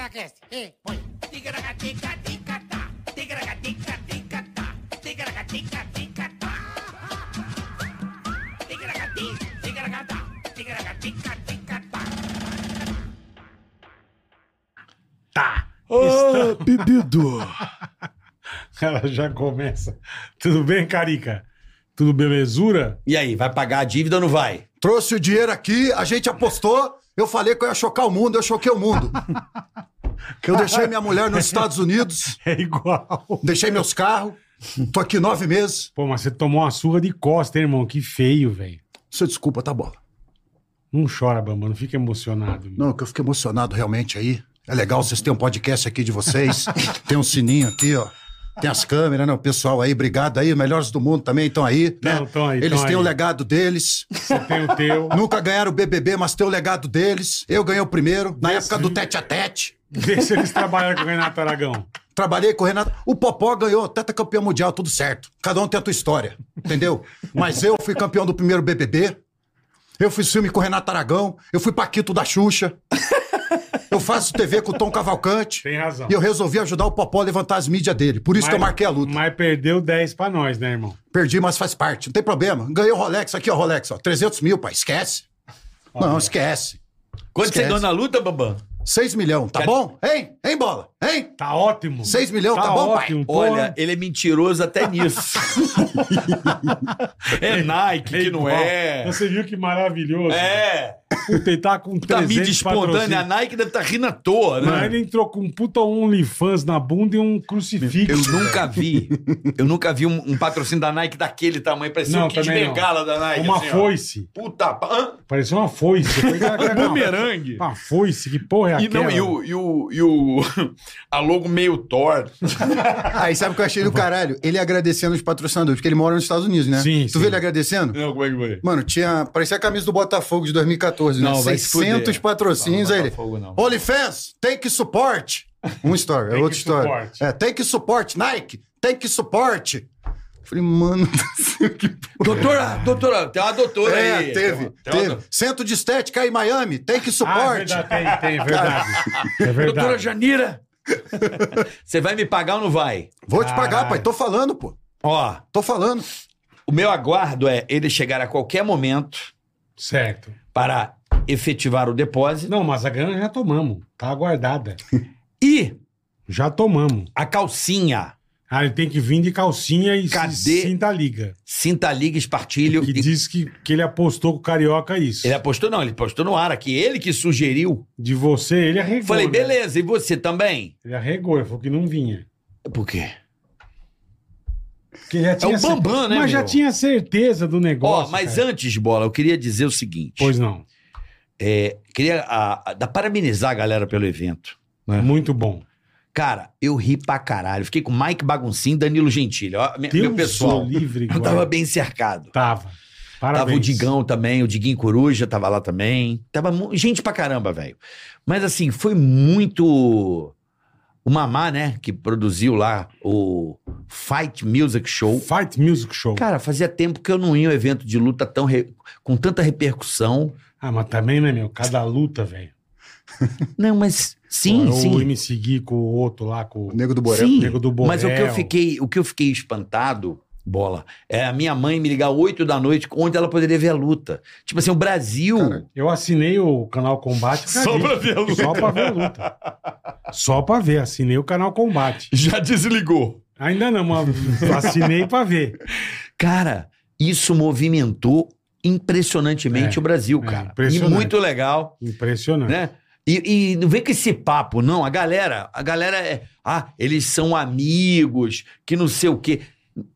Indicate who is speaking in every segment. Speaker 1: Ticaracast, e põe.
Speaker 2: Ticaracatica-ticatá, ticaracatica-ticatá, ticaracatica-ticatá. Ticaracati, ticaracatá, ticaracatica-ticatá.
Speaker 3: Tá.
Speaker 4: Ô, bebido!
Speaker 3: Ela já começa. Tudo bem, Carica? Tudo belezura?
Speaker 5: E aí, vai pagar a dívida ou não vai?
Speaker 4: Trouxe o dinheiro aqui, a gente apostou, eu falei que eu ia chocar o mundo, eu choquei o mundo. Eu deixei minha mulher nos Estados Unidos,
Speaker 3: É igual.
Speaker 4: deixei meus carros, tô aqui nove meses.
Speaker 3: Pô, mas você tomou uma surra de costa, hein, irmão? Que feio, velho.
Speaker 4: Você desculpa, tá bom.
Speaker 3: Não chora, Bamba, não fica emocionado. meu.
Speaker 4: Não, que eu fiquei emocionado realmente aí. É legal, vocês têm um podcast aqui de vocês, tem um sininho aqui, ó. Tem as câmeras, né? O pessoal aí, obrigado aí. Melhores do mundo também estão aí, né?
Speaker 3: Tão, tão aí,
Speaker 4: Eles
Speaker 3: tão
Speaker 4: têm o
Speaker 3: aí.
Speaker 4: legado deles.
Speaker 3: Você tem o teu.
Speaker 4: Nunca ganharam o BBB, mas tem o legado deles. Eu ganhei o primeiro, na época do tete a tete.
Speaker 3: Vê se eles trabalham com o Renato Aragão.
Speaker 4: Trabalhei com o Renato. O Popó ganhou teta campeão mundial, tudo certo. Cada um tem a tua história, entendeu? Mas eu fui campeão do primeiro BBB. Eu fiz filme com o Renato Aragão. Eu fui Paquito da Xuxa. Eu faço TV com o Tom Cavalcante.
Speaker 3: Tem razão.
Speaker 4: E eu resolvi ajudar o Popó a levantar as mídias dele. Por isso que eu marquei a luta.
Speaker 3: Mas perdeu 10 pra nós, né, irmão?
Speaker 4: Perdi, mas faz parte. Não tem problema. Ganhei o Rolex. Aqui, ó, Rolex. Ó, 300 mil, pai. Esquece. Não, esquece.
Speaker 5: Quanto
Speaker 4: Esquece.
Speaker 5: você ganhou na luta, Bambam?
Speaker 4: 6 milhão, tá bom? Hein? Hein, bola? Hein?
Speaker 3: Tá ótimo.
Speaker 4: 6 milhão, tá bom, pai?
Speaker 3: ótimo, porra.
Speaker 5: Olha, ele é mentiroso até nisso. é Nike, que não
Speaker 3: igual.
Speaker 5: é.
Speaker 3: Você viu que maravilhoso.
Speaker 5: É.
Speaker 3: Puta, ele tá com 300
Speaker 5: Tá mídia
Speaker 3: patrocínio.
Speaker 5: espontânea. A Nike deve estar rindo à toa, né?
Speaker 3: Mas ele entrou com um puta OnlyFans na bunda e um crucifixo.
Speaker 5: Eu nunca vi. Eu nunca vi um, um patrocínio da Nike daquele tamanho. Parecia
Speaker 3: Não,
Speaker 5: um kit
Speaker 3: também não.
Speaker 5: bengala da Nike.
Speaker 3: Uma
Speaker 5: assim, ó.
Speaker 3: foice.
Speaker 5: Puta. pa- hã?
Speaker 3: Parecia uma foice. Eu falei, "Cara, cara,
Speaker 5: Um Bumerangue.
Speaker 3: Uma foice, que porra é
Speaker 5: E
Speaker 3: aquela?
Speaker 5: não, e o, e o, e o a logo meio torta.
Speaker 4: Aí Ah, sabe o que eu achei do caralho? Ele agradecendo os patrocinadores, porque ele mora nos Estados Unidos, né?
Speaker 3: Sim,
Speaker 4: Tu
Speaker 3: sim.
Speaker 4: vê ele agradecendo?
Speaker 5: Não, como é que foi?
Speaker 4: Mano, tinha. Parecia a camisa do Botafogo de 2014, né?
Speaker 5: Não, vai se fuder.
Speaker 4: 600 patrocínios
Speaker 5: Não, é
Speaker 4: aí. ele.
Speaker 5: Botafogo não.
Speaker 4: OnlyFans, tem que suporte. Uma história, é
Speaker 3: Take
Speaker 4: outra história.
Speaker 3: support.
Speaker 4: É, tem que suporte, Nike, tem que suporte. Falei, mano, não sei o que.
Speaker 5: Doutora, doutora, tem uma doutora
Speaker 4: É,
Speaker 5: aí.
Speaker 4: teve,
Speaker 5: Tem uma
Speaker 4: teve.
Speaker 5: doutora.
Speaker 4: Centro de estética aí em Miami, tem
Speaker 3: Ah,
Speaker 4: que
Speaker 3: é
Speaker 4: suporte.
Speaker 3: verdade, tem, tem, é verdade. É
Speaker 5: Doutora
Speaker 3: verdade.
Speaker 5: Janira, você vai me pagar ou não vai?
Speaker 4: Vou te pagar,
Speaker 3: Caralho.
Speaker 4: pai. Tô falando, pô.
Speaker 5: Ó,
Speaker 4: Tô falando.
Speaker 5: o meu aguardo é ele chegar a qualquer momento
Speaker 3: Certo.
Speaker 5: para efetivar o depósito
Speaker 3: Não, mas a grana já tomamos. Tá aguardada.
Speaker 5: e
Speaker 3: Já tomamos.
Speaker 5: a calcinha,
Speaker 3: Ah, ele tem que vir de calcinha e
Speaker 5: Cadê?
Speaker 3: se- cinta a liga.
Speaker 5: cinta liga, espartilho.
Speaker 3: Que
Speaker 5: e-
Speaker 3: diz que, que ele apostou com o Carioca isso.
Speaker 5: Ele apostou não, ele postou no ar aqui, ele que sugeriu.
Speaker 3: De você, ele arregou.
Speaker 5: Falei,
Speaker 3: né?
Speaker 5: beleza, e você também?
Speaker 3: Ele arregou, ele falou que não vinha.
Speaker 5: Por quê?
Speaker 3: Porque ele já tinha
Speaker 5: o
Speaker 3: cer-
Speaker 5: Bambam, né,
Speaker 3: Mas já
Speaker 5: meu?
Speaker 3: tinha certeza do
Speaker 5: Ó,
Speaker 3: negócio.
Speaker 5: mas
Speaker 3: cara.
Speaker 5: antes, Bola, eu queria dizer o seguinte.
Speaker 3: Pois não.
Speaker 5: É, queria a, a- dar parabenizar a galera pelo evento. É.
Speaker 3: Muito bom.
Speaker 5: Cara, eu ri pra caralho. Fiquei com Mike Baguncinho e Danilo Gentili. Ó, me- meu
Speaker 3: o
Speaker 5: pessoal.
Speaker 3: livre,
Speaker 5: Eu
Speaker 3: guarda.
Speaker 5: tava bem cercado.
Speaker 3: Tava. Parabéns.
Speaker 5: Tava o Digão também, o Diguinho Coruja tava lá também. Tava mu- gente pra caramba, velho. Mas assim, foi muito. O Mamá, né, que produziu lá o Fight Music Show.
Speaker 3: Fight Music Show.
Speaker 5: Cara, fazia tempo que eu não ia a um evento de luta tão re- com tanta repercussão.
Speaker 3: Ah, mas também, né, meu? Cada luta, velho.
Speaker 5: Não, mas sim,
Speaker 3: é o,
Speaker 5: sim.
Speaker 3: O MC Gui com o outro lá, com
Speaker 4: O
Speaker 3: o
Speaker 4: nego do Borel.
Speaker 5: Sim,
Speaker 3: Nego do Borel.
Speaker 5: Mas o que eu fiquei, o que eu fiquei espantado, bola, é a minha mãe me ligar 8 da noite, onde ela poderia ver a luta. Tipo assim, o Brasil.
Speaker 4: Cara,
Speaker 3: Eu assinei o canal Combate.
Speaker 5: Só pra ver a luta.
Speaker 3: Só pra ver a luta. Só pra ver. Assinei o canal Combate.
Speaker 5: Já desligou.
Speaker 3: Ainda não, mas assinei pra ver.
Speaker 5: Cara, isso movimentou impressionantemente
Speaker 3: É,
Speaker 5: o Brasil,
Speaker 3: é,
Speaker 5: cara. E
Speaker 3: impressionante. É.
Speaker 5: muito legal,
Speaker 3: Impressionante.
Speaker 5: né? E, e não vem com esse papo, não. A galera, a galera é. Ah, eles são amigos, que não sei o quê.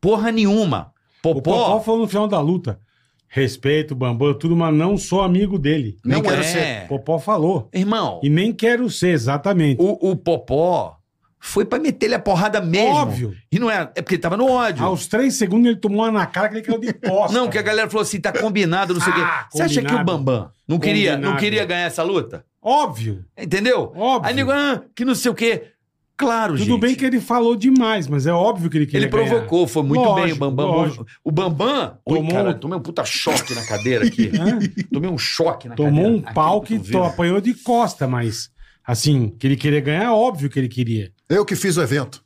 Speaker 5: Porra nenhuma.
Speaker 3: O Popó
Speaker 5: Popó.
Speaker 3: falou no final da luta. Respeito, Bambam, tudo, mas não sou amigo dele.
Speaker 4: Nem
Speaker 5: não
Speaker 4: quero
Speaker 5: é.
Speaker 3: O Popó falou.
Speaker 5: Irmão.
Speaker 3: E nem quero ser, exatamente.
Speaker 5: O, o Popó foi pra meter-lhe a porrada mesmo.
Speaker 3: Óbvio. Ah,
Speaker 5: E não é, é porque ele tava no ódio.
Speaker 3: Aos três segundos ele tomou uma na cara que ele caiu de posta.
Speaker 5: Não, que a galera falou assim, tá combinado, não sei o
Speaker 3: Ah,
Speaker 5: quê. Você acha que
Speaker 3: combinado.
Speaker 5: o Bambam não queria, não
Speaker 3: Combinado.
Speaker 5: queria ganhar essa luta?
Speaker 3: Óbvio,
Speaker 5: Entendeu?
Speaker 3: óbvio.
Speaker 5: Aí nego, ah, que não sei o quê. Claro,
Speaker 3: Tudo
Speaker 5: gente.
Speaker 3: bem que ele falou demais, mas é óbvio que ele queria
Speaker 5: Ele provocou, foi muito bem o
Speaker 3: Lógico,
Speaker 5: Bambam.
Speaker 3: lógico.
Speaker 5: O Bambam. Ui,
Speaker 3: Tomou-
Speaker 5: caralho, tomei um puta choque na cadeira aqui.
Speaker 3: Hã?
Speaker 5: tomei um choque na
Speaker 3: Tomou
Speaker 5: cadeira.
Speaker 3: um
Speaker 5: Aqui,
Speaker 3: pau que
Speaker 5: cotovelo.
Speaker 3: to- apanhou de costa, mas Assim, que ele queria ganhar, óbvio que ele queria.
Speaker 4: Eu que fiz o evento.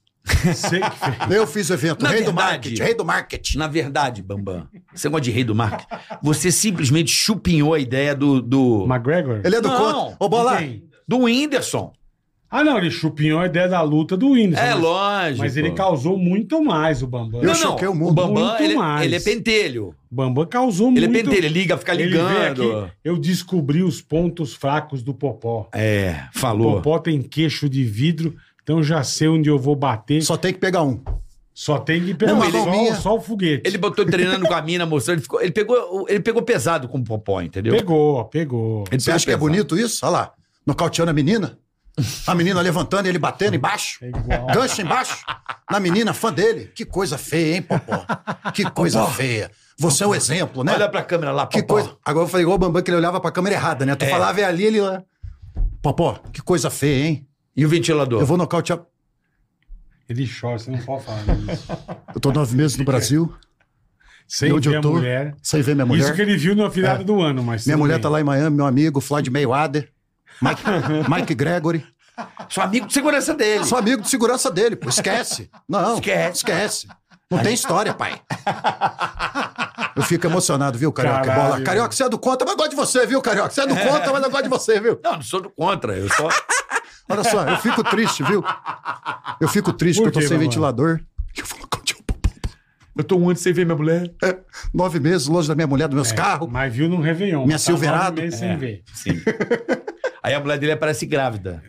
Speaker 3: Sei que fez.
Speaker 4: Eu fiz o evento.
Speaker 5: Na
Speaker 4: rei do
Speaker 5: verdade-
Speaker 4: marketing, rei do marketing.
Speaker 5: Na verdade, Bambam, você gosta de rei do marketing. Você simplesmente chupinhou a ideia do. do,
Speaker 3: McGregor?
Speaker 4: Ele é do
Speaker 5: Não.
Speaker 4: contra. Ô, Bola,
Speaker 3: Quem?
Speaker 5: do Whindersson.
Speaker 3: Ah, não, ele chupinhou a ideia da luta do Whindersson.
Speaker 5: É
Speaker 3: mas-
Speaker 5: lógico.
Speaker 3: Mas ele causou muito mais o Bambam.
Speaker 4: Eu choquei o mundo.
Speaker 5: O Bambam,
Speaker 3: Muito
Speaker 5: ele,
Speaker 3: mais.
Speaker 5: ele é pentelho.
Speaker 3: O Bambam causou
Speaker 5: Ele
Speaker 3: muito.
Speaker 5: é pentelho, ele liga, fica
Speaker 3: Ele veio
Speaker 5: ligando.
Speaker 3: aqui, eu descobri os pontos fracos do Popó.
Speaker 5: É,
Speaker 3: O
Speaker 5: falou.
Speaker 3: Popó tem queixo de vidro, então já sei onde eu vou bater. Só,
Speaker 4: só tem que pegar um.
Speaker 3: tem que pegar
Speaker 4: Não, ele-
Speaker 3: só, só o foguete.
Speaker 5: Ele botou treinando com a mina, mostrando. Ele, ficou- ele pegou, ele pegou pesado com o Popó, entendeu?
Speaker 3: Pegou, pegou.
Speaker 5: Ele
Speaker 4: Você
Speaker 5: pegou
Speaker 4: acha que é
Speaker 5: pesado.
Speaker 4: bonito isso? Olha lá. Nocauteando a menina. A menina levantando e ele batendo embaixo.
Speaker 3: É igual.
Speaker 4: Gancho embaixo. Na menina, fã dele. Que coisa feia, hein, Popó? Que coisa feia. Você é o exemplo, né?
Speaker 5: Olha pra câmera lá, Popó.
Speaker 4: Que coisa. Agora eu falei igual o Bambam que ele olhava pra câmera errada, né? Tu
Speaker 3: É.
Speaker 4: falava e ali ele. lá. Popó, que coisa feia, hein?
Speaker 5: E o ventilador?
Speaker 4: Eu vou nocautear.
Speaker 3: Ele chora, você não pode falar isso.
Speaker 4: Eu tô nove meses no Brasil,
Speaker 3: Sem
Speaker 4: onde
Speaker 3: ver
Speaker 4: eu
Speaker 3: a
Speaker 4: tô?
Speaker 3: mulher.
Speaker 4: sem ver minha mulher.
Speaker 3: Isso que ele né? viu na virada
Speaker 4: É.
Speaker 3: do ano, mas.
Speaker 4: Minha
Speaker 3: tudo
Speaker 4: mulher
Speaker 3: bem.
Speaker 4: tá lá em Miami, meu amigo, Floyd Mayweather, Mike, Mike Gregory.
Speaker 5: Sou amigo de segurança dele.
Speaker 4: Sou amigo de segurança dele, pô. Esquece. Não,
Speaker 5: Esquece.
Speaker 4: esquece. Não tem história, pai. Eu fico emocionado, viu, Carioca?
Speaker 3: Caralho,
Speaker 4: Bola.
Speaker 3: mano.
Speaker 4: Carioca, você é do contra, mas eu gosto de você, viu, Carioca? Você é do contra, mas eu gosto de você, viu?
Speaker 5: Não, não sou do contra. Eu só.
Speaker 4: Olha só, eu fico triste, viu? Eu fico triste
Speaker 3: Por
Speaker 4: porque eu
Speaker 3: quê,
Speaker 4: tô sem
Speaker 3: mamãe?
Speaker 4: ventilador. Eu falo, "Caldinho, pô,
Speaker 5: eu tô um ano sem ver minha mulher.
Speaker 4: é, nove meses longe da minha mulher, dos meus
Speaker 3: É,
Speaker 4: carros.
Speaker 3: Mas viu num Réveillon.
Speaker 4: Minha
Speaker 3: Tá
Speaker 4: Silverado.
Speaker 3: nove meses Sem
Speaker 5: É.
Speaker 3: ver.
Speaker 5: Sim. Aí a mulher dele aparece grávida.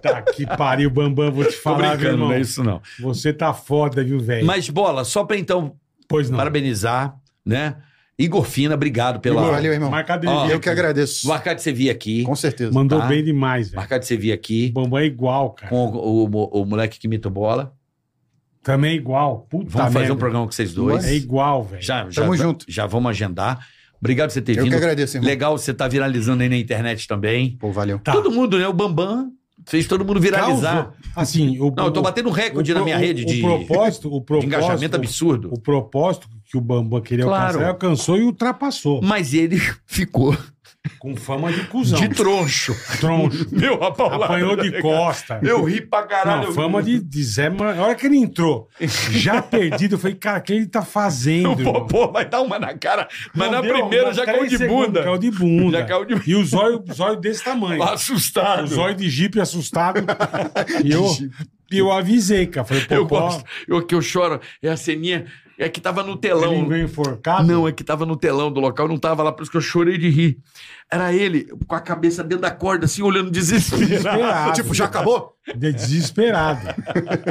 Speaker 3: Tá que pariu, Bambam, vou te
Speaker 5: Tô
Speaker 3: falar, meu
Speaker 5: brincando,
Speaker 3: irmão.
Speaker 5: não é isso não.
Speaker 3: Você tá foda, viu, velho?
Speaker 5: Mas, bola, só pra então
Speaker 3: Pois não.
Speaker 5: parabenizar, né? Igor Fina, obrigado pela.
Speaker 4: Igor, valeu, irmão.
Speaker 3: Mas cadê
Speaker 5: Ó,
Speaker 3: ele?
Speaker 4: Eu que agradeço.
Speaker 5: O Arcade você vir aqui.
Speaker 4: Com certeza.
Speaker 3: Mandou
Speaker 5: Tá.
Speaker 3: bem demais,
Speaker 5: O
Speaker 3: velho.
Speaker 5: Arcade você vir aqui.
Speaker 3: O Bambam é igual, cara.
Speaker 5: Com o, o- o moleque que imita bola.
Speaker 3: Também é igual. Puta
Speaker 5: Vamos fazer
Speaker 3: merda.
Speaker 5: um programa com vocês dois.
Speaker 3: É igual, velho.
Speaker 5: Já, já,
Speaker 4: Tamo junto.
Speaker 5: já vamos agendar. Obrigado por você ter
Speaker 4: Eu que
Speaker 5: vindo.
Speaker 4: agradeço, irmão.
Speaker 5: Legal, você tá viralizando aí na internet também.
Speaker 4: Pô, valeu.
Speaker 3: Tá.
Speaker 5: Todo mundo, né? O Bambam fez todo mundo viralizar.
Speaker 3: Causou. Assim, o,
Speaker 5: Não, eu tô
Speaker 3: o-
Speaker 5: batendo um recorde
Speaker 3: o-
Speaker 5: na minha
Speaker 3: o-
Speaker 5: rede
Speaker 3: o
Speaker 5: de,
Speaker 3: propósito, o
Speaker 5: de
Speaker 3: propósito,
Speaker 5: engajamento absurdo.
Speaker 3: O propósito que o Bambam queria
Speaker 5: Claro.
Speaker 3: alcançar, ele alcançou e ultrapassou.
Speaker 5: Mas ele ficou
Speaker 3: Com fama de cuzão.
Speaker 5: de troncho.
Speaker 3: troncho.
Speaker 5: Meu, a paulada,
Speaker 3: Apanhou de
Speaker 5: cara.
Speaker 3: costa.
Speaker 5: Eu ri pra caralho.
Speaker 3: Não, fama de, de Zé Mar... A hora que ele entrou, já perdido, eu falei, cara, o que ele tá fazendo?
Speaker 5: O
Speaker 3: irmão?
Speaker 5: popô vai dar uma na cara, mas
Speaker 3: Não
Speaker 5: na
Speaker 3: deu,
Speaker 5: primeira
Speaker 3: mas
Speaker 5: já
Speaker 3: três
Speaker 5: caiu de
Speaker 3: segundos,
Speaker 5: bunda.
Speaker 3: Caiu de bunda.
Speaker 5: Já caiu de bunda.
Speaker 3: E os olhos, os olhos desse tamanho.
Speaker 5: Assustado.
Speaker 3: Os olhos de jipe assustado. e eu, e eu avisei, cara. Falei, pô,
Speaker 5: Eu
Speaker 3: pô,
Speaker 5: gosto. O que eu choro é a ceninha. É que tava no
Speaker 3: ele
Speaker 5: telão.
Speaker 3: veio enforcado.
Speaker 5: Não, é que tava no telão do local, não tava lá, por isso que eu chorei de rir. Era ele com a cabeça dentro da corda, assim, olhando desesperado.
Speaker 3: Desesperado.
Speaker 4: Tipo, já acabou?
Speaker 3: De- Desesperado.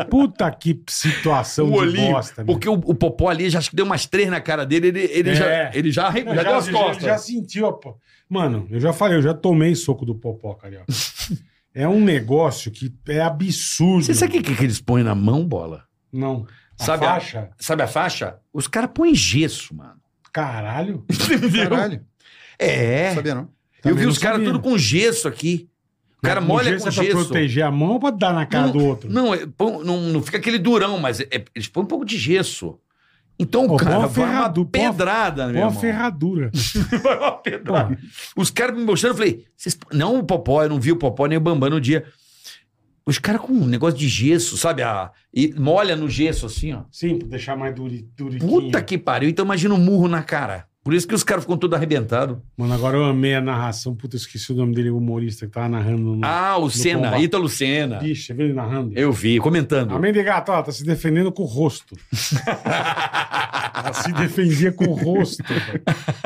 Speaker 3: Puta que situação
Speaker 5: o
Speaker 3: de
Speaker 5: olhinho.
Speaker 3: bosta, meu.
Speaker 5: porque o, o Popó ali já acho que deu umas três na cara dele, ele, ele
Speaker 3: É.
Speaker 5: já, ele já, arran-
Speaker 3: Não,
Speaker 5: já deu as costas.
Speaker 3: já sentiu a... po- Mano, eu já falei, eu já tomei soco do popó, carioca. é um negócio que é absurdo.
Speaker 5: Você sabe o que, que eles põem na mão, bola?
Speaker 3: Não. A
Speaker 5: Sabe a-
Speaker 3: faixa?
Speaker 5: Sabe a faixa? Os caras põem gesso, mano.
Speaker 3: Caralho.
Speaker 5: Entendeu?
Speaker 4: Caralho.
Speaker 5: É.
Speaker 4: Não sabia, não.
Speaker 5: Eu
Speaker 3: Também
Speaker 5: vi
Speaker 3: não
Speaker 5: os caras
Speaker 3: sabia.
Speaker 5: tudo com gesso aqui. O cara molha
Speaker 3: gesso
Speaker 5: com
Speaker 3: é pra
Speaker 5: gesso.
Speaker 3: proteger a mão ou pra dar na cara
Speaker 5: Não,
Speaker 3: do outro?
Speaker 5: Não, é, põe- não, não fica aquele durão, mas é- é- eles põem um pouco de gesso. Então,
Speaker 3: Pô,
Speaker 5: o cara,
Speaker 3: põe uma
Speaker 5: vai uma
Speaker 3: ferradu- põe uma-
Speaker 5: pedrada, meu
Speaker 3: Ó a
Speaker 5: irmão.
Speaker 3: ferradura.
Speaker 5: Vai uma pedrada. Os caras me mostrando, eu falei, "Vocês pô- não o Popó, eu não vi o Popó nem o Bambam no dia. Os caras com um negócio de gesso, sabe? A, e molha no gesso, assim, ó.
Speaker 3: Sim, pra deixar mais duri, duriquinho.
Speaker 5: Puta que pariu. Então imagina um murro na cara. Por isso que os caras ficam todos arrebentados.
Speaker 3: Mano, agora eu amei a narração. Puta, eu esqueci o nome dele, o humorista que tava narrando. No...
Speaker 5: Ah, o Senna,
Speaker 3: combate.
Speaker 5: Ítalo Senna.
Speaker 3: Bicho, você viu ele narrando?
Speaker 5: Eu vi, comentando.
Speaker 3: A mãe de gato, ó, tá se defendendo com o rosto. Ela se defendia com o rosto, velho.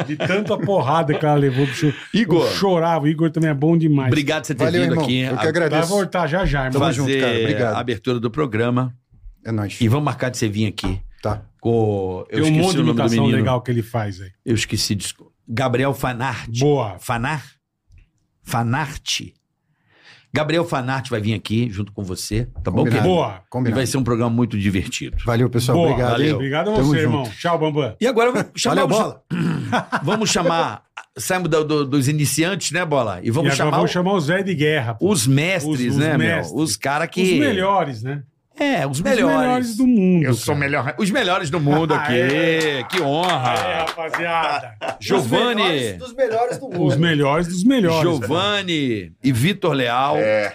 Speaker 3: De tanta porrada que ela levou. Bicho,
Speaker 5: Igor.
Speaker 3: Eu chorava. O Igor também é bom demais.
Speaker 5: Obrigado por você ter
Speaker 4: Valeu,
Speaker 5: vindo
Speaker 4: irmão.
Speaker 5: aqui.
Speaker 4: Eu que
Speaker 5: a-
Speaker 3: Vai
Speaker 4: agradeço.
Speaker 3: voltar já já, irmão.
Speaker 4: Tamo
Speaker 5: fazer
Speaker 4: junto, cara. Obrigado.
Speaker 5: a abertura do programa.
Speaker 4: É nóis.
Speaker 5: E vamos marcar de você vir aqui.
Speaker 4: Tá.
Speaker 5: Com...
Speaker 3: Tem
Speaker 5: Eu
Speaker 3: um
Speaker 5: esqueci
Speaker 3: monte de
Speaker 5: o nome do
Speaker 3: imitação
Speaker 5: menino.
Speaker 3: legal que ele faz aí.
Speaker 5: Eu esqueci de... Gabriel Fanart.
Speaker 3: Boa.
Speaker 5: Fanar? Fanart. Gabriel Fanart vai vir aqui junto com você, tá bom?
Speaker 4: Combinado.
Speaker 5: querido?
Speaker 3: Boa.
Speaker 5: E
Speaker 4: Combinado.
Speaker 5: vai ser um programa muito divertido.
Speaker 4: Valeu, pessoal.
Speaker 3: Boa.
Speaker 4: obrigado.
Speaker 5: valeu.
Speaker 4: hein?
Speaker 3: Obrigado a
Speaker 4: Tamo
Speaker 3: você,
Speaker 4: junto.
Speaker 3: irmão. Tchau, Bambam.
Speaker 5: E agora vamos chamar
Speaker 4: Valeu,
Speaker 5: os-
Speaker 4: bola.
Speaker 5: Vamos chamar... Saímos do- do- dos iniciantes, né, Bola? E vamos
Speaker 3: e agora
Speaker 5: chamar
Speaker 3: vamos
Speaker 5: o-
Speaker 3: chamar o Zé de Guerra. pô.
Speaker 5: os mestres,
Speaker 3: Os- os
Speaker 5: né,
Speaker 3: mestres.
Speaker 5: meu? Os caras que...
Speaker 3: Os melhores, né?
Speaker 5: É, os
Speaker 3: Os melhores.
Speaker 5: melhores.
Speaker 3: do mundo.
Speaker 5: Eu sou o
Speaker 3: cara.
Speaker 5: melhor. Os melhores do mundo aqui.
Speaker 3: É.
Speaker 5: Que honra.
Speaker 3: rapaziada.
Speaker 5: Giovanni.
Speaker 6: Dos melhores do mundo.
Speaker 3: Os melhores dos melhores.
Speaker 5: Giovanni e Vitor Leal.
Speaker 6: É.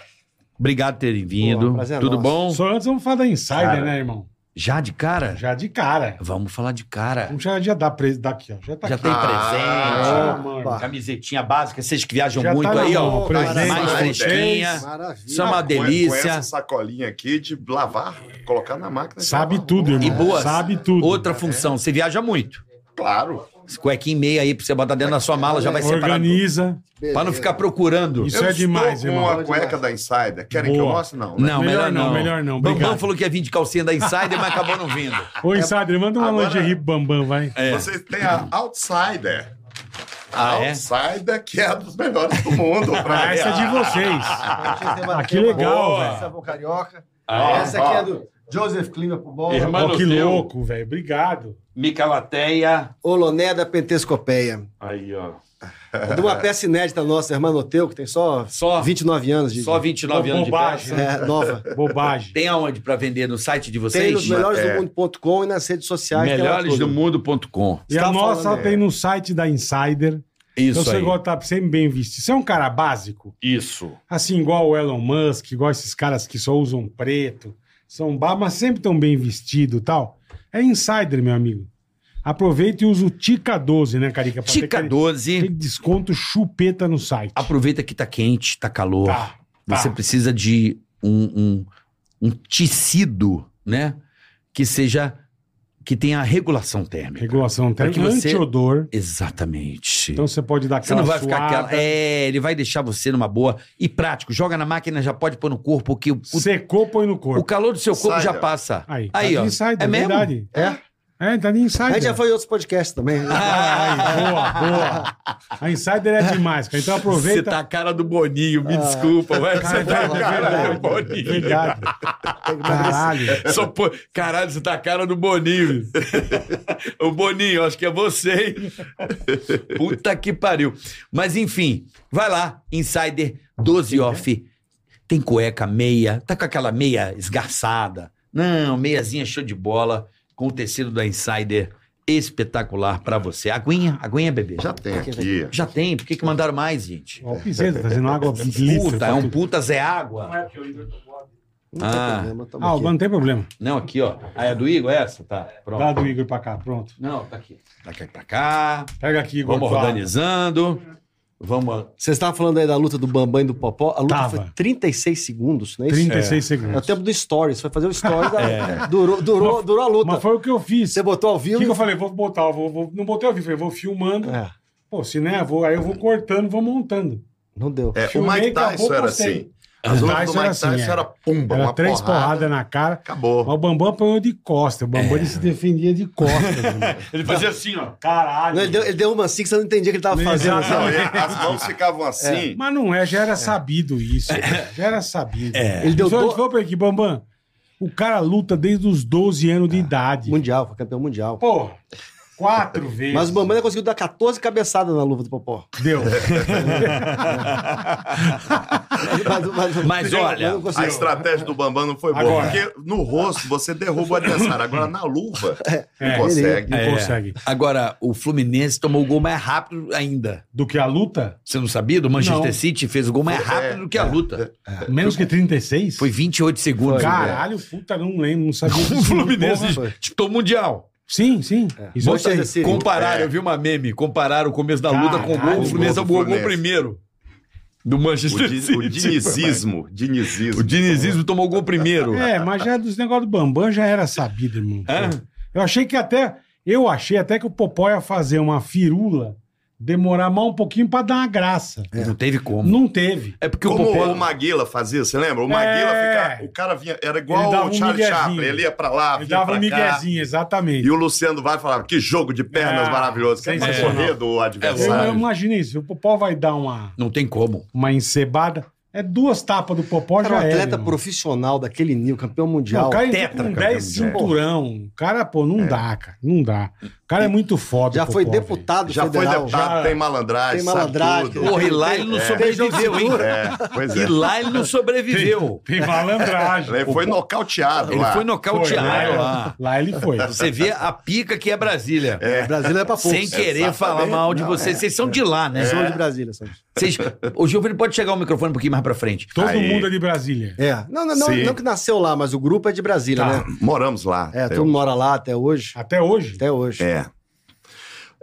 Speaker 5: Obrigado por terem vindo.
Speaker 6: Pô, prazer é
Speaker 5: Tudo
Speaker 6: nosso.
Speaker 5: bom?
Speaker 3: cara. Só antes vamos falar da Insider,
Speaker 6: Cara.
Speaker 3: né, irmão?
Speaker 5: Já de cara?
Speaker 3: Já de cara.
Speaker 5: Vamos falar de cara.
Speaker 3: Vamos já, já dar preso daqui, ó. Já tá
Speaker 5: Já
Speaker 3: aqui.
Speaker 5: tem
Speaker 6: Ah,
Speaker 5: presente.
Speaker 3: mano.
Speaker 6: pá.
Speaker 5: Camisetinha básica, vocês que viajam
Speaker 3: Já
Speaker 5: muito
Speaker 3: tá na
Speaker 5: aí,
Speaker 3: mão,
Speaker 5: ó.
Speaker 3: presente
Speaker 5: mais
Speaker 3: pra vocês.
Speaker 5: fresquinha.
Speaker 6: Maravilha.
Speaker 5: São uma
Speaker 6: Com-
Speaker 5: delícia.
Speaker 6: Com essa sacolinha aqui de lavar, colocar na máquina.
Speaker 3: Sabe tudo, irmão.
Speaker 5: E boas.
Speaker 3: Sabe tudo.
Speaker 5: Outra função, você viaja muito.
Speaker 6: Claro.
Speaker 5: Esse cuequinho e meia aí pra você botar dentro da sua mala, já vai separar tudo.
Speaker 3: Organiza.
Speaker 5: Pra não ficar procurando.
Speaker 3: Isso é demais,
Speaker 6: estou com
Speaker 3: irmão.
Speaker 6: uma cueca da Insider. Querem que eu
Speaker 3: Boa.
Speaker 6: mostre? Não. né?
Speaker 5: Não, melhor,
Speaker 3: Melhor não,
Speaker 5: não.
Speaker 3: melhor não,
Speaker 5: Bambam
Speaker 3: obrigado.
Speaker 5: falou que ia vir de calcinha da Insider, mas acabou não vindo.
Speaker 3: Ô, Insider, manda uma
Speaker 6: Agora-
Speaker 3: lingerie pro Bambam, vai.
Speaker 5: É.
Speaker 6: Vocês têm a Outsider. A
Speaker 5: Ah, é?
Speaker 6: Outsider, que é a dos melhores do mundo.
Speaker 3: Ah,
Speaker 6: pra
Speaker 3: essa é de vocês. Ah, que legal,
Speaker 5: Boa.
Speaker 3: velho.
Speaker 4: Essa é o carioca.
Speaker 5: Ah,
Speaker 4: Essa aqui é do Joseph Klinger pro bom.
Speaker 5: Irmão.
Speaker 3: Ó, que
Speaker 5: Manoseu.
Speaker 3: louco, velho. Obrigado.
Speaker 5: Mica Lateia.
Speaker 4: Oloné da Pentescopeia.
Speaker 5: Aí, ó.
Speaker 4: É de uma peça inédita nossa, Hermanoteu, que tem só,
Speaker 5: Só,
Speaker 4: 29 anos de.
Speaker 5: só 29 anos de
Speaker 3: Bobagem.
Speaker 5: peça.
Speaker 4: É, nova.
Speaker 3: Bobagem.
Speaker 5: Tem aonde pra vender? No site de
Speaker 4: Tem
Speaker 5: vocês?
Speaker 4: nos melhoresdomundo.com e nas redes sociais. tem lá tudo.
Speaker 5: Melhoresdomundo.com.
Speaker 3: E a
Speaker 4: Tá
Speaker 3: nossa
Speaker 4: falando,
Speaker 3: tem
Speaker 4: é.
Speaker 3: no site da Insider. então
Speaker 5: Isso
Speaker 3: você
Speaker 5: aí.
Speaker 3: gosta tá sempre bem vestido. Você é um cara básico?
Speaker 5: Isso.
Speaker 3: Assim, igual o Elon Musk, igual esses caras que só usam preto, são bar, mas sempre tão bem vestido e tal. É Insider, meu amigo. Aproveita e usa o Tica 12, né, Carica? Pra ter
Speaker 5: Tica
Speaker 3: aquele-
Speaker 5: 12.
Speaker 3: aquele desconto chupeta no site.
Speaker 5: Aproveita que tá quente, tá calor.
Speaker 3: Tá, tá.
Speaker 5: Você precisa de um, um, um tecido, né? Que seja. que tenha regulação térmica.
Speaker 3: Regulação
Speaker 5: Pra
Speaker 3: tem
Speaker 5: que você-
Speaker 3: anti-odor.
Speaker 5: Exatamente.
Speaker 3: Então você pode dar
Speaker 5: você
Speaker 3: aquela
Speaker 5: não vai ficar
Speaker 3: suada,
Speaker 5: aquela. É, ele vai deixar você numa boa. E prático, joga na máquina, já pode pôr no corpo, porque o, É, o-
Speaker 3: Secou, põe no
Speaker 5: o
Speaker 3: corpo.
Speaker 5: calor do seu corpo
Speaker 6: Sai,
Speaker 5: já
Speaker 6: ó.
Speaker 5: passa.
Speaker 3: Aí,
Speaker 5: Aí,
Speaker 3: tá
Speaker 5: ó.
Speaker 3: de Insider,
Speaker 5: é mesmo?
Speaker 3: verdade.
Speaker 4: É?
Speaker 3: É, tá de
Speaker 4: A
Speaker 3: Insider.
Speaker 4: gente já foi em outros podcasts também. né?
Speaker 3: Aí, boa, boa. A Insider é demais, cara. Então
Speaker 5: Você
Speaker 3: aproveita.
Speaker 5: tá a cara do Boninho, me desculpa, mas você tá a
Speaker 3: Caralho,
Speaker 5: cara do
Speaker 3: verdade,
Speaker 5: Boninho.
Speaker 3: verdade. Caralho.
Speaker 5: É Só pô- Caralho, você tá a cara do Boninho. o Boninho, acho que é você. hein? Puta que pariu. Mas enfim, vai lá, Insider 12 off. Tem cueca, meia. Tá com aquela meia esgarçada. Não, meiazinha show de bola. Com o tecido da Insider espetacular pra você. Aguinha, aguinha, bebê.
Speaker 6: Já tem aqui.
Speaker 5: Já tem, por que, que mandaram mais, gente?
Speaker 3: Ó, o Piseiro tá fazendo água tá de litro.
Speaker 5: Puta, é um puta Zé Água.
Speaker 4: Não tem
Speaker 5: Ah.
Speaker 4: problema, tamo
Speaker 3: Ah, o
Speaker 4: aqui.
Speaker 3: não tem problema.
Speaker 5: Não, aqui, ó. Ah, é do Igor essa? Tá, pronto.
Speaker 3: Dá do Igor pra cá, pronto.
Speaker 5: Não, tá aqui. Tá aqui pra cá.
Speaker 3: Pega aqui, Igor.
Speaker 5: Vamos
Speaker 3: tua-
Speaker 5: organizando. Vamos.
Speaker 4: Vocês estavam falando aí da luta do Bambam e do Popó. A luta
Speaker 3: Tava.
Speaker 4: foi 36 segundos, não é isso?
Speaker 3: 36
Speaker 4: É o
Speaker 3: segundos.
Speaker 4: tempo do Stories. Foi fazer o Stories. da- durou, durou, durou a luta.
Speaker 3: Mas foi o que eu fiz.
Speaker 4: Você botou ao
Speaker 3: O
Speaker 4: vivo.
Speaker 3: que, que eu falei? Vou botar, eu vou, vou- não botei ao vivo, eu vou filmando.
Speaker 4: É,
Speaker 3: Pô, se né, vou, aí eu vou cortando, vou montando.
Speaker 4: não deu.
Speaker 6: É, o
Speaker 3: Filmei,
Speaker 6: Mike
Speaker 3: acabou,
Speaker 6: Tyson era
Speaker 3: postei.
Speaker 6: assim. As lutas do
Speaker 3: Tyson era
Speaker 6: Mike
Speaker 3: assim,
Speaker 6: Tyson
Speaker 3: é.
Speaker 6: era pumba,
Speaker 3: Era
Speaker 6: uma
Speaker 3: três porradas
Speaker 6: porrada.
Speaker 3: na cara. Mas
Speaker 6: Acabou.
Speaker 3: o Bambam apanhou de costa. O Bambam ele se defendia de costas. irmão.
Speaker 5: É. Ele fazia assim, ó.
Speaker 3: Caralho.
Speaker 4: Não, ele, deu, ele deu uma assim que você não entendia o que ele tava
Speaker 3: Não,
Speaker 4: fazendo. assim.
Speaker 3: exato.
Speaker 6: Não, e as mãos ficavam assim.
Speaker 3: Mas não é, já era sabido isso. cara. Já era sabido.
Speaker 5: É.
Speaker 4: Ele deu
Speaker 3: Só
Speaker 4: do-
Speaker 3: ele falou pra ele aqui, Bambam, o cara luta desde os 12 anos
Speaker 5: É.
Speaker 3: de idade.
Speaker 4: Mundial, foi campeão mundial.
Speaker 3: Porra, quatro vezes.
Speaker 4: Mas o Bambam ainda conseguiu dar 14 cabeçadas na luva do Popó.
Speaker 3: Deu.
Speaker 4: Mas, mas-
Speaker 5: Mas olha,
Speaker 4: não conseguiu.
Speaker 6: A estratégia do Bambam não foi boa.
Speaker 3: Agora.
Speaker 6: Porque no rosto você derruba o adversário. Agora na luva,
Speaker 3: É.
Speaker 6: não consegue.
Speaker 3: Não
Speaker 5: É.
Speaker 3: consegue.
Speaker 5: Agora, o Fluminense tomou o gol mais rápido ainda.
Speaker 3: Do que a luta?
Speaker 5: Você não sabia? Do Manchester
Speaker 3: Não.
Speaker 5: City fez o gol mais
Speaker 6: É,
Speaker 5: rápido do que a luta.
Speaker 4: É.
Speaker 3: Menos que 36?
Speaker 5: Foi é. 28 segundos.
Speaker 3: Caralho, puta, não lembro, não
Speaker 6: Um
Speaker 3: sabia.
Speaker 5: O
Speaker 3: disso,
Speaker 5: Fluminense
Speaker 3: porra.
Speaker 4: Porra.
Speaker 5: disputou o Mundial.
Speaker 3: Sim, sim.
Speaker 4: É.
Speaker 3: Isso eu
Speaker 4: Bota
Speaker 3: sei.
Speaker 4: esse- Sim.
Speaker 5: Compararam,
Speaker 6: É.
Speaker 5: eu vi uma meme, compararam o começo da luta com o gol.
Speaker 3: Caralho,
Speaker 5: O Fluminense
Speaker 6: o gol do
Speaker 5: jogou o gol
Speaker 6: Fluminense.
Speaker 5: primeiro. Do
Speaker 6: O,
Speaker 5: Manchester
Speaker 6: di,
Speaker 5: City.
Speaker 6: o dinizismo. Dinizismo.
Speaker 5: O dinizismo tomou o gol primeiro.
Speaker 3: É, mas já dos negócios do Bambam já era sabido, irmão.
Speaker 6: É?
Speaker 5: Hã?
Speaker 3: Eu achei que até. Eu achei até que o Popó ia fazer uma firula, demorar mais um pouquinho pra dar uma graça.
Speaker 5: Não teve como.
Speaker 3: Não teve.
Speaker 5: É porque
Speaker 6: Como
Speaker 5: o Popó...
Speaker 6: o Maguila fazia, você lembra? O Maguila
Speaker 3: É.
Speaker 6: ficava. O cara vinha. Era
Speaker 3: Ele
Speaker 6: igual
Speaker 3: dava
Speaker 6: o
Speaker 3: um
Speaker 6: Charlie
Speaker 3: miguezinho.
Speaker 6: Chaplin. Ele ia pra lá,
Speaker 3: Ele
Speaker 6: vinha
Speaker 3: dava um
Speaker 6: pra cá.
Speaker 3: miguezinho, exatamente.
Speaker 6: E o Luciano vai e falava: que jogo de pernas
Speaker 3: É,
Speaker 6: maravilhoso. Quer mais
Speaker 5: sensacional.
Speaker 6: correr do
Speaker 3: Eu, eu
Speaker 6: adversário.
Speaker 3: imagino isso. O Popó vai dar uma,
Speaker 5: Não tem como.
Speaker 3: uma encebada. É duas tapas do Popó
Speaker 4: Era um
Speaker 3: já é.
Speaker 4: atleta
Speaker 3: meu.
Speaker 4: profissional daquele nível, campeão
Speaker 3: Pô,
Speaker 4: mundial.
Speaker 3: o cara entrou
Speaker 5: tetra,
Speaker 3: com
Speaker 5: campeão
Speaker 3: 10
Speaker 5: mundial.
Speaker 3: cinturão. O cara, pô, não dá, cara. Não dá. O cara é muito foda.
Speaker 4: já
Speaker 3: o
Speaker 4: foi
Speaker 3: Popó,
Speaker 4: deputado
Speaker 6: Já foi
Speaker 4: federal.
Speaker 6: deputado,
Speaker 3: já-
Speaker 6: tem malandragem,
Speaker 4: Tem
Speaker 6: sabe
Speaker 4: malandragem.
Speaker 6: tudo.
Speaker 5: Porra, e lá ele não
Speaker 6: É.
Speaker 5: sobreviveu, hein?
Speaker 6: É, pois
Speaker 5: E
Speaker 6: é.
Speaker 5: lá ele não sobreviveu.
Speaker 3: velho. Tem malandragem.
Speaker 6: Ele foi nocauteado
Speaker 5: Ele
Speaker 6: lá. É.
Speaker 5: foi
Speaker 3: Foi,
Speaker 5: nocauteado
Speaker 3: né?
Speaker 5: lá.
Speaker 3: Lá ele foi.
Speaker 5: Você vê a pica que é Brasília.
Speaker 4: É. Brasília é pra poucos.
Speaker 5: Sem querer
Speaker 6: Exatamente.
Speaker 5: falar mal de
Speaker 6: Não, é.
Speaker 5: vocês. Vocês são de lá, né?
Speaker 4: São de Brasília, sabe?
Speaker 5: Vocês... O Giovanni pode chegar o microfone um pouquinho mais pra frente.
Speaker 3: Todo
Speaker 6: Aí.
Speaker 3: mundo é de Brasília.
Speaker 4: É. Não, não, não,
Speaker 6: Sim.
Speaker 4: não que nasceu lá, mas o grupo é de Brasília,
Speaker 3: Tá.
Speaker 4: né?
Speaker 6: Moramos lá.
Speaker 4: É,
Speaker 6: até
Speaker 4: todo mundo mora lá até hoje.
Speaker 3: Até hoje.
Speaker 4: Até hoje.
Speaker 6: É.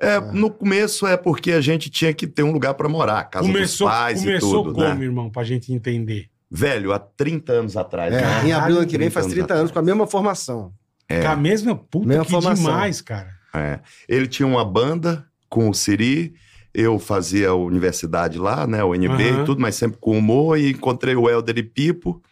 Speaker 6: É, No começo é porque a gente tinha que ter um lugar pra morar, casa
Speaker 3: começou
Speaker 6: dos pais e
Speaker 3: começou
Speaker 6: tudo,
Speaker 3: como,
Speaker 6: né?
Speaker 3: irmão, pra gente entender?
Speaker 6: Velho, há 30 anos atrás.
Speaker 4: É,
Speaker 6: né?
Speaker 4: Em abril do ano que vem faz
Speaker 6: 30
Speaker 4: 30 anos com a mesma formação.
Speaker 6: É.
Speaker 3: Com a mesma puta
Speaker 4: Mesma
Speaker 3: que
Speaker 4: formação.
Speaker 3: demais, cara.
Speaker 6: É. Ele tinha uma banda com o Siri, eu fazia a universidade lá, né, o NB
Speaker 3: Aham.
Speaker 6: e tudo, mas sempre com humor, e encontrei o Helder e Pipo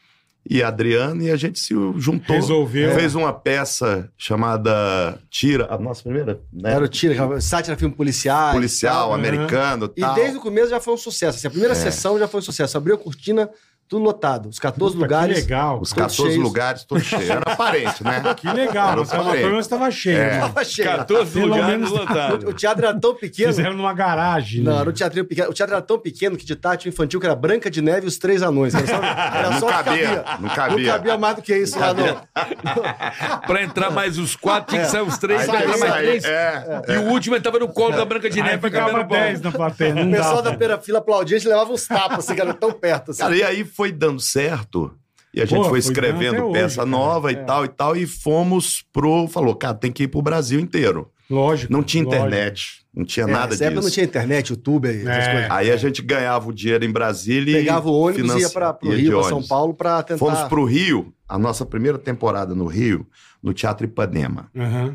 Speaker 6: e a Adriana, e a gente se juntou.
Speaker 3: Resolveu.
Speaker 6: é. Fez uma peça chamada Tira,
Speaker 4: Ah,
Speaker 6: a nossa primeira, né?
Speaker 4: Era o tiro, sátira filme policial.
Speaker 6: policial,
Speaker 3: tá, Aham.
Speaker 6: americano
Speaker 4: E
Speaker 6: tal. É.
Speaker 4: desde o começo já foi um sucesso. Assim, a primeira sessão já foi um sucesso. Abriu a cortina, tudo lotado. Os 14
Speaker 3: Puta,
Speaker 4: lugares.
Speaker 3: Que legal.
Speaker 6: Os
Speaker 3: cara.
Speaker 6: 14
Speaker 4: cheios.
Speaker 6: lugares todos cheios. Era parente, né?
Speaker 3: Que legal.
Speaker 6: Era
Speaker 3: Mas
Speaker 6: um
Speaker 3: tava,
Speaker 6: parente.
Speaker 3: pelo menos tava cheio. né?
Speaker 4: Tava cheio.
Speaker 5: 14
Speaker 3: Pelo
Speaker 5: lugares
Speaker 3: menos-
Speaker 5: lotados.
Speaker 4: O teatro era tão pequeno.
Speaker 3: Fizeram numa garagem.
Speaker 4: Não,
Speaker 3: né?
Speaker 4: era um teatrinho pequeno. O teatro era tão pequeno que de tarde o infantil que era Branca de Neve e os Três Anões. Era só, era
Speaker 6: Não
Speaker 4: só o que
Speaker 6: cabia, não cabia.
Speaker 4: Não cabia mais do que isso lá no...
Speaker 5: Pra entrar mais os quatro, tinha que sair os três,
Speaker 6: Aí
Speaker 5: pra
Speaker 6: tem
Speaker 5: entrar
Speaker 6: isso
Speaker 5: mais
Speaker 6: aí,
Speaker 5: três.
Speaker 6: é.
Speaker 5: E o último entrava no colo da Branca de
Speaker 3: Aí
Speaker 5: Neve.
Speaker 3: ficava
Speaker 5: cabendo
Speaker 3: 10 na plateia. Não
Speaker 4: O pessoal
Speaker 3: dá,
Speaker 4: da primeira fila aplaudia, a gente levava uns tapas, assim, que era tão perto. Assim.
Speaker 6: Cara, e aí foi dando certo. E a gente
Speaker 3: Pô,
Speaker 6: foi
Speaker 3: foi dando até
Speaker 6: escrevendo
Speaker 3: hoje,
Speaker 6: peça
Speaker 3: cara. É.
Speaker 6: nova e tal e tal. E fomos pro. Falou, cara, tem que ir pro Brasil inteiro.
Speaker 3: Lógico.
Speaker 6: Não tinha
Speaker 3: lógico.
Speaker 6: internet, não tinha
Speaker 4: É,
Speaker 6: nada
Speaker 4: nessa época não
Speaker 6: disso.
Speaker 4: tinha internet, YouTube, essas
Speaker 3: É.
Speaker 4: coisas.
Speaker 6: Aí a gente ganhava o dinheiro em Brasília e.
Speaker 4: Pegava o ônibus e ia
Speaker 6: financia-
Speaker 4: pra, pro
Speaker 6: ia de
Speaker 4: Rio, pra São
Speaker 6: ônibus.
Speaker 4: Paulo, pra tentar...
Speaker 6: Fomos pro Rio, a nossa primeira temporada no Rio, no Teatro Ipanema.
Speaker 3: Aham.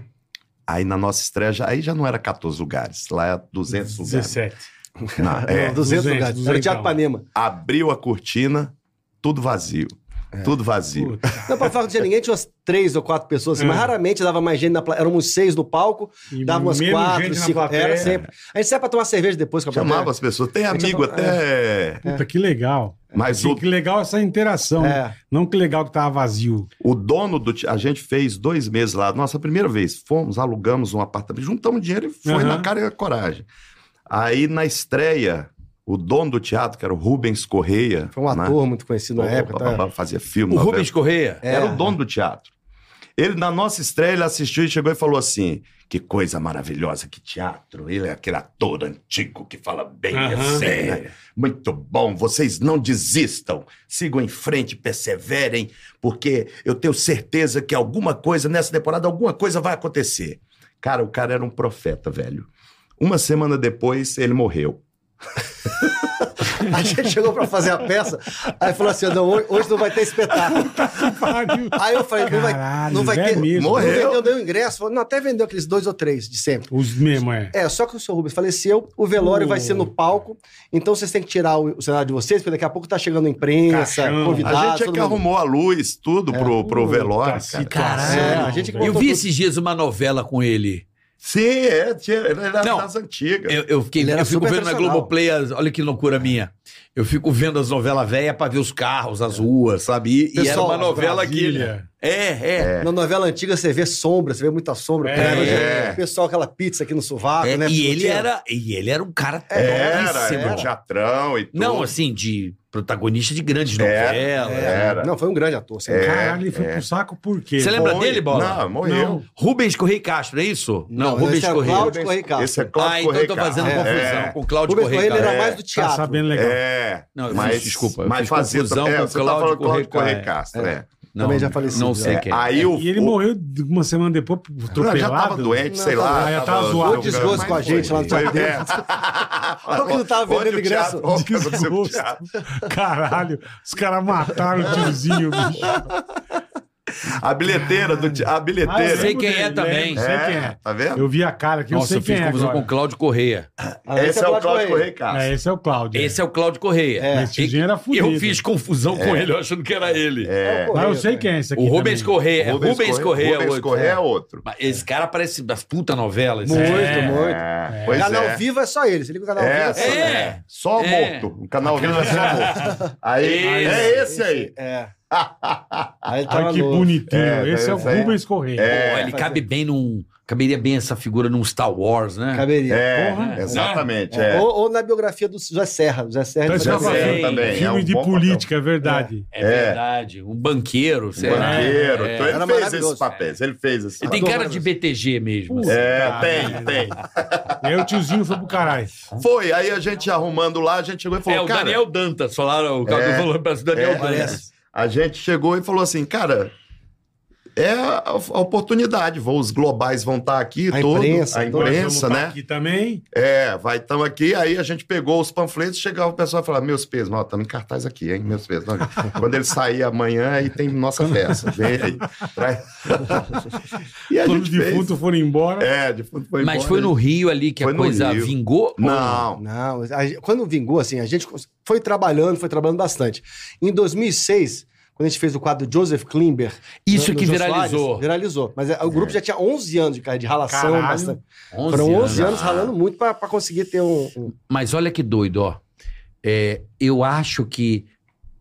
Speaker 6: Aí na nossa estreia, já, aí já não era 14 lugares, lá era 200 lugares.
Speaker 3: 17.
Speaker 6: Não, é.
Speaker 4: Não, 200
Speaker 3: 200,
Speaker 4: lugares. Era o
Speaker 3: 200.
Speaker 4: Teatro Panema.
Speaker 6: abriu a cortina, tudo vazio.
Speaker 4: É.
Speaker 6: Tudo vazio.
Speaker 3: Puta,
Speaker 4: Não, pra falar que não tinha ninguém, tinha umas três ou quatro pessoas, assim,
Speaker 3: É.
Speaker 4: mas raramente dava mais gente na plateia. Eram uns seis no palco,
Speaker 3: e
Speaker 4: dava umas
Speaker 3: menos
Speaker 4: quatro,
Speaker 3: gente na
Speaker 4: cinco.
Speaker 3: plateia.
Speaker 4: Era sempre. A gente saia pra tomar cerveja depois com a
Speaker 6: Chamava
Speaker 4: plateia.
Speaker 6: as pessoas. Tem
Speaker 4: gente
Speaker 6: amigo
Speaker 4: adora-
Speaker 6: até.
Speaker 3: Puta, que legal.
Speaker 6: né? Mas
Speaker 3: Assim,
Speaker 6: o,
Speaker 3: Que legal essa interação. né?
Speaker 6: né?
Speaker 4: É.
Speaker 3: Não que legal que tava vazio.
Speaker 6: o dono do. te- A gente fez dois meses lá, nossa primeira vez. Fomos, alugamos um apartamento, juntamos dinheiro e foi
Speaker 3: Aham.
Speaker 6: na cara e a coragem. Aí na estreia, o dono do teatro, que era o Rubens Correia.
Speaker 4: Foi um
Speaker 6: né?
Speaker 4: ator muito conhecido na
Speaker 6: Opa,
Speaker 4: época. tá?
Speaker 6: babá, Fazia filme.
Speaker 5: O
Speaker 6: novela.
Speaker 5: Rubens Correia.
Speaker 4: É.
Speaker 6: Era o dono do teatro. Ele, na nossa estreia, ele assistiu e chegou e falou assim: que coisa maravilhosa, que teatro. Ele é aquele ator antigo que fala bem
Speaker 3: Aham.
Speaker 6: assim. né? Muito bom, vocês não desistam. Sigam em frente, perseverem, porque eu tenho certeza que alguma coisa, nessa temporada, alguma coisa vai acontecer. Cara, o cara era um profeta, velho. Uma semana depois, ele morreu.
Speaker 4: A gente chegou pra fazer a peça, aí falou assim: não, hoje hoje não vai ter espetáculo. Aí eu falei: não vai,
Speaker 3: Caralho,
Speaker 4: não vai
Speaker 3: é
Speaker 4: ter.
Speaker 3: mesmo.
Speaker 4: Não
Speaker 6: Morreu.
Speaker 4: vendeu nem o ingresso. Falou, não, até vendeu aqueles dois ou três de sempre.
Speaker 3: Os mesmo, é.
Speaker 4: É, só que o seu Rubens faleceu, o velório
Speaker 3: Uh.
Speaker 4: vai ser no palco, então vocês têm que tirar o, o cenário de vocês, porque daqui a pouco tá chegando imprensa,
Speaker 3: Caixão.
Speaker 6: A
Speaker 4: convidados.
Speaker 6: gente é
Speaker 4: Ah, todo
Speaker 6: que
Speaker 4: mundo.
Speaker 6: arrumou a luz, tudo pro, pro
Speaker 3: Puta
Speaker 6: velório. Cara.
Speaker 3: situação,
Speaker 4: É, a gente que
Speaker 3: velho.
Speaker 5: Eu vi esses dias uma novela com ele.
Speaker 6: Sim, é, tinha, ele era
Speaker 5: Não.
Speaker 6: das antigas.
Speaker 5: Eu, eu fiquei,
Speaker 4: Ele era
Speaker 5: eu fico
Speaker 4: super
Speaker 5: vendo na
Speaker 4: tradicional.
Speaker 5: Globoplay, as- olha que loucura minha. Eu fico vendo as novelas velhas pra ver os carros, as ruas, sabe? E, e era
Speaker 4: Pessoal,
Speaker 5: uma novela que ele...
Speaker 3: Brasília.
Speaker 5: É, é.
Speaker 4: Na novela antiga você vê sombra, você vê muita sombra.
Speaker 3: É.
Speaker 4: cara, hoje
Speaker 6: É.
Speaker 4: O pessoal, aquela pizza aqui no sovaco,
Speaker 5: É,
Speaker 4: né? É.
Speaker 5: e, ele
Speaker 4: Podia-
Speaker 5: era, e ele era um cara
Speaker 6: Era,
Speaker 5: novíssimo.
Speaker 6: era um teatrão e tudo.
Speaker 5: Não, assim, de protagonista de grandes
Speaker 4: É.
Speaker 6: Era,
Speaker 5: novelas.
Speaker 6: era.
Speaker 4: Não, foi um grande ator. Assim,
Speaker 3: né? Caralho,
Speaker 6: É,
Speaker 3: ele foi pro saco por quê?
Speaker 5: Você lembra-
Speaker 6: Morre-
Speaker 5: dele, Bola?
Speaker 6: Não, morreu.
Speaker 5: Rubens Correia Castro, é isso? Não, Rubens
Speaker 4: esse é
Speaker 5: Correia.
Speaker 4: Cláudio Correia Castro.
Speaker 6: Esse é
Speaker 5: Ah,
Speaker 6: Cláudio
Speaker 5: então eu tô
Speaker 6: Correia,
Speaker 5: fazendo
Speaker 6: cara.
Speaker 5: confusão
Speaker 6: É,
Speaker 5: com o Cláudio
Speaker 4: Rubens Correia
Speaker 5: Correia
Speaker 4: ele era
Speaker 5: Castro.
Speaker 6: É.
Speaker 4: mais do
Speaker 3: Tá
Speaker 4: teatro.
Speaker 3: sabendo legal.
Speaker 6: É.
Speaker 5: Não, eu fiz-
Speaker 6: mas,
Speaker 5: desculpa, eu
Speaker 6: Mas
Speaker 5: fiz
Speaker 6: fazia
Speaker 5: confusão
Speaker 6: também.
Speaker 5: com
Speaker 6: É,
Speaker 5: o
Speaker 6: você tá falando
Speaker 5: Cláudio
Speaker 6: Cláudio
Speaker 5: Correia,
Speaker 6: Correia Castro, é.
Speaker 5: Não,
Speaker 4: Também já falecido, né?
Speaker 5: Não sei
Speaker 6: É,
Speaker 5: quem.
Speaker 6: Aí o.
Speaker 3: E ele
Speaker 6: o-
Speaker 3: morreu de uma semana depois, atropelado.
Speaker 6: Não, já tava doente, sei
Speaker 4: Não,
Speaker 6: lá.
Speaker 3: tava- já tava zoado.
Speaker 6: jogando,
Speaker 4: Desgosto
Speaker 6: mas
Speaker 4: com a gente
Speaker 6: foi.
Speaker 4: lá no Teatro
Speaker 6: Foi,
Speaker 4: dele.
Speaker 6: é.
Speaker 4: Só que não tava
Speaker 6: Onde
Speaker 4: vendendo
Speaker 6: o
Speaker 4: ingresso.
Speaker 6: teatro- onde aconteceu o
Speaker 3: Desgosto.
Speaker 6: teatro.
Speaker 3: Caralho, os caras mataram o tiozinho, bicho.
Speaker 6: A bilheteira do ti- a
Speaker 3: Ah,
Speaker 6: bilheteira.
Speaker 5: sei quem é
Speaker 3: lembro,
Speaker 5: também.
Speaker 3: Sei quem é.
Speaker 6: Tá vendo?
Speaker 3: Eu vi a cara aqui,
Speaker 5: Nossa,
Speaker 3: eu
Speaker 5: eu
Speaker 3: sei
Speaker 5: fiz
Speaker 3: quem é
Speaker 5: confusão com
Speaker 3: agora.
Speaker 5: o Cláudio Correia.
Speaker 4: Ah,
Speaker 6: Esse é o Cláudio Correia
Speaker 3: É,
Speaker 6: Castro.
Speaker 3: esse é o Cláudio.
Speaker 5: Esse é o Cláudio Correia.
Speaker 4: É.
Speaker 3: Esse tiozinho era fudido.
Speaker 5: Eu fiz confusão com ele, eu achando que era ele.
Speaker 4: É o
Speaker 3: Mas eu
Speaker 4: Correia,
Speaker 3: sei
Speaker 4: cara.
Speaker 3: quem é esse aqui
Speaker 5: O Rubens
Speaker 3: também.
Speaker 5: Correia. é Rubens Correia.
Speaker 6: Rubens
Speaker 5: hoje.
Speaker 6: Correia é outro.
Speaker 5: Mas Esse cara parece das puta novelas.
Speaker 3: Muito.
Speaker 4: Muito, muito.
Speaker 6: É, pois
Speaker 4: canal né?
Speaker 6: é.
Speaker 4: Vivo é só ele. Se liga o canal
Speaker 6: É,
Speaker 4: Vivo.
Speaker 6: só-
Speaker 4: só ele.
Speaker 6: é.
Speaker 5: É.
Speaker 6: Só
Speaker 5: É.
Speaker 6: morto. O canal Vivo é só morto. Aí,
Speaker 5: Esse.
Speaker 6: é esse aí.
Speaker 4: É. Aí ele tá tava
Speaker 3: Ai, que
Speaker 4: louco.
Speaker 3: bonitinho.
Speaker 6: É,
Speaker 3: esse é o
Speaker 6: esse aí.
Speaker 3: Rubens Correia.
Speaker 6: É,
Speaker 5: Pô, ele cabe bem num. Caberia bem essa figura num Star Wars, né?
Speaker 4: Caberia.
Speaker 6: É,
Speaker 3: Porra.
Speaker 6: exatamente.
Speaker 4: É.
Speaker 6: É.
Speaker 4: Ou, ou na biografia do Zé Serra. O Zé Serra
Speaker 3: Então,
Speaker 4: ele
Speaker 3: isso que eu
Speaker 4: fazia- assim.
Speaker 6: Zé
Speaker 3: falei.
Speaker 6: Serra também,
Speaker 3: Filme
Speaker 6: é um
Speaker 3: de
Speaker 6: bom
Speaker 3: política, é verdade.
Speaker 5: É verdade. Um banqueiro, sei
Speaker 6: Um
Speaker 5: lá.
Speaker 6: banqueiro. Então
Speaker 5: É.
Speaker 4: Era
Speaker 6: ele fez
Speaker 4: maravilhoso.
Speaker 6: esses papéis. Ele fez esses
Speaker 5: Ele tem
Speaker 6: papéis.
Speaker 5: cara de BTG mesmo. assim.
Speaker 6: É,
Speaker 3: Cara,
Speaker 6: tem, tem.
Speaker 3: E aí o tiozinho foi pro caralho.
Speaker 6: Foi, aí a gente arrumando lá, a gente chegou e
Speaker 5: É,
Speaker 6: falou,
Speaker 5: o
Speaker 6: cara...
Speaker 5: Daniel Dantas, falaram, o Cláudio
Speaker 6: É.
Speaker 5: falou pra Daniel
Speaker 6: É.
Speaker 5: Dantas.
Speaker 6: A gente chegou e falou assim, cara, é a a oportunidade, voos globais vão estar aqui,
Speaker 4: A
Speaker 6: todo,
Speaker 4: imprensa,
Speaker 6: a
Speaker 4: todo.
Speaker 3: Nós
Speaker 6: imprensa,
Speaker 3: vamos tá
Speaker 6: né?
Speaker 3: Aqui também.
Speaker 6: É, vai, estamos aqui, aí a gente pegou os panfletos, chegava o pessoal e falava, meus pesos, ó, estamos em cartaz aqui, hein, meus pesos. Quando ele sair amanhã, aí tem nossa festa, vem aí. Traz. e a
Speaker 3: Quando os
Speaker 6: gente fez.
Speaker 3: defuntos foram embora.
Speaker 6: É, defunto foi
Speaker 5: Mas
Speaker 6: embora,
Speaker 5: foi no
Speaker 6: né?
Speaker 5: Rio ali que
Speaker 6: Foi
Speaker 5: a
Speaker 6: no
Speaker 5: coisa
Speaker 6: Rio.
Speaker 5: vingou? ou
Speaker 6: Não,
Speaker 4: Não, a gente- quando vingou, assim, a gente cons- foi trabalhando, foi trabalhando bastante. Em 2006, quando a gente fez o quadro do Joseph Klimber...
Speaker 5: Isso
Speaker 4: no-
Speaker 5: que
Speaker 4: no Jô
Speaker 5: viralizou.
Speaker 4: Soares, viralizou. Mas é, o grupo já tinha 11 anos de, cara, de ralação.
Speaker 3: Caralho.
Speaker 4: Bastante.
Speaker 5: 11
Speaker 4: Foram 11
Speaker 5: anos.
Speaker 4: anos ralando muito pra, pra conseguir ter um... um-
Speaker 5: Mas olha que doido, ó. É, eu acho que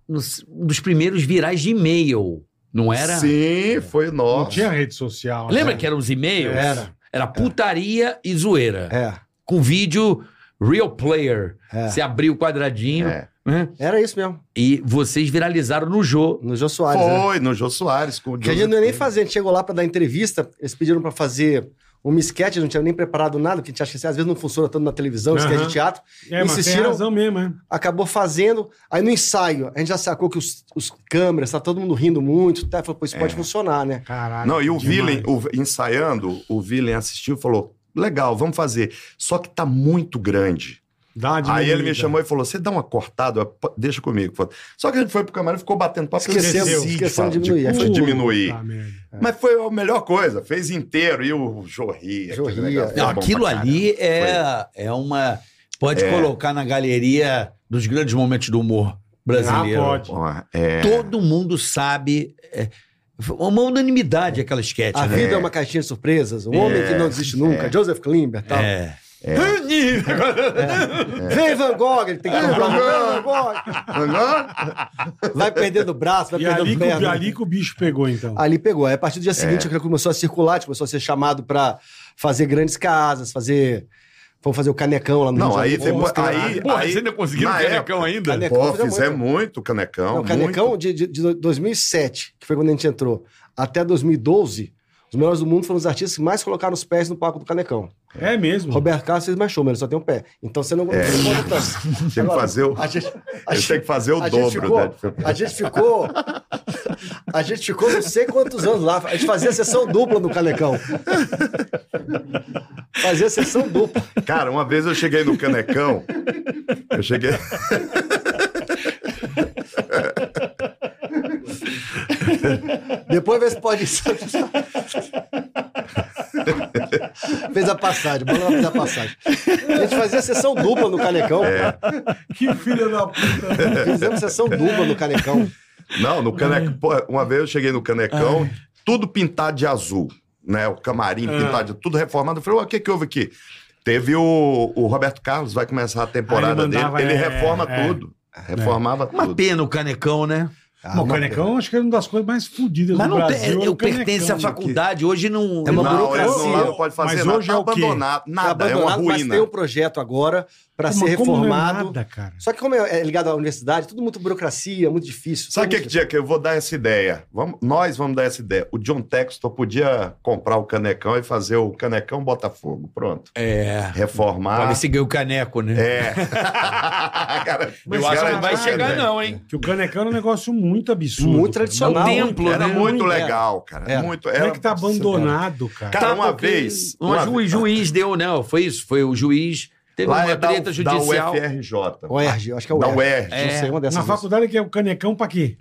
Speaker 5: nos- um dos primeiros virais de e-mail, não era?
Speaker 6: sim, foi
Speaker 3: Não
Speaker 6: nosso.
Speaker 3: tinha rede social. né?
Speaker 5: Lembra que eram os e-mails?
Speaker 4: Era.
Speaker 5: Era putaria e zoeira.
Speaker 4: É,
Speaker 5: Com vídeo real player.
Speaker 4: É.
Speaker 5: Você abriu o quadradinho
Speaker 6: É.
Speaker 5: né?
Speaker 4: era isso mesmo.
Speaker 5: e vocês viralizaram no jogo.
Speaker 4: No Jô Soares, né?
Speaker 6: Foi, no Jô Soares. Com o
Speaker 4: Que a gente não ia nem fazer, a gente chegou lá pra dar entrevista, eles pediram pra fazer uma esquete, não tinha nem preparado nada, porque a gente acha que assim, às vezes não funciona tanto na televisão,
Speaker 3: Aham.
Speaker 4: esquete de teatro.
Speaker 3: É, mas tem
Speaker 4: Insistiram-
Speaker 3: razão mesmo, é.
Speaker 4: Acabou fazendo, aí no ensaio, a gente já sacou que os, os câmeras, tá todo mundo rindo muito, tá? falou, pô,
Speaker 3: É.
Speaker 4: isso pode funcionar, né?
Speaker 3: Caralho.
Speaker 6: Não, e o
Speaker 3: demais.
Speaker 6: Villain, o- ensaiando, o Villain assistiu e falou: legal, vamos fazer. Só que tá muito grande.
Speaker 3: Dá uma
Speaker 6: Aí ele
Speaker 3: diminuída.
Speaker 6: me chamou e falou: você dá uma cortada, p- deixa comigo. Só que a gente foi pro camarim e ficou batendo papo.
Speaker 4: Esquecemos,
Speaker 6: Esqueci de
Speaker 4: esquecemos de
Speaker 6: falar, de-
Speaker 4: diminuir. é Ah,
Speaker 6: de diminuir.
Speaker 3: Puta merda.
Speaker 6: Mas foi a melhor coisa, fez inteiro. E o Jorri.
Speaker 4: Jô ria.
Speaker 5: Não, aquilo ali é, é uma. Pode colocar na galeria dos grandes momentos do humor brasileiro.
Speaker 3: Ah, pode.
Speaker 6: É,
Speaker 5: Todo mundo sabe. É foi uma unanimidade aquela esquete,
Speaker 4: A
Speaker 5: né?
Speaker 4: vida é uma caixinha de surpresas, um homem
Speaker 3: É.
Speaker 4: que não desiste nunca, Joseph Klimber e tal.
Speaker 5: É.
Speaker 6: É.
Speaker 4: Vem Van Gogh, ele tem que comprar um Van Gogh. Vai perdendo o braço, vai
Speaker 3: E
Speaker 4: perdendo
Speaker 3: ali que, o-
Speaker 4: perna.
Speaker 3: ali que o bicho pegou, então.
Speaker 4: Ali pegou. Aí, a partir do dia
Speaker 6: É.
Speaker 4: seguinte, aquilo começou a circular, a gente começou a ser chamado pra fazer grandes casas, fazer. Vamos fazer o canecão lá no
Speaker 6: Não,
Speaker 4: Rio de
Speaker 6: aí
Speaker 4: Janeiro.
Speaker 6: tem.
Speaker 4: Vamos ter-
Speaker 6: Aí,
Speaker 5: Porra,
Speaker 6: aí,
Speaker 5: vocês ainda conseguiram
Speaker 6: na
Speaker 5: o canecão ainda?
Speaker 4: Canecão
Speaker 6: Pô,
Speaker 4: fizemos
Speaker 6: fizemos
Speaker 4: muito.
Speaker 6: muito canecão.
Speaker 4: Não, o canecão
Speaker 6: muito.
Speaker 4: de, de- de 2007, que foi quando a gente entrou, até 2012, os melhores do mundo foram os artistas que mais colocaram os pés no palco do canecão.
Speaker 3: É mesmo.
Speaker 4: Roberto Carlos fez mais show, mas ele só tem um pé. Então você não. não conta tanto.
Speaker 6: Tem É. que
Speaker 4: Agora,
Speaker 6: fazer o, é
Speaker 4: A gente, a
Speaker 6: eles têm
Speaker 4: gente,
Speaker 6: que fazer o
Speaker 4: a
Speaker 6: dobro.
Speaker 4: gente ficou,
Speaker 6: né?
Speaker 4: a gente ficou, a gente ficou não sei quantos anos lá. A gente fazia sessão dupla no Canecão. Fazia sessão dupla.
Speaker 6: né? Cara, uma vez eu cheguei no Canecão. Eu cheguei.
Speaker 4: Depois vê se pode. Fez a passagem, bora lá fazer a passagem. A gente fazia sessão dupla no Canecão.
Speaker 6: É.
Speaker 3: Que filho da puta.
Speaker 4: Fizemos sessão dupla no Canecão.
Speaker 6: Não, no
Speaker 3: Ah.
Speaker 6: Canecão. Pô, uma vez eu cheguei no Canecão, tudo pintado de azul, né? O camarim
Speaker 3: Ah.
Speaker 6: pintado, de- tudo reformado. Eu falei, "Ué, o que que houve aqui? Teve o, o Roberto Carlos, vai começar a temporada
Speaker 3: Aí ele mandava,
Speaker 6: dele. Ele
Speaker 3: é,
Speaker 6: reforma
Speaker 3: é.
Speaker 6: tudo. Reformava
Speaker 5: Uma
Speaker 6: tudo.
Speaker 5: pena o canecão, né?
Speaker 6: Ah,
Speaker 3: Bom, o canecão acho que é uma das coisas mais fodidas do
Speaker 5: Mas não tem.
Speaker 3: Brasil. é o
Speaker 5: Eu pertence
Speaker 3: canecão.
Speaker 5: à faculdade, hoje não.
Speaker 4: É
Speaker 5: não.
Speaker 4: uma
Speaker 6: Não, ele não,
Speaker 4: burocracia.
Speaker 6: não pode fazer
Speaker 3: Mas
Speaker 6: nada.
Speaker 3: hoje
Speaker 6: tá
Speaker 3: é o quê?
Speaker 6: abandonado.
Speaker 4: Tá
Speaker 6: Nada, é uma
Speaker 4: abandonado, Mas
Speaker 6: ruína.
Speaker 4: tem um projeto agora para ser
Speaker 3: Mas como não é
Speaker 4: reformado.
Speaker 3: nada, cara.
Speaker 4: Só que como é é ligado à universidade, tudo muito burocracia, muito difícil.
Speaker 6: Sabe
Speaker 4: tudo
Speaker 6: o que, que
Speaker 4: muito-
Speaker 6: dia que eu vou dar essa ideia? Vamos, nós vamos dar essa ideia. O John Textor podia comprar o Canecão e fazer o Canecão Botafogo. Pronto.
Speaker 5: É. Pra
Speaker 6: Reformar.
Speaker 5: ver se ganha o caneco, né?
Speaker 6: Ah. É. cara,
Speaker 5: Eu
Speaker 6: esse
Speaker 5: acho que
Speaker 6: cara
Speaker 5: não vai
Speaker 6: demais,
Speaker 5: chegar,
Speaker 6: velho.
Speaker 5: não, hein?
Speaker 3: Que o canecão é um negócio muito absurdo.
Speaker 4: Muito
Speaker 3: cara.
Speaker 4: tradicional.
Speaker 5: É um templo,
Speaker 6: Era
Speaker 5: né?
Speaker 6: muito
Speaker 4: Era.
Speaker 6: legal, cara.
Speaker 4: Era.
Speaker 6: Muito.
Speaker 3: Como
Speaker 6: Era...
Speaker 3: é que tá abandonado, cara?
Speaker 6: Cara, uma
Speaker 5: Tá, porque
Speaker 6: vez.
Speaker 5: Um
Speaker 6: uma
Speaker 5: ju-
Speaker 6: vez-
Speaker 5: juiz deu, não. Foi isso. Foi o juiz. Teve
Speaker 6: Lá
Speaker 5: uma
Speaker 6: é da,
Speaker 5: treta
Speaker 6: da
Speaker 5: judicial.
Speaker 6: UFRJ.
Speaker 4: O ERG, eu acho que é o
Speaker 6: Da
Speaker 4: ERG.
Speaker 6: UERJ.
Speaker 5: É.
Speaker 4: Não sei, uma
Speaker 3: Na
Speaker 4: dessas. duas.
Speaker 3: faculdade que é o canecão pra quê?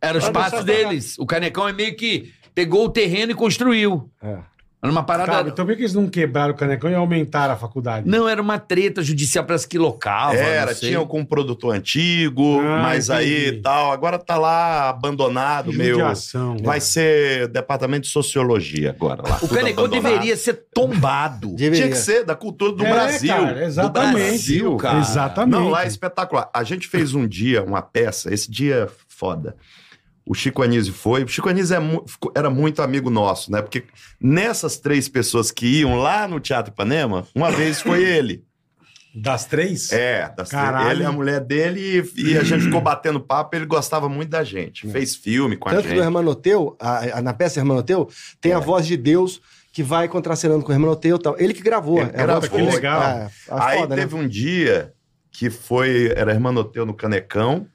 Speaker 5: Era o espaço deles. O Canecão é meio que pegou o terreno e construiu.
Speaker 3: É.
Speaker 5: Era uma parada.
Speaker 3: Cara, então por que eles não quebraram o canecão e aumentaram a faculdade?
Speaker 5: Não, era uma treta judicial, parece que local.
Speaker 6: Era,
Speaker 5: não sei.
Speaker 6: tinha com um produtor antigo,
Speaker 3: Ah,
Speaker 6: mas aí
Speaker 3: entendi.
Speaker 6: e tal. Agora tá lá abandonado, meu.
Speaker 3: Judiação,
Speaker 6: Vai
Speaker 3: né?
Speaker 6: ser departamento de sociologia agora lá.
Speaker 5: O
Speaker 6: Tudo
Speaker 5: Canecão
Speaker 6: abandonado.
Speaker 5: deveria ser tombado.
Speaker 6: Tinha que ser da cultura do
Speaker 3: É,
Speaker 6: Brasil.
Speaker 3: cara, exatamente.
Speaker 6: Do Brasil, cara.
Speaker 3: Exatamente.
Speaker 6: Não, lá é espetacular. A gente fez um dia, uma peça, esse dia é foda. O Chico Anísio foi. O Chico Anísio é mu- ficou- era muito amigo nosso, né? Porque nessas três pessoas que iam lá no Teatro Ipanema, uma vez foi ele.
Speaker 3: Das três?
Speaker 6: É, das três-
Speaker 3: Caralho.
Speaker 6: ele é a mulher dele e, e a gente ficou batendo papo. Ele gostava muito da gente. Fez filme com a
Speaker 4: É. Tanto que é no
Speaker 6: gente.
Speaker 4: Hermanoteu, a- a- na peça Hermanoteu,
Speaker 6: É.
Speaker 4: tem a voz de Deus que vai contracenando com o Hermanoteu e tal. Ele que gravou.
Speaker 6: Ele
Speaker 4: é a voz
Speaker 6: gravou,
Speaker 4: dele.
Speaker 6: que
Speaker 3: legal.
Speaker 4: É, é
Speaker 6: Aí
Speaker 4: foda, né?
Speaker 6: teve um dia que foi. Era Hermanoteu no Canecão.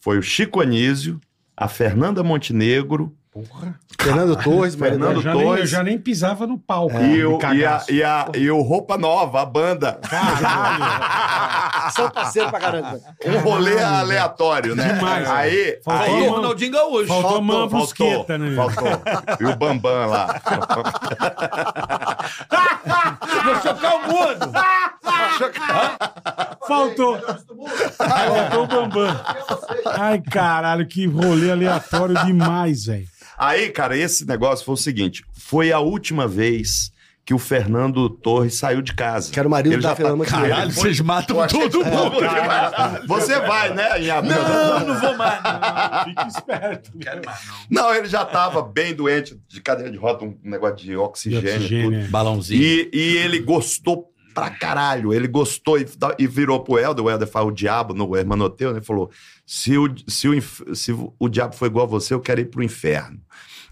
Speaker 6: foi o Chico Anísio, a Fernanda Montenegro.
Speaker 3: Porra.
Speaker 4: Fernando Torres, Maria
Speaker 6: Fernando
Speaker 3: É, Eu
Speaker 4: Eduarda.
Speaker 3: já, nem, eu
Speaker 6: Torres. É,
Speaker 3: já nem pisava no palco. né?
Speaker 6: E,
Speaker 3: de
Speaker 6: o, e, a,
Speaker 3: cagaço.
Speaker 6: e, a- e o Roupa Nova, a banda.
Speaker 4: São parceiro tá pra caramba.
Speaker 6: um rolê
Speaker 3: Caralho,
Speaker 6: aleatório, né?
Speaker 3: Demais,
Speaker 6: aí,
Speaker 3: Faltou
Speaker 6: aí
Speaker 5: Faltou o
Speaker 3: uma-
Speaker 5: Ronaldinho Gaúcho.
Speaker 3: Faltou a mão
Speaker 6: faltou,
Speaker 3: brusqueta, né?
Speaker 6: faltou. E o Bambam lá.
Speaker 5: Vou chocar o mundo.
Speaker 3: Faltou. Faltou o Bambam. Ai, caralho, que rolê aleatório demais, velho.
Speaker 6: Aí, cara, esse negócio foi o seguinte: foi a última vez que o Fernando Torres saiu de casa.
Speaker 4: Que era o marido tá
Speaker 6: Ele
Speaker 4: da
Speaker 6: já tá-
Speaker 4: Fernanda Montenegro.
Speaker 5: Caralho, vocês matam todo mundo.
Speaker 6: Você vai, né, em abril?
Speaker 5: Não, não vou mais.
Speaker 3: Fique esperto.
Speaker 6: Não, ele já tava bem doente, de cadeira de roda, um negócio de oxigênio. tudo.
Speaker 3: Oxigênio.
Speaker 5: Balãozinho.
Speaker 6: E, e ele gostou pra caralho. Ele gostou e, da- e virou pro Helder. O Helder falou o diabo no Hermanoteu, né? Falou: se o, se, o, inf- se o diabo foi igual a você, eu quero ir pro inferno.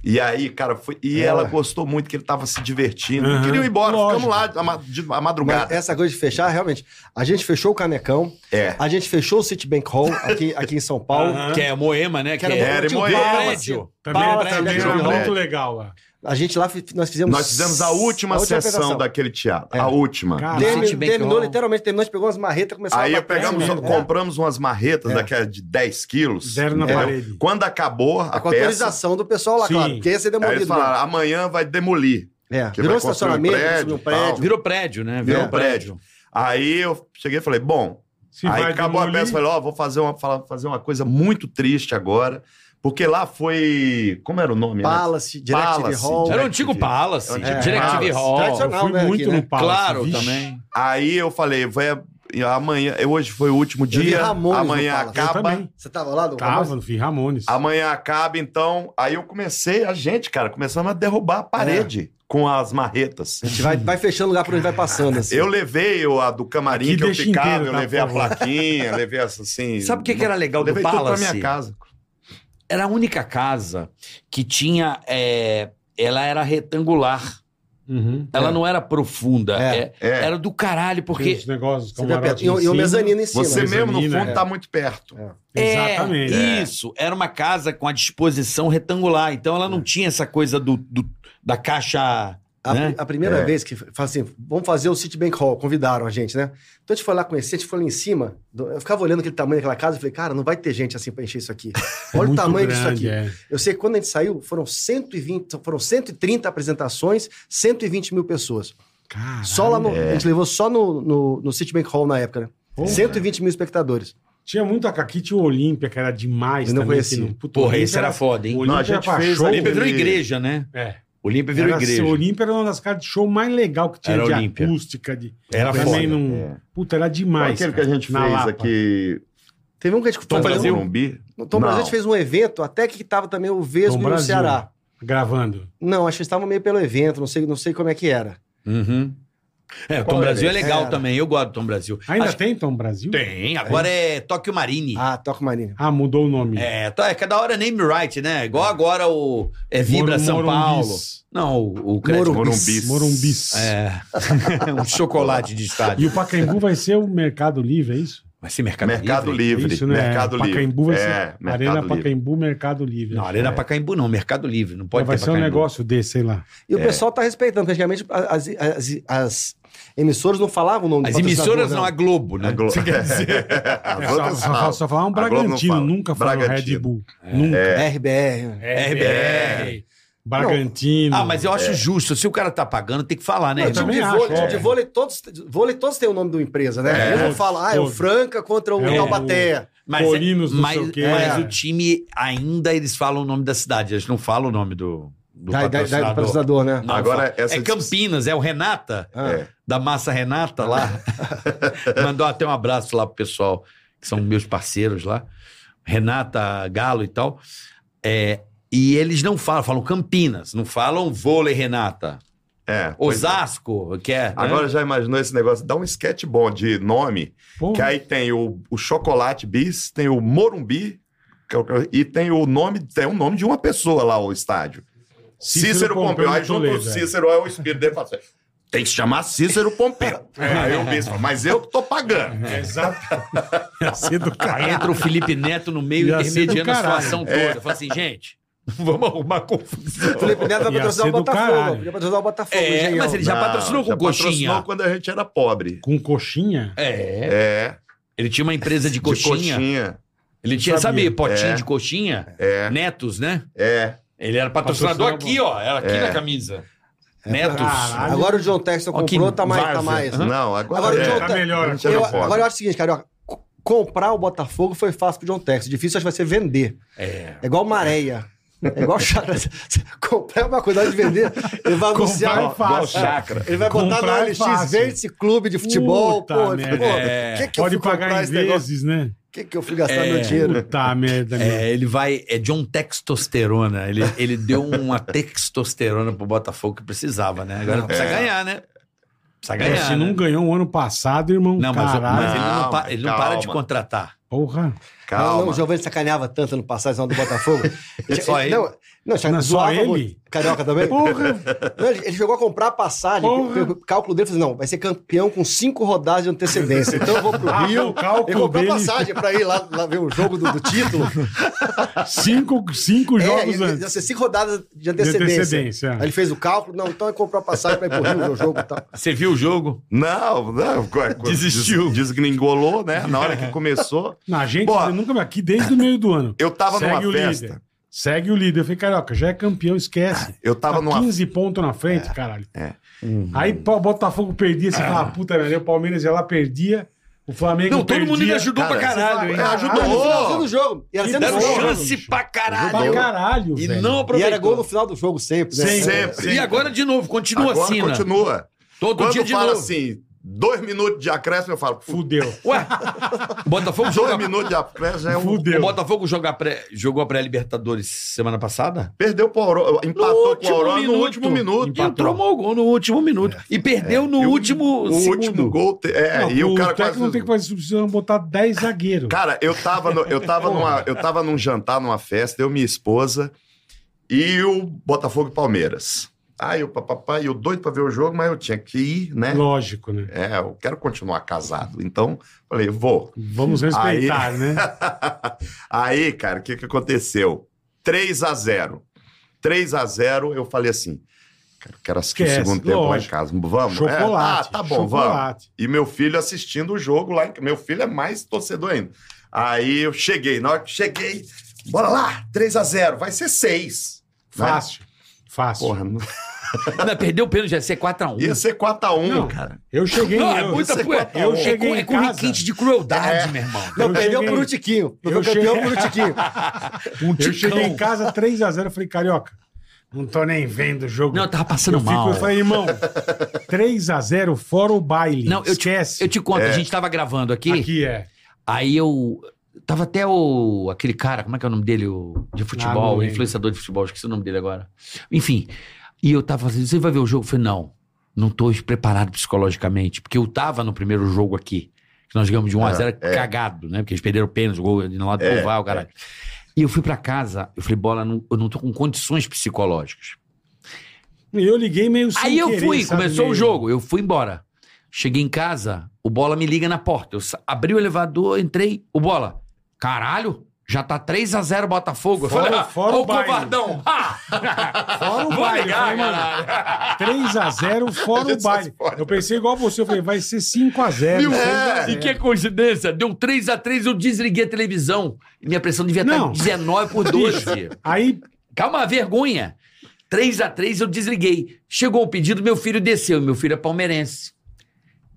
Speaker 6: E aí, cara, foi. E ela gostou muito que ele tava se divertindo.
Speaker 3: Aham.
Speaker 6: Queriam ir embora,
Speaker 3: Lógico.
Speaker 6: ficamos lá a, ma- de- a
Speaker 4: Mas
Speaker 6: madrugada.
Speaker 4: essa coisa de fechar, realmente, a gente fechou o Canecão,
Speaker 6: É.
Speaker 4: a gente fechou o Citibank Hall aqui, aqui em São Paulo.
Speaker 3: Aham.
Speaker 5: Que é Moema, né? Que
Speaker 4: Era um
Speaker 5: é
Speaker 6: Moema.
Speaker 5: Moema.
Speaker 4: Prédio.
Speaker 3: Também,
Speaker 4: Paula,
Speaker 3: também
Speaker 4: Thalia
Speaker 3: era
Speaker 6: Jovem
Speaker 3: muito
Speaker 6: Nerd.
Speaker 3: legal lá.
Speaker 4: um A gente lá, fi- nós fizemos...
Speaker 6: Nós fizemos a última, sessão
Speaker 4: apresentação.
Speaker 6: daquele teatro.
Speaker 4: É.
Speaker 6: A última.
Speaker 3: Cara,
Speaker 4: Termi-
Speaker 5: Citibank
Speaker 4: terminou,
Speaker 5: Hall.
Speaker 4: literalmente, terminou, a gente pegou umas marretas e começou
Speaker 6: Aí
Speaker 4: a
Speaker 6: eu um
Speaker 4: bater.
Speaker 6: pegamos,
Speaker 4: É,
Speaker 3: mesmo,
Speaker 6: compramos umas marretas
Speaker 4: É.
Speaker 6: daquelas de 10 quilos.
Speaker 3: Deram na
Speaker 6: entendeu?
Speaker 3: parede.
Speaker 6: Quando acabou a,
Speaker 4: É, com a
Speaker 6: peça,
Speaker 4: autorização do pessoal lá,
Speaker 3: Sim.
Speaker 4: claro, porque ia ser
Speaker 6: aí
Speaker 4: demolido.
Speaker 6: eles falaram, amanhã vai demolir.
Speaker 4: né? É,
Speaker 6: que
Speaker 4: virou um
Speaker 6: vai construir um
Speaker 4: estacionamento,
Speaker 6: prédio,
Speaker 4: subiu um
Speaker 6: tal.
Speaker 4: prédio.
Speaker 5: Virou prédio, né?
Speaker 6: Virou prédio. Aí eu cheguei e falei, bom,
Speaker 3: Se
Speaker 6: aí
Speaker 3: vai
Speaker 6: acabou a
Speaker 3: demolir,
Speaker 6: peça, falei, ó, vou fazer uma, fala- fazer uma coisa muito triste agora, porque lá foi, como era o nome? né?
Speaker 4: Palace, Directive
Speaker 6: Palace,
Speaker 4: Hall.
Speaker 5: Era o
Speaker 6: Direct-
Speaker 5: antigo Palace.
Speaker 6: É,
Speaker 5: Direct
Speaker 6: Palace.
Speaker 5: Hall.
Speaker 3: Eu fui
Speaker 4: Tradicional, né,
Speaker 3: muito
Speaker 4: aqui, né?
Speaker 3: no palco.
Speaker 5: Claro,
Speaker 3: vixe.
Speaker 5: também.
Speaker 6: Aí eu falei, vai amanhã, eu- hoje foi o último
Speaker 4: vi
Speaker 6: dia,
Speaker 4: Ramones no
Speaker 6: amanhã
Speaker 4: Palace.
Speaker 3: Eu
Speaker 6: acaba,
Speaker 3: também.
Speaker 4: Você tava lá no
Speaker 3: Tava no fim, Ramones.
Speaker 6: amanhã acaba, então, aí eu comecei, a gente, cara, começamos
Speaker 3: É.
Speaker 6: a derrubar a parede com as marretas.
Speaker 4: A gente vai, vai fechando o lugar por onde vai passando, assim.
Speaker 6: Eu levei o- a do camarim
Speaker 3: Aqui
Speaker 6: que eu
Speaker 3: deixa
Speaker 6: ficava,
Speaker 3: inteiro,
Speaker 6: eu
Speaker 3: tá,
Speaker 6: levei
Speaker 3: por
Speaker 6: a
Speaker 3: favor.
Speaker 6: plaquinha, levei essa, assim...
Speaker 5: Sabe o que, que era legal do
Speaker 6: Levei tudo pra
Speaker 5: Palace?
Speaker 6: minha casa.
Speaker 5: Era a única casa que tinha. é, Ela era retangular.
Speaker 3: Uhum.
Speaker 5: Ela não era profunda.
Speaker 4: É,
Speaker 5: é-
Speaker 6: é.
Speaker 5: Era do caralho,
Speaker 3: Tem
Speaker 5: porque.
Speaker 3: os negócios,
Speaker 4: Você vê a pedra-
Speaker 3: camarote
Speaker 4: E o e o
Speaker 3: em cima.
Speaker 4: mezanino em
Speaker 5: assim,
Speaker 4: cima.
Speaker 6: Você
Speaker 4: né?
Speaker 6: mesmo, no
Speaker 3: Mesanina,
Speaker 6: fundo,
Speaker 3: é.
Speaker 6: tá muito perto.
Speaker 3: Exatamente.
Speaker 5: É, isso. Era uma casa com a disposição retangular. Então ela não tinha essa coisa do, do- da caixa.
Speaker 4: A,
Speaker 5: né?
Speaker 4: a primeira
Speaker 6: É.
Speaker 4: vez que fala assim, vamos fazer o Citibank Hall, convidaram a gente, né? Então a gente foi lá conhecer, a gente foi lá em cima. do- Eu ficava olhando aquele tamanho daquela casa e falei, cara, não vai ter gente assim pra encher isso aqui.
Speaker 3: É
Speaker 4: Olha o
Speaker 3: muito
Speaker 4: tamanho disso
Speaker 3: grande,
Speaker 4: aqui.
Speaker 3: é.
Speaker 4: Eu sei que quando a gente saiu, foram 120, foram 130 apresentações, 120 mil pessoas.
Speaker 3: Caralho.
Speaker 4: Só lá no. A gente levou só no, no, no Citibank Hall na época, né?
Speaker 3: Porra.
Speaker 4: 120 mil espectadores.
Speaker 3: Tinha muito aqui, tinha o Olímpia, que era demais
Speaker 4: Eu não
Speaker 3: também.
Speaker 4: conhecia.
Speaker 3: que puta, o
Speaker 5: Porra,
Speaker 3: Olímpia
Speaker 5: esse era foda,
Speaker 3: O
Speaker 5: hein?
Speaker 6: Não,
Speaker 3: Olímpia
Speaker 6: a
Speaker 3: era
Speaker 6: gente
Speaker 3: pra
Speaker 6: fez
Speaker 3: show.
Speaker 6: ali
Speaker 5: Olímpia virou
Speaker 6: ele-
Speaker 5: igreja, né?
Speaker 3: É.
Speaker 5: Olímpia virou
Speaker 3: Era-
Speaker 5: igreja.
Speaker 3: O Olímpia era uma das casas de show mais legal que tinha
Speaker 5: Era
Speaker 3: de
Speaker 5: Olímpia.
Speaker 3: acústica. De...
Speaker 5: Era
Speaker 3: Também
Speaker 5: foda.
Speaker 3: não...
Speaker 6: É.
Speaker 3: Puta, era
Speaker 6: Mas,
Speaker 3: demais.
Speaker 6: é aquele que
Speaker 3: cara.
Speaker 6: a gente
Speaker 3: Na
Speaker 6: fez
Speaker 3: Lapa.
Speaker 6: aqui.
Speaker 4: Teve um que a gente
Speaker 5: Tom
Speaker 4: foi
Speaker 5: Brasil?
Speaker 4: fazer
Speaker 6: Morumbi?
Speaker 4: um- Tom Brasil, a
Speaker 6: Não.
Speaker 4: gente fez um evento, até que tava também o Vesgo
Speaker 3: Tom
Speaker 4: no
Speaker 3: Brasil.
Speaker 4: Ceará.
Speaker 3: Gravando.
Speaker 4: Não, acho que estavam meio pelo evento, não sei, não sei como é que era.
Speaker 5: Uhum. É, o Tom
Speaker 6: Qual
Speaker 5: Brasil é
Speaker 4: era?
Speaker 5: legal
Speaker 4: Era.
Speaker 5: também. Eu gosto do Tom Brasil.
Speaker 3: Ainda
Speaker 5: Acho-
Speaker 3: tem Tom Brasil?
Speaker 5: Tem. Agora é Tóquio Marine.
Speaker 4: Ah, toca Marina.
Speaker 3: Ah, mudou o nome.
Speaker 5: É, tá, é cada hora name right, né? Igual agora o é Vibra
Speaker 3: Moro-
Speaker 5: São Paulo.
Speaker 3: Morumbis.
Speaker 5: Não, o, o crédito.
Speaker 6: Morumbis.
Speaker 3: Morumbis.
Speaker 5: né? É. um chocolate de estádio.
Speaker 3: E o Pacaembu vai ser o Mercado Livre, é isso?
Speaker 5: Vai ser Mercado,
Speaker 6: Mercado
Speaker 5: Livre?
Speaker 6: Livre.
Speaker 3: Isso, né?
Speaker 6: Mercado Livre.
Speaker 3: Pacaembu vai ser.
Speaker 6: É, Mercado
Speaker 3: Arena
Speaker 6: Livre.
Speaker 3: Pacaembu, Mercado Livre.
Speaker 5: Não, Arena Pacaembu não, Mercado Livre. Não pode
Speaker 3: Vai
Speaker 5: ter
Speaker 3: ser um
Speaker 5: Pacaembu.
Speaker 3: negócio desse, sei lá.
Speaker 4: E o pessoal tá respeitando, porque antigamente as, as- as emissoras não falavam o nome do
Speaker 5: As
Speaker 4: patrocinador,
Speaker 5: emissoras não,
Speaker 4: né?
Speaker 5: a Globo, né?
Speaker 6: A Globo.
Speaker 5: Você quer dizer?
Speaker 6: As
Speaker 3: É, só,
Speaker 6: outras
Speaker 3: só,
Speaker 6: falam.
Speaker 3: fala- só falar um
Speaker 6: A Globo não
Speaker 3: Bragantino,
Speaker 6: fala.
Speaker 3: nunca falaram
Speaker 6: Bragantino.
Speaker 3: Red Bull. Nunca.
Speaker 4: É. RBR.
Speaker 3: É.
Speaker 5: RBR.
Speaker 3: Bragantino.
Speaker 5: É, Ah, mas eu acho justo. Se o cara tá pagando, tem que falar,
Speaker 3: eu
Speaker 5: né?
Speaker 4: Não,
Speaker 5: irmão?
Speaker 3: também
Speaker 4: time de
Speaker 3: acho,
Speaker 4: vôlei,
Speaker 3: é.
Speaker 4: time de vôlei, todos, vôlei todos têm o nome de uma empresa, né?
Speaker 6: É.
Speaker 4: Eles não falam, ah, é o
Speaker 3: Todos.
Speaker 4: Franca contra o
Speaker 3: É.
Speaker 4: Taubaté.
Speaker 5: Mas,
Speaker 3: Colinos, não
Speaker 5: mas,
Speaker 3: sei o quê.
Speaker 5: mas
Speaker 3: É.
Speaker 5: o time ainda eles falam o nome da cidade, eles não falam o nome do, do
Speaker 4: Da, da, da, do
Speaker 5: patrocinador.
Speaker 4: patrocinador, né?
Speaker 5: Não
Speaker 6: Agora,
Speaker 5: fala.
Speaker 6: essa
Speaker 5: é
Speaker 6: dis-
Speaker 5: Campinas, é o Renata,
Speaker 4: Ah.
Speaker 6: É.
Speaker 5: da Massa Renata lá. Mandou até um abraço lá pro pessoal, que são meus parceiros lá. Renata Galo e tal. É, e eles não falam, falam Campinas, não falam vôlei Renata.
Speaker 6: É. pois é.
Speaker 5: Osasco, que é. né?
Speaker 6: Agora já imaginou esse negócio? Dá um sketch bom de nome,
Speaker 3: Pô,
Speaker 6: que aí tem o, o Chocolate Bis, tem o Morumbi, que é o- e tem o nome, tem o nome de uma pessoa lá, o estádio.
Speaker 3: Cícero
Speaker 6: Cícero,
Speaker 3: Pompeu
Speaker 6: Pompeu. Aí
Speaker 3: de
Speaker 6: junto
Speaker 3: Toledo,
Speaker 6: o Cícero, é o espírito dele fala assim, tem que chamar Cícero Pompeu. Aí o bispo fala, mas eu que tô pagando.
Speaker 3: é Exato. Ia ser do
Speaker 5: Aí
Speaker 3: caralho.
Speaker 5: entra o Felipe Neto no meio,
Speaker 3: Ia ser do
Speaker 5: intermediando a
Speaker 3: caralho.
Speaker 5: situação
Speaker 6: É.
Speaker 5: toda. Fala assim, gente, vamos arrumar confusão.
Speaker 4: O Felipe Neto vai
Speaker 3: Ia
Speaker 4: patrocinar
Speaker 3: ser
Speaker 4: o
Speaker 3: do
Speaker 4: Botafogo.
Speaker 3: caralho.
Speaker 4: Podia patrocinar o Botafogo.
Speaker 5: É,
Speaker 4: Engenhão.
Speaker 5: mas ele já
Speaker 6: Não,
Speaker 5: patrocinou com
Speaker 6: já
Speaker 5: coxinha.
Speaker 6: patrocinou quando a gente era pobre.
Speaker 3: Com coxinha?
Speaker 5: É.
Speaker 6: É,
Speaker 5: Ele tinha uma empresa de
Speaker 6: de
Speaker 5: coxinha.
Speaker 6: coxinha.
Speaker 5: Ele tinha,
Speaker 3: Sabia.
Speaker 5: sabe, potinho
Speaker 6: É.
Speaker 5: de coxinha?
Speaker 6: É,
Speaker 5: Netos, né?
Speaker 6: é.
Speaker 5: Ele era patrocinador aqui,
Speaker 3: Patrocinava.
Speaker 5: ó. Era aqui
Speaker 6: É.
Speaker 5: na camisa.
Speaker 4: É
Speaker 5: Netos.
Speaker 3: Caralho.
Speaker 4: Agora o John Texton
Speaker 5: Ó, que
Speaker 4: comprou, tá mais. Tá
Speaker 5: várzea.
Speaker 4: mais né?
Speaker 6: Não, agora...
Speaker 4: Agora o
Speaker 6: é.
Speaker 4: John
Speaker 3: Tá melhor aqui.
Speaker 6: Você
Speaker 4: Eu-
Speaker 6: não pode.
Speaker 4: agora eu acho o seguinte, cara, ó, co- comprar o Botafogo foi fácil pro John Texton. Difícil acho que vai ser vender.
Speaker 5: É.
Speaker 4: É igual maréia. É igual chácara. Você comprar é uma coisa, na hora de vender, ele vai anunciar.
Speaker 3: Comprar é fácil.
Speaker 4: Ele vai botar
Speaker 3: Comprar é
Speaker 4: na LX
Speaker 3: fácil.
Speaker 4: verde esse clube de futebol.
Speaker 3: Puta
Speaker 4: pô, tipo,
Speaker 3: merda.
Speaker 4: pô,
Speaker 5: É.
Speaker 4: que que
Speaker 3: Pode
Speaker 4: eu fui comprar
Speaker 3: pagar em
Speaker 4: esse negócio?
Speaker 3: vezes, né?
Speaker 4: O que, que eu fui gastar
Speaker 5: É.
Speaker 4: meu dinheiro?
Speaker 3: Puta merda, meu.
Speaker 5: É, ele vai. É John Textosterona. Ele, ele deu uma textosterona pro Botafogo que precisava, né? Agora precisa
Speaker 6: É.
Speaker 5: ganhar, né? Precisa
Speaker 3: É,
Speaker 5: ganhar.
Speaker 3: se não
Speaker 5: né?
Speaker 3: ganhou o ano passado,
Speaker 4: um
Speaker 3: irmão,
Speaker 5: Não, mas,
Speaker 3: caralho.
Speaker 5: mas ele, não, pa- ele não para
Speaker 6: Calma.
Speaker 5: de contratar.
Speaker 3: Porra.
Speaker 4: Não, não, o
Speaker 6: Calma.
Speaker 4: Giovanni sacaneava tanto no passado no do Botafogo.
Speaker 5: É Só ele?
Speaker 4: Não, não, já
Speaker 3: Não, é só
Speaker 4: zoava
Speaker 3: ele?
Speaker 4: muito. Carioca também?
Speaker 3: Porra.
Speaker 4: Não, ele, ele chegou a comprar a passagem,
Speaker 3: Porra.
Speaker 4: o cálculo dele falou assim, não, vai ser campeão com cinco rodadas de antecedência. Então eu vou pro
Speaker 3: Ah,
Speaker 4: Rio,
Speaker 3: o cálculo
Speaker 4: eu comprei
Speaker 3: dele-
Speaker 4: passagem pra ir lá, lá ver o jogo do, do título.
Speaker 3: Cinco, cinco
Speaker 4: é,
Speaker 3: jogos
Speaker 4: ia-
Speaker 3: antes.
Speaker 4: ia ser cinco rodadas de
Speaker 3: De
Speaker 4: antecedência.
Speaker 3: antecedência. é.
Speaker 4: Aí ele fez o cálculo, não, então ele comprou a passagem pra ir pro Rio ver o jogo e tal.
Speaker 5: Você viu o jogo?
Speaker 6: Não, não. co- co-
Speaker 5: Desistiu.
Speaker 6: des- Desgringolou, né? Na hora que começou.
Speaker 3: Na gente,
Speaker 6: Boa.
Speaker 3: eu nunca vi aqui desde o meio do ano.
Speaker 6: Eu tava
Speaker 3: Segue o
Speaker 6: numa festa.
Speaker 3: líder. Segue o líder. Eu falei, carioca, já é campeão, esquece.
Speaker 6: Eu tava
Speaker 3: Tá
Speaker 6: numa
Speaker 3: 15 pontos na frente, caralho.
Speaker 6: é.
Speaker 3: Aí
Speaker 5: Uhum.
Speaker 3: pô, o Botafogo perdia, você fala, ah, puta, velho, o Palmeiras ia lá, perdia. O Flamengo
Speaker 5: Não, todo
Speaker 3: perdia.
Speaker 5: mundo me ajudou pra
Speaker 6: Cara, "Ah,
Speaker 5: caralho.
Speaker 3: você
Speaker 5: hein?
Speaker 3: fala,
Speaker 6: Ajudou.
Speaker 4: Era Ah, no finalzinho do jogo. E era
Speaker 3: Que
Speaker 4: sendo
Speaker 5: Deram
Speaker 3: Ajudou,
Speaker 4: é jogo.
Speaker 5: chance pra caralho.
Speaker 3: Pra caralho,
Speaker 5: E
Speaker 3: velho.
Speaker 5: não
Speaker 4: E era
Speaker 5: aproveitou.
Speaker 4: gol no final do jogo sempre, né?
Speaker 3: Sempre.
Speaker 6: Sempre.
Speaker 5: E agora de novo, continua
Speaker 6: Agora
Speaker 5: assim, né?
Speaker 6: continua.
Speaker 5: Todo
Speaker 6: Quando
Speaker 5: dia de
Speaker 6: fala
Speaker 5: novo.
Speaker 6: assim, dois minutos de acréscimo, eu falo, "Fu-
Speaker 3: Fudeu.
Speaker 5: Ué, o Botafogo
Speaker 6: dois
Speaker 5: joga...
Speaker 6: minutos de acréscimo é um...
Speaker 5: O
Speaker 3: Fudeu.
Speaker 5: Botafogo joga pré- jogou a pré-Libertadores semana passada?
Speaker 6: Perdeu pro Aurora, empatou com o Aurora no último minuto. É.
Speaker 3: Empatou.
Speaker 5: Entrou o gol no último minuto. É. E perdeu no
Speaker 6: E o-
Speaker 5: último
Speaker 6: O
Speaker 5: segundo.
Speaker 6: último gol... te- É,
Speaker 3: Não,
Speaker 6: e o, cara
Speaker 3: técnico
Speaker 6: quase... É.
Speaker 3: tem que fazer substituição, botar 10 zagueiros.
Speaker 6: Cara, eu tava, no- eu, tava numa, eu tava num jantar, numa festa, eu, minha esposa e o Botafogo e Palmeiras. Aí o papai, eu doido pra ver o jogo, mas eu tinha que ir, né?
Speaker 3: Lógico, né?
Speaker 6: É, eu quero continuar casado. Então, falei, vou.
Speaker 3: Vamos respeitar, né?
Speaker 6: é. Aí, cara, o que, que aconteceu? 3 a 0 3 a 0 eu falei assim, cara, eu quero assistir
Speaker 3: Esquece,
Speaker 6: o segundo tempo lá em
Speaker 3: lógico.
Speaker 6: casa. Vamos?
Speaker 3: Chocolate.
Speaker 6: É, ah, tá bom, vamos.
Speaker 3: chocolate.
Speaker 6: E meu filho assistindo o jogo lá. em- Meu filho é mais torcedor ainda. Aí eu cheguei, na hora que cheguei, bora lá, 3x0, vai ser né?" 6.
Speaker 3: Fácil. Fácil.
Speaker 6: Porra, não...
Speaker 5: Não, perdeu o pênalti, ia ser 4x1.
Speaker 6: ia ser 4x1,
Speaker 3: Não.
Speaker 6: cara.
Speaker 3: Eu cheguei.
Speaker 5: Não, é
Speaker 3: eu,
Speaker 5: muita...
Speaker 6: ser um.
Speaker 5: pô, é-
Speaker 3: 4x1.
Speaker 5: é
Speaker 3: cheguei
Speaker 5: com-
Speaker 3: em
Speaker 5: É com
Speaker 3: casa.
Speaker 5: requinte de
Speaker 6: É.
Speaker 5: crueldade, meu irmão.
Speaker 4: Não,
Speaker 3: Eu
Speaker 4: perdeu
Speaker 3: cheguei-
Speaker 4: por um tiquinho. Foi
Speaker 3: eu
Speaker 4: campeão
Speaker 3: cheguei-
Speaker 4: por um tiquinho.
Speaker 5: Um
Speaker 3: eu cheguei em
Speaker 5: ticão.
Speaker 3: casa 3x0. Falei, carioca, não tô nem vendo o jogo.
Speaker 5: Não, eu tava passando
Speaker 3: eu fico-
Speaker 5: mal.
Speaker 3: eu falei, irmão, 3x0 fora o baile.
Speaker 5: Não, eu te,
Speaker 3: Esquece.
Speaker 5: eu te conto,
Speaker 6: É.
Speaker 5: a gente tava gravando aqui,
Speaker 3: Aqui é.
Speaker 5: aí eu. Tava até o. aquele cara, como é que é o nome dele? O, de
Speaker 3: Ah, não
Speaker 5: futebol,
Speaker 3: lembro.
Speaker 5: influenciador de futebol, esqueci o nome dele agora. Enfim. E eu tava assim, você vai ver o jogo? Eu falei, não, não tô preparado psicologicamente, porque eu tava no primeiro jogo aqui, que nós ganhamos de 1x0 cagado, né? Porque eles perderam pênalti, gol ali no lado do
Speaker 6: É,
Speaker 5: oval, caralho. E eu fui pra casa, eu falei, bola, não- eu não tô com condições psicológicas.
Speaker 3: E Eu liguei meio sem
Speaker 5: Aí eu
Speaker 3: querer,
Speaker 5: fui,
Speaker 3: sabe,
Speaker 5: começou
Speaker 3: meio-
Speaker 5: o jogo, eu fui embora. Cheguei em casa, o Bola me liga na porta. Eu sa- abri o elevador, entrei, o Bola, caralho, já tá 3x0 Botafogo. Eu
Speaker 3: Fora-
Speaker 5: falei, ah,
Speaker 3: fora
Speaker 5: ó
Speaker 3: o
Speaker 5: o
Speaker 3: baile."
Speaker 5: covardão. Ah!
Speaker 3: Fora o
Speaker 5: Vou
Speaker 3: baile.
Speaker 5: ligar,
Speaker 3: eu falei, mano, 3x0 fora o baile. Eu pensei igual você, eu falei, vai ser 5x0.
Speaker 6: Mil-
Speaker 3: é.
Speaker 5: E que coincidência, deu 3x3, eu desliguei a televisão. Minha pressão devia estar
Speaker 3: Não.
Speaker 5: 19 por 12.
Speaker 3: Aí,
Speaker 5: Calma, vergonha. 3x3 eu desliguei. Chegou o pedido, meu filho desceu. Meu filho é palmeirense.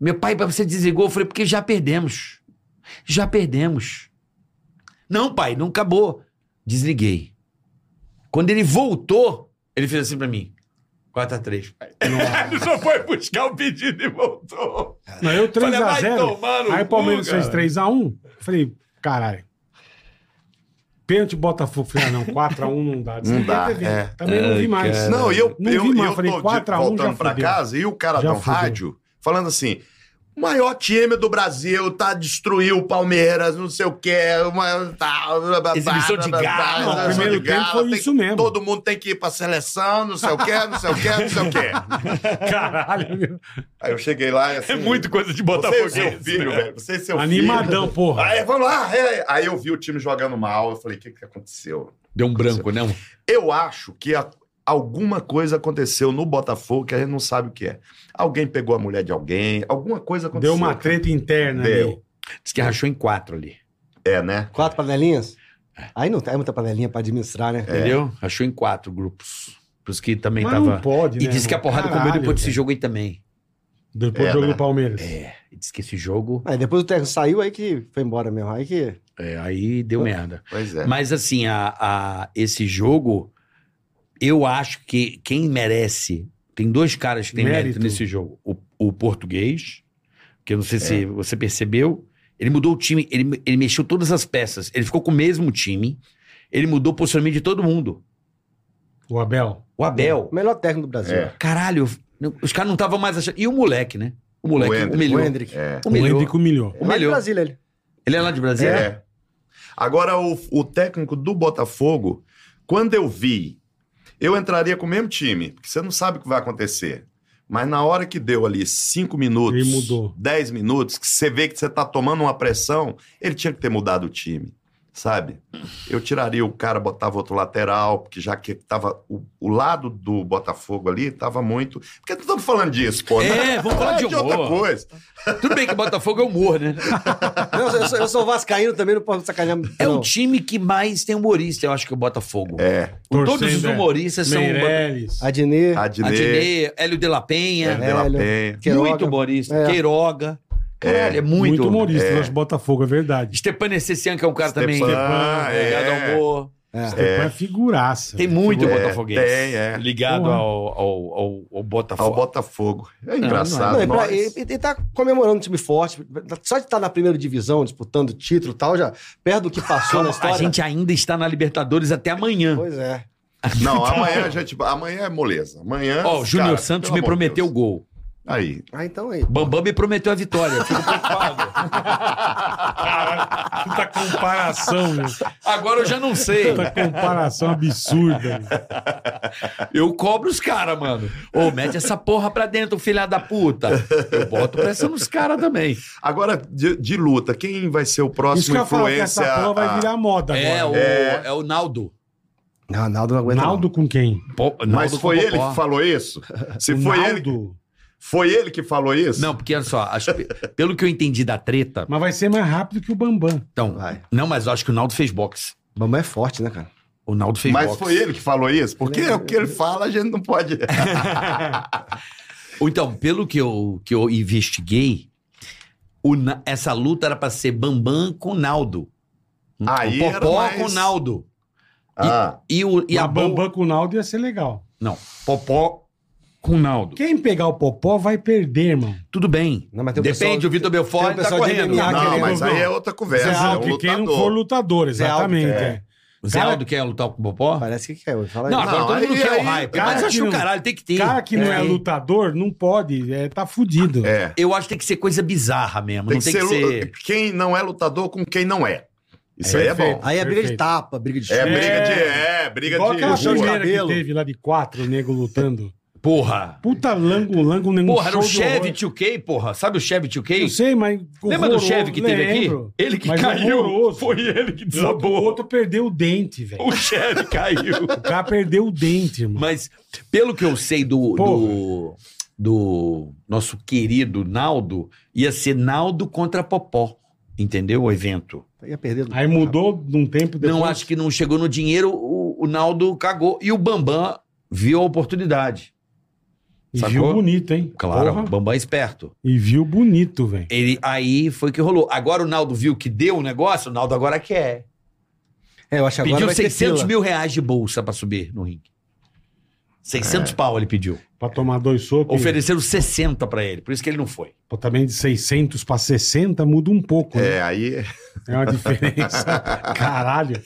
Speaker 5: Meu pai, pra você desligou, eu falei, porque já perdemos. Já perdemos. Não, pai, não acabou. Desliguei. Quando ele voltou, ele fez assim pra mim. 4x3, pai. Ele só foi buscar o pedido e voltou.
Speaker 3: não, eu
Speaker 5: Falei, vai então,
Speaker 3: 3x0.
Speaker 5: tomar Tá no
Speaker 3: Aí o
Speaker 5: cu,
Speaker 3: Palmeiras
Speaker 5: cara.
Speaker 3: fez 3x1. Falei, caralho. Pênalti Botafogo. Falei, ah, não, 4x1 não dá. Desliguei
Speaker 6: dá,
Speaker 3: a TV.
Speaker 6: é.
Speaker 3: Também não vi mais.
Speaker 6: Não, e eu,
Speaker 3: Não
Speaker 6: eu,
Speaker 3: vi
Speaker 6: eu,
Speaker 3: mais. Falei,
Speaker 6: tô de-
Speaker 3: 4 a 1 já
Speaker 6: voltando pra
Speaker 3: fudeu.
Speaker 6: casa e o cara
Speaker 3: Já
Speaker 6: do
Speaker 3: fudeu.
Speaker 6: rádio falando assim: o maior time do Brasil tá destruiu o Palmeiras, não sei o quê. Uma, tá, blá, blá,
Speaker 5: Exibição de
Speaker 6: blá, blá,
Speaker 5: gala.
Speaker 6: blá,
Speaker 5: Não,
Speaker 6: exibição
Speaker 3: primeiro
Speaker 6: de
Speaker 3: tempo foi
Speaker 6: tem-
Speaker 3: isso mesmo.
Speaker 6: Todo mundo tem que ir pra seleção, não sei o quê, não sei o quê, não sei o quê.
Speaker 3: Caralho, meu.
Speaker 6: Aí eu cheguei lá e assim.
Speaker 7: É muito coisa de
Speaker 6: Você e
Speaker 7: Botafogo.
Speaker 6: seu filho, velho. Você e seu filho.
Speaker 3: Animadão, porra.
Speaker 6: Aí, vamos lá. é. Aí eu vi o time jogando mal. Eu falei, o que, que aconteceu?
Speaker 5: Deu um branco, né? Um-
Speaker 6: Eu acho que a- alguma coisa aconteceu no Botafogo que a gente não sabe o que é. Alguém pegou a mulher de alguém, alguma coisa aconteceu.
Speaker 3: Deu uma treta interna
Speaker 6: Deu.
Speaker 3: ali.
Speaker 5: Diz que rachou em 4 ali.
Speaker 6: É, né?
Speaker 4: Quatro panelinhas? Aí não tem muita panelinha pra administrar, né?
Speaker 5: Entendeu? Achou em quatro grupos. Por isso que também
Speaker 3: Mas
Speaker 5: tava.
Speaker 3: não pode, né?
Speaker 5: E disse que a
Speaker 3: irmão?
Speaker 5: porrada comeu
Speaker 3: Caralho,
Speaker 5: depois desse
Speaker 3: velho.
Speaker 5: jogo aí também. É,
Speaker 3: Depois
Speaker 6: É,
Speaker 3: do jogo
Speaker 6: né?
Speaker 3: do Palmeiras.
Speaker 5: E disse que esse jogo.
Speaker 4: Aí depois o técnico saiu, aí que foi embora mesmo. Aí que.
Speaker 5: é, aí deu merda.
Speaker 6: Pois é.
Speaker 5: Mas assim, a, a- esse jogo, eu acho que quem merece. Tem dois caras que têm
Speaker 3: Mérito.
Speaker 5: mérito, nesse jogo. O, o português, que eu não sei
Speaker 6: É.
Speaker 5: se você percebeu. Ele mudou o time, ele, ele mexeu todas as peças. Ele ficou com o mesmo time. Ele mudou o posicionamento de todo mundo.
Speaker 3: O Abel.
Speaker 5: O Abel.
Speaker 4: O melhor técnico do Brasil.
Speaker 6: É.
Speaker 5: Caralho, eu- os caras não estavam mais achando. E o moleque, né? O moleque,
Speaker 6: O
Speaker 5: o,
Speaker 6: Hendrick.
Speaker 4: O
Speaker 5: melhor.
Speaker 4: Hendrick.
Speaker 6: É.
Speaker 5: O
Speaker 3: O
Speaker 5: melhor.
Speaker 3: Hendrick humilhou.
Speaker 5: O
Speaker 4: Lá de
Speaker 5: melhor.
Speaker 4: Brasília, ele.
Speaker 5: Ele é lá de Brasília?
Speaker 6: É. Agora, o, o técnico do Botafogo, quando eu vi, eu entraria com o mesmo time, porque você não sabe o que vai acontecer. Mas na hora que deu ali 5 minutos,
Speaker 3: Ele mudou.
Speaker 6: 10 minutos, que você vê que você tá tomando uma pressão, ele tinha que ter mudado o time, sabe? Eu tiraria o cara, botava outro lateral, porque já que tava o, o lado do Botafogo ali tava muito. Porque não estamos tá falando disso, pô. né?
Speaker 5: É, vamos falar de
Speaker 6: de outra
Speaker 5: humor.
Speaker 6: coisa.
Speaker 5: Tudo bem que o Botafogo é humor, né?
Speaker 4: Não, eu, sou, eu sou vascaíno também, não posso sacanear.
Speaker 5: É
Speaker 4: não.
Speaker 5: o time que mais tem humorista, eu acho que o Botafogo.
Speaker 6: É,
Speaker 5: Todos os
Speaker 3: Torcendo, é.
Speaker 5: humoristas
Speaker 6: um
Speaker 5: são.
Speaker 3: Meirelles.
Speaker 4: Adnet,
Speaker 6: Adnet, É, né?
Speaker 5: Adnet, Hélio de la Penha,
Speaker 6: Adnet La
Speaker 4: Hélio.
Speaker 6: Penha.
Speaker 4: Queiroga.
Speaker 5: muito humorista.
Speaker 4: É.
Speaker 5: Queiroga. Caralho, é, muito.
Speaker 3: Muito humorista, eu acho Botafogo, é verdade.
Speaker 5: Stepan Essessian, que é um cara também.
Speaker 6: Stepan, é.
Speaker 5: ligado ao humor.
Speaker 3: É, figuraça.
Speaker 5: Tem muito
Speaker 6: É,
Speaker 5: botafoguense
Speaker 6: tem, é.
Speaker 5: ligado
Speaker 3: Porra.
Speaker 5: ao, ao, ao, ao
Speaker 6: ao
Speaker 5: Botafogo.
Speaker 6: Botafogo. É
Speaker 4: Não,
Speaker 6: engraçado.
Speaker 4: e, pra-
Speaker 6: nós-
Speaker 4: e- e- e tá comemorando um time forte. Só de estar na primeira divisão, disputando título e tal, já perto do que passou na história.
Speaker 5: A gente ainda está na Libertadores até amanhã.
Speaker 4: Pois é.
Speaker 6: Não, amanhã a gente. Amanhã é moleza. Amanhã.
Speaker 5: Ó, o Júnior
Speaker 6: cara,
Speaker 5: Santos
Speaker 6: pelo
Speaker 5: me
Speaker 6: amor de
Speaker 5: prometeu o
Speaker 6: Deus.
Speaker 5: gol.
Speaker 6: Aí.
Speaker 4: Ah, então aí.
Speaker 5: Bambam me prometeu a vitória. Eu Fico preocupado.
Speaker 3: Puta comparação, meu.
Speaker 5: Agora eu já não sei.
Speaker 3: Puta comparação absurda. meu.
Speaker 5: Eu cobro os caras, mano. Ô, mete essa porra pra dentro, filha da puta. Eu boto pressão nos caras também.
Speaker 6: Agora, de, de luta, quem vai ser o
Speaker 3: Isso que
Speaker 6: próximo
Speaker 3: eu falo, que
Speaker 6: influência? Ah,
Speaker 3: essa porra
Speaker 6: a-
Speaker 3: vai virar
Speaker 6: Tá
Speaker 3: moda
Speaker 5: É o,
Speaker 3: agora.
Speaker 5: é. o Naldo.
Speaker 4: Ronaldo não aguenta.
Speaker 3: Naldo com quem?
Speaker 5: Po- Naldo
Speaker 6: Mas
Speaker 5: com
Speaker 6: foi ele
Speaker 5: Popó.
Speaker 6: que falou isso? Se
Speaker 3: O
Speaker 6: foi ele.
Speaker 3: Naldo.
Speaker 6: Foi ele que falou isso?
Speaker 5: Não, porque olha só, acho que- pelo que eu entendi da treta.
Speaker 3: Mas vai ser mais rápido que o Bambam.
Speaker 5: Então,
Speaker 4: Vai.
Speaker 5: não, mas eu acho que o Naldo fez boxe.
Speaker 4: Não. Bambam é forte, né, cara?
Speaker 5: O Naldo fez
Speaker 6: Mas
Speaker 5: boxe.
Speaker 6: foi ele que falou isso? Porque
Speaker 4: Lembra-
Speaker 6: o que ele fala a gente não pode.
Speaker 5: Ou então, pelo que eu, que eu investiguei, o Na- essa luta era pra ser Bambam com Naldo.
Speaker 6: Aí
Speaker 5: o
Speaker 6: era
Speaker 5: Popó
Speaker 6: mais-
Speaker 5: com Naldo.
Speaker 6: Ah,
Speaker 5: E, o, e
Speaker 3: E
Speaker 5: a
Speaker 3: a
Speaker 5: Bambam
Speaker 3: Bambam com o Naldo ia ser legal.
Speaker 5: Não, Popó com Naldo.
Speaker 3: Quem pegar o Popó vai perder, irmão.
Speaker 6: É,
Speaker 5: Tudo bem.
Speaker 4: Não, mas tem o
Speaker 5: Depende,
Speaker 4: pessoal-
Speaker 5: o Vitor Belfort
Speaker 4: tem o
Speaker 5: tá
Speaker 4: pessoal de
Speaker 5: correndo.
Speaker 4: MMA
Speaker 6: não,
Speaker 3: aquele-
Speaker 6: mas
Speaker 3: não.
Speaker 6: aí é outra
Speaker 3: Zé
Speaker 6: conversa. é
Speaker 3: Aldo,
Speaker 6: um
Speaker 3: e quem não
Speaker 6: lutador.
Speaker 3: for lutador,
Speaker 4: Zé Aldo,
Speaker 3: exatamente.
Speaker 6: é.
Speaker 3: é.
Speaker 5: O Zé
Speaker 3: Cara-
Speaker 5: Aldo quer lutar com o Popó?
Speaker 4: Parece que quer. Fala
Speaker 5: Não,
Speaker 4: aí.
Speaker 5: agora
Speaker 6: Não,
Speaker 5: todo mundo
Speaker 6: aí-
Speaker 5: quer o
Speaker 6: aí-
Speaker 5: hype.
Speaker 3: cara
Speaker 5: mas eu acho
Speaker 3: que
Speaker 5: que o
Speaker 3: não-
Speaker 5: caralho tem que ter.
Speaker 3: Cara que não é,
Speaker 5: É.
Speaker 3: lutador, não pode. É, tá fudido.
Speaker 6: É.
Speaker 5: Eu acho que tem que ser coisa bizarra mesmo.
Speaker 6: Tem
Speaker 5: não
Speaker 6: que, ser, lu-
Speaker 5: ser...
Speaker 6: Quem não é lutador com quem não é. Isso aí é bom.
Speaker 3: Perfeito.
Speaker 4: Aí é briga de
Speaker 3: Perfeito.
Speaker 4: tapa, briga de
Speaker 6: É
Speaker 4: chute.
Speaker 6: briga de. É, briga
Speaker 3: Igual
Speaker 6: de.
Speaker 3: aquela
Speaker 6: rua.
Speaker 3: primeira que
Speaker 4: cabelo.
Speaker 3: teve lá de quatro, o nego lutando.
Speaker 5: Porra!
Speaker 3: Puta lango, lango, nenhum
Speaker 5: Porra, era o
Speaker 3: Um show de horror.
Speaker 5: Chevy 2K, porra. Sabe o Chevy 2K?
Speaker 3: Eu sei, mas.
Speaker 5: Lembra do
Speaker 3: horroroso,
Speaker 5: Chevy que teve
Speaker 3: lembro.
Speaker 5: aqui? Ele que
Speaker 3: Mas
Speaker 5: caiu.
Speaker 3: horroroso.
Speaker 5: Foi ele que
Speaker 3: O outro, o
Speaker 5: desabou.
Speaker 3: outro perdeu o dente, velho.
Speaker 5: O Chevy caiu.
Speaker 3: O cara perdeu o dente, irmão.
Speaker 5: Mas, pelo que eu sei do, do,
Speaker 3: Porra.
Speaker 5: do nosso querido Naldo, ia ser Naldo contra Popó. Entendeu? O evento.
Speaker 4: Ia é perder.
Speaker 3: Aí mudou de um tempo depois.
Speaker 5: Não acho que não chegou no dinheiro, o, o Naldo cagou. E o Bambam viu a oportunidade.
Speaker 3: E
Speaker 5: sacou?
Speaker 3: viu bonito, hein?
Speaker 5: Claro,
Speaker 3: Porra.
Speaker 5: o Bambam é esperto.
Speaker 3: E viu bonito, velho.
Speaker 5: Ele, aí foi que rolou. Agora o Naldo viu que deu o negócio, o Naldo agora quer.
Speaker 4: É, eu acho que agora
Speaker 5: pediu
Speaker 4: vai ter
Speaker 5: 600
Speaker 4: fila.
Speaker 5: mil reais de bolsa pra subir no ringue. 600 pau ele pediu.
Speaker 3: Pra tomar dois socos.
Speaker 5: Ofereceram 60 pra ele, por isso que ele não foi.
Speaker 3: Pô, também de 600 pra 60 muda um pouco, né?
Speaker 6: É, aí.
Speaker 3: É uma diferença. Caralho.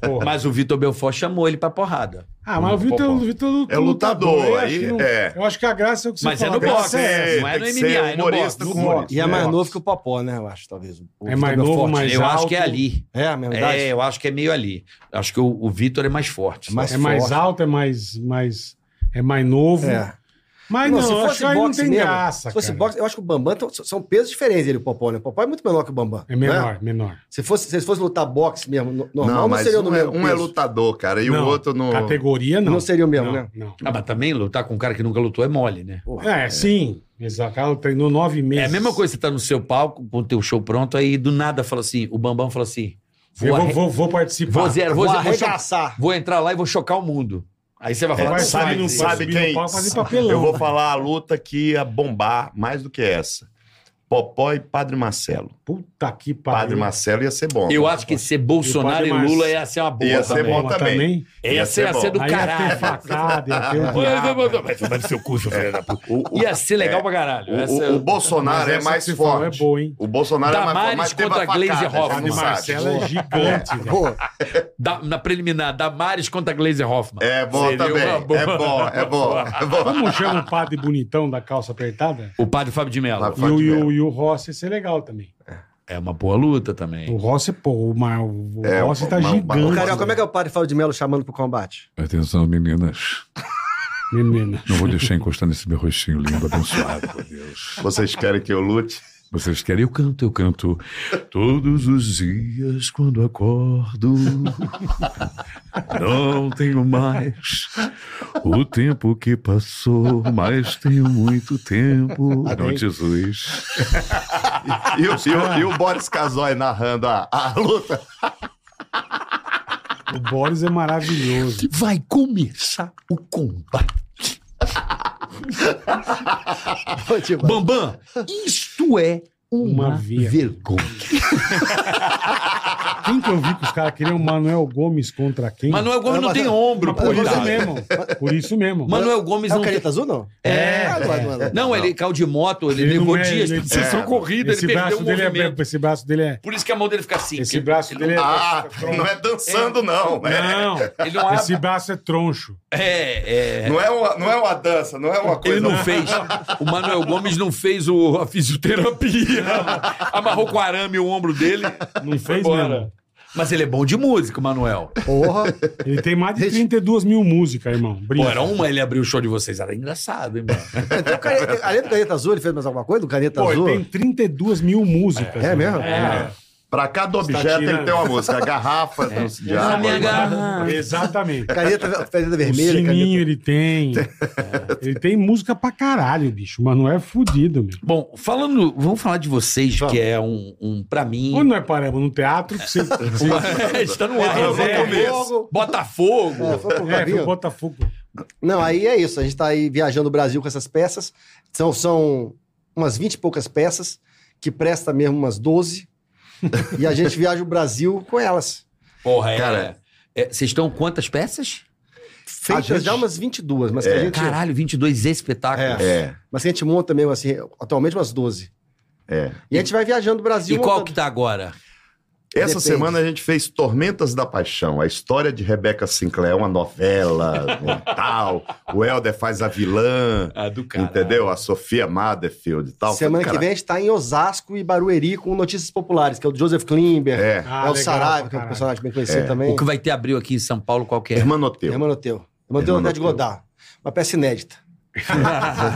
Speaker 3: Porra.
Speaker 5: Mas o Vitor Belfort chamou ele pra porrada.
Speaker 3: ah, mas o Vitor o Vitor
Speaker 6: É lutador,
Speaker 3: eu acho
Speaker 6: aí,
Speaker 3: que não-
Speaker 6: é.
Speaker 3: Eu acho que a graça é o que você
Speaker 5: Mas é
Speaker 3: fala,
Speaker 5: no
Speaker 3: a graça
Speaker 5: boxe,
Speaker 3: é essa.
Speaker 5: não é
Speaker 6: tem
Speaker 5: no
Speaker 6: que
Speaker 5: MMA,
Speaker 6: ser
Speaker 5: é no
Speaker 6: humorista
Speaker 5: boxe,
Speaker 6: com
Speaker 5: no boxe.
Speaker 6: humorista.
Speaker 4: E é mais
Speaker 6: É.
Speaker 4: novo que o Popó, né? Eu acho, talvez. O
Speaker 3: É
Speaker 4: Vitor
Speaker 3: mais novo,
Speaker 4: Belfort.
Speaker 3: mais-
Speaker 5: eu acho
Speaker 3: alto.
Speaker 5: que é ali.
Speaker 4: É, a mesma idade?
Speaker 5: É, eu acho que é meio ali. Acho que o, o Vitor é mais forte.
Speaker 4: Mais
Speaker 3: É mais
Speaker 4: forte.
Speaker 3: alto, é mais, mais, é mais novo.
Speaker 4: É.
Speaker 3: Mas não, eu acho que aí não tem graça.
Speaker 4: se fosse
Speaker 3: cara.
Speaker 4: boxe, eu acho que o Bambam então, s- são pesos diferentes ele e o Popó, né? O Popó é muito menor que o Bambam.
Speaker 3: É
Speaker 4: né?
Speaker 3: menor, menor.
Speaker 4: Se fosse, se eles fossem lutar boxe mesmo, no- normal,
Speaker 6: Não,
Speaker 4: não,
Speaker 6: mas
Speaker 4: seria o
Speaker 6: um, é,
Speaker 4: mesmo.
Speaker 6: um é
Speaker 4: peso.
Speaker 6: lutador, cara, e
Speaker 3: Não,
Speaker 6: o outro não.
Speaker 3: Categoria não.
Speaker 4: Não seria o mesmo,
Speaker 3: Não,
Speaker 4: né?
Speaker 3: Não.
Speaker 5: Ah, mas também lutar com um cara que nunca lutou é mole, né?
Speaker 4: Porra.
Speaker 3: É, sim. Exato. Ela treinou nove meses.
Speaker 5: É a mesma coisa, você tá no seu palco, com o teu show pronto, aí do nada fala assim, o Bambam fala assim,
Speaker 3: Eu
Speaker 5: vou,
Speaker 3: vou,
Speaker 5: arre-
Speaker 3: vou, vou participar.
Speaker 5: vou zero, vou,
Speaker 4: Vou
Speaker 5: zero, vou, cho-
Speaker 4: arregaçar.
Speaker 5: vou entrar lá e vou chocar o mundo. Aí você vai
Speaker 6: É,
Speaker 5: falar,
Speaker 3: vai
Speaker 5: "Pô,
Speaker 3: sair
Speaker 6: sabe,
Speaker 3: no- vai
Speaker 6: sabe
Speaker 3: subir no
Speaker 6: quem?
Speaker 3: palco, é fazer papelão.
Speaker 6: Eu vou falar a luta que ia bombar mais do que essa. Popó e Padre Marcelo.
Speaker 3: Puta que pariu.
Speaker 6: Padre Marcelo ia ser bom.
Speaker 5: eu acho que ser Bolsonaro e
Speaker 3: Padre Marcelo-
Speaker 5: Lula ia ser uma boa
Speaker 6: Ia ser
Speaker 5: também.
Speaker 6: bom também.
Speaker 5: Ia
Speaker 6: Ia
Speaker 5: ser,
Speaker 6: ser
Speaker 5: ia ser
Speaker 6: bom.
Speaker 5: do
Speaker 3: Aí ia ter
Speaker 5: caralho. é
Speaker 3: facada, ia ter o diabo.
Speaker 5: Vai seu cu, seu filho da puta. É, Ia ser legal pra caralho.
Speaker 6: O,
Speaker 5: Ia ser-
Speaker 6: o- o
Speaker 3: Mas
Speaker 6: Bolsonaro é
Speaker 3: essa
Speaker 6: mais
Speaker 3: que você falou
Speaker 6: forte.
Speaker 3: É boa, hein?
Speaker 6: O Bolsonaro é mais
Speaker 5: Damares
Speaker 6: forte, mas teve
Speaker 5: contra
Speaker 6: a facada,
Speaker 5: Gleisi
Speaker 6: a gente
Speaker 5: Hoffmann.
Speaker 6: não
Speaker 3: Padre
Speaker 6: sabe.
Speaker 3: Marcelo é gigante, velho.
Speaker 4: Pô,
Speaker 5: Da- na preliminar, Damares contra Glazer Hoffman.
Speaker 6: É bom
Speaker 5: Seria
Speaker 6: também.
Speaker 5: uma boa.
Speaker 6: É bom, é bom. É bom.
Speaker 3: Como chama o padre bonitão da calça apertada?
Speaker 5: O padre Fábio de Mello.
Speaker 3: E o, e, o, e o Rossi ia ser legal também.
Speaker 5: É uma boa luta também.
Speaker 3: O Rossi, pô, o, Mar- o
Speaker 6: É,
Speaker 3: Rossi tá
Speaker 6: o- o- o-
Speaker 3: gigante.
Speaker 6: o
Speaker 4: Carioca, como é que é
Speaker 3: eu...
Speaker 4: o padre Fábio de Melo chamando pro combate?
Speaker 7: Atenção, meninas.
Speaker 3: Menina.
Speaker 7: Não vou deixar encostar nesse meu rostinho lindo, abençoado por Deus.
Speaker 6: Vocês querem que eu lute?
Speaker 7: Vocês querem? Eu canto, eu canto. Todos os dias quando acordo, não tenho mais o tempo que passou, mas tenho muito tempo. Não, Jesus.
Speaker 6: E, o- e o- e o Boris Casoy narrando a, a luta.
Speaker 3: O Boris é maravilhoso.
Speaker 5: Vai começar o combate. Bambam, isto é uma,
Speaker 3: Uma via.
Speaker 5: vergonha.
Speaker 3: Quem que eu vi que os caras queriam? Manuel Gomes contra quem?
Speaker 5: Manuel Gomes não tem ombro,
Speaker 3: Por isso
Speaker 5: coitado.
Speaker 3: é mesmo. Por isso mesmo.
Speaker 5: Manuel Gomes
Speaker 4: É o
Speaker 5: não
Speaker 4: Caneta
Speaker 5: tem...
Speaker 4: Azul, não?
Speaker 5: um É.
Speaker 4: Ah, agora, mano.
Speaker 5: Não, ele caiu de moto, ele,
Speaker 3: Ele não
Speaker 5: levou
Speaker 3: é-
Speaker 5: dias
Speaker 3: ele-
Speaker 5: de sessão
Speaker 6: é.
Speaker 5: corrida,
Speaker 3: esse,
Speaker 5: ele perdeu
Speaker 3: braço
Speaker 5: o
Speaker 3: dele
Speaker 5: movimento.
Speaker 3: é, esse braço dele é.
Speaker 5: Por isso que a mão dele fica assim.
Speaker 3: Esse
Speaker 5: porque
Speaker 3: braço dele é.
Speaker 6: Ah, não é dançando, não. É-
Speaker 3: Não.
Speaker 5: Ele não abre.
Speaker 3: Esse braço é troncho.
Speaker 5: É, é.
Speaker 6: não, é uma, não é uma dança, não é uma coisa.
Speaker 5: Ele não fez. O Manuel Gomes não fez o, a fisioterapia. Amarrou com arame o ombro dele.
Speaker 3: Não fez
Speaker 5: embora.
Speaker 3: nada.
Speaker 5: Mas ele é bom de música, o Manuel.
Speaker 4: Porra.
Speaker 3: Ele tem mais de 32 mil músicas, irmão.
Speaker 5: Pô,
Speaker 3: Brinca.
Speaker 5: era um uma, ele abriu o show de vocês. Era engraçado, hein, mano?
Speaker 4: Então, o Caneta- além do Caneta Azul, ele fez mais alguma coisa? Do Caneta
Speaker 3: Pô, ele
Speaker 4: Azul?
Speaker 3: tem 32 mil músicas.
Speaker 4: Tá É
Speaker 3: irmão.
Speaker 4: mesmo?
Speaker 3: É.
Speaker 6: Pra cada objeto tem que
Speaker 3: tirando.
Speaker 6: ter uma música. A garrafa dos de
Speaker 5: Essa
Speaker 6: água.
Speaker 5: minha garrafa.
Speaker 3: Exatamente.
Speaker 4: Caneta, caneta
Speaker 3: O
Speaker 4: vermelha,
Speaker 3: sininho
Speaker 4: caneta...
Speaker 3: ele tem. É. Ele tem música pra caralho, bicho. Mas não é fudido, meu.
Speaker 5: Bom, falando. Vamos falar de vocês,
Speaker 4: Vamos.
Speaker 5: que é um, um pra mim.
Speaker 3: Quando nós paramos no é teatro, que você. você-
Speaker 5: É, Está no ar.
Speaker 6: Entrou no
Speaker 5: É.
Speaker 6: começo.
Speaker 5: Botafogo.
Speaker 4: É, foi pro
Speaker 3: É,
Speaker 4: caminho.
Speaker 3: foi o Botafogo.
Speaker 4: Não, aí é isso. A gente tá aí viajando o Brasil com essas peças. São, são umas 20 e poucas peças, que presta mesmo umas 12. e a gente viaja o Brasil com elas.
Speaker 5: Porra, é.
Speaker 6: Cara.
Speaker 5: é, Vocês estão quantas peças?
Speaker 4: Feitas
Speaker 6: A gente-
Speaker 4: já umas 22, mas, que a gente,
Speaker 5: Caralho, 22 espetáculos.
Speaker 6: É,
Speaker 4: mas que a gente monta mesmo assim, atualmente umas 12.
Speaker 6: é.
Speaker 4: E a gente vai viajando o Brasil.
Speaker 5: E qual que
Speaker 4: montando.
Speaker 5: tá agora?
Speaker 6: Essa
Speaker 4: Depende.
Speaker 6: semana a gente fez Tormentas da Paixão, a história de Rebeca Sinclair, é uma novela, um tal. O Helder faz a vilã,
Speaker 5: Ah, do
Speaker 6: entendeu? A Sofia Motherfield e tal.
Speaker 4: Semana que
Speaker 6: Cara,
Speaker 4: vem a gente tá em Osasco e Barueri com Notícias Populares, que é o Joseph Klimber,
Speaker 6: É.
Speaker 4: é,
Speaker 3: Ah,
Speaker 4: o
Speaker 3: legal pra
Speaker 4: Saraiva, que é um
Speaker 3: caralho.
Speaker 4: personagem bem conhecido
Speaker 6: É.
Speaker 4: também.
Speaker 5: O que vai ter abril aqui em São Paulo, qual que é?
Speaker 6: Irmã Noteu.
Speaker 4: Hermanoteu. Hermanoteu
Speaker 6: Hermanoteu.
Speaker 4: até de Godard. é Uma peça inédita.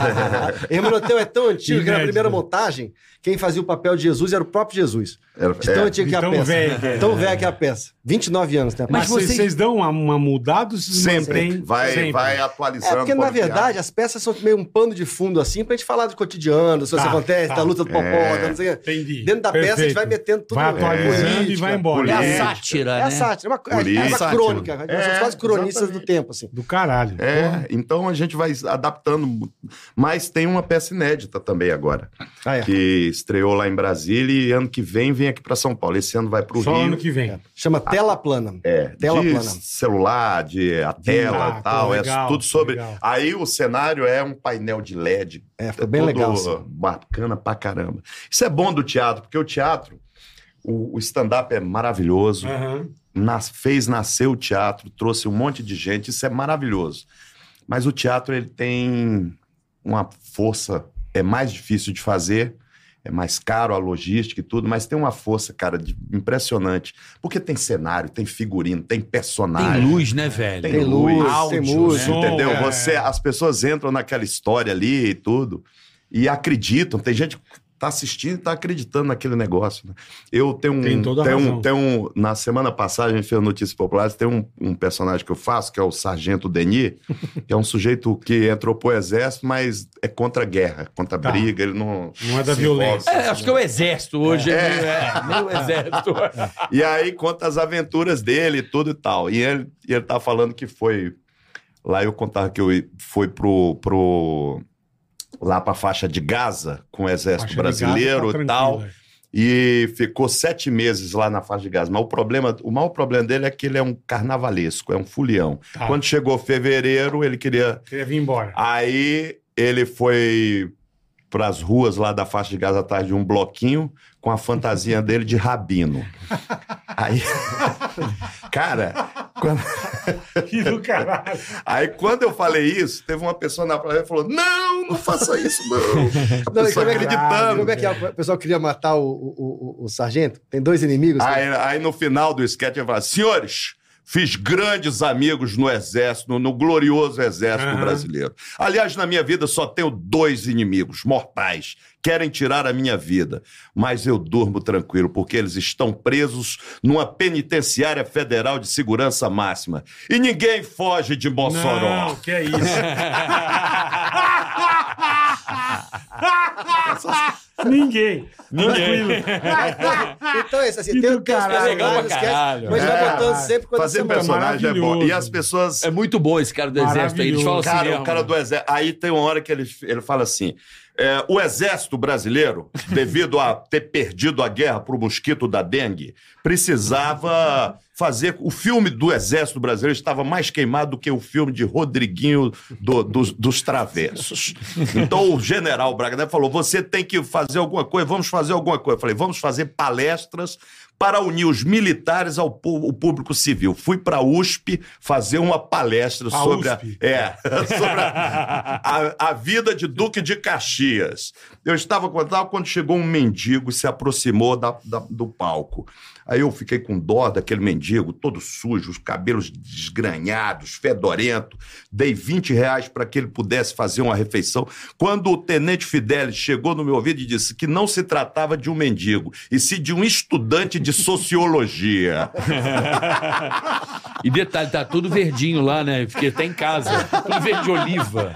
Speaker 4: Hermenoteu é tão antigo que na
Speaker 3: Inédito.
Speaker 4: primeira montagem, quem fazia o papel de Jesus era o próprio Jesus.
Speaker 6: Era-
Speaker 4: De tão
Speaker 6: é.
Speaker 4: antigo que é a
Speaker 3: Tão
Speaker 4: peça.
Speaker 3: velho que é.
Speaker 4: Tão velho que é a peça. 29 anos, né?
Speaker 3: Mas
Speaker 5: Mas
Speaker 3: vocês,
Speaker 5: vocês-
Speaker 3: vocês dão uma, uma mudada ou vocês
Speaker 6: Sempre.
Speaker 3: mantêm
Speaker 6: Vai,
Speaker 3: sempre?
Speaker 6: vai atualizando.
Speaker 4: É, porque na
Speaker 6: pode
Speaker 4: verdade as peças são meio um pano de fundo assim pra gente falar do cotidiano, do que
Speaker 3: Tá,
Speaker 4: acontece,
Speaker 3: tá.
Speaker 4: da luta do popó,
Speaker 6: É.
Speaker 4: da não sei o quê.
Speaker 3: Entendi.
Speaker 4: Dentro da peça a gente
Speaker 3: Perfeito.
Speaker 4: vai metendo tudo
Speaker 3: Vai atualizando
Speaker 4: política.
Speaker 3: e vai embora.
Speaker 5: É a
Speaker 6: Política.
Speaker 5: sátira,
Speaker 4: É
Speaker 5: né?
Speaker 4: a sátira, é uma, é
Speaker 6: Política.
Speaker 4: uma crônica. Nós somos
Speaker 6: É,
Speaker 4: quase cronistas do
Speaker 6: exatamente.
Speaker 4: tempo, assim.
Speaker 3: Do caralho.
Speaker 6: É, então a gente vai adaptando. Mas tem uma peça inédita também agora,
Speaker 4: Ah, é.
Speaker 6: que estreou lá em Brasília e ano que vem vem aqui pra São Paulo. Esse ano vai pro
Speaker 3: Só ano
Speaker 6: Rio.
Speaker 3: que vem.
Speaker 4: É. Chama Tela Plana.
Speaker 6: É,
Speaker 4: Tela
Speaker 6: de
Speaker 4: plana.
Speaker 6: celular, de a tela
Speaker 3: Ah,
Speaker 6: e tal,
Speaker 3: pô,
Speaker 6: é
Speaker 3: legal,
Speaker 6: tudo sobre.
Speaker 3: legal.
Speaker 6: Aí o cenário é um painel de LED
Speaker 4: É,
Speaker 6: é
Speaker 4: ficou bem
Speaker 6: todo
Speaker 4: legal. assim.
Speaker 6: Bacana pra caramba. Isso é bom do teatro, porque o teatro, o, o stand-up é maravilhoso,
Speaker 3: Aham.
Speaker 6: nas- fez nascer o teatro, trouxe um monte de gente, isso é maravilhoso. Mas o teatro, ele tem uma força, é mais difícil de fazer, é mais caro a logística e tudo, mas tem uma força, cara, de- impressionante. Porque tem cenário, tem figurino, tem personagem.
Speaker 5: Tem luz, né, velho?
Speaker 6: Tem
Speaker 4: Tem luz,
Speaker 5: áudio, né?
Speaker 4: tem música.
Speaker 3: som,
Speaker 6: Entendeu?
Speaker 3: é.
Speaker 6: Você, as pessoas entram naquela história ali e tudo e acreditam. Tem gente que tá assistindo e tá acreditando naquele negócio. né? Eu tenho um,
Speaker 3: Tem toda a
Speaker 6: tenho
Speaker 3: razão.
Speaker 6: um, tenho um- na semana passada a gente fez notícias populares. Tem um, um personagem que eu faço que é o Sargento Denis, que é um sujeito que entrou pro exército, mas é contra a guerra, contra a
Speaker 3: Tá.
Speaker 6: briga. Ele não
Speaker 3: Não é da
Speaker 6: se
Speaker 3: violência.
Speaker 6: envolve.
Speaker 5: É, acho que é o exército hoje. É, meio, é, meio exército.
Speaker 6: E aí conta as aventuras dele e tudo e tal. E ele, e ele tá falando que foi. Lá eu contava que eu fui pro. pro lá pra faixa de Gaza com o
Speaker 3: Faixa
Speaker 6: exército
Speaker 3: de
Speaker 6: brasileiro
Speaker 3: Gaza tá
Speaker 6: e tal.
Speaker 3: tranquila.
Speaker 6: E ficou sete meses lá na faixa de Gaza. Mas o problema, o maior problema dele é que ele é um carnavalesco, é um fulião.
Speaker 3: Tá.
Speaker 6: Quando chegou fevereiro, ele queria
Speaker 3: Queria vir embora.
Speaker 6: Aí ele foi pras ruas lá da faixa de Gaza atrás de um bloquinho com a fantasia dele de rabino. Aí, cara, quando-
Speaker 3: Que do caralho.
Speaker 6: aí quando eu falei isso, teve uma pessoa na praia que falou: Não, não faça isso, não. A
Speaker 4: Não, e
Speaker 6: pessoa
Speaker 4: como, é que,
Speaker 6: acreditando.
Speaker 4: como é que é? o pessoal queria matar o, o- o- o sargento? Tem dois inimigos?
Speaker 6: Aí, aí no final do sketch ele fala: Senhores. Fiz grandes amigos no exército, no, no glorioso exército
Speaker 3: Aham.
Speaker 6: brasileiro. Aliás, na minha vida só tenho dois inimigos mortais. Querem tirar a minha vida. Mas eu durmo tranquilo, porque eles estão presos numa penitenciária federal de segurança máxima. E ninguém foge de Mossoró.
Speaker 3: Não, que é isso. Ninguém. Ninguém.
Speaker 4: Então é isso, assim,
Speaker 3: Que
Speaker 4: tem,
Speaker 3: do
Speaker 4: tem os
Speaker 3: caralho,
Speaker 4: personagens,
Speaker 5: legal pra
Speaker 4: esquece,
Speaker 5: caralho.
Speaker 4: mas vai
Speaker 6: É.
Speaker 4: botando sempre quando você
Speaker 6: Fazer
Speaker 4: tá manda.
Speaker 6: personagem é bom.
Speaker 3: maravilhoso.
Speaker 6: E as pessoas
Speaker 5: É muito bom esse cara do exército aí. Eles falam assim.
Speaker 6: Cara,
Speaker 5: mesmo.
Speaker 6: o cara do exército. Aí tem uma hora que ele, ele fala assim: é, o exército brasileiro, devido a ter perdido a guerra pro mosquito da dengue, precisava fazer. O filme do exército brasileiro estava mais queimado do que o filme de Rodriguinho do- dos, dos Travessos. Então o general Braga Neto falou: você tem que fazer alguma coisa, vamos fazer alguma coisa. Eu falei: vamos fazer palestras para unir os militares ao pu- o público civil. Fui para a USP fazer uma palestra
Speaker 3: A
Speaker 6: sobre a,
Speaker 3: USP?
Speaker 6: é, sobre a, a- a vida de Duque de Caxias. Eu estava contando quando chegou um mendigo e se aproximou da- da- do palco. Aí eu fiquei com dó daquele mendigo, todo sujo, os cabelos desgranhados, fedorento. Dei 20 reais para que ele pudesse fazer uma refeição. Quando o tenente Fidelis chegou no meu ouvido e disse que não se tratava de um mendigo, e sim de um estudante de sociologia.
Speaker 5: E detalhe, tá tudo verdinho lá, né? Fiquei até em casa. Tudo verde oliva.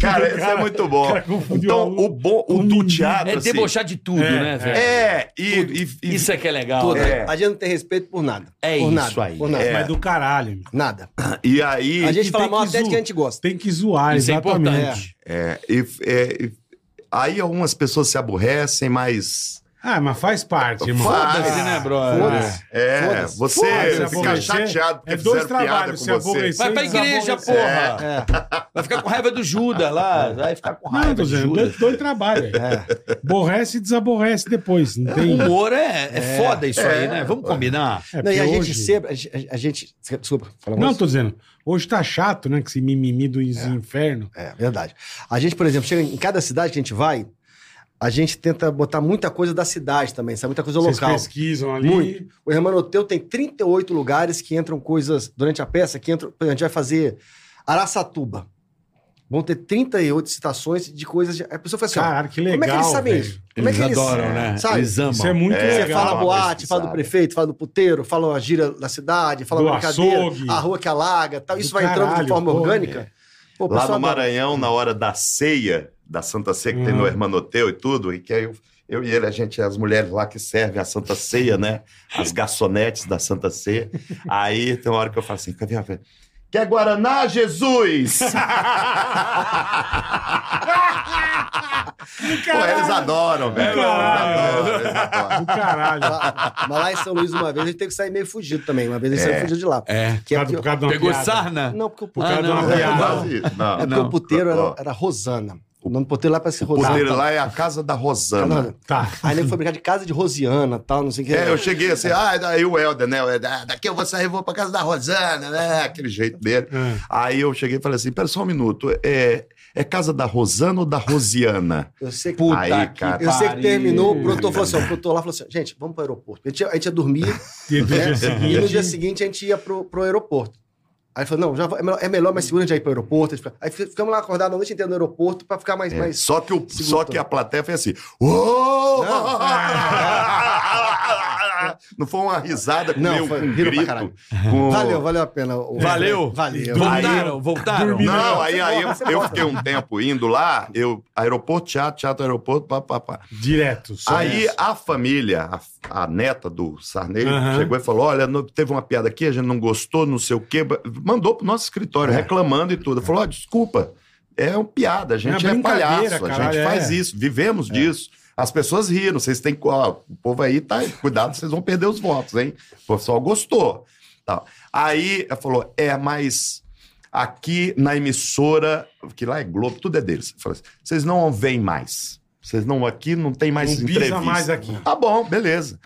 Speaker 6: Cara, isso é muito bom.
Speaker 3: cara confundiu
Speaker 6: Então,
Speaker 3: a-
Speaker 6: o, bom, o
Speaker 3: com
Speaker 6: do
Speaker 3: mendigo.
Speaker 6: teatro.
Speaker 5: É
Speaker 6: assim,
Speaker 5: debochar de tudo,
Speaker 3: É,
Speaker 5: né, velho?
Speaker 6: É, e. e- e-
Speaker 5: Isso é que é legal.
Speaker 4: Toda.
Speaker 5: né?
Speaker 6: É.
Speaker 4: A gente não tem respeito por nada.
Speaker 5: É
Speaker 4: por
Speaker 5: isso
Speaker 4: nada,
Speaker 5: aí.
Speaker 4: Por nada.
Speaker 3: Mas do caralho. meu.
Speaker 4: Nada.
Speaker 3: é
Speaker 6: E aí.
Speaker 4: A gente
Speaker 3: E
Speaker 4: fala
Speaker 3: tem
Speaker 4: mal
Speaker 3: que
Speaker 4: até de
Speaker 3: zo-
Speaker 4: que a gente gosta.
Speaker 3: Tem que zoar,
Speaker 5: Isso é
Speaker 3: exatamente.
Speaker 5: importante.
Speaker 6: É, e- é, e- aí algumas pessoas se aborrecem, mas.
Speaker 3: Ah, mas faz parte, irmão.
Speaker 6: Foda-se,
Speaker 5: né, brother?
Speaker 3: Foda-se.
Speaker 6: É,
Speaker 4: Foda-se.
Speaker 6: você
Speaker 3: Foda-se,
Speaker 6: fica
Speaker 3: aborrecer.
Speaker 6: chateado porque
Speaker 3: É dois
Speaker 6: fizeram piada
Speaker 3: trabalhos,
Speaker 6: com
Speaker 3: se
Speaker 6: você.
Speaker 3: aborrecer.
Speaker 5: Vai pra
Speaker 3: Sem
Speaker 5: igreja,
Speaker 3: desaborecer.
Speaker 5: porra.
Speaker 4: É,
Speaker 5: É. Vai ficar com raiva do Judas lá. Vai ficar com
Speaker 3: Não,
Speaker 5: raiva
Speaker 3: tô
Speaker 5: do
Speaker 3: dizendo,
Speaker 5: Judas.
Speaker 3: dois, dois trabalhos. É. Borrece e desaborrece depois. Não tem.
Speaker 5: O humor é, é foda isso aí, né? Vamos combinar.
Speaker 3: É,
Speaker 4: Não, e
Speaker 3: porque
Speaker 4: a gente
Speaker 3: hoje-
Speaker 4: sempre. a gente- A gente. Desculpa, falar
Speaker 3: Não,
Speaker 4: mais?
Speaker 3: tô dizendo. Hoje tá chato, né? Com esse mimimi do inferno.
Speaker 4: É, verdade. A gente, por exemplo, chega em cada cidade que a gente vai, a gente tenta botar muita coisa da cidade também, sabe? Muita coisa
Speaker 3: Vocês
Speaker 4: local.
Speaker 3: pesquisam ali.
Speaker 4: Muito. O Hermanoteu tem 38 lugares que entram coisas durante a peça, que entram. por exemplo, A gente vai fazer Araçatuba. Vão ter 38 citações de coisas. De... A pessoa fala assim: ó,
Speaker 3: Caralho, que legal.
Speaker 4: como é que eles sabem
Speaker 3: velho.
Speaker 4: isso? Como é que sabe?
Speaker 5: né? Eles amam.
Speaker 3: Isso é muito
Speaker 6: É,
Speaker 4: Você
Speaker 3: legal.
Speaker 4: fala
Speaker 6: uma
Speaker 4: boate,
Speaker 6: pesquisada.
Speaker 4: fala do prefeito, fala do puteiro, fala a gira da cidade, fala
Speaker 3: Do
Speaker 4: a brincadeira,
Speaker 3: açougue.
Speaker 4: a rua que alaga, tal. tá, Isso
Speaker 3: Do
Speaker 4: vai entrando
Speaker 3: caralho,
Speaker 4: de forma
Speaker 3: pô,
Speaker 4: orgânica. Pô, o
Speaker 6: Lá
Speaker 4: pessoal
Speaker 6: no
Speaker 4: adora.
Speaker 6: Maranhão, na hora da ceia, da Santa Ceia, que tem
Speaker 3: Uhum.
Speaker 4: Hum.
Speaker 6: no Hermanoteu e tudo, e que aí eu, eu e ele, a gente, as mulheres lá que servem a Santa Ceia, né? As garçonetes da Santa Ceia. Aí tem uma hora que eu falo assim, cadê a velha? Quer Guaraná, Jesus? Pô, eles adoram, velho. Eles
Speaker 3: Caralho.
Speaker 6: adoram, eles adoram.
Speaker 3: é, Do caralho.
Speaker 4: Lá- Mas lá em São Luís, uma vez, a gente teve que sair meio fugido também. Uma vez a gente saiu fugido de lá.
Speaker 5: É.
Speaker 4: Que é
Speaker 3: Por causa- por
Speaker 4: porque-
Speaker 3: causa de uma
Speaker 5: Pegou
Speaker 3: piada.
Speaker 5: sarna?
Speaker 4: Não, porque o
Speaker 3: Por causa
Speaker 5: Ah,
Speaker 3: de uma
Speaker 5: não.
Speaker 6: É,
Speaker 3: piada.
Speaker 6: quase isso. Não.
Speaker 4: É porque o puteiro
Speaker 6: Ó,
Speaker 4: era, era Rosana. O nome do puteiro lá parece
Speaker 6: O
Speaker 4: Rosana.
Speaker 6: puteiro
Speaker 4: tal.
Speaker 6: lá é a casa da Rosana.
Speaker 4: Rosana.
Speaker 3: Tá.
Speaker 4: Aí ele foi brincar de casa de Rosiana tal, não sei o que.
Speaker 6: É, eu cheguei assim, ah, daí o Helder, né? o Helder, ah, Daqui eu vou sair, vou pra casa da Rosana, né? Aquele jeito dele.
Speaker 3: Ah,
Speaker 6: Aí eu cheguei e falei assim: pera só um minuto, é, é casa da Rosana ou da Rosiana?
Speaker 4: Eu sei que,
Speaker 5: Puta
Speaker 6: Aí,
Speaker 5: que
Speaker 6: cara.
Speaker 4: eu sei que
Speaker 5: pariu.
Speaker 4: terminou, o produtor falou assim: ó, o produtor lá falou assim: gente, vamos pro aeroporto. A gente, ia- a gente ia dormir
Speaker 6: É.
Speaker 3: E do
Speaker 4: né?
Speaker 3: dia
Speaker 4: e no
Speaker 3: seguinte.
Speaker 4: dia seguinte a gente ia pro, pro aeroporto. Aí ele falou: não, já vou- é, melhor, é melhor, mais seguro a gente já ir pro aeroporto. A gente fica- Aí fi- ficamos lá acordados a noite inteira no aeroporto pra ficar mais.
Speaker 6: É,
Speaker 4: mais...
Speaker 6: só que, o,
Speaker 4: segundo
Speaker 6: só
Speaker 4: tom.
Speaker 6: que a plateia foi assim. "Uou!"
Speaker 4: Não.
Speaker 6: Não, foi uma risada com
Speaker 4: Não,
Speaker 6: meu
Speaker 4: foi-
Speaker 6: um
Speaker 4: riram pra
Speaker 6: grito.
Speaker 4: caralho.
Speaker 6: com-
Speaker 4: Valeu, valeu a pena. o-
Speaker 5: Valeu.
Speaker 4: Valeu.
Speaker 5: Voltaram, voltaram.
Speaker 3: Dormi-
Speaker 6: Não, aí,
Speaker 4: Você
Speaker 6: aí
Speaker 4: volta,
Speaker 6: eu,
Speaker 4: você
Speaker 6: eu
Speaker 4: volta.
Speaker 6: fiquei um tempo indo lá, eu, aeroporto, teatro, teatro, aeroporto, pá, pá, pá.
Speaker 3: Direto. só
Speaker 6: Aí
Speaker 3: isso.
Speaker 6: a família, a, a neta do Sarney,
Speaker 3: Aham.
Speaker 6: chegou e falou: olha, no- teve uma piada aqui, a gente não gostou, não sei o quê. Mandou pro nosso
Speaker 3: É.
Speaker 6: escritório, reclamando e tudo. Falou: ó, desculpa, é uma piada, a gente é,
Speaker 3: brincadeira,
Speaker 6: palhaço, a
Speaker 3: caralho,
Speaker 6: gente
Speaker 3: é.
Speaker 6: faz isso, vivemos disso. As pessoas riram, vocês têm. que- Ó, o povo aí tá. Cuidado, vocês vão perder os votos, hein? O pessoal gostou. Tal. Aí ela falou: é, mas aqui na emissora, que lá é Globo, tudo é deles. Falou assim, vocês não vêm mais. Vocês não aqui, não tem mais
Speaker 3: Não
Speaker 6: entrevista.
Speaker 3: pisa mais aqui.
Speaker 6: Tá bom, beleza.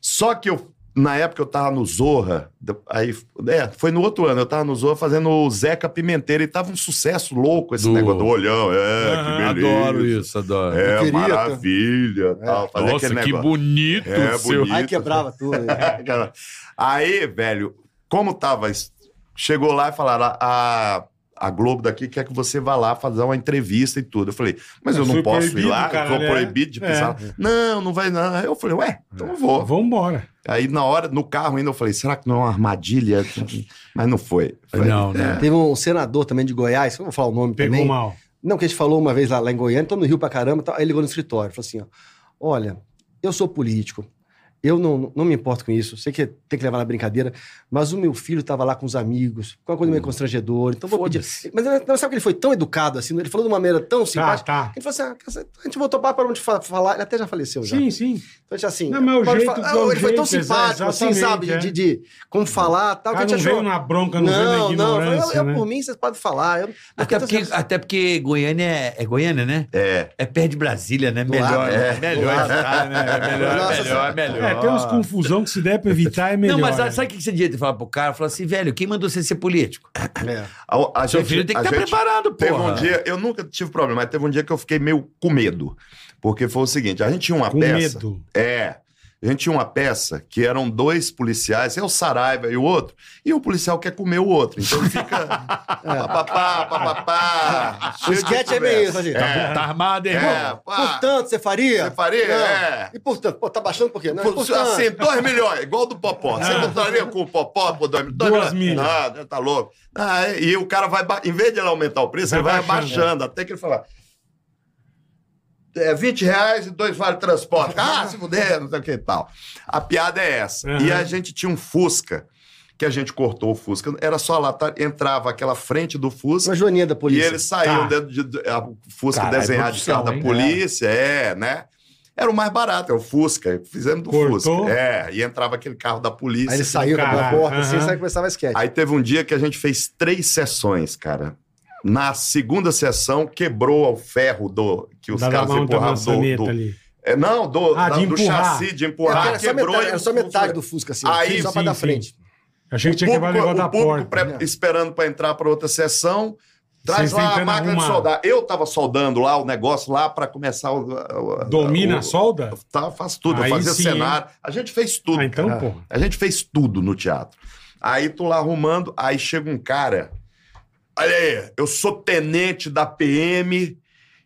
Speaker 6: Só que eu, na época eu tava no Zorra, de- aí, é, foi no outro ano, eu tava no Zorra fazendo o Zeca Pimenteira e tava um sucesso louco esse
Speaker 5: Do-
Speaker 6: negócio do olhão. É,
Speaker 3: Aham,
Speaker 6: que beleza.
Speaker 5: Adoro isso, adoro.
Speaker 6: É,
Speaker 4: Eu queria,
Speaker 6: maravilha, tal. fazer
Speaker 7: Nossa,
Speaker 6: aquele
Speaker 7: que
Speaker 6: negócio.
Speaker 7: bonito
Speaker 6: É,
Speaker 7: o seu.
Speaker 6: bonito.
Speaker 4: Aí quebrava tudo. né?
Speaker 6: Aquela- Aí, velho, como tava. es- Chegou lá e falaram: a, a Globo daqui quer que você vá lá fazer uma entrevista e tudo. Eu falei, mas
Speaker 5: É
Speaker 3: Eu
Speaker 6: eu não
Speaker 3: fui
Speaker 6: posso ir
Speaker 3: proibido,
Speaker 6: lá,
Speaker 3: caralho,
Speaker 6: vou
Speaker 5: né?"
Speaker 3: é.
Speaker 6: proibido de
Speaker 3: É.
Speaker 6: pisar. lá. Não, não vai, não. Aí eu falei, ué, então eu vou.
Speaker 3: Vambora.
Speaker 5: É.
Speaker 6: Aí na hora, no carro ainda, eu falei, será que não é uma armadilha? Mas não foi. Falei,
Speaker 5: Não,
Speaker 6: é.
Speaker 5: né?
Speaker 4: Teve um senador também de Goiás, que eu não vou falar o nome
Speaker 3: Pegou
Speaker 4: também.
Speaker 3: mal.
Speaker 4: Não, que a gente falou uma vez lá, lá em Goiânia, tô no Rio pra caramba, tal. aí ligou no escritório, falou assim, ó, olha, eu sou político, eu não, não me importo com isso, sei que tem que levar na brincadeira, mas o meu filho tava lá com os amigos, com uma coisa
Speaker 3: Hum.
Speaker 4: meio constrangedora, então vou pedir...
Speaker 5: Foda-se.
Speaker 4: Mas ele- não, sabe que ele foi tão educado assim, ele falou de uma maneira tão
Speaker 3: Tá,
Speaker 4: simpática,
Speaker 3: tá.
Speaker 4: ele falou assim, ah, quer dizer, a gente voltou para onde fa- falar, ele até já
Speaker 6: é
Speaker 4: faleceu já.
Speaker 3: Sim, sim.
Speaker 4: Então, a gente, assim,
Speaker 3: Não, mas o
Speaker 4: pode
Speaker 3: jeito-
Speaker 4: falar-
Speaker 3: é o
Speaker 4: ah, ele foi tão
Speaker 3: jeito, exa-
Speaker 4: simpático, assim,
Speaker 3: exatamente,
Speaker 4: sabe,
Speaker 3: é.
Speaker 4: de, de- de como falar,
Speaker 3: O
Speaker 6: Tá,
Speaker 4: tal, que
Speaker 3: cara
Speaker 4: a gente
Speaker 3: não veio
Speaker 4: achou...
Speaker 3: na bronca, não,
Speaker 4: Não,
Speaker 3: veio na
Speaker 4: não, eu falei,
Speaker 3: ignorância,
Speaker 4: eu-
Speaker 3: né?
Speaker 4: eu por mim vocês podem falar. eu-
Speaker 5: Até porque,
Speaker 4: eu-
Speaker 5: até porque Goiânia é, é Goiânia, né?
Speaker 6: É.
Speaker 5: É perto de Brasília, né?
Speaker 4: Do
Speaker 5: Melhor,
Speaker 4: lado,
Speaker 5: é,
Speaker 6: é.
Speaker 5: melhor
Speaker 6: Do lado.
Speaker 5: estar, né? É melhor,
Speaker 4: Nossa
Speaker 5: é melhor, é
Speaker 4: Senhora.
Speaker 5: melhor.
Speaker 3: É, tem umas confusão que se der pra evitar, é melhor.
Speaker 5: Não, mas
Speaker 3: né?
Speaker 5: sabe, sabe o que você devia ter falado pro cara? Falar assim, velho, quem mandou você ser político?
Speaker 4: É.
Speaker 6: A, a
Speaker 5: Seu
Speaker 6: gente-
Speaker 5: filho tem que
Speaker 6: a
Speaker 5: estar
Speaker 6: gente-
Speaker 5: preparado,
Speaker 6: Teve
Speaker 5: porra.
Speaker 6: um dia, eu nunca tive problema, mas teve um dia que eu fiquei meio com medo. Porque foi o seguinte: a gente tinha uma
Speaker 3: Com
Speaker 6: peça.
Speaker 3: medo.
Speaker 6: É. A gente tinha uma peça que eram dois policiais, é o Saraiva e o outro, e o policial quer comer o outro. Então fica. papapá, papapá.
Speaker 4: É. O
Speaker 6: cheio de
Speaker 4: sketch é
Speaker 6: conversa.
Speaker 4: meio isso, assim.
Speaker 5: Tá, tá armado, hein,
Speaker 6: É,
Speaker 5: irmão?
Speaker 6: pá.
Speaker 4: Portanto, você faria?
Speaker 6: Você faria?
Speaker 4: Não.
Speaker 6: É.
Speaker 4: E portanto, pô, tá baixando por quê? Não, e
Speaker 6: Pô,
Speaker 4: portanto,
Speaker 6: Assim, dois milhões, igual do Popó. Você botaria com o Popó por dois, dois
Speaker 3: Ah. Duas milhas.
Speaker 6: Ah, tá louco. Ah, e o cara vai, ba- em vez de ele aumentar o preço,
Speaker 3: Vai
Speaker 6: ele vai
Speaker 3: baixando.
Speaker 6: abaixando, até que ele falar. É 20 reais e dois vale transporte. Ah, se fuder, não sei o que e tal. A piada é essa.
Speaker 3: Uhum.
Speaker 6: E a gente tinha um Fusca, que a gente cortou o Fusca. Era só lá, tá- entrava aquela frente do Fusca.
Speaker 4: Uma joaninha da
Speaker 6: E
Speaker 4: polícia. é
Speaker 6: eles saíam
Speaker 3: Tá.
Speaker 6: dentro de- de. A Fusca
Speaker 5: Caralho,
Speaker 6: desenhado de
Speaker 5: produção,
Speaker 6: carro da
Speaker 5: hein,
Speaker 6: polícia, é, né? Era o mais barato, é o Fusca. Fizemos do
Speaker 3: Cortou.
Speaker 6: Fusca. É, e entrava aquele carro da polícia.
Speaker 4: Aí ele
Speaker 6: que-
Speaker 4: saiu da
Speaker 3: Caralho,
Speaker 4: porta,
Speaker 3: aham.
Speaker 4: assim, e começava a sketch.
Speaker 6: Aí teve um dia que a gente fez três sessões, cara. Na segunda sessão, quebrou o ferro do que os
Speaker 3: Dá na
Speaker 6: caras
Speaker 3: mão da
Speaker 6: empurravam do.
Speaker 3: um maçaneta
Speaker 6: do-
Speaker 3: ali.
Speaker 6: é, não, do,
Speaker 3: Ah,
Speaker 6: da-
Speaker 3: de
Speaker 6: do
Speaker 3: empurrar.
Speaker 6: chassi de
Speaker 4: É, porque
Speaker 6: empurrar.
Speaker 4: era, só
Speaker 6: quebrou
Speaker 4: metade,
Speaker 6: e-
Speaker 4: era só metade do Fusca, assim.
Speaker 6: Aí,
Speaker 4: assim, só pra
Speaker 3: sim,
Speaker 4: dar
Speaker 3: sim.
Speaker 4: frente.
Speaker 3: Achei que tinha quebrado o negócio da
Speaker 6: o público
Speaker 3: porta.
Speaker 6: pre- esperando para entrar para outra sessão. Traz
Speaker 3: Vocês
Speaker 6: lá a
Speaker 3: tentando
Speaker 6: máquina
Speaker 3: arrumar.
Speaker 6: de soldar. Eu tava soldando lá o negócio lá para começar o, o-
Speaker 3: Domina
Speaker 6: o-
Speaker 3: a solda?
Speaker 6: Tá, faço tudo, eu
Speaker 3: Aí
Speaker 6: fazia
Speaker 3: sim,
Speaker 6: cenário. A gente fez tudo.
Speaker 3: Ah, então,
Speaker 6: cara.
Speaker 3: porra.
Speaker 6: A gente fez tudo no teatro. Aí tô lá arrumando, aí chega um cara. Olha aí, eu sou tenente da PM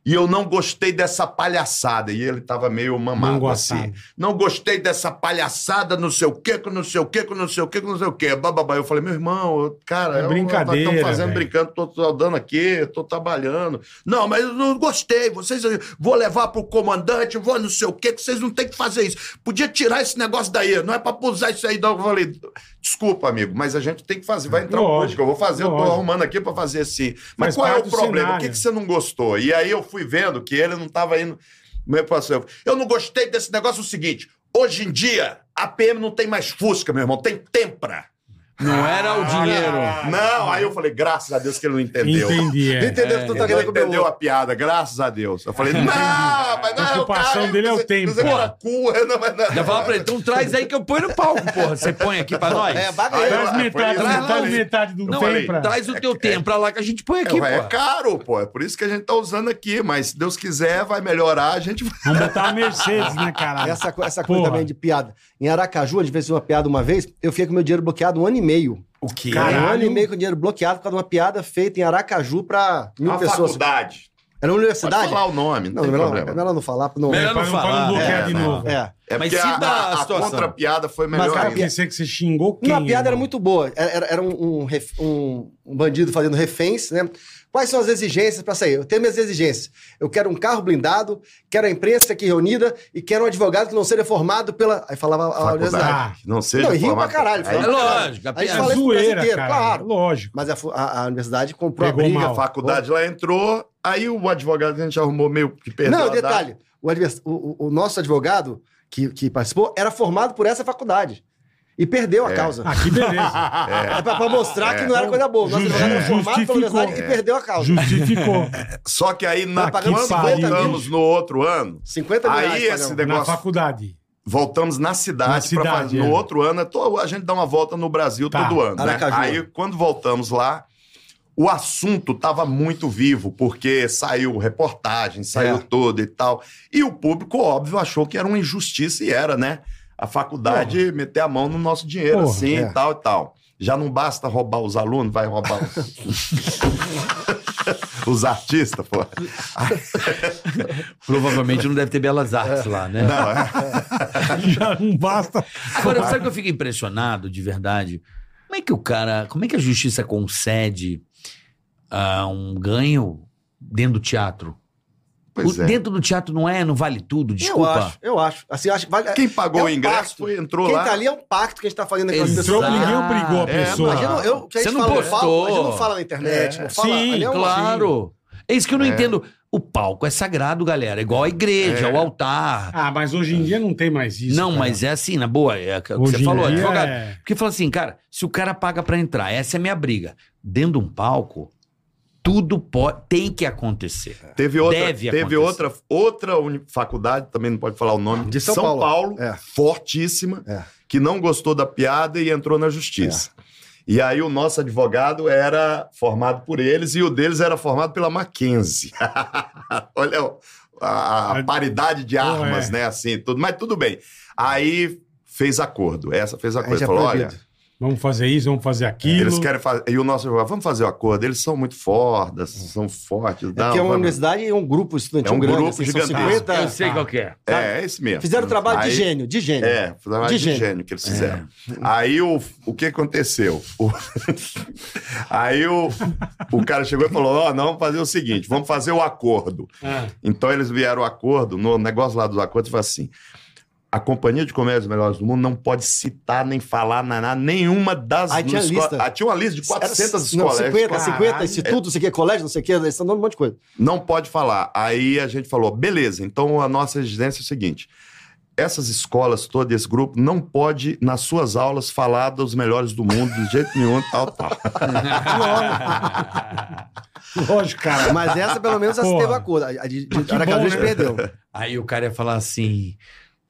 Speaker 6: e eu não gostei dessa palhaçada. E ele tava meio mamado
Speaker 3: Manguaçado.
Speaker 6: assim. Não gostei dessa palhaçada, não sei o quê, com não sei o quê, com não sei o quê, com não sei o quê. Bababá. Eu falei, meu irmão, eu- cara,
Speaker 3: É brincadeira,
Speaker 6: Estamos fazendo,
Speaker 3: velho.
Speaker 6: brincando, tô dando aqui, tô trabalhando. Não, mas eu não gostei. Vocês, vou levar pro comandante, vou não sei o quê, que vocês não tem que fazer isso. Podia tirar esse negócio daí, não é pra usar isso aí. Não. Eu falei, desculpa, amigo, mas a gente tem que fazer, vai entrar um
Speaker 3: Lógico,
Speaker 6: pouco, eu vou fazer, eu tô
Speaker 3: lógico.
Speaker 6: arrumando aqui pra fazer assim.
Speaker 3: Faz
Speaker 6: Mas qual é o
Speaker 3: parte do
Speaker 6: problema? O
Speaker 3: cenário.
Speaker 6: que, que você não gostou? E aí eu fui vendo que ele não estava indo. Meu parceiro, eu não gostei desse negócio é o seguinte: hoje em dia, a PM não tem mais Fusca, meu irmão, tem Tempra.
Speaker 5: Não era o
Speaker 6: Ah.
Speaker 5: dinheiro.
Speaker 6: não, aí eu falei, graças a Deus que ele não entendeu.
Speaker 3: Entendi, é.
Speaker 8: Entendeu que tu tá
Speaker 6: Ele não
Speaker 8: querendo comer
Speaker 6: entendeu
Speaker 8: o
Speaker 6: a piada, graças a Deus. Eu falei, não, mas não,
Speaker 3: A ocupação
Speaker 6: cara,
Speaker 3: dele é o
Speaker 6: você-
Speaker 3: tempo.
Speaker 6: você é uma cura, não, mas não.
Speaker 5: Já falava pra ele, então traz aí que eu ponho no palco, porra. Você põe aqui pra nós.
Speaker 8: É, baga
Speaker 6: Aí eu-
Speaker 3: Traz
Speaker 6: foi
Speaker 3: metade,
Speaker 6: isso que eu
Speaker 3: metade,
Speaker 6: falei.
Speaker 3: metade do
Speaker 5: Não, é,
Speaker 3: tempo. pra-
Speaker 5: traz o teu tempo pra lá que a gente põe aqui,
Speaker 6: É, é
Speaker 5: pô.
Speaker 6: caro, pô. É por isso que a gente tá usando aqui. Mas se Deus quiser, vai melhorar. A gente vai.
Speaker 3: Vamos botar a Mercedes, né, caralho?
Speaker 4: Essa, co- essa coisa
Speaker 3: Porra.
Speaker 4: também de piada. Em Aracaju, a gente fez uma piada uma vez, eu fiquei com meu dinheiro bloqueado um ano e meio.
Speaker 6: O que
Speaker 3: Caralho.
Speaker 4: Um ano e meio com dinheiro bloqueado por causa de uma piada feita em Aracaju pra mil
Speaker 6: Uma
Speaker 4: pessoas.
Speaker 6: faculdade.
Speaker 4: Era uma
Speaker 6: Pode
Speaker 4: universidade?
Speaker 6: falar o nome, não,
Speaker 4: Não,
Speaker 6: tem
Speaker 3: é
Speaker 4: melhor,
Speaker 6: problema.
Speaker 4: melhor não falar, pra não.
Speaker 5: Melhor
Speaker 3: Pra
Speaker 5: não
Speaker 3: não, pra
Speaker 5: falar,
Speaker 3: não bloquear
Speaker 6: é,
Speaker 3: de
Speaker 6: não.
Speaker 3: novo.
Speaker 4: É.
Speaker 6: É
Speaker 5: Mas
Speaker 6: porque
Speaker 5: se
Speaker 6: a,
Speaker 5: dá
Speaker 6: a,
Speaker 5: a
Speaker 6: a
Speaker 5: situação.
Speaker 6: contra-piada foi
Speaker 4: Mas,
Speaker 6: melhor
Speaker 4: cara,
Speaker 3: Cara,
Speaker 6: ainda.
Speaker 3: pensei que você xingou quem?
Speaker 4: Não, a piada era
Speaker 3: irmão?
Speaker 4: muito boa. Era, era- era um, um ref- um- um bandido fazendo reféns, né? Quais são as exigências para sair? Eu tenho minhas exigências. Eu quero um carro blindado, quero a imprensa aqui reunida e quero um advogado que não seja formado pela. Aí falava a universidade.
Speaker 6: Faculdade. Não seja
Speaker 4: Não, e riu pra
Speaker 6: formado-
Speaker 4: caralho.
Speaker 6: Aí,
Speaker 5: É lógico, a piada-
Speaker 4: Aí fala isso pro Brasil
Speaker 3: Ah, zoeira,
Speaker 4: inteiro,
Speaker 3: cara.
Speaker 4: claro.
Speaker 3: Lógico.
Speaker 4: Mas a, fu- a- a universidade comprou
Speaker 3: Pegou
Speaker 4: a briga.
Speaker 3: mal.
Speaker 6: a faculdade lá entrou, aí o advogado que a gente arrumou meio que perdeu
Speaker 4: Não,
Speaker 6: a data.
Speaker 4: detalhe. O, advers- o- o- o nosso advogado que, que participou era formado por essa faculdade. E perdeu a
Speaker 6: É.
Speaker 4: causa.
Speaker 3: Ah, que beleza.
Speaker 4: É pra, pra mostrar
Speaker 6: É.
Speaker 4: que não era coisa boa. O Nosso
Speaker 3: Justi-
Speaker 4: advogado era formado pela
Speaker 3: justificou.
Speaker 4: universidade que perdeu a causa.
Speaker 3: Justificou.
Speaker 6: Só que aí, na,
Speaker 4: Ah, que
Speaker 6: quando
Speaker 3: pariu.
Speaker 6: voltamos no outro ano,
Speaker 4: 50 mil
Speaker 6: aí
Speaker 4: reais.
Speaker 6: esse
Speaker 4: pagamos.
Speaker 3: Na
Speaker 6: negócio...
Speaker 3: faculdade.
Speaker 6: Voltamos na cidade.
Speaker 3: Na cidade,
Speaker 6: pra fazer-
Speaker 3: é.
Speaker 6: No outro ano, é to- a gente dá uma volta no Brasil
Speaker 3: Tá.
Speaker 6: todo ano. né?
Speaker 4: Aracaju.
Speaker 6: Aí, quando voltamos lá, o assunto estava muito vivo, porque saiu reportagem, saiu
Speaker 4: É.
Speaker 6: tudo e tal. E o público, óbvio, achou que era uma injustiça e era, né? A faculdade meter a mão no nosso dinheiro,
Speaker 3: Porra,
Speaker 6: assim,
Speaker 4: é.
Speaker 6: e tal e tal. Já não basta roubar os alunos, vai roubar os, os artistas, pô.
Speaker 5: Provavelmente não deve ter belas artes lá, né?
Speaker 6: Não, é.
Speaker 3: Já não basta.
Speaker 5: Agora, sabe que eu fico impressionado de verdade? Como é que o cara. Como é que a justiça concede ah, um ganho dentro do teatro?
Speaker 6: Pois
Speaker 5: O-
Speaker 6: é.
Speaker 5: Dentro do teatro não é, não vale tudo, desculpa.
Speaker 4: Eu acho, eu acho. Assim, eu acho vale-
Speaker 6: Quem pagou
Speaker 4: É um
Speaker 6: o ingresso
Speaker 4: pacto.
Speaker 6: foi, entrou
Speaker 4: Quem
Speaker 6: lá.
Speaker 4: tá ali é um pacto que a gente tá fazendo aquelas
Speaker 5: Exato.
Speaker 3: Entrou,
Speaker 4: pessoas.
Speaker 3: ninguém obrigou a
Speaker 6: É,
Speaker 3: pessoa.
Speaker 4: Imagina, eu, que a
Speaker 5: Você
Speaker 4: gente
Speaker 5: não
Speaker 4: fala, eu
Speaker 5: postou.
Speaker 4: falo, a gente não fala na internet,
Speaker 6: É.
Speaker 4: não fala.
Speaker 3: Sim,
Speaker 4: ali é um-
Speaker 5: Claro. É isso que eu não
Speaker 6: É.
Speaker 5: entendo. O palco é sagrado, galera. É igual a igreja,
Speaker 6: É.
Speaker 5: o altar.
Speaker 3: Ah, mas hoje em dia não tem mais isso.
Speaker 5: não,
Speaker 3: cara.
Speaker 5: mas é assim, na boa. É o que
Speaker 3: Hoje
Speaker 5: você
Speaker 3: em
Speaker 5: falou,
Speaker 3: dia
Speaker 5: advogado.
Speaker 3: é-
Speaker 5: Porque fala assim, cara, se o cara paga pra entrar, essa é a minha briga. Dentro de um palco, tudo pode, tem que acontecer.
Speaker 6: Teve outra,
Speaker 5: Deve acontecer.
Speaker 6: teve outra, outra uni- faculdade, também não pode falar o nome, de São, Paulo,
Speaker 4: É.
Speaker 6: fortíssima,
Speaker 4: É.
Speaker 6: que não gostou da piada e entrou na justiça. E aí o nosso advogado era formado por eles e o deles era formado pela Mackenzie. Olha o- a, a paridade de
Speaker 3: Porra,
Speaker 6: armas,
Speaker 3: é.
Speaker 6: né, assim, tudo, mas tudo bem. Aí fez acordo, essa fez
Speaker 4: Aí
Speaker 6: acordo,
Speaker 4: já é
Speaker 6: falou, olha,
Speaker 4: proibido.
Speaker 3: Vamos fazer isso, vamos fazer aquilo.
Speaker 6: eles querem fazer, e o nosso advogado, vamos fazer o acordo, eles são muito fortes, são fortes,
Speaker 4: É
Speaker 6: dá,
Speaker 4: que é uma
Speaker 6: vamos-
Speaker 4: universidade e um grupo estudantil
Speaker 6: É um
Speaker 4: grande.
Speaker 6: grupo
Speaker 4: assim, são
Speaker 6: gigantesco.
Speaker 3: Tá.
Speaker 4: 50
Speaker 5: qual que é.
Speaker 6: é, é esse mesmo.
Speaker 4: Fizeram trabalho
Speaker 6: Aí-
Speaker 4: de gênio, de gênio.
Speaker 6: É, foi uma de,
Speaker 4: De
Speaker 6: de gênio.
Speaker 4: gênio. É.
Speaker 6: que eles fizeram. Aí o, o que aconteceu? O- aí o, o cara chegou e falou: Ó, não, vamos fazer o seguinte, vamos fazer o acordo.
Speaker 3: Ah,
Speaker 6: Então eles vieram o acordo, no negócio lá dos acordos, foi assim: a Companhia de Comédias Melhores do Mundo não pode citar nem falar na, na nenhuma das.
Speaker 4: Aí tinha
Speaker 6: esco-
Speaker 4: lista.
Speaker 6: Ah, tinha uma lista de 400
Speaker 4: não,
Speaker 6: escolas.
Speaker 4: 50, 50
Speaker 3: Caralho.
Speaker 4: instituto, não sei o que, colégio, não sei o que, eles estão dando um monte de coisa.
Speaker 6: Não pode falar. Aí a gente falou, beleza, então a nossa exigência é o seguinte. Essas escolas, todo esse grupo, não pode, nas suas aulas, falar dos melhores do mundo, de jeito nenhum, tal, tal.
Speaker 3: lógico, cara.
Speaker 4: Mas essa, pelo menos, essa
Speaker 3: Porra.
Speaker 4: teve acordo. A a de, de
Speaker 3: Que
Speaker 4: Aracaju
Speaker 3: bom,
Speaker 4: a gente
Speaker 3: né?
Speaker 4: perdeu.
Speaker 5: Aí o cara ia falar assim: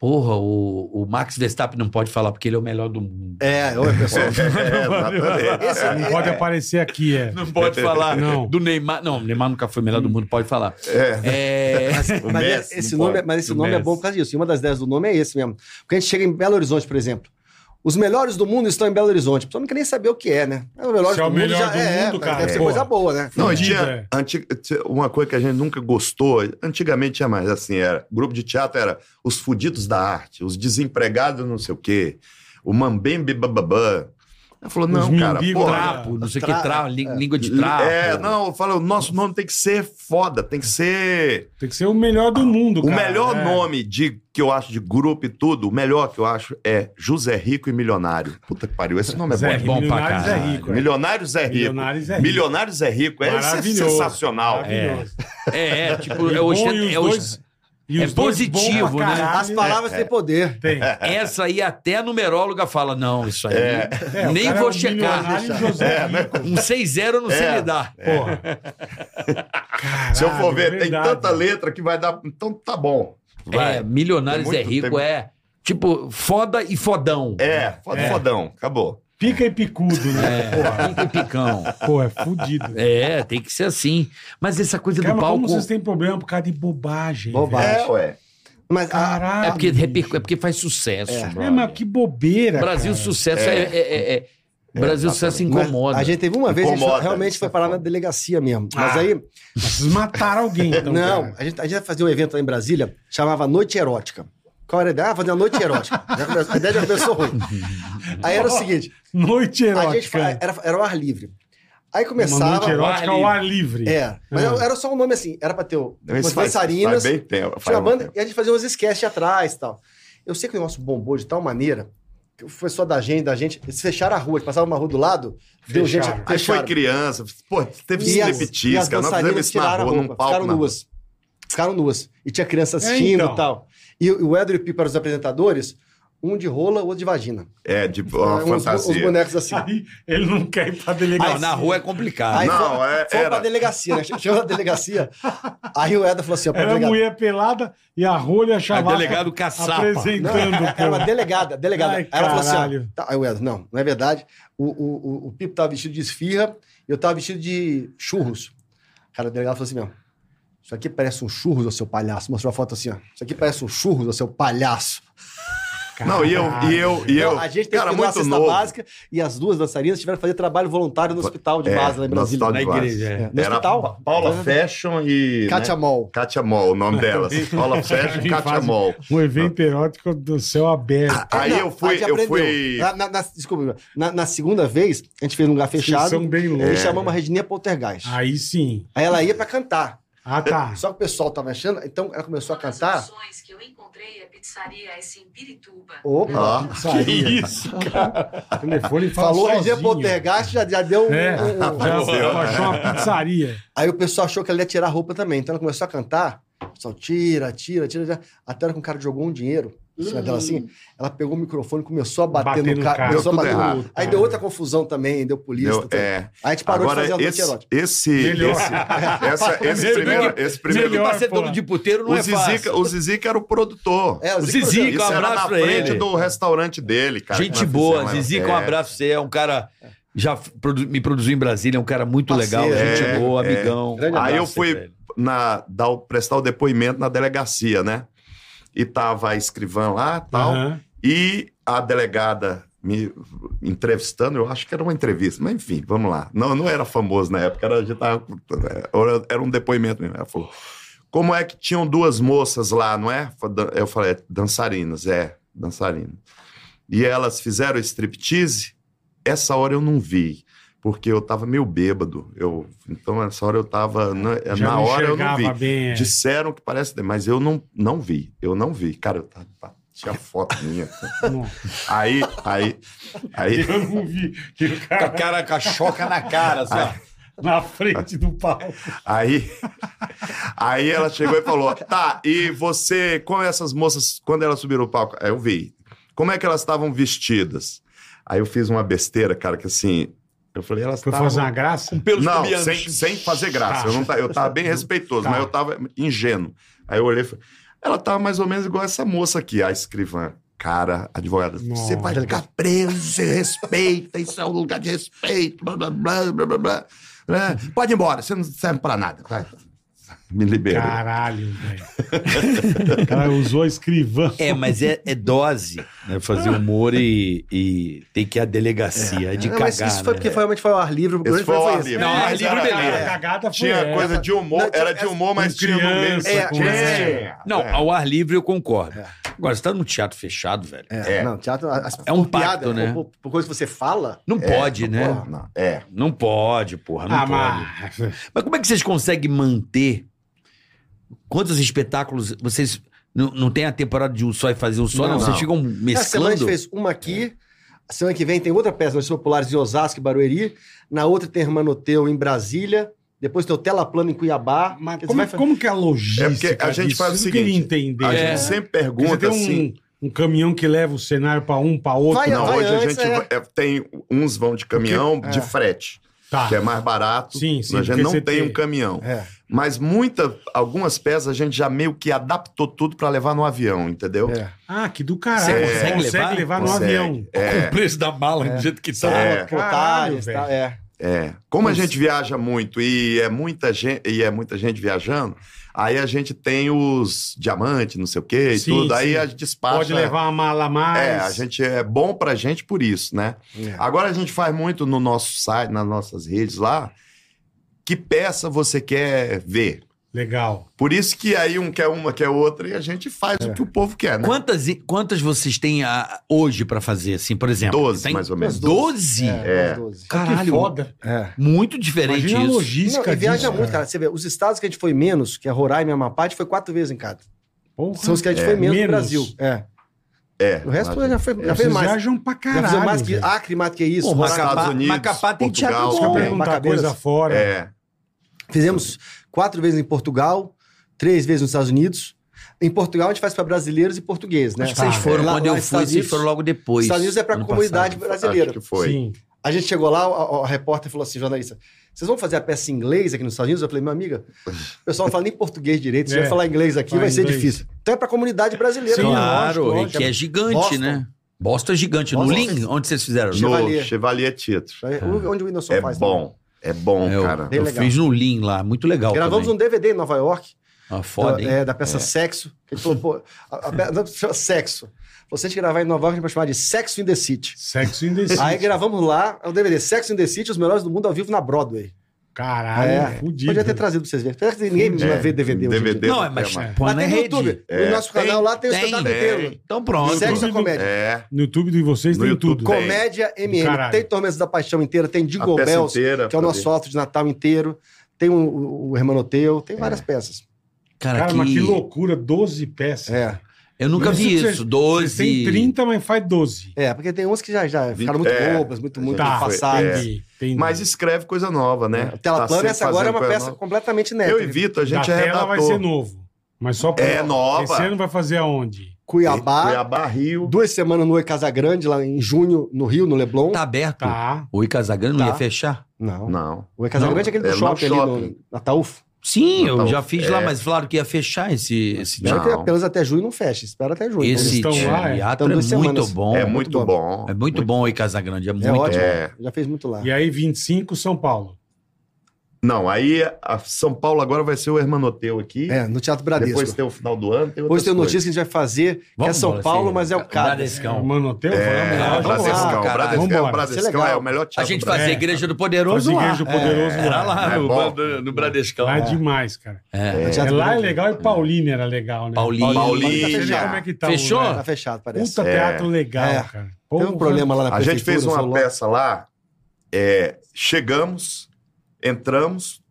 Speaker 5: porra, o, o Max Verstappen não pode falar porque ele é o melhor do mundo.
Speaker 4: É, ô, pessoal.
Speaker 6: É, exatamente.
Speaker 4: Esse-
Speaker 3: Não pode aparecer aqui, é.
Speaker 5: Não pode falar
Speaker 3: Não.
Speaker 5: do Neymar. Não, o Neymar nunca foi o
Speaker 3: Hum.
Speaker 5: melhor do mundo, pode falar. É.
Speaker 6: O
Speaker 4: Mas
Speaker 6: Messi
Speaker 4: esse
Speaker 6: não
Speaker 4: nome, é-
Speaker 6: pode.
Speaker 4: mas esse
Speaker 5: Do
Speaker 4: nome é
Speaker 5: Messi.
Speaker 4: bom por causa disso. E uma das ideias do nome é esse mesmo. Porque a gente chega em Belo Horizonte, por exemplo. Os melhores do mundo estão em Belo Horizonte. O pessoal não quer nem saber o que é, né? É o melhor
Speaker 3: Se é o melhor do mundo,
Speaker 4: mas
Speaker 3: cara,
Speaker 4: Deve ser
Speaker 3: porra.
Speaker 4: coisa boa, né?
Speaker 6: Não, e
Speaker 3: Fudido,
Speaker 6: tinha,
Speaker 3: é.
Speaker 6: anti- tinha uma coisa que a gente nunca gostou, antigamente tinha mais, assim, era, grupo de teatro era os fudidos da arte, os desempregados não sei o quê, o mambembe bababã. Ela falou,
Speaker 3: Os
Speaker 6: não, cara,
Speaker 3: mendigo
Speaker 6: porra,
Speaker 3: da-
Speaker 5: Trapo, não sei o
Speaker 4: Tra-
Speaker 5: que, trapo, lí- língua de trapo.
Speaker 6: É, não, eu falo, o nosso nome tem que ser foda, tem que ser
Speaker 3: Tem que ser o melhor do mundo,
Speaker 6: o
Speaker 3: cara.
Speaker 6: melhor
Speaker 3: É.
Speaker 6: nome de que eu acho de grupo e tudo, o melhor que eu acho é José Rico e Milionário. Puta que pariu, esse nome é
Speaker 3: Zé
Speaker 6: bom.
Speaker 3: Rico,
Speaker 5: bom pra
Speaker 3: Milionários é
Speaker 5: caralho.
Speaker 3: rico. é.
Speaker 6: Milionário Zé Rico.
Speaker 3: Milionário Zé Rico.
Speaker 6: Milionário Zé Rico. É
Speaker 3: Maravilhoso.
Speaker 6: sensacional.
Speaker 3: Maravilhoso.
Speaker 5: É, é, tipo,
Speaker 3: E
Speaker 5: é,
Speaker 3: bom,
Speaker 5: ostenta-
Speaker 3: e os
Speaker 5: é os-
Speaker 3: dois- e
Speaker 5: é
Speaker 3: os dois bom pra
Speaker 5: positivo, né?
Speaker 3: caralho, É, né?
Speaker 4: As palavras têm poder.
Speaker 3: Tem.
Speaker 5: Essa aí até a numeróloga fala, não, isso aí.
Speaker 3: É, o
Speaker 5: nem
Speaker 3: cara é
Speaker 5: vou
Speaker 3: um
Speaker 5: checar. né?
Speaker 3: milionário né? José Rico.
Speaker 5: Um 6-0 eu não sei
Speaker 6: É.
Speaker 5: lidar.
Speaker 3: Porra.
Speaker 6: Se eu for
Speaker 3: Caralho, é
Speaker 6: ver, tem
Speaker 3: verdade.
Speaker 6: tanta letra que vai dar. Então tá bom.
Speaker 5: É,
Speaker 6: Vai.
Speaker 5: milionários
Speaker 6: Tem
Speaker 5: é
Speaker 6: muito-
Speaker 5: rico,
Speaker 6: tem-
Speaker 5: é tipo foda e fodão.
Speaker 6: É, fo-
Speaker 3: É.
Speaker 6: fodão. Acabou.
Speaker 3: Pica e picudo, né?
Speaker 5: É, rico e picão.
Speaker 3: Porra. Pô, é fudido.
Speaker 5: É, tem que ser assim. Mas essa coisa
Speaker 3: Cara,
Speaker 5: do
Speaker 3: mas como
Speaker 5: palco.
Speaker 3: vocês têm problema por causa de bobagem?
Speaker 4: Bobagem.
Speaker 3: velho?
Speaker 6: É, ué.
Speaker 4: Mas a-
Speaker 3: Caralho.
Speaker 5: É porque,
Speaker 3: bicho.
Speaker 5: repercu- é porque faz sucesso.
Speaker 3: É,
Speaker 5: brother.
Speaker 3: mas que bobeira.
Speaker 5: Brasil,
Speaker 3: cara.
Speaker 5: sucesso é. é- é- é- Brasil, sucesso incomoda.
Speaker 4: Mas A gente teve uma vez, a
Speaker 6: Incomoda,
Speaker 4: gente realmente
Speaker 6: isso
Speaker 4: foi
Speaker 6: é
Speaker 4: parar
Speaker 6: foda.
Speaker 4: na delegacia mesmo. Mas
Speaker 3: Ah,
Speaker 4: aí,
Speaker 3: Vocês mataram alguém, então.
Speaker 4: não,
Speaker 3: cara.
Speaker 4: a gente, a gente fazia um evento lá em Brasília, chamava Noite Erótica. Qual era a ideia? Ah, fazer uma noite erótica. Já começou- a ideia já começou ruim. Aí era o seguinte,
Speaker 3: Noite
Speaker 4: a gente fa-
Speaker 3: erótica.
Speaker 4: era, era o ar livre. Aí
Speaker 3: Uma noite
Speaker 4: começava...
Speaker 3: erótica ao ar livre.
Speaker 4: É, mas
Speaker 3: Ah.
Speaker 4: era só um nome assim, era pra ter o- umas
Speaker 6: Isso faz-
Speaker 4: dançarinas,
Speaker 6: Faz bem tempo.
Speaker 4: tinha
Speaker 6: faz
Speaker 4: a
Speaker 6: um
Speaker 4: banda,
Speaker 6: tempo.
Speaker 4: e a gente fazia umas esquetes atrás e tal. Eu sei que o negócio bombou de tal maneira, que foi só da gente, da gente, eles fecharam a rua, eles passavam uma rua do lado, deu gente...
Speaker 3: Fecharam.
Speaker 6: Aí foi
Speaker 4: fecharam.
Speaker 6: criança. Pô, teve
Speaker 4: E as- e as
Speaker 6: striptease, cara. Nós fizemos
Speaker 4: dançarinas
Speaker 6: isso na
Speaker 4: tiraram a
Speaker 6: rua, num
Speaker 4: roupa,
Speaker 6: palco.
Speaker 4: ficaram
Speaker 6: na rua.
Speaker 4: nuas. Ficaram nuas. E tinha
Speaker 3: É,
Speaker 4: criança assistindo
Speaker 3: então.
Speaker 4: e tal. E, o Edro e o Pipa eram os apresentadores, um de rola, outro de vagina.
Speaker 6: É, de uma
Speaker 4: É, uns- Os
Speaker 6: fantasia.
Speaker 4: bonecos assim.
Speaker 3: Aí ele não quer ir pra delegacia.
Speaker 5: Não, na rua é complicado.
Speaker 4: Aí
Speaker 6: Não,
Speaker 4: foi,
Speaker 6: é-
Speaker 4: foi
Speaker 6: era.
Speaker 4: pra delegacia, né? Chegou na delegacia. Aí o Edro falou
Speaker 6: Tá
Speaker 4: assim, ó, pra
Speaker 3: Era a
Speaker 4: delegada.
Speaker 3: mulher pelada e a rolha chamada.
Speaker 5: delegado caçapa.
Speaker 4: Não,
Speaker 6: um
Speaker 3: Apresentando.
Speaker 4: era, era uma
Speaker 3: pô.
Speaker 4: delegada, delegada.
Speaker 3: Ai,
Speaker 4: aí ela falou assim,
Speaker 3: caralho.
Speaker 4: ó, tá, aí o Edro, não, não é verdade. O, o, o, o Pipo tava vestido de esfirra e eu tava vestido de churros. Cara, a delegada falou assim mesmo. Isso aqui parece um churros, ô seu palhaço. Mostrou a foto assim, ó. Isso aqui parece um churros, ô seu palhaço.
Speaker 6: Não, e eu, e eu, e eu.
Speaker 4: Não, a gente teve
Speaker 6: cara,
Speaker 4: que ir na
Speaker 6: muito
Speaker 4: cesta
Speaker 6: novo.
Speaker 4: básica e as duas dançarinas tiveram que fazer trabalho voluntário no hospital de
Speaker 6: É,
Speaker 4: base lá em
Speaker 6: no
Speaker 4: Brasília.
Speaker 6: hospital
Speaker 5: Na
Speaker 6: de base.
Speaker 5: igreja, é.
Speaker 4: É, no
Speaker 6: Era
Speaker 4: hospital.
Speaker 6: Pa- Paula Fashion e.
Speaker 4: Katia
Speaker 6: né?
Speaker 4: Mol.
Speaker 6: Katia Mol, o nome delas. Paula Fashion e Katia
Speaker 3: Faz Ah,
Speaker 6: Mol.
Speaker 3: Um evento erótico do céu aberto.
Speaker 6: Aí
Speaker 4: Não,
Speaker 6: eu fui,
Speaker 4: a gente
Speaker 6: eu
Speaker 4: aprendeu.
Speaker 6: fui. Ah,
Speaker 4: Na, na- na- desculpa, na, na segunda vez, a gente fez num lugar
Speaker 3: Vocês
Speaker 4: fechado
Speaker 3: são
Speaker 6: É.
Speaker 3: bem
Speaker 4: e
Speaker 3: loucos.
Speaker 4: chamamos a Regina Poltergeist.
Speaker 3: Aí sim.
Speaker 4: Aí ela ia pra cantar.
Speaker 3: Ah, tá.
Speaker 4: Só que o pessoal tava achando, então ela começou a
Speaker 1: Uma das
Speaker 4: cantar.
Speaker 1: opções que eu encontrei é pizzaria S em Pirituba.
Speaker 4: Opa!
Speaker 6: Ah,
Speaker 3: Que isso, cara? O telefone fala
Speaker 4: Falou
Speaker 3: sozinho.
Speaker 4: Regina Poltergeist, já, já deu um-
Speaker 3: É,
Speaker 4: um- um-
Speaker 3: já
Speaker 6: Porra.
Speaker 3: eu achou uma pizzaria.
Speaker 4: Aí o pessoal achou que ela ia tirar a roupa também. Então ela começou a cantar. O pessoal tira, tira, tira. tira. Até a hora que um cara jogou um dinheiro em cima dela assim. Ela pegou o microfone e começou a bater, no cara.
Speaker 6: Deu
Speaker 4: começou a
Speaker 6: tudo
Speaker 4: bater no-
Speaker 6: errado.
Speaker 4: Aí deu outra confusão também, deu polícia.
Speaker 6: Deu-
Speaker 4: tudo.
Speaker 6: é.
Speaker 4: Aí a gente parou de
Speaker 6: Agora,
Speaker 4: fazer a noite
Speaker 6: esse,
Speaker 4: erótica.
Speaker 6: esse,
Speaker 3: Melhor.
Speaker 6: esse, essa- esse
Speaker 3: Melhor.
Speaker 6: primeiro, esse primeiro
Speaker 5: Melhor
Speaker 3: Melhor,
Speaker 5: pra ser
Speaker 3: porra.
Speaker 5: dono tá de puteiro não
Speaker 6: o
Speaker 5: é fácil.
Speaker 6: Zizica, o Zizica era o produtor.
Speaker 4: É, o
Speaker 5: O
Speaker 4: Zico-
Speaker 5: Zizica,
Speaker 6: Isso
Speaker 5: um
Speaker 6: era na
Speaker 5: abraço pra
Speaker 6: frente
Speaker 5: ele.
Speaker 6: do restaurante dele, cara. é que
Speaker 5: Gente
Speaker 6: nós
Speaker 5: boa,
Speaker 6: fizemos,
Speaker 5: Zizica,
Speaker 6: é.
Speaker 5: um abraço. Você é um cara. Já f- produ- me produziu em Brasília, é um cara muito
Speaker 4: Parceiro.
Speaker 5: legal, gente
Speaker 6: É,
Speaker 5: boa,
Speaker 6: é.
Speaker 5: amigão.
Speaker 4: Grande
Speaker 5: Abraço
Speaker 6: Aí eu
Speaker 5: aí
Speaker 6: fui-
Speaker 5: pra ele.
Speaker 6: Na, dar o- prestar o depoimento na delegacia, né? E tava a escrivã lá tal.
Speaker 3: Aham.
Speaker 6: E a delegada me entrevistando, eu acho que era uma entrevista, mas enfim, vamos lá. Não, não era famoso na época, era, a gente tava- era- era um depoimento mesmo. Ela falou: Como é que tinham duas moças lá, não é? Eu falei: "É, dançarinas, é, dançarinas. E elas fizeram striptease? Essa hora eu não vi. Porque eu tava meio bêbado. Eu, então, essa hora eu tava. Na,
Speaker 3: Já
Speaker 6: É, na
Speaker 3: não
Speaker 6: hora eu não
Speaker 3: enxergava
Speaker 6: vi.
Speaker 3: Bem, é.
Speaker 6: Disseram que parece, mas eu não, não vi. Eu não vi. Cara, eu tava, tinha foto minha.
Speaker 3: Nossa,
Speaker 6: Aí, aí, aí.
Speaker 3: Eu não vi que o
Speaker 5: Com a
Speaker 3: cara
Speaker 5: cara com a choca na cara, assim, sabe?
Speaker 3: na frente do palco.
Speaker 6: Aí, aí ela chegou e falou: tá, e você, com essas moças, quando elas subiram o palco? Aí eu vi. Como é que elas estavam vestidas? Aí eu fiz uma besteira, cara, que assim. Eu falei, elas
Speaker 3: Foi
Speaker 6: estavam.
Speaker 3: fazer uma graça?
Speaker 5: Pelos
Speaker 6: Não,
Speaker 5: tubianos.
Speaker 6: sem, sem fazer graça.
Speaker 3: Tá.
Speaker 6: Eu, não ta- eu tava bem respeitoso,
Speaker 3: Tá.
Speaker 6: mas eu tava ingênuo. Aí eu olhei e falei, ela tava mais ou menos igual essa moça aqui, a escrivã. Cara, advogada,
Speaker 3: Nossa.
Speaker 6: você vai ficar preso, você respeita, isso é um lugar de respeito, blá, blá, blá, blá, blá, blá. Né? Pode ir embora, você não serve pra nada. vai." me liberou.
Speaker 3: Caralho, velho. O cara usou escrivã.
Speaker 5: É, mas é, é dose, né? Fazer humor e, e tem que ir à delegacia, é de
Speaker 4: Não,
Speaker 5: cagar,
Speaker 4: mas isso
Speaker 5: né?
Speaker 4: foi porque foi, realmente foi o ar livre. O
Speaker 6: Esse
Speaker 4: grande
Speaker 6: foi o
Speaker 4: problema
Speaker 6: ar livre.
Speaker 3: Não,
Speaker 6: Mas
Speaker 3: mas
Speaker 6: era-
Speaker 3: a
Speaker 5: beleza.
Speaker 3: a cagada foi
Speaker 6: Tinha
Speaker 3: essa.
Speaker 6: coisa de humor,
Speaker 4: Não,
Speaker 6: era de humor, mas
Speaker 3: com
Speaker 6: tinha no meio.
Speaker 3: criança,
Speaker 6: É,
Speaker 4: com-
Speaker 6: tinha.
Speaker 5: Não,
Speaker 6: É.
Speaker 5: ao ar livre eu concordo. Agora, você tá num teatro fechado, velho.
Speaker 4: É, não, teatro. As,
Speaker 5: É um
Speaker 4: por piada,
Speaker 5: pacto, né?
Speaker 4: Por, por coisa que você fala.
Speaker 5: Não pode, né?
Speaker 6: Porra, não. É.
Speaker 5: Não pode, porra, não
Speaker 3: Ah,
Speaker 5: pode.
Speaker 3: mas...
Speaker 5: Mas como é que vocês conseguem manter? Quantos espetáculos vocês. Não, não tem a temporada de um só e fazer um só, não.
Speaker 6: Não,
Speaker 5: Vocês
Speaker 6: não.
Speaker 5: ficam
Speaker 4: Essa Ah, semana a
Speaker 5: mesclando.
Speaker 4: gente fez uma aqui. a Semana que vem tem outra peça nos populares em Osasco e Barueri. Na outra tem Hermanoteu em Brasília. Depois tem o Tela Plano em Cuiabá.
Speaker 3: Mas
Speaker 4: Quer dizer,
Speaker 3: como,
Speaker 4: vai-
Speaker 3: como que é a logística?
Speaker 6: É porque a gente
Speaker 3: disso?
Speaker 6: faz o
Speaker 3: Eu não queria
Speaker 6: seguinte,
Speaker 3: entender.
Speaker 6: A
Speaker 5: É.
Speaker 6: gente sempre
Speaker 3: Porque Você
Speaker 6: pergunta
Speaker 3: tem um,
Speaker 6: assim.
Speaker 3: um caminhão que leva o cenário pra um, pra outro.
Speaker 4: Vai,
Speaker 3: pra-
Speaker 6: Não,
Speaker 4: vai
Speaker 6: hoje a
Speaker 4: antes,
Speaker 6: gente
Speaker 4: é.
Speaker 6: va- é, tem. Uns vão de caminhão, de frete,
Speaker 3: tá.
Speaker 6: que é mais barato.
Speaker 3: Sim, sim,
Speaker 6: a gente
Speaker 3: porque
Speaker 6: não
Speaker 3: você
Speaker 6: tem,
Speaker 3: tem-
Speaker 6: um caminhão.
Speaker 4: É.
Speaker 6: Mas muita, algumas peças a gente já meio que adaptou tudo pra levar no avião, entendeu?
Speaker 4: É.
Speaker 3: Ah, que do caralho.
Speaker 5: Você
Speaker 3: consegue, É,
Speaker 5: consegue levar?
Speaker 3: levar, no
Speaker 6: Consegue.
Speaker 3: avião.
Speaker 5: Com o preço da mala do jeito que tá.
Speaker 6: É.
Speaker 3: Caralho,
Speaker 4: Otários, tá?
Speaker 3: velho.
Speaker 4: É.
Speaker 6: É. Como a gente viaja muito e é muita gente, e é muita gente viajando, aí a gente tem os diamantes, não sei o quê, e
Speaker 3: Sim,
Speaker 6: tudo. Aí
Speaker 3: sim.
Speaker 6: a gente despacha.
Speaker 3: Pode levar uma mala a mais.
Speaker 6: É, a gente é bom pra gente por isso, né? Agora a gente faz muito no nosso site, nas nossas redes lá, que peça você quer ver.
Speaker 3: Legal.
Speaker 6: Por isso que aí um quer uma, quer outra, e a gente faz
Speaker 4: É.
Speaker 6: o que o povo quer, né?
Speaker 5: Quantas, quantas vocês têm ah, hoje pra fazer, assim, por exemplo?
Speaker 6: Doze,
Speaker 5: Tem
Speaker 6: mais ou menos.
Speaker 5: Doze?
Speaker 6: É.
Speaker 4: umas 12.
Speaker 5: Caralho.
Speaker 3: Que foda.
Speaker 4: É.
Speaker 5: Muito diferente
Speaker 3: Imagina a
Speaker 5: isso.
Speaker 3: logística
Speaker 4: Não, e viaja
Speaker 3: disso,
Speaker 4: muito, cara. Você vê, os estados que a gente foi menos, que é Roraima e Amapá, a gente foi quatro vezes em cada.
Speaker 3: Porra.
Speaker 4: São os que a gente
Speaker 6: É.
Speaker 4: foi menos,
Speaker 3: Menos.
Speaker 4: no Brasil. É.
Speaker 6: É.
Speaker 4: O resto
Speaker 6: mas-
Speaker 4: já foi, já foi
Speaker 3: Vocês
Speaker 4: mais.
Speaker 3: viajam pra
Speaker 4: já
Speaker 3: caralho.
Speaker 4: fizemos mais que
Speaker 3: velho.
Speaker 4: Acre, mais que isso.
Speaker 5: Pô,
Speaker 4: Roraima.
Speaker 6: Estados
Speaker 5: Macapá,
Speaker 6: Unidos,
Speaker 5: Macapá tem
Speaker 6: Portugal,
Speaker 5: teatro
Speaker 6: os
Speaker 3: Deixa eu
Speaker 5: bom.
Speaker 6: Macapá.
Speaker 3: perguntar
Speaker 4: Macabeiras.
Speaker 3: coisa fora.
Speaker 6: É.
Speaker 4: Fizemos quatro vezes em Portugal, três vezes nos Estados Unidos. Em Portugal, a gente faz para brasileiros e português, né?
Speaker 5: Acho que vocês foram
Speaker 3: é.
Speaker 4: Lá-
Speaker 5: quando
Speaker 4: lá
Speaker 5: eu
Speaker 4: nos
Speaker 5: fui,
Speaker 4: Estados
Speaker 5: vocês
Speaker 4: Unidos-
Speaker 5: foram logo depois.
Speaker 4: Os Estados Unidos é para a
Speaker 5: ano
Speaker 4: comunidade
Speaker 5: passado. Ah,
Speaker 4: brasileira.
Speaker 6: Acho que foi.
Speaker 3: Sim.
Speaker 4: A gente chegou lá, o, o repórter falou assim, jornalista, vocês vão fazer a peça em inglês aqui nos Estados Unidos? Eu falei, minha amiga, o pessoal não fala nem português direito, se
Speaker 3: É.
Speaker 4: vai falar inglês aqui,
Speaker 3: Fala
Speaker 4: vai ser
Speaker 3: inglês.
Speaker 4: difícil. Então é para a comunidade brasileira.
Speaker 3: Sim,
Speaker 4: né?
Speaker 5: Claro,
Speaker 3: lógico,
Speaker 5: é
Speaker 3: lógico.
Speaker 5: que é gigante,
Speaker 4: Boston.
Speaker 5: né? Boston é gigante. No
Speaker 4: Boston.
Speaker 5: Lin, onde vocês fizeram?
Speaker 6: No
Speaker 4: Chevalier.
Speaker 6: Chevalier Tieto.
Speaker 4: Aí, o- Onde o Whindersson
Speaker 6: É
Speaker 4: faz.
Speaker 6: bom. É bom,
Speaker 5: eu,
Speaker 6: cara.
Speaker 4: Bem
Speaker 5: eu
Speaker 4: legal.
Speaker 5: fiz no Lean lá, muito legal.
Speaker 4: Também. Gravamos
Speaker 5: também.
Speaker 4: um DVD em Nova York,
Speaker 5: Ah, foda,
Speaker 4: da,
Speaker 5: hein?
Speaker 4: é, da peça Sexo. Que a gente falou, pô, a, a, pe- não, chama Sexo. Você gente gravar em Nova York, a gente vai chamar de Sexo in the City.
Speaker 3: Sexo indeciso.
Speaker 4: Aí gravamos lá, é o DVD Sexo in the City, os melhores do mundo ao vivo na Broadway.
Speaker 3: Caralho,
Speaker 4: É.
Speaker 3: Ah, fudido.
Speaker 4: Podia ter trazido pra vocês verem. Apesar que ninguém vai
Speaker 6: É,
Speaker 4: ver DVD hoje em
Speaker 6: DVD.
Speaker 4: dia.
Speaker 5: Não, é, mas
Speaker 6: É,
Speaker 5: põe
Speaker 4: Lá
Speaker 5: na
Speaker 4: tem no
Speaker 5: rede.
Speaker 4: YouTube.
Speaker 6: É.
Speaker 4: No nosso canal lá tem o espetáculo
Speaker 6: tem.
Speaker 4: inteiro.
Speaker 5: Então pronto.
Speaker 4: Sexo é comédia.
Speaker 6: É.
Speaker 3: No YouTube de vocês
Speaker 6: No
Speaker 3: tem
Speaker 6: YouTube
Speaker 3: tudo.
Speaker 6: tem.
Speaker 4: Comédia MM.
Speaker 3: Caralho.
Speaker 4: Tem Tormentos da Paixão inteira, tem
Speaker 6: A
Speaker 4: Jingle
Speaker 6: peça
Speaker 4: Bells,
Speaker 6: inteira.
Speaker 4: que é o nosso
Speaker 6: fazer.
Speaker 4: alto de Natal inteiro, tem o, o, o Hermanoteu, tem várias peças.
Speaker 5: Cara,
Speaker 3: Cara,
Speaker 5: que...
Speaker 3: mas que loucura, 12 peças.
Speaker 4: É.
Speaker 5: Eu nunca
Speaker 3: Mas
Speaker 5: vi
Speaker 3: você-
Speaker 5: isso.
Speaker 3: Vocês
Speaker 5: 12.
Speaker 3: têm 30, mas faz 12.
Speaker 4: É, porque tem uns que já, já ficaram muito
Speaker 6: É.
Speaker 4: bobas, muito, muito
Speaker 3: Tá,
Speaker 4: passadas.
Speaker 3: Entendi, entendi.
Speaker 6: Mas escreve coisa nova, né?
Speaker 4: O Tela
Speaker 6: Tá
Speaker 4: Plana,
Speaker 6: sempre
Speaker 4: essa agora é
Speaker 6: fazendo
Speaker 4: uma
Speaker 6: coisa
Speaker 4: peça
Speaker 6: nova.
Speaker 4: completamente né?
Speaker 6: Eu
Speaker 4: inédita.
Speaker 6: evito, a gente
Speaker 3: da
Speaker 6: é
Speaker 3: tela
Speaker 6: redator.
Speaker 3: vai ser novo. Mas só pra...
Speaker 6: É nova.
Speaker 3: Esse ano vai fazer aonde?
Speaker 4: Cuiabá,
Speaker 6: Cuiabá, Rio.
Speaker 4: duas semanas no Oi Casa Grande, lá em junho, no Rio, no Leblon.
Speaker 5: Tá aberto.
Speaker 3: Tá.
Speaker 5: Oi, Casagrande, não
Speaker 4: um Tá.
Speaker 5: ia fechar?
Speaker 4: Não.
Speaker 6: Não.
Speaker 4: O Oi Casa
Speaker 6: Não,
Speaker 4: Grande é aquele do
Speaker 6: é no
Speaker 4: shopping, ali
Speaker 6: shopping.
Speaker 4: no, na Taúfo.
Speaker 5: Sim, eu
Speaker 6: Então,
Speaker 5: já fiz lá,
Speaker 6: é.
Speaker 5: mas falaram que ia fechar esse... esse
Speaker 6: Não.
Speaker 4: Espero que apenas até junho não feche. Espera até junho.
Speaker 5: Esse
Speaker 3: estão lá, é.
Speaker 5: teatro
Speaker 4: Estão
Speaker 5: é
Speaker 4: duas
Speaker 5: muito
Speaker 4: semanas.
Speaker 5: bom.
Speaker 6: é muito,
Speaker 4: muito
Speaker 6: bom.
Speaker 5: É muito bom, Oi, Casagrande. É muito
Speaker 4: É ótimo.
Speaker 6: É.
Speaker 4: Já fez muito lá.
Speaker 3: E aí, 25, São Paulo.
Speaker 6: Não, aí a São Paulo agora vai ser o Hermanoteu aqui.
Speaker 4: É, no Teatro Bradesco.
Speaker 6: Depois tem o final do ano.
Speaker 4: Hoje
Speaker 6: Tem
Speaker 4: tem
Speaker 6: outras
Speaker 4: uma notícia
Speaker 6: coisas.
Speaker 4: que a gente vai fazer, que é São
Speaker 5: embora,
Speaker 4: Paulo,
Speaker 5: filho.
Speaker 4: mas é o cara.
Speaker 5: Bradescão.
Speaker 3: Mano, hotel?
Speaker 6: É,
Speaker 5: Vamos lá,
Speaker 6: Bradescão,
Speaker 5: vamos lá,
Speaker 6: Bradescão,
Speaker 5: caralho.
Speaker 6: Bradescão,
Speaker 3: Vambora.
Speaker 4: Isso é
Speaker 6: Bradescão
Speaker 4: legal.
Speaker 6: é o melhor
Speaker 5: A
Speaker 6: teatro
Speaker 5: gente
Speaker 6: do Brasil.
Speaker 5: fazia Igreja do Poderoso
Speaker 3: Fazia
Speaker 5: lá.
Speaker 3: Igreja do um Poderoso
Speaker 5: É, Era
Speaker 3: lá.
Speaker 5: lá então.
Speaker 6: É
Speaker 5: no,
Speaker 6: bom.
Speaker 5: no- no Bradescão.
Speaker 3: Lá é demais, cara.
Speaker 5: É.
Speaker 3: É, lá é legal e Paulina era legal, né?
Speaker 5: Paulinho.
Speaker 6: Paulinho.
Speaker 3: Não sei
Speaker 6: Fechou?
Speaker 3: Como é que tá
Speaker 5: Fechou?
Speaker 3: o-
Speaker 4: Tá fechado, parece.
Speaker 3: Puta
Speaker 6: É.
Speaker 3: teatro legal,
Speaker 4: É.
Speaker 3: cara.
Speaker 4: Teve
Speaker 3: Porra.
Speaker 4: um problema lá na
Speaker 6: A gente
Speaker 4: prefeitura,
Speaker 6: fez uma
Speaker 4: falou-
Speaker 6: peça lá, é, chegamos, entramos,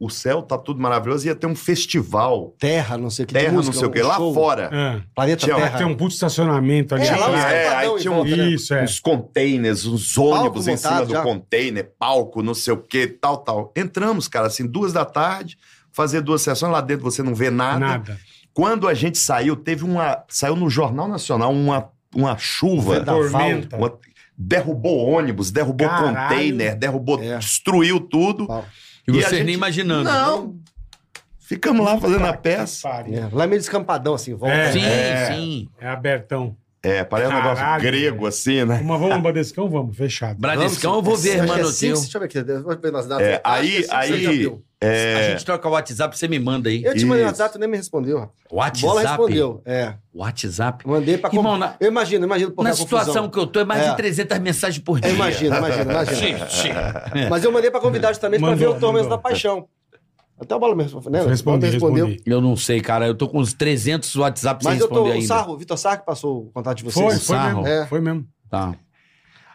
Speaker 6: o céu tá tudo maravilhoso, ia ter um festival,
Speaker 4: Terra, não sei o que. de
Speaker 6: terra,
Speaker 4: música,
Speaker 6: não sei o que,
Speaker 4: um
Speaker 6: lá
Speaker 4: show.
Speaker 6: fora.
Speaker 3: Ah,
Speaker 4: Planeta
Speaker 6: Tinha-
Speaker 4: Terra.
Speaker 3: tem um puto estacionamento ali.
Speaker 4: É,
Speaker 3: atrás.
Speaker 4: lá os
Speaker 6: é,
Speaker 4: pancadão
Speaker 6: aí
Speaker 4: em
Speaker 6: tinha um-
Speaker 4: volta, né?
Speaker 3: Isso, é.
Speaker 6: Os containers, os ônibus em cima
Speaker 4: montado
Speaker 6: do
Speaker 4: já.
Speaker 6: container, palco, não sei o que, tal, tal. Entramos, cara, assim, duas da tarde, fazer duas sessões lá dentro, você não vê nada.
Speaker 3: Nada.
Speaker 6: Quando a gente saiu, teve uma. Saiu no Jornal Nacional uma, uma chuva.
Speaker 4: Vendaval.
Speaker 3: Tormenta.
Speaker 6: Uma- derrubou ônibus, derrubou
Speaker 3: Caralho.
Speaker 6: container, derrubou,
Speaker 4: É.
Speaker 6: destruiu tudo.
Speaker 4: Pau.
Speaker 5: E
Speaker 6: E a
Speaker 5: vocês
Speaker 6: gente-
Speaker 5: nem imaginando.
Speaker 6: Não. Ficamos lá fazendo a peça.
Speaker 3: Puta que pariu.
Speaker 4: É, Lá é meio descampadão, assim, volta.
Speaker 3: É.
Speaker 5: Sim,
Speaker 6: É.
Speaker 5: sim.
Speaker 3: É abertão.
Speaker 6: É, parece um negócio
Speaker 3: Caralho,
Speaker 6: grego assim, né?
Speaker 3: Mas vamos no Badescão? Vamos, fechado.
Speaker 5: Bradescão, eu vou ver,
Speaker 4: Acho que é
Speaker 5: mano.
Speaker 4: cinco,
Speaker 5: Teu.
Speaker 4: Deixa eu ver aqui, eu vou ver nas datas.
Speaker 6: É,
Speaker 4: Ah,
Speaker 6: aí-
Speaker 4: acho que é cinco,
Speaker 6: aí-
Speaker 4: você já viu.
Speaker 5: A
Speaker 6: É,
Speaker 5: gente troca o WhatsApp, você me manda aí.
Speaker 4: Eu te mandei
Speaker 6: Isso.
Speaker 4: uma data e nem me respondeu. rapaz. Bola
Speaker 5: WhatsApp.
Speaker 4: respondeu. É.
Speaker 5: WhatsApp.
Speaker 4: Mandei pra.
Speaker 5: Irmão,
Speaker 4: com-
Speaker 5: na-
Speaker 4: Eu imagino, imagino. pô,
Speaker 5: Na
Speaker 4: a confusão.
Speaker 5: situação que eu tô, é mais de
Speaker 4: É.
Speaker 5: 300 mensagens por dia.
Speaker 4: Eu imagino, imagino, imagino. É. Mas eu mandei pra convidar justamente pra
Speaker 3: Mandou,
Speaker 4: ver o Tormento
Speaker 3: mandou.
Speaker 4: da Paixão. Até o Bola me respondeu. Né? O Bola
Speaker 3: Respondi,
Speaker 4: respondeu.
Speaker 3: respondi.
Speaker 5: Eu não sei, cara. Eu tô com uns 300 WhatsApp sem
Speaker 4: Mas eu tô.
Speaker 5: responder
Speaker 4: O
Speaker 5: ainda.
Speaker 4: Sarro, o Vitor Sarro que passou o contato de vocês.
Speaker 3: Foi, foi
Speaker 5: Sarro.
Speaker 3: mesmo.
Speaker 4: É.
Speaker 3: Foi mesmo.
Speaker 5: Tá.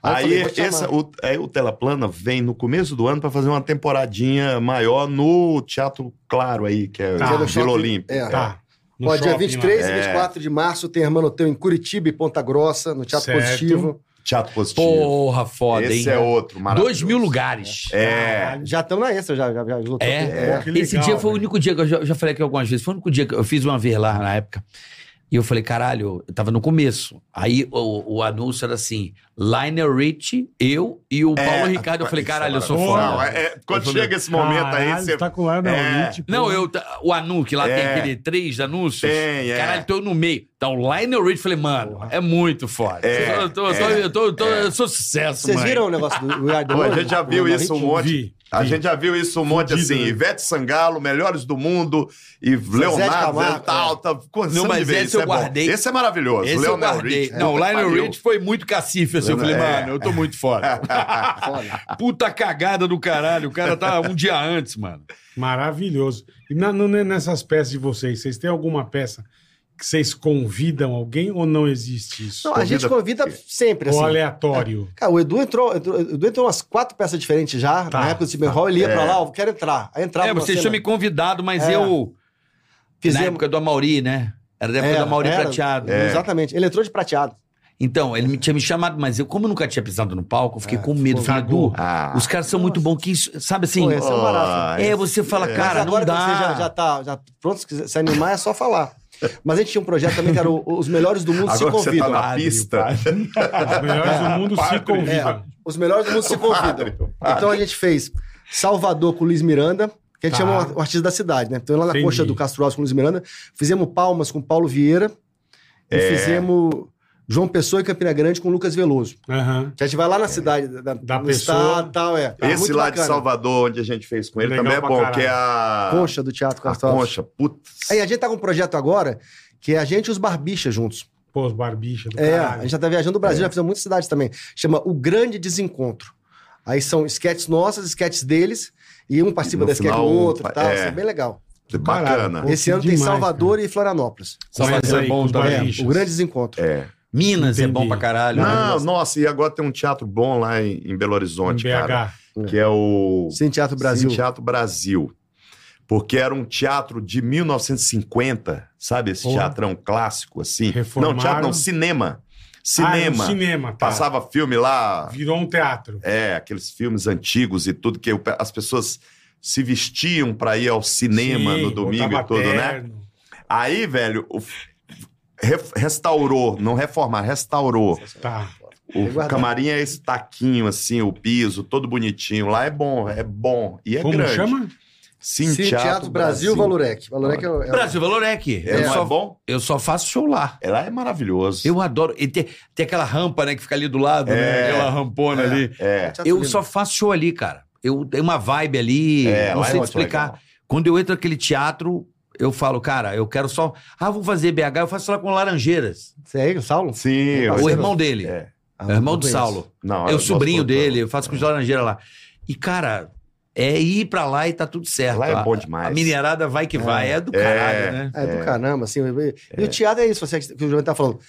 Speaker 4: Aí
Speaker 6: aí
Speaker 4: eu falei, vou te
Speaker 6: essa,
Speaker 4: chamar.
Speaker 6: o, aí o Telaplana vem no começo do ano pra fazer uma temporadinha maior no Teatro Claro aí, que é
Speaker 3: Tá.
Speaker 6: Vila
Speaker 4: No shopping.
Speaker 6: Olímpia.
Speaker 4: É.
Speaker 3: Tá. No
Speaker 4: Ó, dia
Speaker 3: shopping
Speaker 4: 23
Speaker 6: É.
Speaker 3: lá.
Speaker 4: e 24 de março tem Hermanoteu em Curitiba e Ponta Grossa, no Teatro
Speaker 3: Certo.
Speaker 4: Positivo.
Speaker 6: Teatro Positivo.
Speaker 5: Porra, foda, hein?
Speaker 6: Esse é outro, maravilhoso.
Speaker 5: Dois mil lugares.
Speaker 6: É.
Speaker 3: Caralho.
Speaker 4: Já estamos na extra, já, já, já esgotou.
Speaker 5: É.
Speaker 4: tudo.
Speaker 3: Pô, que legal,
Speaker 5: Esse dia foi o
Speaker 3: velho.
Speaker 5: único dia que eu já, já falei aqui algumas vezes. Foi o único dia que eu fiz uma vez lá na época. E eu falei, caralho, eu tava no começo. Aí o, o anúncio era assim: Lionel Rich, eu e o Paulo Ricardo. Eu falei,
Speaker 6: Isso é
Speaker 5: caralho, eu sou
Speaker 6: maravilhoso. Não,
Speaker 5: foda.
Speaker 6: é- é, quando
Speaker 5: Eu falei,
Speaker 6: chega esse momento aí,
Speaker 3: Caralho,
Speaker 6: você
Speaker 3: tá com lá, não.
Speaker 6: É.
Speaker 3: ali, tipo-
Speaker 5: Não, eu. tá- O anúncio, que lá tem
Speaker 6: É.
Speaker 5: aquele três anúncios.
Speaker 6: tem, é.
Speaker 5: Caralho, tô eu no meio. Então, Lionel Rich, falei, mano, é muito foda.
Speaker 6: É,
Speaker 5: eu, tô, eu tô-
Speaker 6: é,
Speaker 5: eu tô- eu tô- eu sou sucesso,
Speaker 4: Vocês
Speaker 5: mãe.
Speaker 4: viram o negócio do We Are the
Speaker 6: Pô, a
Speaker 4: World?
Speaker 6: gente já viu
Speaker 4: Do
Speaker 6: isso um
Speaker 4: Henrique?
Speaker 6: monte.
Speaker 3: Vi,
Speaker 6: A
Speaker 3: vi.
Speaker 6: gente já viu isso um monte
Speaker 3: Fudido,
Speaker 6: assim.
Speaker 3: né?
Speaker 6: Ivete Sangalo, Melhores do Mundo, e Leonardo
Speaker 4: Camargo,
Speaker 6: e tal. Tá,
Speaker 5: Não,
Speaker 6: não,
Speaker 5: mas
Speaker 6: mas
Speaker 5: esse eu
Speaker 6: é bom.
Speaker 5: guardei.
Speaker 6: Esse é maravilhoso.
Speaker 5: Esse eu
Speaker 6: Leonel
Speaker 5: guardei.
Speaker 6: Rich,
Speaker 5: Não, o
Speaker 6: puta que
Speaker 5: Lionel
Speaker 6: pariu.
Speaker 5: Rich foi muito cacife, assim. Eu falei,
Speaker 6: É.
Speaker 5: mano, eu tô muito foda.
Speaker 4: Foda.
Speaker 5: Puta cagada do caralho. O cara tá um dia antes, mano.
Speaker 3: Maravilhoso. E na- no- nessas peças de vocês, vocês têm alguma peça que vocês convidam alguém ou não existe isso?
Speaker 4: Não, a gente convida sempre,
Speaker 3: ou
Speaker 4: assim.
Speaker 3: aleatório?
Speaker 4: Cara, o Edu entrou, entrou- o Edu entrou umas quatro peças diferentes já,
Speaker 3: Tá.
Speaker 4: na época do Steven Hall, ele ia
Speaker 6: É.
Speaker 4: pra lá, ó, quero entrar. Aí entrava
Speaker 5: é,
Speaker 4: numa
Speaker 5: vocês tinham me
Speaker 4: cena.
Speaker 5: convidado, mas
Speaker 4: É.
Speaker 5: eu. Na
Speaker 4: Fizemos-
Speaker 5: época do Amauri, né? Era da época
Speaker 4: Era,
Speaker 5: do Amauri
Speaker 4: era.
Speaker 5: Prateado.
Speaker 6: É.
Speaker 4: Exatamente. Ele entrou de prateado.
Speaker 5: Então, ele me- tinha me chamado, mas eu, como eu nunca tinha pisado no palco, eu fiquei
Speaker 4: É,
Speaker 5: com medo.
Speaker 4: ficou-
Speaker 5: Falei, Edu,
Speaker 6: Ah,
Speaker 5: os caras são muito bons que isso. Sabe assim?
Speaker 4: Pô, esse é um barato.
Speaker 5: é, você fala, cara,
Speaker 4: Mas agora
Speaker 5: não dá.
Speaker 4: que você já, já tá já pronto, se quiser se animar, é só falar. Mas a gente tinha um projeto também que era o- os melhores do mundo
Speaker 6: agora
Speaker 4: se
Speaker 6: que você tá
Speaker 4: convidam.
Speaker 6: na pista.
Speaker 3: Os melhores do mundo se
Speaker 6: Padre.
Speaker 3: convidam.
Speaker 4: É, os melhores do mundo se convidam.
Speaker 6: Padre,
Speaker 4: Então a gente fez Salvador com o Luiz Miranda, que a gente
Speaker 3: Tá.
Speaker 4: chama o artista da cidade, né? Então lá na
Speaker 3: Entendi.
Speaker 4: coxa do Castro Alves com o Luiz Miranda, fizemos Palmas com Paulo Vieira e
Speaker 6: É.
Speaker 4: fizemos João Pessoa e Campina Grande com o Lucas Veloso.
Speaker 3: Aham.
Speaker 4: Que a gente vai lá na cidade, da,
Speaker 3: Da
Speaker 4: no
Speaker 3: pessoa.
Speaker 4: estado e tal, é.
Speaker 6: É. Esse
Speaker 4: Muito
Speaker 6: lá de
Speaker 4: bacana.
Speaker 6: Salvador, onde a gente fez com ele,
Speaker 3: Legal
Speaker 6: também é
Speaker 3: pra
Speaker 6: bom,
Speaker 3: caralho.
Speaker 6: que é a.
Speaker 4: Concha do Teatro
Speaker 6: a
Speaker 4: Castro Alves.
Speaker 6: concha, putz.
Speaker 4: Aí a gente tá com um projeto agora que é a gente e os barbichas juntos.
Speaker 3: Pô, os barbichas do
Speaker 4: É, a
Speaker 3: caralho.
Speaker 4: gente já tá viajando o Brasil, já fizemos muitas cidades também. Chama O Grande Desencontro. Aí são esquetes nossas, esquetes deles, e um participa
Speaker 6: No
Speaker 4: da esquete do
Speaker 6: final,
Speaker 4: outro
Speaker 6: um
Speaker 4: e tal.
Speaker 6: fa- é.
Speaker 4: Isso é bem legal.
Speaker 6: Bacana.
Speaker 3: Pô,
Speaker 4: Esse
Speaker 3: que
Speaker 4: ano
Speaker 3: demais,
Speaker 4: tem Salvador e Florianópolis.
Speaker 3: Conhece
Speaker 5: Salvador é
Speaker 3: aí,
Speaker 5: bom
Speaker 3: com os
Speaker 5: também.
Speaker 4: É,
Speaker 3: barbichas.
Speaker 4: o Grande Desencontro.
Speaker 6: É.
Speaker 5: Minas é
Speaker 3: Entendi.
Speaker 5: bom pra caralho.
Speaker 6: Não, nossa, e agora tem um teatro bom lá em, em Belo
Speaker 3: Em Ah,
Speaker 6: Horizonte, cara.
Speaker 3: BH.
Speaker 6: Que é o.
Speaker 4: Sim, Teatro Brasil.
Speaker 6: Sim, Teatro Brasil. Porque era um teatro de 1950, sabe? Esse
Speaker 3: Porra.
Speaker 6: teatrão clássico, assim.
Speaker 3: Reformaram.
Speaker 6: Não, teatro não, cinema.
Speaker 3: Ah, é um
Speaker 6: Cinema.
Speaker 3: cinema, tá.
Speaker 6: Passava filme lá,
Speaker 3: Virou um teatro.
Speaker 6: é, aqueles filmes antigos e tudo, que o pe- as pessoas se vestiam pra ir ao cinema
Speaker 3: Sim,
Speaker 6: no domingo e
Speaker 3: botava
Speaker 6: tudo, né?
Speaker 3: terno.
Speaker 6: Aí, velho, o f- re- restaurou, não reformar, restaurou.
Speaker 3: Tá.
Speaker 6: O
Speaker 4: guardado.
Speaker 6: camarim é esse taquinho, assim, o piso, todo bonitinho. Lá é bom, é bom. E é
Speaker 3: Como
Speaker 6: grande.
Speaker 3: chama?
Speaker 6: Sim,
Speaker 4: Sim, Teatro, Brasil, Valurec. Valurec é, o- é o-
Speaker 5: Brasil Valorec.
Speaker 6: É,
Speaker 5: eu,
Speaker 6: não é
Speaker 5: só,
Speaker 6: bom?
Speaker 5: eu só faço show lá.
Speaker 6: Ela é maravilhoso.
Speaker 5: Eu adoro. E tem, tem aquela rampa, né, que fica ali do lado, né?
Speaker 6: É.
Speaker 5: Aquela rampona ali.
Speaker 6: É.
Speaker 4: teatro
Speaker 5: Eu
Speaker 4: lindo.
Speaker 5: só faço show ali, cara. Eu tenho uma vibe ali,
Speaker 6: É,
Speaker 5: não
Speaker 6: lá é
Speaker 5: sei te
Speaker 6: ótimo,
Speaker 5: explicar.
Speaker 6: legal.
Speaker 5: Quando eu entro naquele teatro, eu falo, cara, eu quero só. Ah, vou fazer BH, eu faço lá com Laranjeiras.
Speaker 4: Você é ele, Saulo?
Speaker 6: Sim,
Speaker 4: Tá
Speaker 5: O
Speaker 6: eu-
Speaker 4: Laranjeiras?
Speaker 5: irmão dele. É,
Speaker 6: É.
Speaker 4: Ah,
Speaker 5: o irmão
Speaker 4: não
Speaker 5: do
Speaker 4: conheço.
Speaker 5: Saulo.
Speaker 6: Não,
Speaker 5: É
Speaker 6: eu
Speaker 5: o
Speaker 6: gosto
Speaker 5: sobrinho
Speaker 6: muito É.
Speaker 5: dele, eu faço com os Laranjeiras lá. E, cara, é ir pra lá e tá tudo certo.
Speaker 6: Lá é
Speaker 5: A-
Speaker 6: bom demais.
Speaker 5: A mineirada vai que vai, é do
Speaker 6: É.
Speaker 5: caralho, né?
Speaker 4: É, do caramba, assim. E e o teatro é isso, você, que o João tá falando.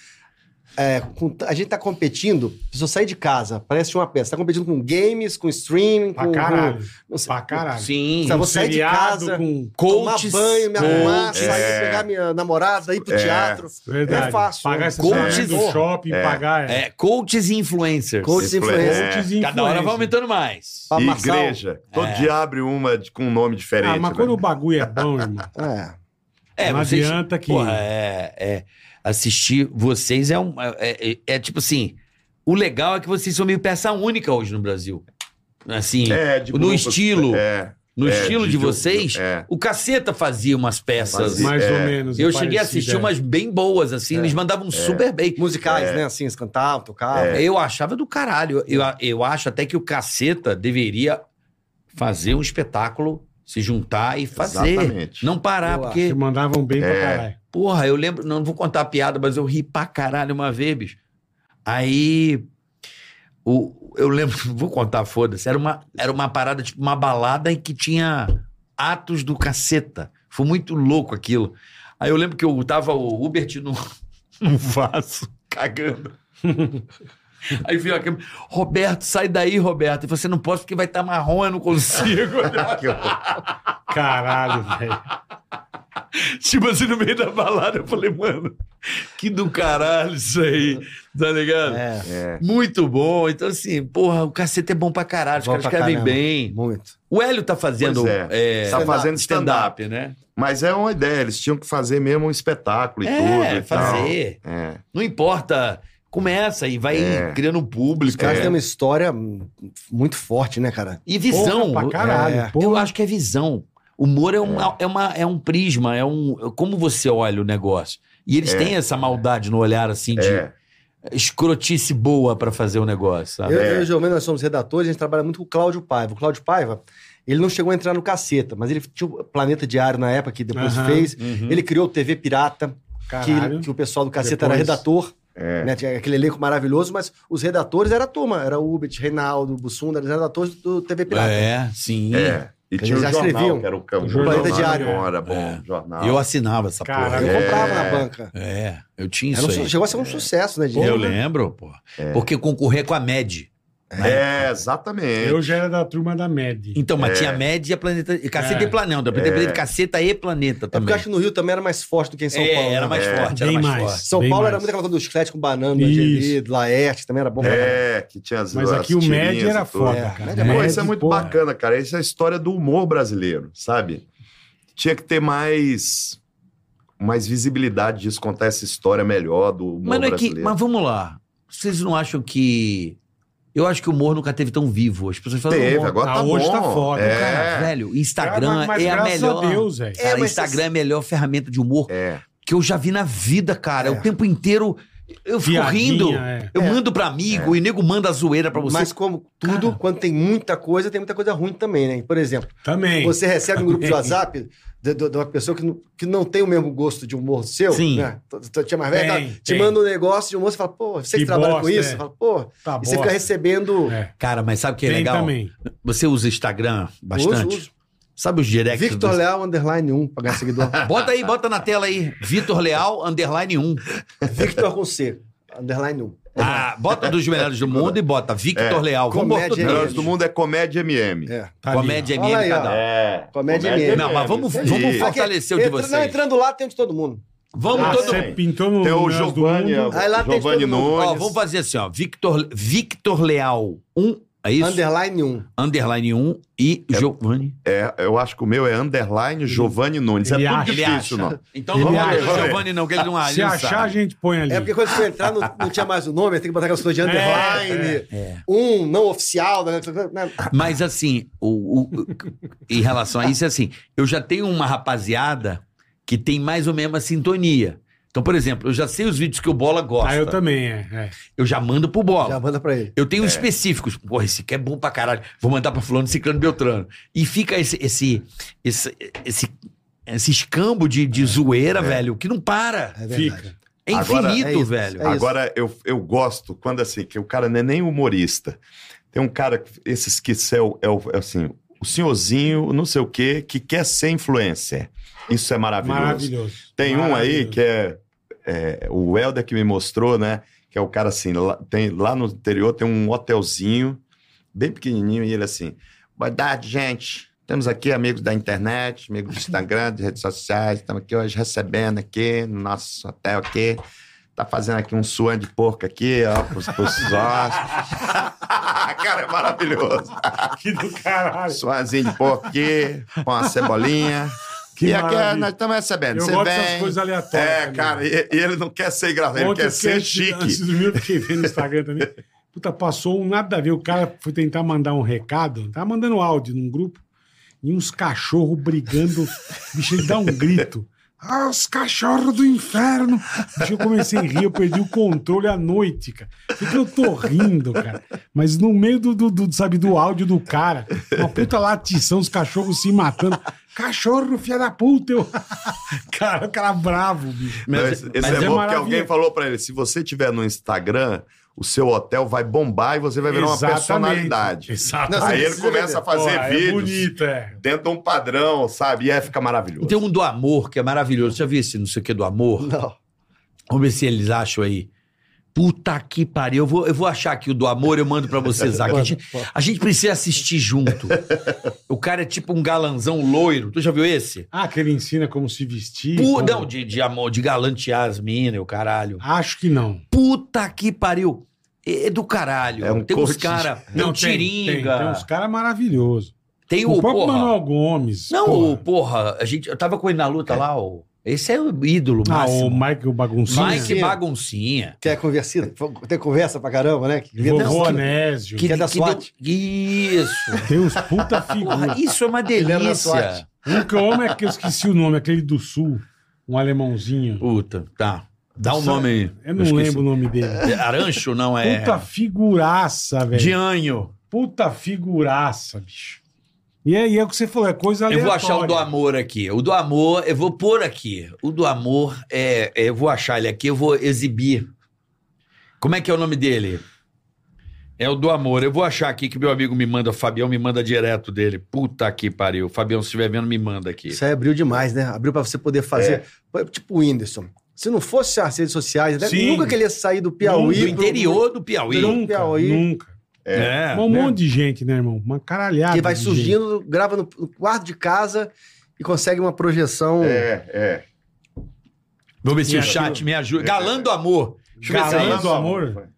Speaker 4: É, com- a gente tá competindo, a pessoa sai de casa, parece uma peça, tá competindo com games, com streaming, com.
Speaker 3: Pra caralho.
Speaker 4: com- não sei,
Speaker 3: Pra caralho.
Speaker 5: Sim.
Speaker 4: Sabe,
Speaker 3: Um
Speaker 4: vou sair de
Speaker 3: seriado
Speaker 4: casa.
Speaker 3: com-
Speaker 5: Coaches,
Speaker 4: tomar Ah, banho, me arrumar,
Speaker 5: coaches.
Speaker 4: sair,
Speaker 6: É.
Speaker 4: pegar minha namorada, ir pro teatro.
Speaker 3: Verdade.
Speaker 4: É fácil.
Speaker 3: Pagar
Speaker 5: Coaches-
Speaker 3: estacionamento do
Speaker 5: Porra.
Speaker 3: shopping, pagar...
Speaker 5: É, coaches e influencers. É.
Speaker 4: Coaches e influencers.
Speaker 6: É.
Speaker 3: Coaches e
Speaker 5: Cada hora vai
Speaker 3: influencers.
Speaker 5: aumentando mais.
Speaker 4: Pra amassar o-
Speaker 6: Igreja. Todo dia abre uma de- com um nome diferente.
Speaker 3: Ah, mas quando
Speaker 6: né?
Speaker 3: o bagulho é bom, irmão.
Speaker 4: É.
Speaker 5: É,
Speaker 3: Não
Speaker 5: vocês-
Speaker 3: adianta que-
Speaker 5: Porra, é, é. Assistir vocês é um. É, é- é tipo assim. O legal é que vocês são meio peça única hoje no Brasil. Assim.
Speaker 6: É, de
Speaker 5: no
Speaker 6: grupos-
Speaker 5: estilo.
Speaker 6: É.
Speaker 5: no
Speaker 6: É,
Speaker 5: estilo de,
Speaker 6: de-
Speaker 5: vocês,
Speaker 6: é.
Speaker 5: o Caceta fazia umas peças.
Speaker 6: Fazia.
Speaker 3: Mais ou
Speaker 6: É.
Speaker 3: menos.
Speaker 5: Eu
Speaker 3: é
Speaker 5: cheguei a
Speaker 3: parecido,
Speaker 5: assistir
Speaker 3: é.
Speaker 5: umas bem boas, assim, eles mandavam super bem.
Speaker 4: Musicais, né? Assim, eles cantavam, tocavam.
Speaker 5: Eu achava do caralho. Eu, eu acho até que o Caceta deveria fazer um espetáculo, se juntar e fazer.
Speaker 6: Exatamente.
Speaker 5: Não parar,
Speaker 4: Boa.
Speaker 5: porque
Speaker 3: Que mandavam bem pra caralho.
Speaker 5: Porra, eu lembro, não vou contar a piada, mas eu ri pra caralho uma vez, bicho. Aí. O, eu lembro, vou contar, foda-se. Era uma, era uma parada, tipo, uma balada em que tinha atos do caceta. Foi muito louco aquilo. Aí eu lembro que eu tava o Hubert num, num vaso, cagando. Aí veio a câmera, Roberto, sai daí, Roberto. E você não pode porque vai estar marrom, eu não consigo.
Speaker 3: Caralho, velho.
Speaker 5: Tipo assim, no meio da balada, eu falei, mano, que do caralho isso aí, tá ligado?
Speaker 4: É,
Speaker 5: Muito bom. Então, assim, porra, o cacete é bom pra caralho, os
Speaker 4: Bom
Speaker 5: caras
Speaker 4: pra
Speaker 5: escrevem
Speaker 4: caramba.
Speaker 5: bem.
Speaker 4: muito.
Speaker 5: O Hélio tá fazendo.
Speaker 6: Pois
Speaker 5: É,
Speaker 6: Tá fazendo stand-up.
Speaker 5: né?
Speaker 6: Mas é uma ideia, eles tinham que fazer mesmo um espetáculo e tudo.
Speaker 5: É,
Speaker 6: e tal.
Speaker 5: fazer.
Speaker 6: É.
Speaker 5: Não importa. Começa e vai
Speaker 6: É.
Speaker 5: criando um
Speaker 4: Os
Speaker 5: público.
Speaker 4: caras
Speaker 5: É.
Speaker 4: têm uma história hum, muito forte, né, cara?
Speaker 5: E visão.
Speaker 3: Porra pra caralho.
Speaker 4: é.
Speaker 3: porra.
Speaker 5: Eu acho que é visão. Humor é, uma, é. uma, é um prisma, é um. Como você olha o negócio. E eles
Speaker 6: É.
Speaker 5: têm essa maldade no olhar, assim, de
Speaker 6: É.
Speaker 5: escrotice boa pra fazer o negócio, sabe?
Speaker 4: Eu,
Speaker 6: É.
Speaker 4: eu e o Giovanni, nós somos redatores, a gente trabalha muito com o Cláudio Paiva. O Cláudio Paiva, ele não chegou a entrar no caceta, mas ele tinha o Planeta Diário na época, que depois
Speaker 3: Aham.
Speaker 4: fez.
Speaker 6: Uhum.
Speaker 4: Ele criou o TV Pirata, que,
Speaker 3: Caralho.
Speaker 4: que o pessoal do caceta
Speaker 3: Depois-
Speaker 4: era redator,
Speaker 6: É.
Speaker 4: né? Tinha aquele elenco maravilhoso, mas os redatores era a turma, era o Ubit, Reinaldo, Bussunda, eles eram redatores do TV Pirata.
Speaker 5: É, sim.
Speaker 6: É. E
Speaker 4: Que
Speaker 6: tinha o
Speaker 4: eles já
Speaker 6: jornal,
Speaker 4: escreviam.
Speaker 6: que era o, o
Speaker 3: Jornal
Speaker 6: jornal.
Speaker 4: Diário.
Speaker 6: Bom, era bom,
Speaker 5: É.
Speaker 6: jornal.
Speaker 5: Eu assinava essa
Speaker 3: Caralho.
Speaker 4: Eu
Speaker 5: porra.
Speaker 4: comprava na banca.
Speaker 5: É, eu tinha
Speaker 4: Era um
Speaker 5: isso
Speaker 4: su-
Speaker 5: aí. É.
Speaker 4: chegou a ser um sucesso, né, de-
Speaker 5: Eu lembro, pô. Porque eu concorria com a MED.
Speaker 6: É, exatamente.
Speaker 3: Eu já era da turma da MED.
Speaker 5: Então, mas tinha MED e a Planeta... e Caceta
Speaker 3: É.
Speaker 5: e Planeta. Não, da Planeta, e Planeta, Caceta e Planeta
Speaker 4: É porque
Speaker 5: também.
Speaker 4: eu acho que no Rio também era mais forte do que em São
Speaker 5: É,
Speaker 4: Paulo.
Speaker 5: era
Speaker 4: né?
Speaker 5: mais forte, era
Speaker 3: Bem
Speaker 5: mais,
Speaker 3: mais.
Speaker 5: forte.
Speaker 4: São
Speaker 3: Bem
Speaker 4: Paulo era
Speaker 3: mais.
Speaker 4: muito aquela coisa do chiclete com banana,
Speaker 3: Isso.
Speaker 4: Angelido, Laerte, também era bom. pra caralho.
Speaker 6: É, que tinha as
Speaker 3: Mas
Speaker 6: as
Speaker 3: aqui o MED
Speaker 6: tirinhas
Speaker 3: era
Speaker 6: e tudo.
Speaker 3: foda,
Speaker 4: É,
Speaker 3: cara.
Speaker 4: MED é
Speaker 6: Pô,
Speaker 4: bom.
Speaker 6: isso é
Speaker 3: MED,
Speaker 6: muito
Speaker 3: porra.
Speaker 6: bacana, cara. Isso é a história do humor brasileiro, sabe? Tinha que ter mais mais visibilidade disso, contar essa história melhor do humor
Speaker 5: Mas, não é que,
Speaker 6: brasileiro.
Speaker 5: mas vamos lá. Vocês não acham que... Eu acho que o humor nunca teve tão vivo. As pessoas falam...
Speaker 6: Teve,
Speaker 5: humor...
Speaker 6: agora
Speaker 3: Ah,
Speaker 6: tá
Speaker 3: hoje
Speaker 6: bom.
Speaker 3: tá foda,
Speaker 6: é,
Speaker 5: Cara, velho, Instagram
Speaker 3: Mas- mas
Speaker 5: é a
Speaker 3: graças
Speaker 5: melhor...
Speaker 3: a Deus, velho.
Speaker 5: Cara,
Speaker 4: É, mas
Speaker 5: Instagram é a melhor ferramenta de humor
Speaker 6: é.
Speaker 5: que eu já vi na vida, cara.
Speaker 4: É.
Speaker 5: O tempo inteiro eu fico
Speaker 3: Piadinha,
Speaker 5: rindo.
Speaker 3: é.
Speaker 5: Eu
Speaker 4: É.
Speaker 5: mando pra amigo e nego manda a zoeira pra você.
Speaker 4: Mas como tudo,
Speaker 5: Cara.
Speaker 4: quando tem muita coisa, tem muita coisa ruim também, né? Por exemplo,
Speaker 3: Também.
Speaker 4: você recebe um grupo de WhatsApp de, de- de uma pessoa que não, que não tem o mesmo gosto de humor seu,
Speaker 5: Sim.
Speaker 4: né? Tu- tu- tu- Tinha mais velha,
Speaker 3: Tem,
Speaker 4: ela te
Speaker 3: tem.
Speaker 4: manda um negócio de humor, você fala, pô, você que,
Speaker 3: Que
Speaker 4: trabalha com
Speaker 3: bosta,
Speaker 4: isso,
Speaker 3: é.
Speaker 4: você fala, pô,
Speaker 3: Tá
Speaker 4: e você fica recebendo
Speaker 3: É.
Speaker 5: Cara, mas sabe o que é
Speaker 3: Tem
Speaker 5: legal?
Speaker 3: também.
Speaker 5: Você usa Instagram bastante?
Speaker 4: Uso, uso.
Speaker 5: Sabe os directs?
Speaker 4: Victor
Speaker 5: do-
Speaker 4: Leal, underline 1, pra ganhar seguidor.
Speaker 5: Bota aí, bota na tela aí. Vitor Leal, underline 1.
Speaker 4: Victor com C, underline 1.
Speaker 5: Ah, bota dos melhores do mundo e bota Victor Leal. Vamos botar
Speaker 4: É. Comédia
Speaker 5: tudo.
Speaker 6: Melhores
Speaker 4: é.
Speaker 6: do mundo é comédia MM.
Speaker 4: É.
Speaker 3: Tá ali,
Speaker 5: Comédia
Speaker 4: Olha
Speaker 5: MM
Speaker 4: aí, ó.
Speaker 5: cada um.
Speaker 6: É.
Speaker 4: Comédia MM.
Speaker 5: Não, mas vamos-
Speaker 6: isso aí.
Speaker 5: vamos falar. Fortaleceu de
Speaker 4: Entra- Não,
Speaker 5: vocês.
Speaker 4: entrando lá tem de todo mundo.
Speaker 5: Vamos
Speaker 6: Ah,
Speaker 5: todo
Speaker 3: Você
Speaker 6: Tem.
Speaker 3: pintou no Ah,
Speaker 6: Tem o
Speaker 3: no Melhores do
Speaker 6: Giovanni,
Speaker 3: Mundo.
Speaker 4: Aí lá tem
Speaker 6: Giovanni
Speaker 4: todo mundo.
Speaker 6: Nunes.
Speaker 5: Ó, vamos fazer assim, ó. Victor, Victor Leal 1, é isso?
Speaker 4: Underline 1.
Speaker 5: Underline 1 e Giovanni.
Speaker 6: É, eu acho que o meu é underline Giovanni Nunes. É
Speaker 3: Ele
Speaker 6: tudo
Speaker 3: acha.
Speaker 5: Ele
Speaker 6: difícil,
Speaker 5: acha.
Speaker 6: não.
Speaker 5: Então
Speaker 3: Ele
Speaker 5: vamos lá,
Speaker 3: acha.
Speaker 5: Giovanni não, que ele não acha.
Speaker 3: Se
Speaker 5: ele não
Speaker 3: achar, a
Speaker 5: sabe.
Speaker 3: gente põe ali.
Speaker 4: É porque quando você entrar, não, não tinha mais o nome, tem que botar aquelas coisas de underline.
Speaker 5: é.
Speaker 4: Um não oficial. né? Não,
Speaker 5: Mas assim, o, o- em relação a isso, é assim, eu já tenho uma rapaziada que tem mais ou menos a sintonia. Então, por exemplo, eu já sei os vídeos que o Bola gosta.
Speaker 3: Ah, eu É.
Speaker 5: eu,
Speaker 3: também, é. é.
Speaker 5: já mando pro Bola.
Speaker 4: Já manda pra ele.
Speaker 5: Eu tenho específicos. Porra, esse aqui é bom pra caralho. Vou mandar pra fulano, ciclano, beltrano. E fica esse... esse, esse, esse esse escambo de,
Speaker 3: É.
Speaker 5: de zoeira, velho, que não para.
Speaker 4: É verdade.
Speaker 3: Fica.
Speaker 5: É
Speaker 6: Agora,
Speaker 5: infinito,
Speaker 4: é isso.
Speaker 5: velho.
Speaker 4: É isso.
Speaker 6: Agora, eu, eu gosto quando assim, que o cara não é nem humorista. Tem um cara, esses que são, é, o- é assim, o senhorzinho, não sei o quê, que quer ser influencer. Isso é maravilhoso.
Speaker 3: Maravilhoso.
Speaker 6: Tem um aí
Speaker 3: Maravilhoso.
Speaker 6: que é, é, o Helder que me mostrou, né? Que é o cara assim, lá, tem, lá no interior tem um hotelzinho, bem pequenininho, e ele assim, boa tarde, gente. Temos aqui amigos da internet, amigos do Instagram, de redes sociais, estamos aqui hoje recebendo aqui no nosso hotel aqui. Tá fazendo aqui um suan de porco aqui, ó, pros, pros hóspedes. cara, é maravilhoso.
Speaker 3: Que do caralho.
Speaker 6: Suanzinho de porco aqui, com a cebolinha.
Speaker 3: Que
Speaker 6: e aqui é,
Speaker 3: maravilha.
Speaker 6: nós estamos recebendo.
Speaker 3: Eu
Speaker 6: Você
Speaker 3: gosto
Speaker 6: vem...
Speaker 3: dessas coisas aleatórias.
Speaker 6: É,
Speaker 3: também.
Speaker 6: cara, e, e ele não quer ser engraçado, ele
Speaker 3: Ontem
Speaker 6: quer
Speaker 3: eu
Speaker 6: é ser
Speaker 3: fiquei- Antes
Speaker 6: chique.
Speaker 3: de dormir, eu fiquei vendo no Instagram também. Puta, passou um nada a ver. O cara foi tentar mandar um recado. Tava mandando áudio num grupo. e uns cachorros brigando. Bicho, ele dá um grito. Ah, os cachorros do inferno! Bicho, eu comecei a rir, eu perdi o controle à noite, cara. Porque eu tô rindo, cara. Mas no meio do, do, do, sabe, do áudio do cara, uma puta latição, os cachorros se matando. Cachorro, filha da puta! Eu... Cara, o cara bravo, bicho.
Speaker 6: Mas, esse
Speaker 3: mas
Speaker 6: é,
Speaker 3: é
Speaker 6: bom porque
Speaker 3: maravilha.
Speaker 6: alguém falou pra ele: se você tiver no Instagram, o seu hotel vai bombar e você vai virar uma
Speaker 3: Exatamente.
Speaker 6: personalidade.
Speaker 3: Exatamente.
Speaker 6: Aí
Speaker 5: é
Speaker 6: ele começa a fazer
Speaker 3: Porra, É
Speaker 6: vídeos
Speaker 3: bonito, é.
Speaker 6: dentro de um padrão, sabe? E aí fica
Speaker 5: E
Speaker 6: maravilhoso.
Speaker 5: Tem um do amor que é maravilhoso. Já viu esse não sei o que do amor?
Speaker 4: Não.
Speaker 5: Vamos ver se eles acham aí. Puta que pariu. Eu vou, eu vou achar aqui o do amor, eu mando pra vocês, Zac. A gente, a gente precisa assistir junto. O cara é tipo um galanzão loiro. Tu já viu esse?
Speaker 3: Ah, que ele ensina como se vestir.
Speaker 5: Pu-
Speaker 3: como-
Speaker 5: não, de, de amor, de galantear as minas, o caralho.
Speaker 3: Acho que não.
Speaker 5: Puta que pariu. É do caralho.
Speaker 6: É um
Speaker 5: tem uns
Speaker 6: coach.
Speaker 5: caras. Não,
Speaker 3: tem, Tem, tem
Speaker 5: tiringa.
Speaker 3: uns caras maravilhosos.
Speaker 5: Tem,
Speaker 3: O
Speaker 5: o.
Speaker 3: próprio
Speaker 5: Porra,
Speaker 3: Manuel Gomes.
Speaker 5: não,
Speaker 3: porra. É.
Speaker 5: porra. a gente, eu tava com ele na luta lá, o. Esse é o ídolo
Speaker 3: Ah, o
Speaker 5: máximo.
Speaker 3: Michael Baguncinho.
Speaker 5: Mike
Speaker 4: Sim.
Speaker 5: Baguncinha.
Speaker 4: Que é conversida, tem conversa pra caramba, né? Que
Speaker 3: Vovô
Speaker 4: Não, que-
Speaker 3: Anésio.
Speaker 4: que é da
Speaker 5: deu-
Speaker 4: SWAT.
Speaker 5: Isso.
Speaker 3: Tem uns puta
Speaker 5: Porra,
Speaker 3: figura.
Speaker 5: isso é uma
Speaker 4: era da
Speaker 5: delícia.
Speaker 4: SWAT.
Speaker 3: Um que eu amo é que eu esqueci o nome, aquele do sul, um alemãozinho.
Speaker 5: Puta, tá. Dá um
Speaker 3: Nossa,
Speaker 5: nome aí.
Speaker 3: Eu não
Speaker 5: esqueci.
Speaker 3: lembro o nome dele.
Speaker 5: É Arancho não é.
Speaker 3: Puta figuraça, velho.
Speaker 5: de anho.
Speaker 3: Puta figuraça, bicho. E aí é o que você falou, é coisa
Speaker 5: Eu vou
Speaker 3: aleatória.
Speaker 5: achar o do amor aqui. O do amor, eu vou pôr aqui. O do amor, é, é, eu vou achar ele aqui, eu vou exibir. Como é que é o nome dele? É o do amor. Eu vou achar aqui que meu amigo me manda, o Fabião me manda direto dele. Puta que pariu. Fabião, se estiver vendo, me manda aqui.
Speaker 4: Isso aí abriu demais, né? Abriu pra você poder fazer. Tipo o Whindersson. Se não fosse as redes sociais, né?
Speaker 3: Sim.
Speaker 4: nunca que ele ia sair do
Speaker 3: é
Speaker 4: Piauí.
Speaker 5: Do
Speaker 4: pro-
Speaker 5: interior do Piauí.
Speaker 4: Não.
Speaker 3: Nunca,
Speaker 4: Piauí.
Speaker 3: nunca.
Speaker 5: É.
Speaker 3: um monte de gente, né, irmão? Uma caralhada.
Speaker 4: Que vai
Speaker 3: de
Speaker 4: surgindo, grava no no quarto de casa e consegue uma projeção.
Speaker 6: É, é.
Speaker 5: Vou ver se
Speaker 3: E
Speaker 5: o
Speaker 3: aqui,
Speaker 5: chat me ajuda. Galã do amor. Deixa
Speaker 3: gente.
Speaker 5: eu ver se é
Speaker 3: é. Galã
Speaker 5: isso.
Speaker 3: do amor.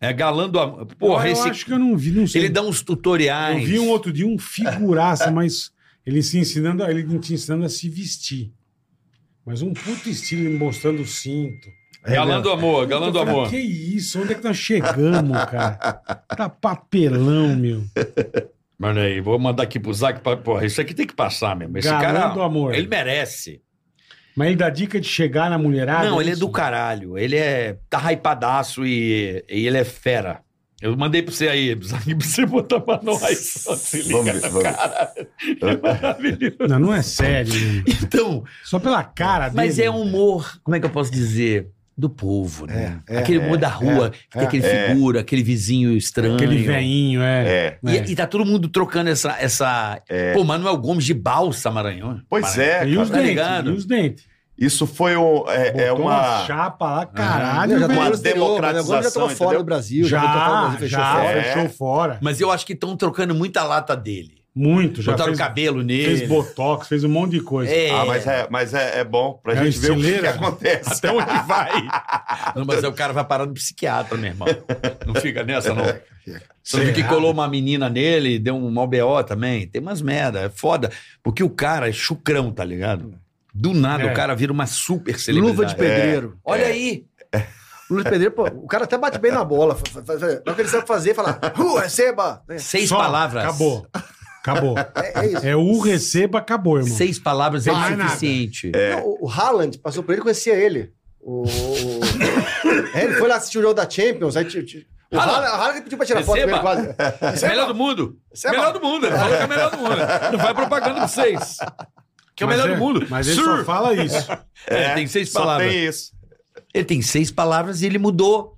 Speaker 5: É Galã do amor.
Speaker 3: Ah,
Speaker 5: Porra,
Speaker 3: eu
Speaker 5: esse
Speaker 3: acho que eu não vi, não sei.
Speaker 5: Ele dá uns tutoriais.
Speaker 3: Eu vi um outro dia um figuraça, mas ele se ensinando, ele te ensinando a se vestir. Mas um puto estilo ele mostrando o cinto.
Speaker 5: Galã do amor, galã
Speaker 3: Eu
Speaker 5: do
Speaker 3: falei,
Speaker 5: amor.
Speaker 3: Que isso? Onde é que nós chegamos, cara? Tá papelão, meu.
Speaker 5: Mano, aí, vou mandar aqui pro Zac. Pra... Porra, isso aqui tem que passar mesmo. Esse
Speaker 3: Galã
Speaker 5: cara.
Speaker 3: do amor.
Speaker 5: Ele merece.
Speaker 3: Mas ele dá dica de chegar na mulherada.
Speaker 5: Não, ele é
Speaker 3: isso?
Speaker 5: do caralho. Ele é. Tá hypadaço e, e ele é fera. Eu mandei pra você aí, Zac, pra você botar pra nós. Só se liga,
Speaker 6: Vamos ver, vamos ver.
Speaker 5: cara. É maravilhoso.
Speaker 3: Não, não é sério. meu.
Speaker 5: Então,
Speaker 3: Só pela cara
Speaker 5: mas
Speaker 3: dele.
Speaker 5: é um humor, como é que eu posso dizer? Do povo, né?
Speaker 4: É, é,
Speaker 5: aquele
Speaker 4: é,
Speaker 5: humor da rua, que tem aquele
Speaker 6: é.
Speaker 5: figura, aquele vizinho estranho.
Speaker 3: Aquele veinho, é.
Speaker 6: É.
Speaker 3: É.
Speaker 5: E, e tá todo mundo trocando essa. essa... Pô, Manuel Gomes de balsa, Maranhão.
Speaker 6: Pois é,
Speaker 3: E os
Speaker 5: Tá
Speaker 6: cara.
Speaker 3: dentes,
Speaker 5: ligado?
Speaker 3: e os dentes.
Speaker 6: Isso foi um, é, é
Speaker 3: Botou
Speaker 6: uma.
Speaker 3: chapa
Speaker 5: É.
Speaker 3: lá,
Speaker 4: Né?
Speaker 3: caralho,
Speaker 4: já
Speaker 3: velho.
Speaker 6: uma
Speaker 4: no exterior, mas agora já
Speaker 6: democratização,
Speaker 4: tô fora
Speaker 6: entendeu?
Speaker 4: do Brasil.
Speaker 3: Já,
Speaker 4: botou fora do
Speaker 3: já,
Speaker 4: Brasil, fechou
Speaker 3: já,
Speaker 4: fora.
Speaker 6: fora.
Speaker 5: É.
Speaker 3: fechou fora.
Speaker 5: Mas eu acho que estão trocando muita lata dele.
Speaker 3: Muito, já
Speaker 5: Botaram
Speaker 3: fez,
Speaker 5: o cabelo nele.
Speaker 3: fez botox, fez um monte de coisa.
Speaker 5: É.
Speaker 6: Ah, mas é, mas é, é bom pra
Speaker 3: É
Speaker 6: gente ver o que, que
Speaker 3: estileira.
Speaker 6: acontece.
Speaker 3: Então,
Speaker 5: Até onde vai? Não, mas aí o cara vai parar no psiquiatra, meu irmão. Não fica nessa, não.
Speaker 6: É.
Speaker 5: Você viu que
Speaker 3: Errado.
Speaker 5: colou uma menina nele, deu um mal BO também. Tem umas merda, é foda. Porque o cara é chucrão, tá ligado? Do nada
Speaker 3: É.
Speaker 5: o cara vira uma super celebridade. É.
Speaker 4: Luva de pedreiro.
Speaker 5: Olha
Speaker 6: É.
Speaker 5: aí.
Speaker 4: Luva de pedreiro, pô, o cara até bate bem na bola. fa- fa- fa- fa- Mas o que ele sabe fazer, fala, uh, receba! É,
Speaker 5: Seis
Speaker 3: Só,
Speaker 5: palavras.
Speaker 3: Acabou. Acabou.
Speaker 4: é- é isso.
Speaker 3: É o receba, acabou, irmão.
Speaker 5: Seis palavras é
Speaker 3: Mais
Speaker 5: insuficiente.
Speaker 4: Não, o- o Haaland passou por ele, conhecia ele. O, o- é, ele foi lá assistir o jogo da Champions. Aí, ti- ti- o
Speaker 5: Haaland.
Speaker 4: Haaland Haaland pediu pra tirar foto com ele
Speaker 5: Receba.
Speaker 4: quase. É
Speaker 5: Melhor do mundo.
Speaker 4: Isso é
Speaker 5: melhor
Speaker 4: bom.
Speaker 5: do mundo. Ele falou que é o melhor do mundo. Não vai propaganda pra vocês. Que é o
Speaker 3: Mas
Speaker 5: melhor do mundo.
Speaker 3: Mas ele
Speaker 5: Sir.
Speaker 3: só fala isso.
Speaker 5: É, tem seis
Speaker 6: só
Speaker 5: palavras.
Speaker 6: tem isso.
Speaker 5: Ele tem seis palavras e ele mudou.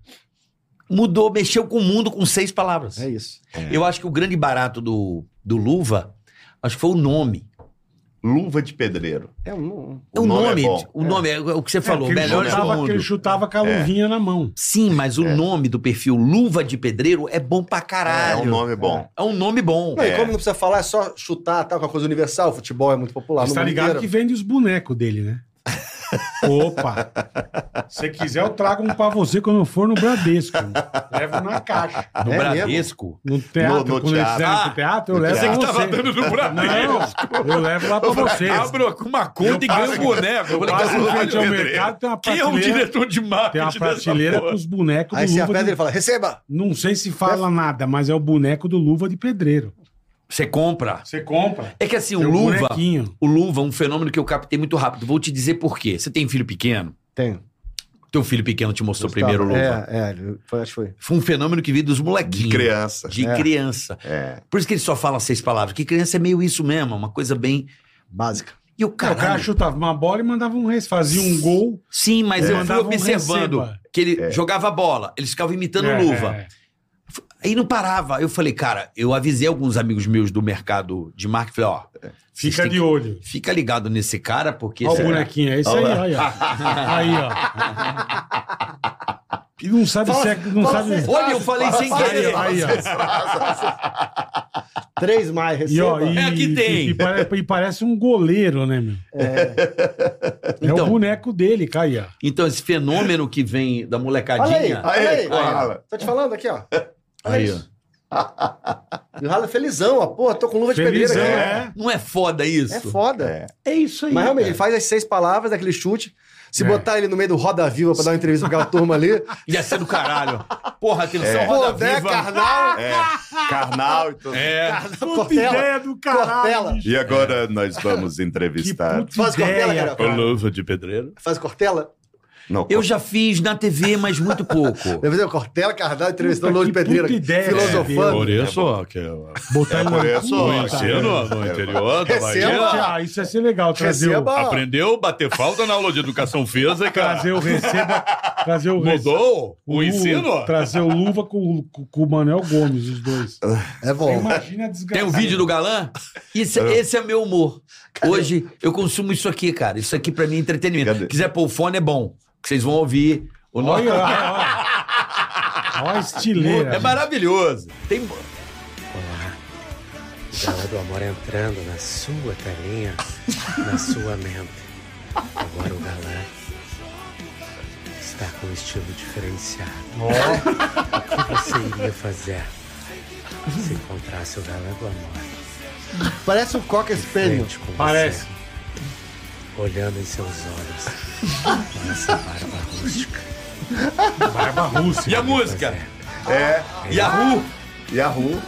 Speaker 5: Mudou, mexeu com o mundo com seis palavras.
Speaker 4: É isso.
Speaker 5: Eu acho que o grande barato do, do Luva, acho que foi o nome.
Speaker 6: Luva de pedreiro.
Speaker 4: É um- um-
Speaker 5: O, nome,
Speaker 6: bom.
Speaker 5: o nome é o que você
Speaker 3: É,
Speaker 5: falou,
Speaker 3: porque ele
Speaker 5: melhor do
Speaker 3: chutava, que ele
Speaker 5: mundo. É.
Speaker 3: chutava com a luvinha na mão.
Speaker 5: Sim, mas o
Speaker 6: É.
Speaker 5: nome do perfil Luva de Pedreiro é bom pra
Speaker 6: É
Speaker 5: caralho.
Speaker 6: um nome bom.
Speaker 5: É um nome bom.
Speaker 4: Não,
Speaker 6: É.
Speaker 4: E como não precisa falar, é só chutar, tá? Com a coisa universal, o futebol é muito popular.
Speaker 3: Você
Speaker 4: no
Speaker 3: tá
Speaker 4: mundo
Speaker 3: ligado que
Speaker 4: inteiro.
Speaker 3: vende os bonecos dele, né? Opa! Se quiser, eu trago um pra você quando eu for no Bradesco. Levo na caixa.
Speaker 5: No
Speaker 4: É
Speaker 5: Bradesco.
Speaker 3: No teatro,
Speaker 6: No- no
Speaker 3: quando
Speaker 6: teatro.
Speaker 3: eles fizeram
Speaker 5: Ah,
Speaker 3: pro teatro, eu
Speaker 6: no
Speaker 3: levo pra
Speaker 6: teatro.
Speaker 5: Você
Speaker 3: você.
Speaker 5: que tava dando no Bradesco.
Speaker 3: Não, eu levo lá pra vocês.
Speaker 5: Abro uma conta e
Speaker 3: Eu
Speaker 5: ganho um
Speaker 3: passo-
Speaker 5: boneco. Eu falei,
Speaker 3: Passa em frente ao
Speaker 5: caralho,
Speaker 3: mercado, tem uma
Speaker 5: Quem é o
Speaker 3: prateleira,
Speaker 5: diretor de
Speaker 3: tem
Speaker 5: marketing
Speaker 3: uma
Speaker 5: dessa
Speaker 3: prateleira
Speaker 5: porra?
Speaker 3: com os bonecos
Speaker 4: Aí
Speaker 3: do
Speaker 4: você
Speaker 3: luva
Speaker 4: aperta e
Speaker 3: de...
Speaker 4: ele fala, receba!
Speaker 3: Não sei se fala nada, mas é o boneco do luva de pedreiro.
Speaker 5: Você compra.
Speaker 3: Você compra.
Speaker 5: É que assim, o
Speaker 3: Tem um
Speaker 5: luva.
Speaker 3: bonequinho.
Speaker 5: O luva é um fenômeno que eu captei muito rápido. Vou te dizer por quê. Você tem filho pequeno?
Speaker 4: Tenho.
Speaker 5: Teu filho pequeno te mostrou primeiro o luva.
Speaker 4: É, é, foi- acho que foi.
Speaker 5: Foi um fenômeno que veio dos molequinhos.
Speaker 6: De criança.
Speaker 5: De
Speaker 4: É.
Speaker 5: criança.
Speaker 6: É.
Speaker 5: Por isso que ele só fala seis palavras. Que criança é meio isso mesmo, uma coisa bem.
Speaker 4: Básica.
Speaker 5: E o
Speaker 3: O cara
Speaker 5: cara.
Speaker 3: chutava uma bola e mandava um res, fazia um gol.
Speaker 5: Sim, mas
Speaker 3: É.
Speaker 5: eu fui
Speaker 3: Mandava um
Speaker 5: observando
Speaker 3: receba.
Speaker 5: que ele jogava bola, eles ficavam imitando
Speaker 3: É,
Speaker 5: luva.
Speaker 3: é.
Speaker 5: Aí não parava. Eu falei, cara, eu avisei alguns amigos meus do mercado de marca, falei, ó, vocês
Speaker 3: Fica
Speaker 5: têm
Speaker 3: de
Speaker 5: que-
Speaker 3: olho.
Speaker 5: fica ligado nesse cara, porque
Speaker 3: Olha
Speaker 5: esse
Speaker 3: o
Speaker 5: cara-
Speaker 3: bonequinho, é isso aí, aí, ó. Aí, ó. E não sabe se é. Não sabe.
Speaker 5: Olha, eu falei sem querer.
Speaker 3: Aí, ó.
Speaker 4: Três mais,
Speaker 3: Ah, E, ó,
Speaker 4: receba.
Speaker 3: e,
Speaker 5: É a que tem.
Speaker 3: E, e pare- e parece um goleiro, né, meu? É o
Speaker 5: Então,
Speaker 3: boneco dele, cara, aí, ó.
Speaker 5: então, esse fenômeno que vem da
Speaker 4: Olha aí,
Speaker 5: molecadinha.
Speaker 4: olha aí.
Speaker 6: Aí, fala.
Speaker 4: Tô te falando aqui, ó. Olha
Speaker 5: Aí,
Speaker 4: isso. E o Rala é felizão, ó. Porra, tô com luva de pedreiro
Speaker 3: Felizão,
Speaker 4: aqui.
Speaker 3: é.
Speaker 5: Não é foda isso?
Speaker 4: É, foda.
Speaker 6: É.
Speaker 5: É isso aí.
Speaker 4: Mas realmente,
Speaker 5: cara.
Speaker 4: ele faz as seis palavras daquele chute. Se
Speaker 3: É.
Speaker 4: botar ele no meio do Roda Viva pra dar uma entrevista pra aquela turma ali.
Speaker 5: Ia ser do caralho. Porra, atenção,
Speaker 6: É.
Speaker 5: roda
Speaker 4: Pô, né,
Speaker 5: viva.
Speaker 4: carnal?
Speaker 6: É, carnal e tudo.
Speaker 5: É.
Speaker 3: Puta
Speaker 4: Cortella.
Speaker 3: ideia do caralho.
Speaker 4: Cortella.
Speaker 3: bicho.
Speaker 6: E agora nós vamos
Speaker 3: Que
Speaker 6: entrevistar.
Speaker 3: puta
Speaker 4: Faz Cortella,
Speaker 3: ideia.
Speaker 4: cara.
Speaker 7: Luva de pedreiro.
Speaker 4: Faz Cortella?
Speaker 6: Não,
Speaker 5: Eu já fiz na TV, mas muito pouco.
Speaker 4: Deve ser Cortella, Carnal, entrevistando o
Speaker 3: Puta,
Speaker 4: Lourdes
Speaker 3: que
Speaker 4: Pedreira.
Speaker 3: puta ideia,
Speaker 4: filosofando.
Speaker 5: tá
Speaker 7: Oreço, que é o
Speaker 3: Botar ele
Speaker 6: por
Speaker 3: na
Speaker 6: isso,
Speaker 3: puta,
Speaker 6: ó,
Speaker 3: cara.
Speaker 7: ensino
Speaker 5: É,
Speaker 7: no interior da Bahia.
Speaker 4: Receba.
Speaker 3: Ah, isso ia ser legal, trazer o,
Speaker 4: Receba.
Speaker 7: Aprendeu a bater falta na aula de educação física.
Speaker 3: trazer o receba, trazer o rece-
Speaker 7: Mudou o
Speaker 3: Lu-
Speaker 7: ensino.
Speaker 3: Trazer o Luva com, o- com, com o Manuel Gomes, os dois.
Speaker 4: É bom.
Speaker 3: Imagina a desgraça.
Speaker 5: Tem um vídeo do galã? Isso- esse é meu humor. Hoje eu consumo isso aqui, cara. Isso aqui pra mim é entretenimento.
Speaker 6: Cadê?
Speaker 5: Quiser pôr o fone, é bom. que Vocês vão ouvir o nosso.
Speaker 3: Olha, olha, olha. Olha a estileira.
Speaker 5: É maravilhoso. Tem...
Speaker 9: Gala do amor entrando na sua carinha, na sua mente. Agora o galã está com um estilo diferenciado. O que você iria fazer se encontrasse o galã do amor?
Speaker 4: Parece um coca espelho.
Speaker 9: Frente com
Speaker 3: Parece.
Speaker 9: você, olhando em seus olhos, com essa barba rústica.
Speaker 3: Barba Rússia.
Speaker 5: E a música? É. Yahoo!
Speaker 6: Yahoo.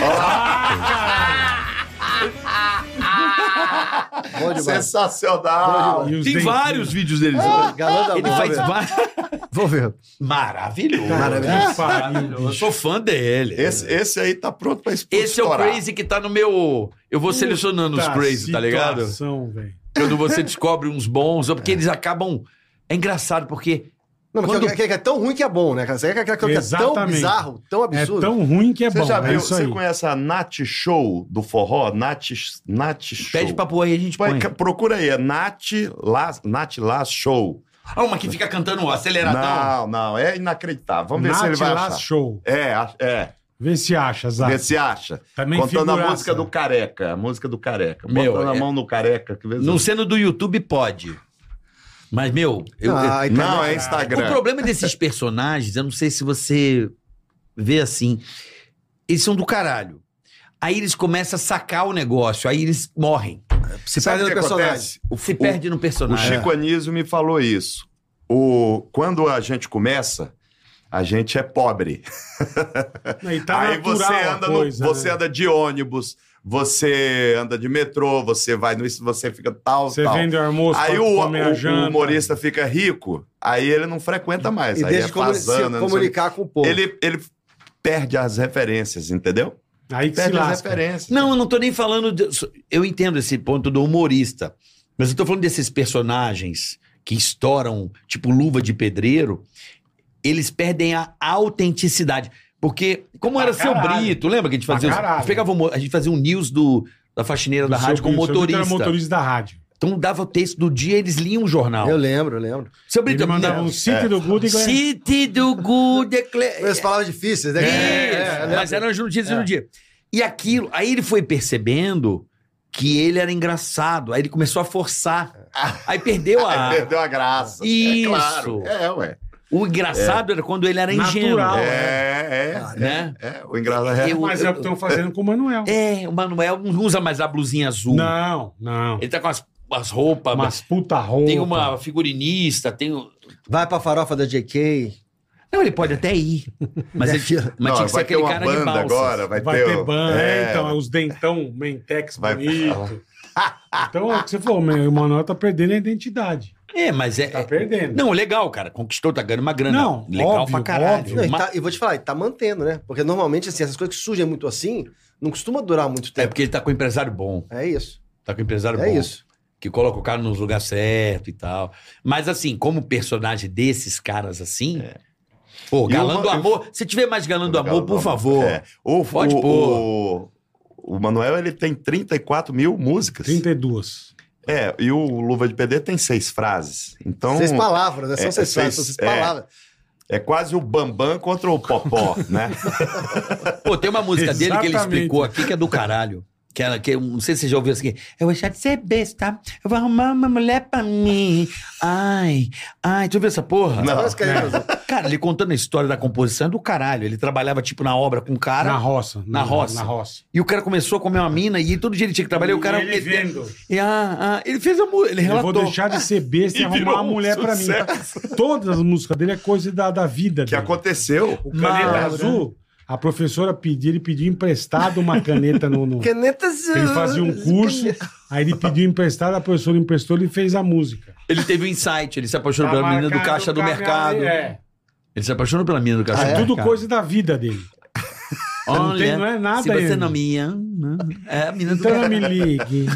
Speaker 3: É.
Speaker 4: Bom demais.
Speaker 6: Sensacional.
Speaker 3: E os
Speaker 5: Tem
Speaker 3: dentes-
Speaker 5: vários vídeos deles.
Speaker 7: Ah,
Speaker 4: Galã da
Speaker 5: Ele
Speaker 4: Mão,
Speaker 5: faz
Speaker 4: velho.
Speaker 5: vários.
Speaker 4: Vou ver.
Speaker 5: Maravilhoso. né?
Speaker 3: Que pariu,
Speaker 5: Eu
Speaker 3: bicho.
Speaker 5: sou fã dele.
Speaker 6: Esse, esse aí tá pronto pra explodir.
Speaker 5: Esse é o crazy que tá no meu. Eu vou selecionando os
Speaker 3: Puta
Speaker 5: crazy, tá ligado?
Speaker 3: situação, velho.
Speaker 5: Quando você descobre uns bons, ou porque eles acabam. É engraçado, porque.
Speaker 4: Não, porque
Speaker 5: Quando-
Speaker 4: é, que é tão ruim que é bom, né? cara? Você É aquela que é tão
Speaker 3: Exatamente.
Speaker 4: bizarro, tão
Speaker 3: É
Speaker 4: absurdo.
Speaker 3: tão ruim que é
Speaker 6: Você
Speaker 3: bom.
Speaker 6: já
Speaker 3: é
Speaker 6: viu?
Speaker 3: isso
Speaker 6: Você
Speaker 3: aí.
Speaker 6: conhece a Nat Show do forró? Nat, Nat Show.
Speaker 5: Pede pra pôr aí, a gente põe.
Speaker 6: Põe, ca- Procura aí, é Nat Lá, Nat Lá Show.
Speaker 5: Ah, uma que fica cantando o aceleradão.
Speaker 6: Não, não, é inacreditável. Vamos ver se ele
Speaker 3: Nath
Speaker 6: vai
Speaker 3: Last
Speaker 6: achar.
Speaker 3: Show.
Speaker 6: É, a- é.
Speaker 3: Vê se acha, Zá.
Speaker 6: Vê se acha.
Speaker 3: Também
Speaker 6: Contando a
Speaker 3: figuraça.
Speaker 6: música do Careca. A música do Careca.
Speaker 5: Meu,
Speaker 6: Botando a
Speaker 5: é-
Speaker 6: mão no Careca. Que vezes...
Speaker 5: Não sendo do YouTube, pode. Mas, meu, eu-
Speaker 4: Ah, a internet-
Speaker 6: Não, é
Speaker 5: o
Speaker 6: Instagram.
Speaker 5: problema desses personagens, eu não sei se você vê assim. Eles são do caralho. Aí eles começam a sacar o negócio, aí eles morrem.
Speaker 4: se
Speaker 6: Sabe
Speaker 4: perde
Speaker 6: o
Speaker 4: no
Speaker 6: que
Speaker 4: personagem.
Speaker 6: acontece? O,
Speaker 5: Se
Speaker 6: o-
Speaker 5: perde
Speaker 3: É.
Speaker 5: no
Speaker 6: o
Speaker 5: personagem.
Speaker 6: Chico Anísio me falou isso. O, quando a gente começa, a gente é pobre.
Speaker 3: Aí, tá
Speaker 6: Aí
Speaker 3: natural
Speaker 6: você
Speaker 3: a
Speaker 6: anda, no-
Speaker 3: coisa,
Speaker 6: você
Speaker 3: né?
Speaker 6: anda de ônibus, você anda de metrô, você vai no isso, você fica tal,
Speaker 3: Você
Speaker 6: tal.
Speaker 3: vende o almoço,
Speaker 6: aí
Speaker 3: pra
Speaker 6: o,
Speaker 3: comer a
Speaker 6: o- o
Speaker 3: janta.
Speaker 6: humorista fica rico, aí ele não frequenta mais.
Speaker 4: E
Speaker 6: aí
Speaker 4: deixa
Speaker 6: é
Speaker 4: de comuni- se
Speaker 6: fazana, não sei o quê.
Speaker 4: comunicar com o povo.
Speaker 6: ele, ele perde as referências, entendeu?
Speaker 3: Aí que se
Speaker 6: Perde as
Speaker 3: lasca.
Speaker 6: referências.
Speaker 5: Não, eu não tô nem falando. de- eu entendo esse ponto do humorista. Mas eu tô falando desses personagens que estouram, tipo luva de pedreiro. Eles perdem a autenticidade. Porque, como
Speaker 3: Pra
Speaker 5: era seu
Speaker 3: caralho.
Speaker 5: Brito, lembra que a gente fazia.
Speaker 3: Pra
Speaker 5: os- a,
Speaker 3: caralho.
Speaker 5: gente pegava o mo- a gente fazia um news do, da faxineira da
Speaker 3: Do
Speaker 5: rádio
Speaker 3: seu-
Speaker 5: com o
Speaker 3: do seu Vitor
Speaker 5: motorista.
Speaker 3: era motorista da rádio.
Speaker 5: Então dava o texto do dia eles liam o jornal.
Speaker 4: Eu lembro, eu lembro.
Speaker 5: Seu Brito
Speaker 3: Ele mandava
Speaker 5: não.
Speaker 3: um
Speaker 6: É.
Speaker 3: City do Good e ganhava.
Speaker 5: City do Good.
Speaker 4: As palavras difíceis, né?
Speaker 5: Isso,
Speaker 4: É, é, é.
Speaker 5: mas um eram as notícias do dia. E aquilo, aí ele foi percebendo que ele era engraçado, aí ele começou a forçar. Aí perdeu a.
Speaker 6: É. Aí Ah, é, perdeu a graça.
Speaker 5: Isso.
Speaker 6: É claro. É, ué.
Speaker 5: O engraçado era quando ele era ingênuo.
Speaker 3: Natural.
Speaker 6: É,
Speaker 3: Ah,
Speaker 6: é.
Speaker 5: Né?
Speaker 6: é, o engraçado é.
Speaker 5: Eu-
Speaker 3: Mas é o que estão fazendo com o Manuel.
Speaker 5: É, o Manuel não usa mais a blusinha azul.
Speaker 3: Não, não.
Speaker 5: Ele tá com as, as roupas.
Speaker 3: Umas puta roupa.
Speaker 5: Tem uma figurinista, tem. o-
Speaker 4: Vai pra farofa da JK.
Speaker 5: Não, ele pode até ir. Mas, ele, tinha- mas
Speaker 6: Não,
Speaker 5: tinha que ser
Speaker 6: vai ter
Speaker 5: aquele
Speaker 6: uma
Speaker 5: cara de
Speaker 6: banda
Speaker 5: balsas.
Speaker 6: agora, vai,
Speaker 3: Vai ter
Speaker 6: o-
Speaker 3: ban,
Speaker 6: é,
Speaker 3: é, então, os dentão, mentex
Speaker 6: Vai-
Speaker 3: bonito. Então, é o que você falou, meu, o Manuel tá perdendo a identidade.
Speaker 5: É, mas é.
Speaker 3: Tá
Speaker 5: é-
Speaker 3: perdendo.
Speaker 5: Não, legal, cara. Conquistou, tá ganhando uma grana.
Speaker 3: Não,
Speaker 5: legal
Speaker 3: óbvio,
Speaker 5: pra caralho.
Speaker 3: óbvio.
Speaker 4: Não, e,
Speaker 5: Ma-
Speaker 4: tá- e vou te falar, e tá mantendo, né? Porque normalmente, assim, essas coisas que surgem muito assim, não costuma durar muito
Speaker 5: É
Speaker 4: tempo.
Speaker 5: porque ele tá com um empresário bom.
Speaker 4: É, isso.
Speaker 5: Tá com um empresário
Speaker 4: É
Speaker 5: bom.
Speaker 4: isso.
Speaker 5: Que coloca o cara nos lugares certos e tal. Mas assim, como personagem desses caras assim.
Speaker 3: É.
Speaker 5: Pô,
Speaker 6: E
Speaker 5: galã
Speaker 6: uma-
Speaker 5: do amor. Se tiver mais galã do
Speaker 6: Galã
Speaker 5: amor,
Speaker 6: do
Speaker 5: por
Speaker 6: Amor,
Speaker 5: favor.
Speaker 6: é. O,
Speaker 5: Pode
Speaker 6: o,
Speaker 5: pôr.
Speaker 6: o, o Manuel, ele tem 34 mil músicas.
Speaker 3: 32.
Speaker 6: É, e o Luva de PD tem seis frases. Então,
Speaker 4: Seis palavras, né? São
Speaker 6: é,
Speaker 4: seis frases, são
Speaker 6: seis-
Speaker 4: seis
Speaker 6: é.
Speaker 4: palavras.
Speaker 6: é quase o Bambam contra o Popó, né?
Speaker 5: Pô, tem uma música dele que ele
Speaker 3: Exatamente.
Speaker 5: explicou aqui que é do caralho. Que ela, que, eu não sei se você já ouviu assim. Eu vou deixar de ser besta. Eu vou arrumar uma mulher pra mim. Ai, ai. Tu viu essa porra? É.
Speaker 6: Não.
Speaker 4: Mas, cara,
Speaker 5: Cara, ele contando a história da composição é do caralho. Ele trabalhava, tipo, na obra com o cara.
Speaker 3: na roça.
Speaker 5: na roça.
Speaker 3: Na roça.
Speaker 5: E o cara começou a comer uma mina e todo dia ele tinha que trabalhar. E o cara.
Speaker 3: ele vendo.
Speaker 5: E, ah, ah, ele fez a música. Ele
Speaker 3: Eu
Speaker 5: relatou.
Speaker 3: vou deixar de ser besta e,
Speaker 6: E virou
Speaker 3: arrumar uma
Speaker 6: um
Speaker 3: mulher pra mim. tá? Todas as músicas dele é coisa da, da vida
Speaker 6: que
Speaker 3: dele.
Speaker 6: aconteceu.
Speaker 3: O caneta
Speaker 5: Maura.
Speaker 3: azul, a professora pediu, ele pediu emprestado uma caneta no.
Speaker 6: é.
Speaker 3: no-
Speaker 4: Caneta azul.
Speaker 3: Ele fazia
Speaker 4: uh,
Speaker 3: um curso, aí ele pediu emprestado, a professora emprestou, ele fez a música.
Speaker 5: Ele teve um insight. Ele se
Speaker 3: Tá
Speaker 5: apaixonou pela menina do caixa do mercado.
Speaker 3: É.
Speaker 5: Ele se apaixonou pela menina do caixa do
Speaker 3: Tudo
Speaker 5: mercado.
Speaker 3: coisa da vida dele. não tem- não é nada
Speaker 5: Se você
Speaker 3: ainda.
Speaker 5: não me ama. É a menina do
Speaker 3: Então não
Speaker 5: caixa
Speaker 3: me ligue.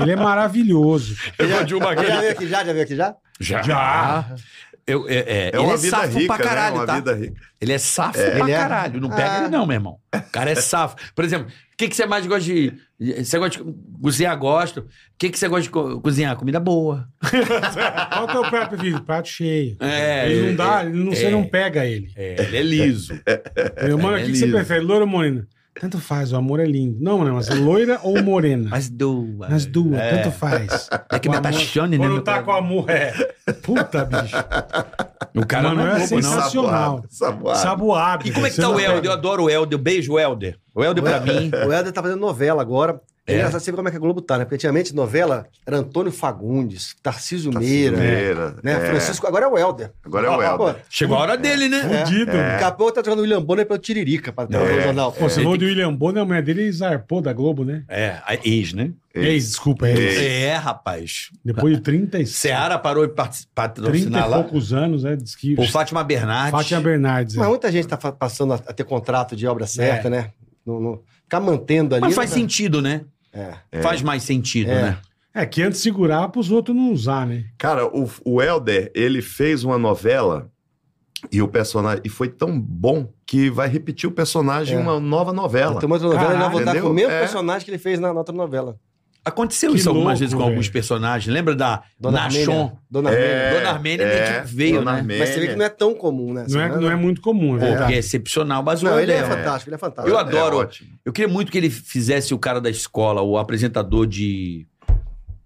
Speaker 3: Ele é maravilhoso.
Speaker 5: Eu vou de uma
Speaker 4: Já veio aqui já? Já veio aqui já?
Speaker 5: Já. Já. Eu, é, é,
Speaker 6: É
Speaker 5: ele
Speaker 6: uma
Speaker 5: é
Speaker 6: vida
Speaker 5: safo
Speaker 6: rica,
Speaker 5: pra caralho,
Speaker 6: né? Uma
Speaker 5: tá?
Speaker 6: vida rica.
Speaker 5: Ele é safo pra
Speaker 4: Ele é-
Speaker 5: caralho. Não pega
Speaker 4: Ah.
Speaker 5: ele não, meu irmão. O cara é safo. Por exemplo, o que, que você mais gosta de... Você gosta de cozinhar? Gosto. O que, que você gosta de co- cozinhar? Comida boa.
Speaker 3: Qual que é o prato preferido? Prato cheio.
Speaker 5: É,
Speaker 3: ele
Speaker 5: é,
Speaker 3: não dá,
Speaker 5: é,
Speaker 3: ele não, você
Speaker 5: é.
Speaker 3: não pega ele.
Speaker 5: É, ele é liso.
Speaker 3: Eu, mano, o
Speaker 5: é
Speaker 3: que, que você
Speaker 5: liso.
Speaker 3: prefere, loira ou morena? Tanto faz, o amor é lindo. Não, mano, mas loira ou morena?
Speaker 5: Mas duas.
Speaker 3: Nas duas,
Speaker 5: É.
Speaker 3: tanto faz.
Speaker 5: É que
Speaker 3: O
Speaker 5: me
Speaker 3: amor-
Speaker 5: apaixone, né?
Speaker 3: Quando
Speaker 5: meu
Speaker 3: tá
Speaker 5: cara?
Speaker 3: com amor, é. Puta, bicho.
Speaker 5: O cara
Speaker 3: Mano,
Speaker 5: não
Speaker 3: é
Speaker 5: é bobo, não.
Speaker 3: sensacional. Nacional.
Speaker 6: Saboado.
Speaker 3: Saboado.
Speaker 5: E como é que
Speaker 3: você
Speaker 5: tá
Speaker 3: não
Speaker 5: o
Speaker 3: pega.
Speaker 5: Helder? Eu adoro o Helder. Eu beijo o Helder. O Helder pra mim...
Speaker 6: É.
Speaker 4: O Helder tá fazendo novela agora.
Speaker 5: É.
Speaker 4: É engraçado você ver como é que a Globo tá, né? Porque antigamente novela era Antônio Fagundes, Tarcísio Meira,
Speaker 6: Meira,
Speaker 4: né?
Speaker 6: é.
Speaker 4: Francisco, agora é o Helder.
Speaker 6: Agora é o Helder. É.
Speaker 5: Chegou a hora dele, né?
Speaker 3: Fudido.
Speaker 4: Daqui a pouco tá jogando o William Bonner pelo Tiririca pra pra- pro jornal.
Speaker 3: Pô, você falou de William Bonner, a mulher dele zarpou da Globo, né?
Speaker 5: É, a ex, né?
Speaker 3: Ex, desculpa, é. ex.
Speaker 5: É, rapaz.
Speaker 3: Depois de 37,
Speaker 5: Seara parou de partici-
Speaker 3: 30
Speaker 5: patrocinar
Speaker 3: e
Speaker 5: lá.
Speaker 3: poucos anos, né? Diz que
Speaker 5: O Fátima Bernardes.
Speaker 3: Fátima Bernardes.
Speaker 4: Mas
Speaker 3: É.
Speaker 4: muita gente tá fa- passando a, a ter contrato de obra certa, né? No, no- ficar mantendo ali.
Speaker 5: Mas faz
Speaker 4: né?
Speaker 5: sentido, né?
Speaker 4: É.
Speaker 5: Faz mais sentido,
Speaker 4: É.
Speaker 5: né?
Speaker 3: é que antes segurava pros outros não usar, né?
Speaker 6: Cara, o, o Helder, ele fez uma novela e o personagem. E foi tão bom que vai repetir o personagem
Speaker 4: É.
Speaker 6: em uma nova novela.
Speaker 4: Então, uma outra novela, ele vai
Speaker 3: Caralho,
Speaker 4: voltar com o
Speaker 6: entendeu?
Speaker 4: mesmo
Speaker 6: É.
Speaker 4: personagem que ele fez na na outra novela.
Speaker 5: Aconteceu
Speaker 3: Que
Speaker 5: isso algumas
Speaker 3: louco,
Speaker 5: vezes com
Speaker 3: velho.
Speaker 5: alguns personagens. Lembra da
Speaker 4: Dona
Speaker 5: Nachon?
Speaker 4: Armênia.
Speaker 6: É.
Speaker 4: Dona Armênia.
Speaker 5: Dona Armênia meio que veio,
Speaker 6: Dona
Speaker 5: né?
Speaker 6: Armênia.
Speaker 4: Mas você vê que não é tão comum, né? Assim,
Speaker 3: Não é, não é né? muito comum, é
Speaker 5: Porque
Speaker 3: verdade.
Speaker 5: é excepcional, mas o
Speaker 4: Não, ele é
Speaker 5: Helder-
Speaker 4: fantástico, ele é fantástico.
Speaker 5: Eu adoro.
Speaker 6: ótimo.
Speaker 5: Eu queria muito que ele fizesse o cara da escola, o apresentador de.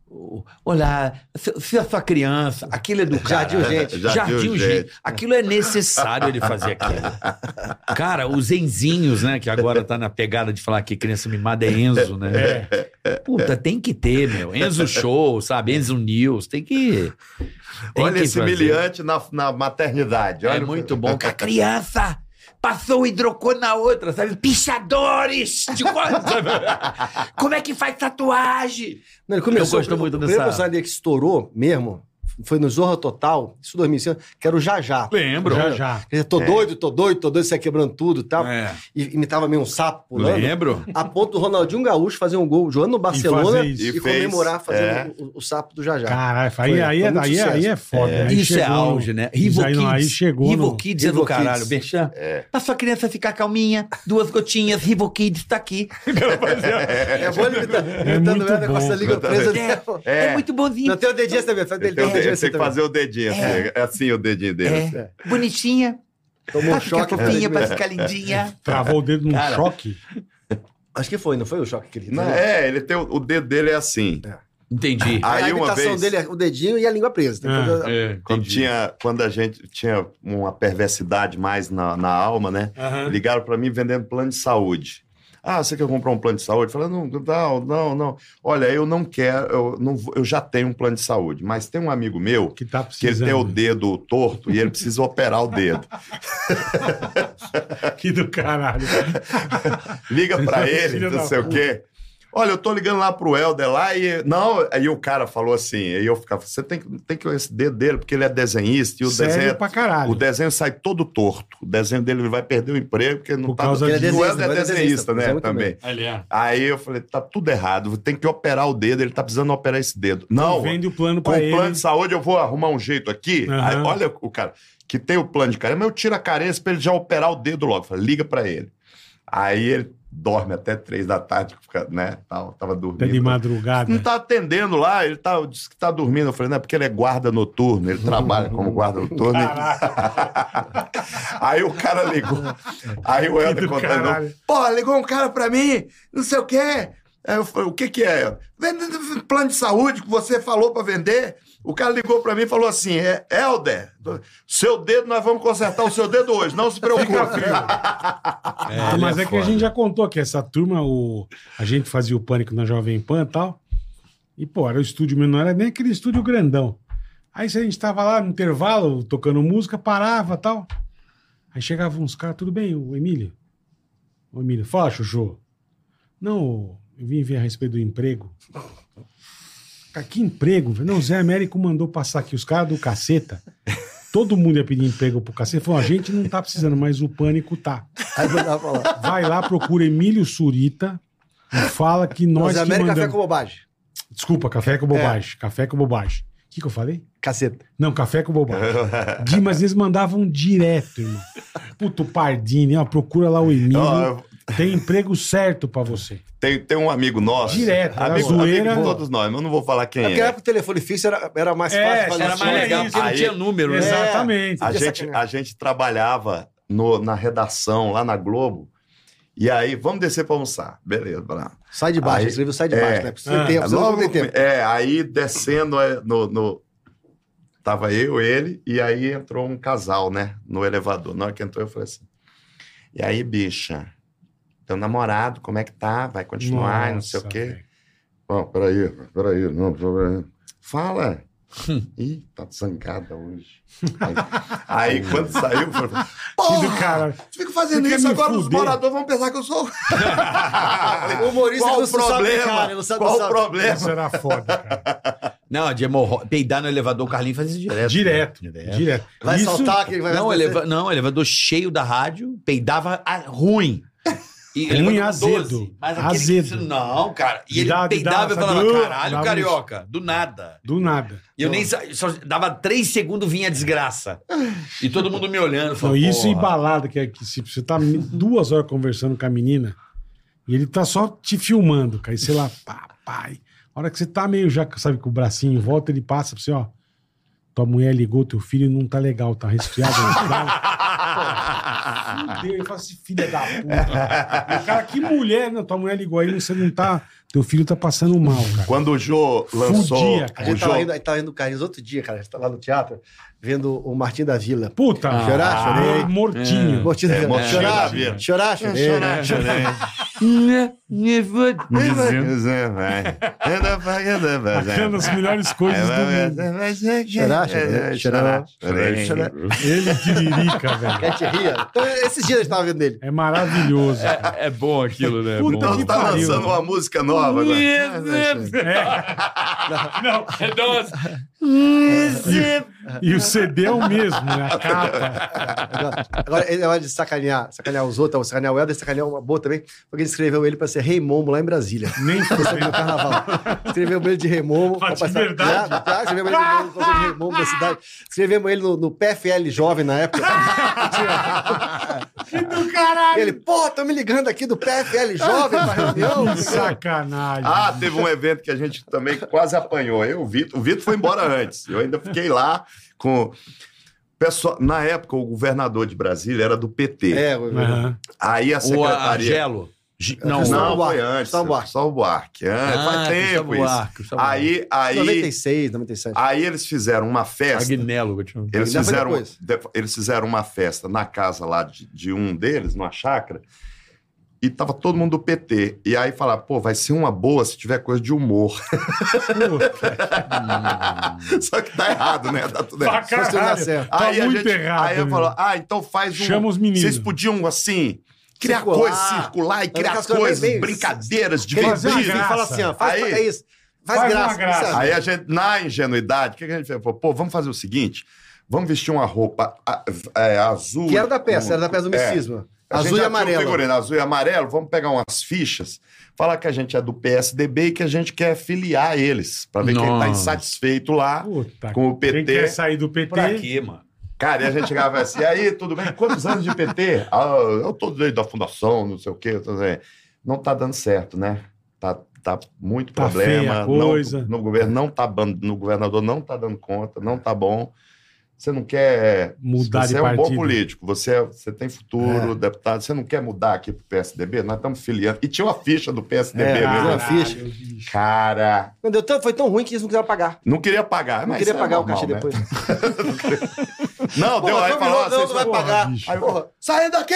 Speaker 5: o- Olá, se- se a sua criança, aquilo é do cara.
Speaker 4: Jardim Urgente.
Speaker 5: Jardim,
Speaker 6: Jardim
Speaker 5: Urgente.
Speaker 6: Urgente.
Speaker 5: Aquilo é necessário ele fazer aquilo. Cara, os Enzinhos, né? Que agora tá na pegada de falar que criança mimada é Enzo, né? Puta, tem que ter, meu. Enzo Show, sabe? Enzo News, tem que. tem
Speaker 6: Olha
Speaker 5: que
Speaker 6: esse
Speaker 5: fazer.
Speaker 6: miliante na, na maternidade. Olha
Speaker 5: É muito bom. Que a criança passou e trocou na outra, sabe? Pichadores! De qual- sabe? Como é que faz tatuagem?
Speaker 4: Não, ele começou,
Speaker 5: Eu gosto muito
Speaker 4: o
Speaker 5: dessa-
Speaker 4: primeiro personagem dele que estourou mesmo foi no Zorra Total, isso em 2005, que era o Jajá. Quer
Speaker 5: Lembro.
Speaker 3: Já, já.
Speaker 4: dizer, tô doido, tô doido, tô doido, você quebrando tudo e tal.
Speaker 5: É.
Speaker 4: E imitava meio um sapo pulando.
Speaker 5: Lembro.
Speaker 4: A ponto do Ronaldinho Gaúcho fazer um gol, jogando no Barcelona
Speaker 3: fazer
Speaker 4: e,
Speaker 3: isso.
Speaker 6: E fez,
Speaker 4: comemorar fazendo
Speaker 6: é.
Speaker 4: o, o sapo do Jajá.
Speaker 3: Caralho, aí,
Speaker 4: Foi-
Speaker 3: aí,
Speaker 4: foi
Speaker 3: é,
Speaker 4: muito
Speaker 3: aí, é,
Speaker 4: sucesso.
Speaker 3: aí é foda. Aí
Speaker 5: Isso é
Speaker 3: chegou-
Speaker 5: auge, né?
Speaker 3: Isso
Speaker 5: Rivo
Speaker 3: aí,
Speaker 5: Kids.
Speaker 3: não, aí chegou
Speaker 5: Rivo
Speaker 3: no-
Speaker 5: Kids é do
Speaker 4: Rivo Kids.
Speaker 5: caralho, Merchan.
Speaker 6: É.
Speaker 5: A sua criança ficar calminha, duas gotinhas, Rivo Kids tá aqui.
Speaker 4: É bom ele gritar- gritando
Speaker 3: muito
Speaker 4: ela né, com
Speaker 3: bom,
Speaker 4: essa liga presa.
Speaker 5: É,
Speaker 4: dela.
Speaker 5: é
Speaker 6: É.
Speaker 5: muito bonzinho.
Speaker 4: Não tem o dedinho essa vez, faz
Speaker 6: Ele
Speaker 4: dele.
Speaker 6: tem,
Speaker 4: tem o dedinho
Speaker 6: o dedinho, tem
Speaker 4: assim
Speaker 6: que
Speaker 4: também.
Speaker 6: fazer o dedinho. assim, É, assim o dedinho dele. assim.
Speaker 5: É. Bonitinha,
Speaker 4: Tomou um
Speaker 5: pra ficar
Speaker 4: choque.
Speaker 3: né?
Speaker 5: fofinha, pra
Speaker 4: fez-
Speaker 5: ficar lindinha.
Speaker 3: Travou o dedo num
Speaker 5: Cara.
Speaker 3: choque.
Speaker 4: Acho que foi, não foi o choque que ele
Speaker 6: Não, é, ele tem o, o dedo dele é assim.
Speaker 5: Entendi.
Speaker 6: Aí
Speaker 4: a
Speaker 6: uma
Speaker 4: imitação
Speaker 6: vez,
Speaker 4: dele é o dedinho e a língua presa. tá? Então, Tem que
Speaker 3: Ah.
Speaker 4: fazer-
Speaker 5: É,
Speaker 6: quando
Speaker 5: entendi.
Speaker 6: tinha, quando a gente tinha uma perversidade mais na, na alma, né?
Speaker 3: Aham.
Speaker 6: Ligaram pra mim vendendo plano de saúde. Ah, você quer comprar um plano de saúde? Fala, não, não, não, não. Olha, eu não quero, eu, não, vou- eu já tenho um plano de saúde, mas tem um amigo meu
Speaker 3: Que tá
Speaker 6: que ele
Speaker 3: precisando.
Speaker 6: tem o dedo torto e ele precisa operar o dedo.
Speaker 3: Que do caralho.
Speaker 6: Liga pra
Speaker 3: Filho
Speaker 6: ele,
Speaker 3: da
Speaker 6: não sei o
Speaker 3: puta.
Speaker 6: quê. Olha, eu tô ligando lá pro Helder lá e. Não, aí o cara falou assim, aí eu ficava, você tem, que- tem que ler esse dedo dele, porque ele é desenhista e o
Speaker 3: Sério
Speaker 6: desenho. é
Speaker 3: pra caralho.
Speaker 6: O desenho sai todo torto. O desenho dele ele vai perder o emprego, porque não
Speaker 3: Por
Speaker 6: tá.
Speaker 3: causa
Speaker 6: o
Speaker 3: Ele é
Speaker 4: desenhista,
Speaker 6: Helder é
Speaker 4: mas é desenhista,
Speaker 6: desenhista,
Speaker 4: mas é
Speaker 6: né?
Speaker 4: muito
Speaker 6: Também.
Speaker 3: Aliás.
Speaker 6: Aí eu falei, tá tudo errado, tem que operar o dedo, ele tá precisando operar esse dedo. Não,
Speaker 3: Vende o plano
Speaker 6: com
Speaker 3: pra
Speaker 6: o
Speaker 3: ele.
Speaker 6: plano de saúde eu vou arrumar um jeito aqui.
Speaker 3: Aham.
Speaker 6: Aí, olha o cara, que tem o plano de carência, mas eu tiro a carência pra ele já operar o dedo logo. Falei, liga pra ele. Aí ele dorme até três da tarde, fica, né? Tava, tava
Speaker 3: Até Tá de
Speaker 6: dormindo.
Speaker 3: madrugada.
Speaker 6: não tá atendendo lá, ele tá, disse que tá dormindo. Eu falei, não, é porque ele é guarda noturno, ele trabalha como guarda noturno. ele- Aí o cara ligou. Aí o
Speaker 3: Que
Speaker 6: Helder
Speaker 3: do
Speaker 6: contando.
Speaker 3: caralho.
Speaker 6: Pô, ligou um cara pra mim, não sei o quê. Aí eu falei, o que que é? Helder? Vende- vende- Plano de saúde que você falou pra vender. O cara ligou pra mim e falou assim, é, Helder, seu dedo, nós vamos consertar o seu dedo hoje, não se preocupe.
Speaker 3: Ah, mas é, que a gente já contou que essa turma, o... a gente fazia o pânico na Jovem Pan e tal. E, pô, era o estúdio menor, era nem aquele estúdio grandão. Aí se a gente tava lá no intervalo, tocando música, parava e tal. Aí chegavam uns caras, tudo bem, o Emílio? O Emílio, fala, Chuchu. Não, eu vim ver a respeito do emprego. Cara, que emprego? velho? Não, o Zé Américo mandou passar aqui os caras do caceta. Todo mundo ia pedir emprego pro caceta. Falou, a gente não tá precisando, mas o pânico tá.
Speaker 4: Aí mandava pra lá.
Speaker 3: Vai lá, procura Emílio Surita e fala que
Speaker 4: Não,
Speaker 3: nós
Speaker 4: Zé
Speaker 3: que
Speaker 4: América
Speaker 3: mandamos.
Speaker 4: Café com Bobagem.
Speaker 3: Desculpa, café
Speaker 6: É.
Speaker 3: com bobagem. Café com bobagem. O que, que eu falei?
Speaker 4: Caceta.
Speaker 3: Não, café com bobagem. Dimas, eles mandavam direto, irmão. Puto Pardini, ó, procura lá o Emílio.
Speaker 6: Ó,
Speaker 3: Tem emprego certo pra você.
Speaker 6: tem, tem um amigo nosso.
Speaker 3: Direto, né?
Speaker 6: amigo,
Speaker 3: Zoeira.
Speaker 6: amigo de todos nós, mas eu não vou falar quem
Speaker 4: Naquela
Speaker 6: é.
Speaker 4: época o telefone fixo era, era mais
Speaker 3: É,
Speaker 4: fácil fazer
Speaker 5: Era
Speaker 4: o
Speaker 5: mais
Speaker 4: som.
Speaker 5: legal,
Speaker 3: isso.
Speaker 5: porque não
Speaker 6: Aí-
Speaker 5: tinha número, né?
Speaker 3: Exatamente.
Speaker 6: É. A
Speaker 4: Podia
Speaker 6: gente,
Speaker 4: sacanear.
Speaker 6: a gente trabalhava no- na redação, lá na Globo. E aí, vamos descer pra almoçar. Beleza, Brá.
Speaker 4: Sai de baixo,
Speaker 6: Aí-
Speaker 4: escreveu sai de
Speaker 6: é.
Speaker 4: baixo, né? Precisa
Speaker 3: Ah.
Speaker 4: ter tempo,
Speaker 6: É,
Speaker 4: senão
Speaker 6: logo
Speaker 4: não
Speaker 6: no
Speaker 4: tem tempo.
Speaker 6: come- É, aí descendo é, no, no- Tava eu, ele, e aí entrou um casal, né? No elevador. Na hora que entrou, eu falei assim. E aí, bicha, teu namorado, como é que tá? Vai continuar, e não sei o
Speaker 3: Nossa,
Speaker 6: quê.
Speaker 3: velho.
Speaker 6: Ó, peraí, peraí, não, peraí. Fala! Ih, tá zangada hoje. Aí, aí, quando saiu, eu falei,
Speaker 3: Que
Speaker 6: porra,
Speaker 3: do cara.
Speaker 6: você fica fazendo
Speaker 3: Você quer
Speaker 6: isso,
Speaker 3: me
Speaker 6: agora os
Speaker 3: fuder?
Speaker 6: moradores vão pensar que eu sou...
Speaker 4: Ah, O humorista
Speaker 6: Ah, Qual
Speaker 4: não
Speaker 6: o
Speaker 4: se sabe,
Speaker 6: problema?
Speaker 4: cara, ele não sabe-
Speaker 6: Qual
Speaker 4: não
Speaker 6: o
Speaker 4: sabe.
Speaker 3: Isso
Speaker 6: problema?
Speaker 3: era foda, cara.
Speaker 5: Não, de hemorro... peidar no elevador, o Carlinhos faz isso direto. né?
Speaker 3: Direto.
Speaker 6: É.
Speaker 5: Direto.
Speaker 3: Direto.
Speaker 4: Vai
Speaker 3: Isso-
Speaker 4: saltar, que ele vai...
Speaker 5: Não,
Speaker 4: vai-
Speaker 5: eleva... não, elevador cheio da rádio, peidava a- ruim. E
Speaker 3: Ruim,
Speaker 5: elevador
Speaker 3: azedo.
Speaker 5: mas aquele
Speaker 3: Azedo.
Speaker 5: Que... Não, cara. E ele
Speaker 3: Dá-
Speaker 5: peidava e
Speaker 3: dá-
Speaker 5: falava,
Speaker 3: sabe?
Speaker 5: caralho,
Speaker 3: Dava um-
Speaker 5: carioca, do nada.
Speaker 3: Do nada.
Speaker 5: E eu nem sa- só dava três segundos, vinha a desgraça. E todo mundo me olhando.
Speaker 3: Não,
Speaker 5: Falando,
Speaker 3: isso e
Speaker 5: "Porra".
Speaker 3: balada, que, é que se você tá mi- duas horas conversando com a menina e ele tá só te filmando, cara. E sei lá, pá, pai. A hora que você tá meio já, sabe, com o bracinho em volta, ele passa pra você, ó. Tua mulher ligou, teu filho não tá legal, tá resfriado. não tá?" Fudeu, Ele fala assim, filha da puta. E o cara, que mulher, não, tua mulher ligou aí, você não tá. Teu filho tá passando mal, cara.
Speaker 6: Quando o Jô lançou...
Speaker 3: Fudia,
Speaker 4: A
Speaker 6: o
Speaker 4: gente
Speaker 6: Jô-
Speaker 4: tava indo, a gente tava indo com o Carlinhos outro dia, cara. A gente tava lá no teatro, vendo o Martim da Vila.
Speaker 3: Puta!
Speaker 4: Chorar, chorei.
Speaker 3: Ah, mortinho.
Speaker 4: Mortinho da Vila.
Speaker 6: Mortinho É, da
Speaker 4: Chorar,
Speaker 6: Vila.
Speaker 4: chorar,
Speaker 6: É,
Speaker 4: chorei.
Speaker 3: Bacana, as melhores coisas
Speaker 6: É,
Speaker 3: do mundo.
Speaker 4: Chorar, chorei. Chorar, chorei. Chorar.
Speaker 3: Ele de lirica, velho.
Speaker 4: Quer te rir? Então, esses dias a gente tava vendo dele.
Speaker 3: É maravilhoso. cara.
Speaker 7: É bom aquilo, né?
Speaker 3: Puta
Speaker 7: Bom.
Speaker 6: Então tá
Speaker 3: pariu.
Speaker 6: lançando uma música nova agora.
Speaker 3: É. Não, E o CD é o mesmo, né? A capa.
Speaker 4: Agora, agora, ele é hora de sacanear, sacanear os outros, sacanear o Helder, sacanear uma boa também, porque ele escreveu ele pra ser Rei Momo lá em Brasília.
Speaker 3: Nem
Speaker 4: No carnaval. Escrevemos ele de Rei Momo.
Speaker 3: Mas de
Speaker 4: pra passar-
Speaker 3: verdade?
Speaker 4: Já, já, escrevemos ele no- no Rei Momo da cidade. Escrevemos ele no, no PFL Jovem na época.
Speaker 3: do caralho.
Speaker 4: Ele, pô, tô me ligando aqui do PFL Jovem pra reunião.
Speaker 3: Que sacanagem.
Speaker 6: Ah, teve um evento que a gente também quase apanhou. Eu, o Vitor, o Vitor foi embora antes. Eu ainda fiquei lá com. Pessoal, na época, o governador de Brasília era do PT.
Speaker 4: É,
Speaker 3: Aham.
Speaker 6: Aí a
Speaker 5: O
Speaker 6: secretaria.
Speaker 5: Argelo. Gi- Não,
Speaker 6: Não,
Speaker 4: Gustavo
Speaker 6: não
Speaker 4: Buarque,
Speaker 6: foi antes.
Speaker 4: Gustavo Buarque.
Speaker 6: Só o Buarque. Ah,
Speaker 5: Ah,
Speaker 6: faz tempo
Speaker 5: Gustavo
Speaker 6: isso.
Speaker 5: Buarque, Gustavo
Speaker 6: Aí, aí,
Speaker 4: 96,
Speaker 3: Ah,
Speaker 4: 97.
Speaker 6: aí eles fizeram uma festa.
Speaker 5: Agnello. eu te chamo.
Speaker 6: Eles
Speaker 4: Ainda foi
Speaker 6: fizeram,
Speaker 4: depois.
Speaker 6: de- eles fizeram uma festa na casa lá de, de um deles, numa chácara, E tava todo mundo do PT. E aí falava, pô, vai ser uma boa se tiver coisa de humor. Só que tá errado, né? Tá tudo
Speaker 3: Pra
Speaker 6: errado.
Speaker 3: caralho,
Speaker 4: dá certo.
Speaker 3: tá
Speaker 6: a
Speaker 3: muito
Speaker 6: gente-
Speaker 3: errado.
Speaker 6: Aí eu
Speaker 3: meu.
Speaker 6: falo, ah, então faz um.
Speaker 3: Chama os meninos.
Speaker 6: Vocês podiam, assim, criar
Speaker 4: Circular.
Speaker 6: coisas, circular e criar
Speaker 4: aquelas coisas
Speaker 6: coisas,
Speaker 4: bem-
Speaker 6: brincadeiras,
Speaker 4: Quem
Speaker 3: Fazer uma
Speaker 4: diz,
Speaker 6: divertidas.
Speaker 3: graça.
Speaker 4: fala assim, ó, faz,
Speaker 6: Aí-
Speaker 4: é isso. Faz,
Speaker 3: Faz uma
Speaker 4: graça.
Speaker 3: graça.
Speaker 4: sabe?
Speaker 6: Aí a gente, na ingenuidade, o que que a gente fez? Falou, pô, vamos fazer o seguinte: vamos vestir uma roupa a- é, azul.
Speaker 4: Que era da peça,
Speaker 6: com-
Speaker 4: era da peça do
Speaker 6: É.
Speaker 4: micisma.
Speaker 6: A gente
Speaker 4: Azul
Speaker 6: já
Speaker 4: e
Speaker 6: tinha um
Speaker 4: amarelo.
Speaker 6: figurino azul e amarelo, vamos pegar umas fichas, falar que a gente é do PSDB e que a gente quer filiar eles, pra ver quem tá
Speaker 5: Nossa.
Speaker 6: insatisfeito lá.
Speaker 3: Puta,
Speaker 6: Com o
Speaker 3: quem quer
Speaker 6: PT.
Speaker 3: sair do PT...
Speaker 5: Pra quê, mano?
Speaker 6: Cara, e a gente chegava assim, "E aí, tudo bem? Quantos anos de PT? Ah, eu tô desde a fundação, não sei o quê. tô dizendo, Não tá dando certo, né? Tá, tá muito
Speaker 3: Tá feia
Speaker 6: problema.
Speaker 3: a
Speaker 6: não-
Speaker 3: coisa.
Speaker 6: no governo não tá ban- no governador não tá dando conta, não tá bom. Você não quer
Speaker 3: Mudar
Speaker 6: você
Speaker 3: de
Speaker 6: é um bom
Speaker 3: partido. É.
Speaker 6: político, você, é- você tem futuro, deputado, você não quer mudar aqui pro PSDB? Nós estamos filiando. E tinha uma ficha do PSDB
Speaker 4: É,
Speaker 6: mesmo. né?
Speaker 4: uma
Speaker 3: Caralho,
Speaker 4: ficha.
Speaker 3: bicho.
Speaker 6: Cara,
Speaker 4: Não deu tanto, foi tão ruim que eles não quiseram pagar.
Speaker 6: não queria pagar,
Speaker 4: Não
Speaker 6: mas
Speaker 4: queria
Speaker 6: isso é
Speaker 4: pagar o
Speaker 6: normal,
Speaker 4: cachê
Speaker 6: né?
Speaker 4: depois.
Speaker 6: Não, deu
Speaker 4: Porra,
Speaker 6: aí e
Speaker 4: não,
Speaker 6: falou,
Speaker 4: não,
Speaker 6: "Ó, vocês
Speaker 4: não vai
Speaker 6: vão-
Speaker 4: pagar.
Speaker 6: Aí,
Speaker 4: Porra,
Speaker 6: Saiam daqui,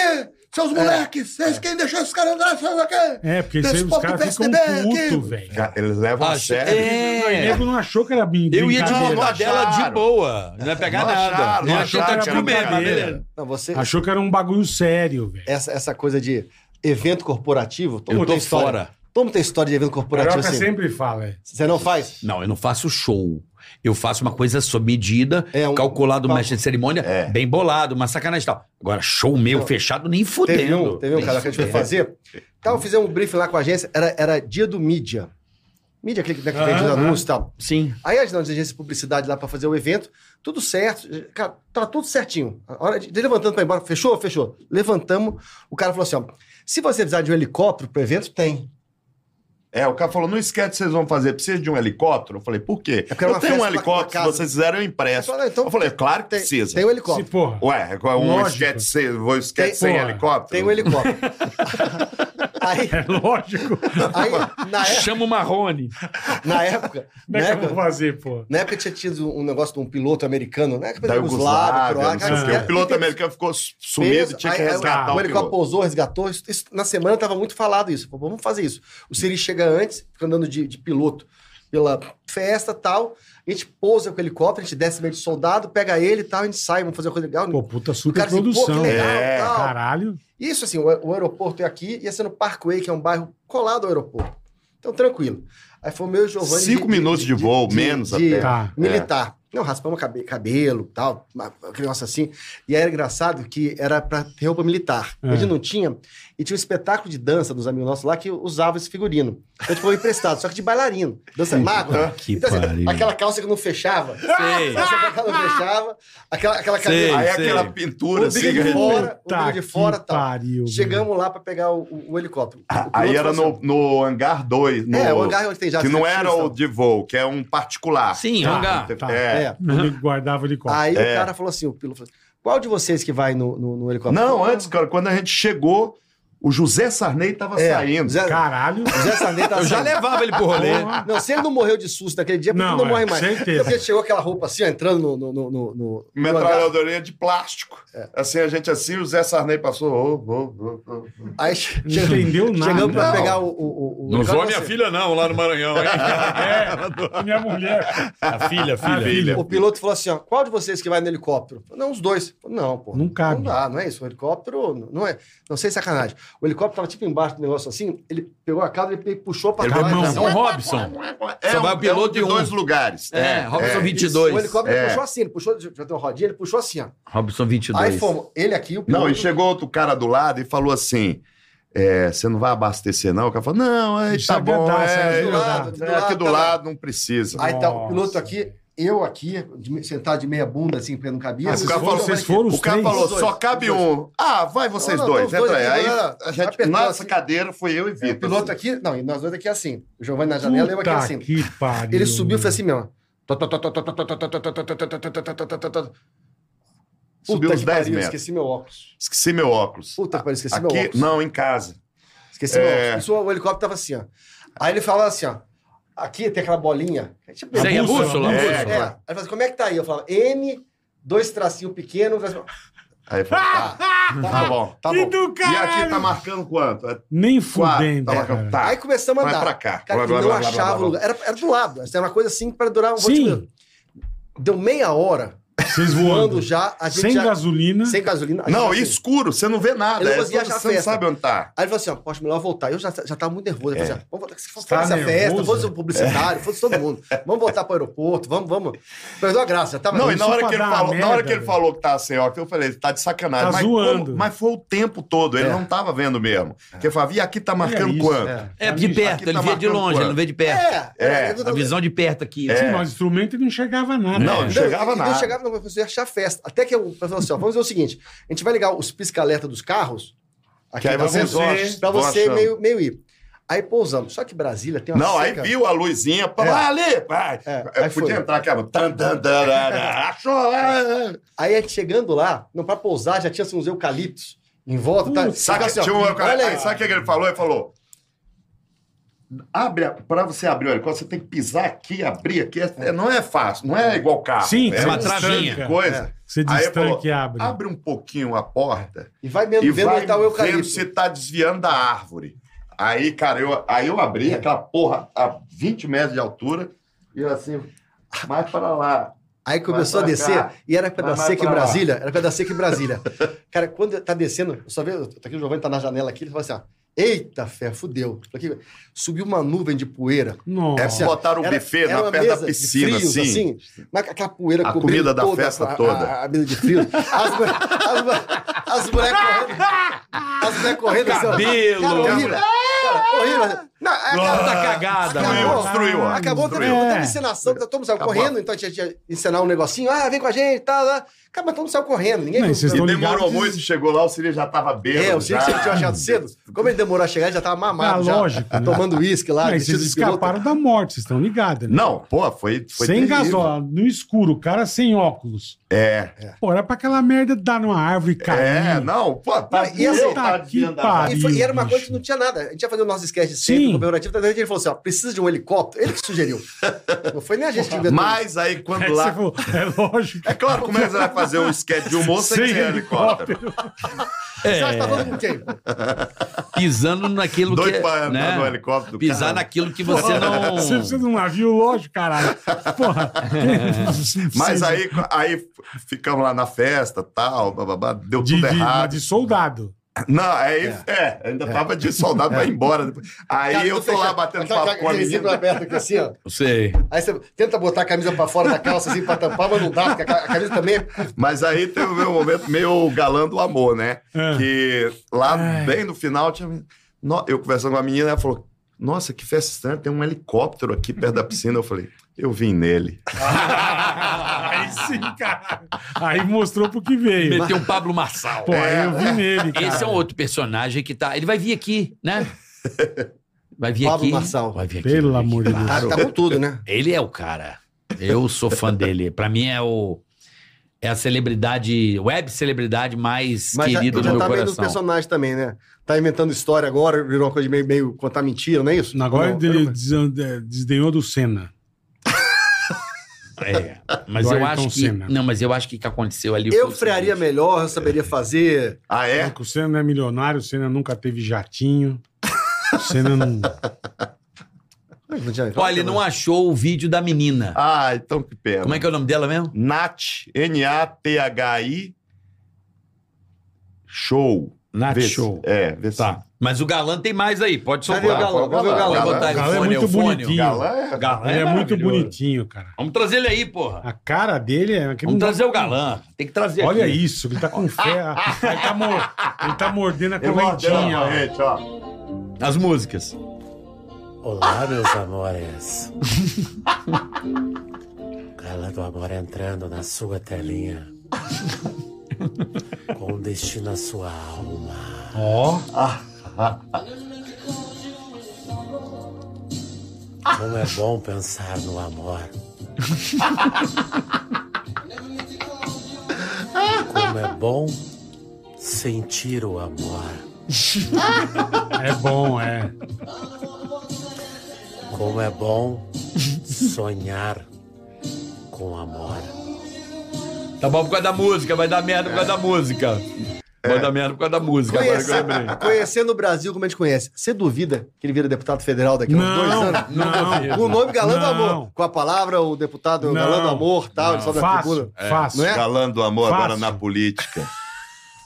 Speaker 6: seus moleques! Vocês quem deixou esses caras andar, saiam daqui!
Speaker 3: É, porque isso aí os
Speaker 6: Desculpa,
Speaker 3: caras ficam
Speaker 6: PSDB aqui.
Speaker 3: putos, velho.
Speaker 6: Cara, Eles levam a
Speaker 5: Acho-
Speaker 6: sério.
Speaker 3: O
Speaker 5: Ah, É.
Speaker 3: nego não achou que era brin-
Speaker 5: Eu ia
Speaker 3: brincadeira.
Speaker 5: desmontar
Speaker 6: Não
Speaker 5: dela de
Speaker 6: acharam.
Speaker 5: boa. Não ia pegar
Speaker 6: Não
Speaker 5: nada.
Speaker 6: acharam,
Speaker 5: não
Speaker 6: não
Speaker 5: achou
Speaker 6: acharam,
Speaker 5: tá
Speaker 6: era
Speaker 5: tipo mesmo, mas
Speaker 3: brincadeira.
Speaker 5: beleza.
Speaker 4: Não, você,
Speaker 3: Achou que era um bagulho sério,
Speaker 6: É
Speaker 3: velho.
Speaker 4: essa, essa coisa de evento corporativo, todo
Speaker 5: Eu
Speaker 4: mundo tem
Speaker 5: tô
Speaker 4: história.
Speaker 5: fora.
Speaker 4: Todo mundo tem história de evento corporativo
Speaker 3: Carioca
Speaker 4: assim.
Speaker 3: sempre fala, é.
Speaker 4: Você não faz?
Speaker 5: Não, eu não faço show. Eu faço uma coisa sob medida,
Speaker 4: É, um-
Speaker 5: calculado,
Speaker 4: um-
Speaker 5: mestre de cerimônia,
Speaker 6: É.
Speaker 5: bem bolado, uma sacanagem e tal. Agora, show meu, fechado, nem fudendo.
Speaker 4: Teve um, teve um
Speaker 5: Nem
Speaker 4: cara que a gente foi
Speaker 5: fudendo.
Speaker 4: fazer. Então, fizemos um briefing lá com a agência, era, era dia do mídia. Mídia, aquele que né, que vende os
Speaker 3: Aham.
Speaker 4: anúncios e tal.
Speaker 5: Sim.
Speaker 4: Aí a gente dá uma agência de publicidade lá pra fazer o evento, tudo certo, cara, tá tudo certinho. A hora de de levantando pra ir embora, fechou? Fechou. Levantamos, o cara falou assim: ó, se você precisar de um helicóptero pro evento, tem.
Speaker 6: É, o cara falou, não esquece que vocês vão fazer, precisa de um helicóptero? Eu falei, por
Speaker 4: É
Speaker 6: quê?
Speaker 4: porque era
Speaker 6: Eu
Speaker 4: uma
Speaker 6: tenho um
Speaker 4: festa na- na
Speaker 6: helicóptero, se
Speaker 4: casa.
Speaker 6: vocês fizeram, eu empresto.
Speaker 4: falei, então
Speaker 6: É. Eu falei, claro que
Speaker 4: tem,
Speaker 6: precisa.
Speaker 4: tem um
Speaker 3: Se,
Speaker 4: helicóptero.
Speaker 3: porra.
Speaker 6: Ué, qual é um
Speaker 3: Lógico.
Speaker 6: esquete sem, vou esquete
Speaker 4: Tem-
Speaker 6: sem
Speaker 3: Porra,
Speaker 6: helicóptero?
Speaker 4: Tem um helicóptero. aí,
Speaker 3: É lógico.
Speaker 4: aí,
Speaker 6: Ah,
Speaker 4: na, é-
Speaker 5: Chama o Marrone.
Speaker 4: na época.
Speaker 3: Como
Speaker 4: Na
Speaker 6: Né,
Speaker 3: é que eu
Speaker 4: época
Speaker 3: vou fazer, pô?
Speaker 4: Na época tinha tido um negócio de um piloto americano, né? Que
Speaker 6: da Yugoslávia, não sei o quê.
Speaker 3: cara,
Speaker 6: O
Speaker 4: Ah, é,
Speaker 6: piloto americano ficou sumido, tinha que resgatar
Speaker 4: o,
Speaker 6: o
Speaker 4: helicóptero
Speaker 6: piloto.
Speaker 4: pousou, resgatou. Isso, isso- na semana estava muito falado isso. Pô, vamos fazer isso. O Siri chega antes, fica andando de, de piloto pela festa tal. A gente pousa com o helicóptero, a gente desce meio de soldado, pega ele e tal, a gente sai, vamos fazer uma coisa legal.
Speaker 3: Pô, puta
Speaker 4: o
Speaker 3: super
Speaker 4: cara assim, pô, que
Speaker 3: produção.
Speaker 4: legal,
Speaker 6: É,
Speaker 4: tal.
Speaker 3: Caralho.
Speaker 4: Isso, assim, o, o aeroporto é aqui, ia ser no Parkway, que é um bairro colado ao aeroporto. Então, tranquilo. Aí foi o meu e o Giovanni...
Speaker 6: Cinco minutos de voo, menos até.
Speaker 3: Tá.
Speaker 5: É.
Speaker 4: Militar. Não, raspamos cabe- cabelo, tal, uma- aquele negócio assim. E aí era engraçado que era pra ter roupa militar.
Speaker 3: É.
Speaker 4: A gente não tinha. E tinha um espetáculo de dança dos amigos nossos lá que usava esse figurino. Então, tipo, foi emprestado, só que de bailarino. Dança magro.
Speaker 5: Que
Speaker 4: Então, assim,
Speaker 5: pariu.
Speaker 4: aquela calça que não fechava.
Speaker 5: Sei.
Speaker 4: Essa calça que não fechava. Aquela, aquela
Speaker 5: Sei.
Speaker 4: camisa-
Speaker 6: Ah! Aí
Speaker 5: Sei.
Speaker 6: aquela pintura,
Speaker 4: O
Speaker 6: assim,
Speaker 4: Big
Speaker 6: que a gente-
Speaker 4: Four. fora, o
Speaker 3: Puta
Speaker 4: dedo de fora,
Speaker 3: que
Speaker 4: tal.
Speaker 3: pariu.
Speaker 4: Chegamos lá pra pegar o, o- o helicóptero. O piloto
Speaker 6: Ah, Aí era
Speaker 4: falou
Speaker 6: no, no hangar 2,
Speaker 4: assim, É, o hangar onde tem já.
Speaker 6: que não era o de voo, que é um particular.
Speaker 5: Sim,
Speaker 3: Tá.
Speaker 5: hangar.
Speaker 3: Tá.
Speaker 6: É.
Speaker 4: É.
Speaker 3: meu. Ele guardava o helicóptero.
Speaker 4: Aí
Speaker 6: É.
Speaker 4: o cara falou assim, o piloto falou assim, qual de vocês que vai no, no- no helicóptero?
Speaker 6: Não, antes, cara, quando a gente chegou, o José Sarney tava
Speaker 4: É,
Speaker 6: saindo.
Speaker 4: Zé,
Speaker 3: Caralho.
Speaker 4: Zé Sarney tá
Speaker 5: Eu já
Speaker 4: saindo.
Speaker 5: levava ele pro rolê.
Speaker 3: Porra.
Speaker 4: Não, se ele não morreu de susto naquele dia, porque
Speaker 3: Não,
Speaker 4: não, não
Speaker 3: é,
Speaker 4: morre mais.
Speaker 3: certeza.
Speaker 4: Porque ele chegou aquela roupa assim, ó, entrando no... no, no, no, no- no hangar.
Speaker 6: Metralhadorinha de plástico.
Speaker 4: É.
Speaker 6: Assim, a gente assim, o Zé Sarney passou. ô, ô, ô, ô.
Speaker 4: Aí che-
Speaker 3: Não entendeu nada.
Speaker 4: chegamos pra
Speaker 6: Não.
Speaker 4: pegar o... o, assim, o
Speaker 7: Não zoa
Speaker 4: zoa
Speaker 7: minha filha, não, lá no Maranhão, hein?
Speaker 3: É, minha mulher.
Speaker 7: A filha, a
Speaker 3: filha.
Speaker 4: O piloto falou assim, ó, qual de vocês que vai no helicóptero? Não, os dois. Não, pô.
Speaker 3: Não cabe.
Speaker 4: Não dá, não é isso. O helicóptero, não é... Não sei, sacanagem. O helicóptero tava tipo embaixo do negócio assim, ele pegou a cauda, ele puxou pra assim,
Speaker 5: Ele
Speaker 4: cá.
Speaker 5: foi
Speaker 4: lá
Speaker 5: mão.
Speaker 4: e pra
Speaker 5: São
Speaker 4: cima.
Speaker 5: Robson.
Speaker 6: É
Speaker 5: Só vai
Speaker 6: um-
Speaker 5: o piloto
Speaker 6: é
Speaker 5: e
Speaker 6: um
Speaker 5: um.
Speaker 6: de dois lugares.
Speaker 5: É, Robson
Speaker 6: é.
Speaker 5: 22.
Speaker 4: O helicóptero
Speaker 6: É.
Speaker 4: puxou assim, ele puxou, já tem uma rodinha, ele puxou assim, ó.
Speaker 5: Robson 22.
Speaker 4: Aí fomos, ele aqui, o piloto.
Speaker 6: é. Não, e chegou outro cara do lado e falou assim: é, você não vai abastecer, não? O cara falou: não, é,
Speaker 3: Isso
Speaker 6: tá
Speaker 3: é
Speaker 6: bom.
Speaker 3: verdade,
Speaker 6: é,
Speaker 3: isso é
Speaker 6: é,
Speaker 4: verdade. Do
Speaker 6: é,
Speaker 4: lado,
Speaker 6: aqui do
Speaker 4: tá
Speaker 6: lado não precisa.
Speaker 4: Aí tá o
Speaker 3: Nossa.
Speaker 4: piloto aqui, eu aqui, de me- sentado de meia bunda, assim, porque não cabia.
Speaker 6: Ah,
Speaker 4: Vocês
Speaker 6: o cara
Speaker 4: foram-
Speaker 6: falou,
Speaker 3: vocês foram os
Speaker 6: o cara
Speaker 3: três?
Speaker 6: falou:
Speaker 4: Os dois,
Speaker 6: só
Speaker 4: os
Speaker 6: cabe
Speaker 4: dois.
Speaker 6: um. Ah, vai vocês
Speaker 4: Não, não,
Speaker 6: dois,
Speaker 4: os dois né?
Speaker 6: entra aí.
Speaker 4: aqui,
Speaker 6: Aí
Speaker 4: galera,
Speaker 6: a gente-
Speaker 4: apertou
Speaker 6: nossa
Speaker 4: assim.
Speaker 6: cadeira foi eu e
Speaker 4: O
Speaker 6: Vitor.
Speaker 4: piloto aqui, não, e nós dois aqui assim. O Giovanni na janela, eu aqui
Speaker 3: Puta
Speaker 4: assim.
Speaker 3: que pariu.
Speaker 4: Ele subiu
Speaker 3: meu.
Speaker 4: e fez assim mesmo.
Speaker 6: Subiu
Speaker 4: Puta
Speaker 6: uns
Speaker 4: que
Speaker 6: 10
Speaker 4: pariu,
Speaker 6: metros.
Speaker 4: Esqueci meu óculos.
Speaker 6: Esqueci meu óculos.
Speaker 4: Puta que pariu, esqueci
Speaker 6: Aqui,
Speaker 4: meu óculos.
Speaker 6: Não, em casa.
Speaker 4: Esqueci meu
Speaker 6: É.
Speaker 4: óculos. Isso, o helicóptero tava assim, ó. Aí ele falava assim, ó. Aqui tem aquela bolinha. É tipo-
Speaker 5: Isso aí é
Speaker 3: A bússola,
Speaker 5: bússola?
Speaker 3: a
Speaker 4: É, aí ele falou assim, como é que tá aí? Eu falava, N, dois tracinhos pequenos. dois-
Speaker 6: Aí eu falei, tá, tá bom, tá
Speaker 3: Que
Speaker 6: bom.
Speaker 3: do
Speaker 6: E aqui
Speaker 3: caralho.
Speaker 6: tá marcando quanto? É
Speaker 3: Nem
Speaker 6: quatro.
Speaker 3: fudendo.
Speaker 6: Tá
Speaker 3: cara.
Speaker 6: marcando, tá.
Speaker 4: né, Aí começamos a
Speaker 6: Vai
Speaker 4: andar.
Speaker 6: pra cá.
Speaker 4: Cara,
Speaker 6: Blá,
Speaker 4: que
Speaker 6: blá,
Speaker 4: não
Speaker 6: blá, blá,
Speaker 4: achava
Speaker 6: blá, blá.
Speaker 4: o lugar. Era, era do lado. Era uma coisa assim para durar um
Speaker 3: Sim.
Speaker 4: Deu meia hora
Speaker 3: Vocês voando.
Speaker 4: voando já. A gente
Speaker 3: Sem
Speaker 4: já,
Speaker 3: gasolina.
Speaker 4: Sem gasolina. a gente
Speaker 6: Não,
Speaker 4: assim.
Speaker 6: escuro, você não vê nada.
Speaker 4: Eu não
Speaker 6: é,
Speaker 4: conseguia
Speaker 6: você
Speaker 4: achar
Speaker 6: não
Speaker 4: festa.
Speaker 6: sabe onde tá.
Speaker 4: Aí ele falou assim: ó, posso melhor voltar. Eu já, já tava muito nervoso.
Speaker 6: É.
Speaker 4: Eu falei assim: ó, vamos voltar. Se fosse
Speaker 3: Tá
Speaker 4: essa festa,
Speaker 3: nervoso?
Speaker 4: fosse
Speaker 6: né?
Speaker 4: o publicitário, fosse todo mundo. Vamos voltar pro aeroporto, vamos, vamos. Perdeu a graça, já tava.
Speaker 6: Não, e na
Speaker 3: isso
Speaker 6: hora,
Speaker 3: pra
Speaker 6: que ele
Speaker 3: dar uma
Speaker 6: falou, na hora
Speaker 3: merda,
Speaker 6: que ele
Speaker 3: velho.
Speaker 6: falou que tava sem óculos, eu falei, tá de sacanagem.
Speaker 3: Tá
Speaker 6: mas,
Speaker 3: zoando.
Speaker 6: como- mas foi o tempo todo, ele
Speaker 4: É.
Speaker 6: não tava vendo mesmo. Porque ele falava, e aqui tá marcando
Speaker 3: isso,
Speaker 6: quanto?
Speaker 4: é.
Speaker 5: É, de perto,
Speaker 6: aqui tá
Speaker 5: ele via de
Speaker 6: marcando
Speaker 5: longe, ele não
Speaker 6: quanto?
Speaker 5: vê de perto.
Speaker 4: É,
Speaker 6: É,
Speaker 4: eu-
Speaker 5: A visão de perto aqui. assim.
Speaker 3: Sim,
Speaker 6: É.
Speaker 3: mas o instrumento ele não enxergava nada.
Speaker 6: Não,
Speaker 3: É.
Speaker 6: não chegava
Speaker 4: eu-
Speaker 6: nada.
Speaker 4: Eu chegava, não conseguia achar festa. Até que eu falei assim: ó, vamos fazer o seguinte: a gente vai ligar os pisca-alerta dos carros. Aqui
Speaker 6: Que aí
Speaker 4: pra
Speaker 6: vocês
Speaker 4: você,
Speaker 6: vão
Speaker 4: pra
Speaker 6: vão
Speaker 4: você
Speaker 6: achando.
Speaker 4: meio, meio ir. Aí pousamos. Só que Brasília tem uma
Speaker 6: Não, aí
Speaker 4: seca-
Speaker 6: viu a luzinha, pá,
Speaker 4: É.
Speaker 6: lá ali, pá.
Speaker 4: É,
Speaker 6: Eu
Speaker 4: aí
Speaker 6: podia
Speaker 4: foi.
Speaker 6: entrar aquela. tan, tan, tan, tan, tan, Achou! ah, ah.
Speaker 4: Aí a gente chegando lá, não, pra pousar, já tinha assim, uns eucaliptos em volta. Tá,
Speaker 6: Sabe,
Speaker 4: Ficava assim, ó,
Speaker 6: tinha um-
Speaker 4: olha aí,
Speaker 6: aí, sabe o que que ele falou? Ele falou. Abre, a- pra você abrir o helicóptero, você tem que pisar aqui, abrir aqui. É- é- não é fácil, não é igual carro.
Speaker 3: Sim,
Speaker 6: é
Speaker 3: você
Speaker 6: uma
Speaker 5: destanca.
Speaker 6: travinha. coisa.
Speaker 3: Você
Speaker 6: Aí ele
Speaker 3: distanca
Speaker 6: falou,
Speaker 3: e abre.
Speaker 4: "Ah,
Speaker 6: Abre um pouquinho a porta
Speaker 4: E vai mesmo
Speaker 6: e
Speaker 4: vendo
Speaker 6: vai
Speaker 4: onde tá o
Speaker 6: vendo
Speaker 4: eucalipto.
Speaker 6: se tá desviando da árvore. Aí, cara, eu, aí eu
Speaker 4: É.
Speaker 6: abri aquela porra a 20 metros de altura e eu assim, mais para lá.
Speaker 4: Aí começou a
Speaker 6: Vai pra
Speaker 4: descer,
Speaker 6: cá.
Speaker 4: e era pra
Speaker 6: Vai
Speaker 4: dar
Speaker 6: mais
Speaker 4: seca em
Speaker 6: pra lá.
Speaker 4: Brasília, era pra dar seca em Brasília. Cara, quando tá descendo, eu só vê, eu tô aqui, o Giovanni tá na janela aqui, ele fala assim, ó, eita fé, fudeu. Tô Aqui, subiu uma nuvem de poeira.
Speaker 6: É
Speaker 3: Nossa.
Speaker 4: ó,
Speaker 6: botaram o
Speaker 4: Era-
Speaker 6: buffet
Speaker 4: era
Speaker 6: na
Speaker 4: uma
Speaker 6: perto da
Speaker 4: mesa de
Speaker 6: piscina,
Speaker 4: frios,
Speaker 6: assim.
Speaker 4: mas aquela poeira
Speaker 6: A
Speaker 4: cobrindo
Speaker 6: comida da
Speaker 4: toda
Speaker 6: festa
Speaker 4: a-
Speaker 6: toda.
Speaker 4: A, a mesa de frios. As, mu- as, mu- as mulheres correndo. As mulheres correndo. assim, ó.
Speaker 5: Cabelo.
Speaker 4: Cara, horrível. Cara, horrível. Não, é aquela-
Speaker 5: Cara tá cagada,
Speaker 4: Acabou.
Speaker 5: mano.
Speaker 6: destruiu, ó.
Speaker 4: Acabou
Speaker 6: destruiu.
Speaker 4: também outra
Speaker 3: É.
Speaker 4: encenação, tá, todo mundo saiu
Speaker 6: Acabou.
Speaker 4: correndo, então a gente ia encenar um negocinho, ah, vem com a gente, tá, tá. Cara, mas todo mundo saiu correndo, ninguém
Speaker 3: Não, e vocês
Speaker 6: E
Speaker 3: Tô
Speaker 6: demorou
Speaker 3: ligado que-
Speaker 6: muito, chegou lá, o Siri já tava bêbado.
Speaker 4: É, eu sei que
Speaker 6: já.
Speaker 4: você tinha achado cedo. Como ele demorou a chegar, ele já tava mamado.
Speaker 3: Ah,
Speaker 4: já,
Speaker 3: lógico,
Speaker 6: Tá
Speaker 3: né?
Speaker 4: Tomando uísque lá,
Speaker 3: Não, e
Speaker 4: vestido
Speaker 3: vocês
Speaker 4: de piloto.
Speaker 3: escaparam da morte, vocês estão ligados, né?
Speaker 6: Não, pô, foi. foi
Speaker 3: sem
Speaker 6: terrível.
Speaker 3: gasolina, no escuro, o cara sem óculos.
Speaker 6: É.
Speaker 3: Pô, era pra aquela merda dar numa árvore e cair.
Speaker 6: É, não, pô, tá.
Speaker 4: Não, e assim,
Speaker 6: eu
Speaker 3: tá
Speaker 6: tava
Speaker 3: aqui,
Speaker 6: desviando da-
Speaker 3: pá.
Speaker 4: E, foi- e era uma
Speaker 3: Bicho.
Speaker 4: coisa que não tinha nada. A gente ia fazer o nosso sketch sempre,
Speaker 3: Sim.
Speaker 4: comemorativo, daí a gente falou assim: ó, precisa de um helicóptero. Ele que sugeriu. Não foi nem a gente que inventou.
Speaker 6: Mas aí quando
Speaker 3: É, que você
Speaker 6: lá.
Speaker 3: falou, é lógico.
Speaker 6: É claro, como é que você vai fazer um sketch de humor sem,
Speaker 3: Sem
Speaker 6: sem helicóptero?
Speaker 4: Você
Speaker 3: É.
Speaker 4: acha que tá falando com quem?
Speaker 5: Pisando naquilo
Speaker 6: Doido
Speaker 5: que.
Speaker 6: pra
Speaker 5: né?
Speaker 6: andar no helicóptero.
Speaker 5: Pisar
Speaker 6: cara.
Speaker 5: naquilo que você não.
Speaker 3: Você precisa de um navio, lógico, caralho. Porra.
Speaker 6: Mas
Speaker 3: Vocês-
Speaker 6: aí, aí f- ficamos lá na festa, tal, bababá, deu
Speaker 3: De,
Speaker 6: tudo
Speaker 3: de,
Speaker 6: errado.
Speaker 3: de soldado.
Speaker 6: Não, aí, é, ainda tava de soldado, vai embora. depois. Aí
Speaker 4: Cara, então,
Speaker 6: eu
Speaker 4: tu
Speaker 6: tô
Speaker 4: fecha-
Speaker 6: lá batendo
Speaker 4: aquela-
Speaker 6: papo com a
Speaker 4: aquele zíper
Speaker 6: menina.
Speaker 4: aberto aqui assim, ó.
Speaker 5: Não sei.
Speaker 4: Aí você tenta botar a camisa pra fora da calça assim pra tampar, mas não dá, porque a ca- a camisa também é curta.
Speaker 6: Mas aí teve o meu momento meio galã do amor, né?
Speaker 3: Ah.
Speaker 6: Que lá bem no final tinha. No- Eu conversando com a menina, ela falou: Nossa, que festa estranha, tem um helicóptero aqui perto da piscina. Eu falei, eu vim nele.
Speaker 3: Aí sim, cara. Aí mostrou pro que veio.
Speaker 5: Meteu um Pablo Marçal.
Speaker 3: Pô, aí eu vi nele, cara.
Speaker 5: Esse é um outro personagem que tá. Ele vai vir aqui, né? Vai vir
Speaker 4: Pablo
Speaker 5: aqui.
Speaker 4: Marçal.
Speaker 5: Vai vir aqui.
Speaker 3: Pelo
Speaker 5: vai vir
Speaker 3: amor de
Speaker 5: aqui.
Speaker 3: Deus.
Speaker 4: Tá, tá com tudo, né?
Speaker 5: Ele é o cara. Eu sou fã dele. Pra mim é o. É a celebridade, web celebridade mais
Speaker 4: Mas já,
Speaker 5: querida
Speaker 4: já
Speaker 5: do meu
Speaker 4: tá meio nos
Speaker 5: coração.
Speaker 4: personagens também, né? Tá inventando história agora, virou uma coisa de meio, meio contar mentira, não é isso?
Speaker 3: Agora
Speaker 4: não,
Speaker 3: ele
Speaker 4: eu-
Speaker 3: desan- eh, desdenhou do Senna.
Speaker 5: É, mas
Speaker 3: Do
Speaker 5: eu
Speaker 3: Ayrton
Speaker 5: acho que.
Speaker 3: Senna.
Speaker 5: Não, mas eu acho que o que aconteceu ali. foi
Speaker 4: Eu
Speaker 5: o
Speaker 4: frearia
Speaker 5: seguinte.
Speaker 4: melhor, eu saberia fazer.
Speaker 6: Ah, é?
Speaker 3: O Senna não é milionário, o Senna nunca teve jatinho. O Senna não.
Speaker 4: Não tinha-
Speaker 5: Olha, ele não é- achou o vídeo da menina.
Speaker 6: Ah, então que pena.
Speaker 5: Como é que é o nome dela mesmo?
Speaker 6: Nath, N-A-T-H-I. Show.
Speaker 3: Nath
Speaker 6: Vê se-
Speaker 3: Show.
Speaker 6: É, vê se-
Speaker 3: Tá.
Speaker 5: Mas o galã tem mais aí, pode
Speaker 4: Cadê o
Speaker 5: soltar.
Speaker 4: galã? Vamos ver o
Speaker 5: Vai
Speaker 4: galã.
Speaker 5: botar
Speaker 6: Galã.
Speaker 5: ele
Speaker 3: Galã é
Speaker 5: fone,
Speaker 3: muito
Speaker 5: o fone.
Speaker 3: bonitinho.
Speaker 6: Galã é.
Speaker 5: Galã
Speaker 3: Ele é muito
Speaker 5: Ah, maravilhoso.
Speaker 3: bonitinho, cara.
Speaker 5: Vamos trazer ele aí, porra.
Speaker 3: A cara dele é. que não
Speaker 5: Vamos
Speaker 3: dá-
Speaker 5: trazer o galã. Tem que trazer
Speaker 3: Olha
Speaker 5: aqui.
Speaker 3: isso, ele tá com fé. Ele tá, mor- ele tá mordendo a
Speaker 6: Eu mordei na
Speaker 3: correntinha. ó.
Speaker 6: corrente, ó.
Speaker 5: As músicas.
Speaker 9: Olá, meus amores. Gala do amor entrando na sua telinha. Com destino à sua alma.
Speaker 3: Ó,
Speaker 9: Como é bom pensar no amor. Como é bom sentir o amor.
Speaker 5: Tá
Speaker 3: é bom, é.
Speaker 9: Como é bom sonhar com amor.
Speaker 5: Tá bom por causa da música, vai dar merda por causa da música.
Speaker 3: É.
Speaker 5: Vai dar merda por causa da música, agora que eu
Speaker 4: Conhece-
Speaker 5: lembrei.
Speaker 4: conhecendo o Brasil como a gente conhece, você duvida que ele vira deputado federal daqui a uns dois
Speaker 3: Não,
Speaker 4: anos?
Speaker 3: não,
Speaker 4: Com o nome Galã do
Speaker 3: Não.
Speaker 4: Amor. Com a palavra, o deputado
Speaker 3: Não.
Speaker 4: Galã do Amor, tal, ele só da
Speaker 3: Fácil,
Speaker 4: tribuna.
Speaker 3: fácil.
Speaker 4: Não é?
Speaker 6: Galando amor agora
Speaker 3: Fácil.
Speaker 6: na política.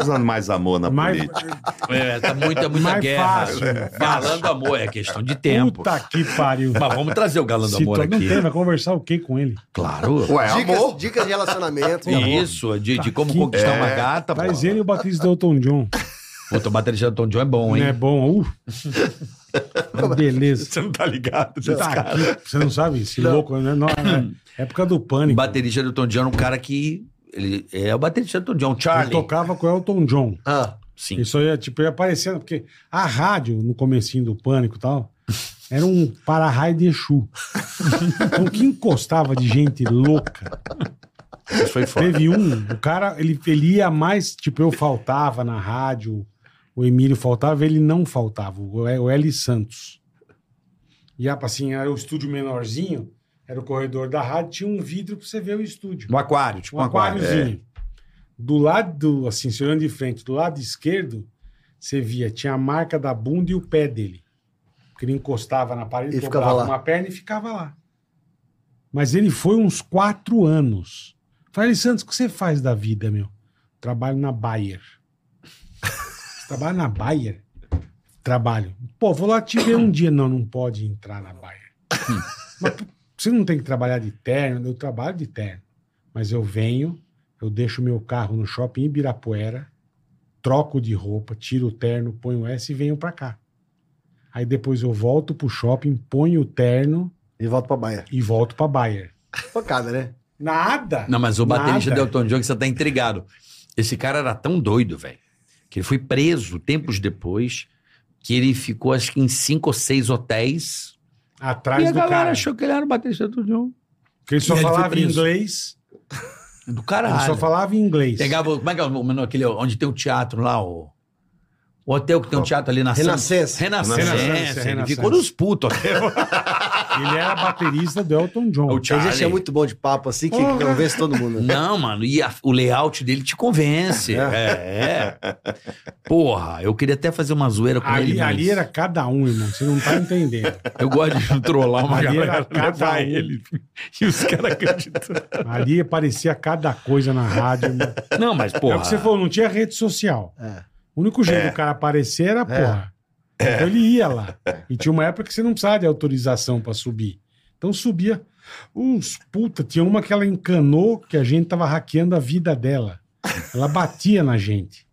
Speaker 6: Usando mais amor na
Speaker 3: Mas-
Speaker 6: política.
Speaker 5: É, tá muita, muita
Speaker 3: Mais
Speaker 5: guerra.
Speaker 3: fácil,
Speaker 5: Galando amor, é questão de tempo.
Speaker 3: Puta que pariu.
Speaker 5: Mas vamos trazer o Galando
Speaker 3: Se um
Speaker 5: Amor
Speaker 3: tu não
Speaker 5: aqui.
Speaker 3: tem, vai conversar o quê com ele?
Speaker 5: Claro.
Speaker 6: Ué,
Speaker 4: Dicas, dicas de
Speaker 3: tá
Speaker 4: relacionamento.
Speaker 5: Isso, de, de como
Speaker 3: Que-
Speaker 5: conquistar
Speaker 3: É.
Speaker 5: uma gata. pô.
Speaker 3: Traz ele e o Batista Elton John.
Speaker 5: Puta, o baterista do Tom John é bom,
Speaker 3: Não é
Speaker 5: hein?
Speaker 3: bom? Uh. Beleza.
Speaker 5: Você não tá ligado.
Speaker 3: Você tá aqui, você não sabe? Esse louco, né? Não, é época do
Speaker 5: O
Speaker 3: pânico.
Speaker 5: baterista do Tom John era um cara que... Ele é o baterista do Tom John,
Speaker 3: Ele
Speaker 5: Charlie.
Speaker 3: tocava com o Elton John.
Speaker 4: Ah,
Speaker 5: Sim.
Speaker 3: Isso aí, tipo, ia aparecendo, porque a rádio, no comecinho do pânico e tal, era um para-raio de Exu. Então, o que encostava de gente louca?
Speaker 5: Isso foi foda.
Speaker 3: Teve um, o cara, ele, ele ia mais, tipo, eu faltava na rádio, o Emílio faltava, ele não faltava, o E- o Eli Santos. E, assim, era o estúdio menorzinho, era o corredor da rádio, tinha um vidro pra você ver o estúdio
Speaker 5: Um aquário, tipo
Speaker 3: um aquáriozinho. Do lado, do, assim, se olhando de frente, do lado esquerdo, você via, tinha a marca da bunda e o pé dele. Porque ele encostava na parede,
Speaker 4: E
Speaker 3: dobrava
Speaker 4: ficava lá.
Speaker 3: uma perna e ficava lá. Mas ele foi uns quatro anos. Falei, "Eli Santos, o que você faz da vida, meu? Trabalho na Bayer. Você trabalha na Bayer? Trabalho. Pô, vou lá te ver um dia. Não, não pode entrar na Bayer. Mas tu- você não tem que trabalhar de terno. Eu trabalho de terno. Mas eu venho, eu deixo meu carro no shopping em Ibirapuera, troco de roupa, tiro o terno, ponho o S e venho pra cá. Aí depois eu volto pro shopping, ponho o terno
Speaker 4: e volta pra Bahia.
Speaker 3: e volto pra Bayer.
Speaker 4: Pancada, né?
Speaker 3: Nada!
Speaker 5: É. Não, mas o baterista
Speaker 3: Nada.
Speaker 5: do Elton John que você tá intrigado. Esse cara era tão doido, velho, que ele foi preso tempos depois, que ele ficou acho que em cinco ou seis hotéis.
Speaker 3: Atrás
Speaker 5: e a
Speaker 3: do
Speaker 5: galera
Speaker 3: cara.
Speaker 5: achou que ele era o baterista do John.
Speaker 3: Porque ele só
Speaker 5: Ele foi
Speaker 3: falava
Speaker 5: preso.
Speaker 3: inglês.
Speaker 5: Do
Speaker 3: Ele
Speaker 5: caralho.
Speaker 3: só falava inglês.
Speaker 5: Pegava, o- como é que é o nome aquele onde tem o teatro lá, o, o hotel que tem um teatro ali na
Speaker 4: Renascença.
Speaker 5: Renascença.
Speaker 3: Renascença,
Speaker 5: Ele
Speaker 3: Renascença.
Speaker 5: ficou nos putos.
Speaker 3: Ele era baterista do Elton John.
Speaker 5: O
Speaker 4: Tem
Speaker 5: Charlie.
Speaker 4: gente que é muito bom de papo, assim, que
Speaker 3: Porra.
Speaker 4: convence todo mundo. né?
Speaker 5: Não, mano, e a- o layout dele te convence. É. é. Porra, eu queria até fazer uma zoeira com ele.
Speaker 3: Ali,
Speaker 5: mas
Speaker 3: ali era cada um, irmão. Você não tá entendendo.
Speaker 5: Eu gosto de trollar uma
Speaker 3: Ali era
Speaker 5: galera
Speaker 3: cada um.
Speaker 5: levar ele. E os caras acreditam.
Speaker 3: Ali aparecia cada coisa na rádio. irmão.
Speaker 5: Não, mas,
Speaker 3: É o
Speaker 5: porra.
Speaker 3: que você falou, não tinha rede social.
Speaker 4: É.
Speaker 3: O único jeito do cara aparecer era, porra. Então ele ia lá. E tinha uma época que você não precisava de autorização pra subir. Então subia. Uns puta, tinha uma que ela encanou que a gente tava hackeando a vida dela. Ela batia na gente.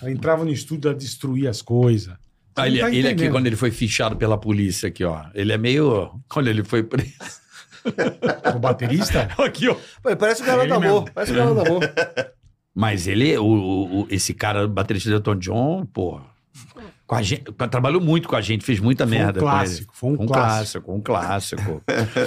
Speaker 3: Ela entrava no estúdio, ela destruía as coisas. Você não
Speaker 5: Ele,
Speaker 3: tá
Speaker 5: ele aqui,
Speaker 3: entendendo.
Speaker 5: quando ele foi fichado pela polícia aqui, ó. Ele é meio. Olha, ele foi preso.
Speaker 3: O baterista? um
Speaker 5: Aqui, ó.
Speaker 4: Pô, ele parece o Galã
Speaker 3: É Ele
Speaker 4: do Amor.
Speaker 3: mesmo.
Speaker 4: Parece o Galã do Amor.
Speaker 5: Mas ele, o, o- o- esse cara, baterista do Elton John, porra. Com a gente, trabalhou muito com a gente, fez muita
Speaker 3: Foi um
Speaker 5: merda. com ele.
Speaker 3: clássico, foi um
Speaker 5: Com
Speaker 3: clássico. um
Speaker 5: um clássico.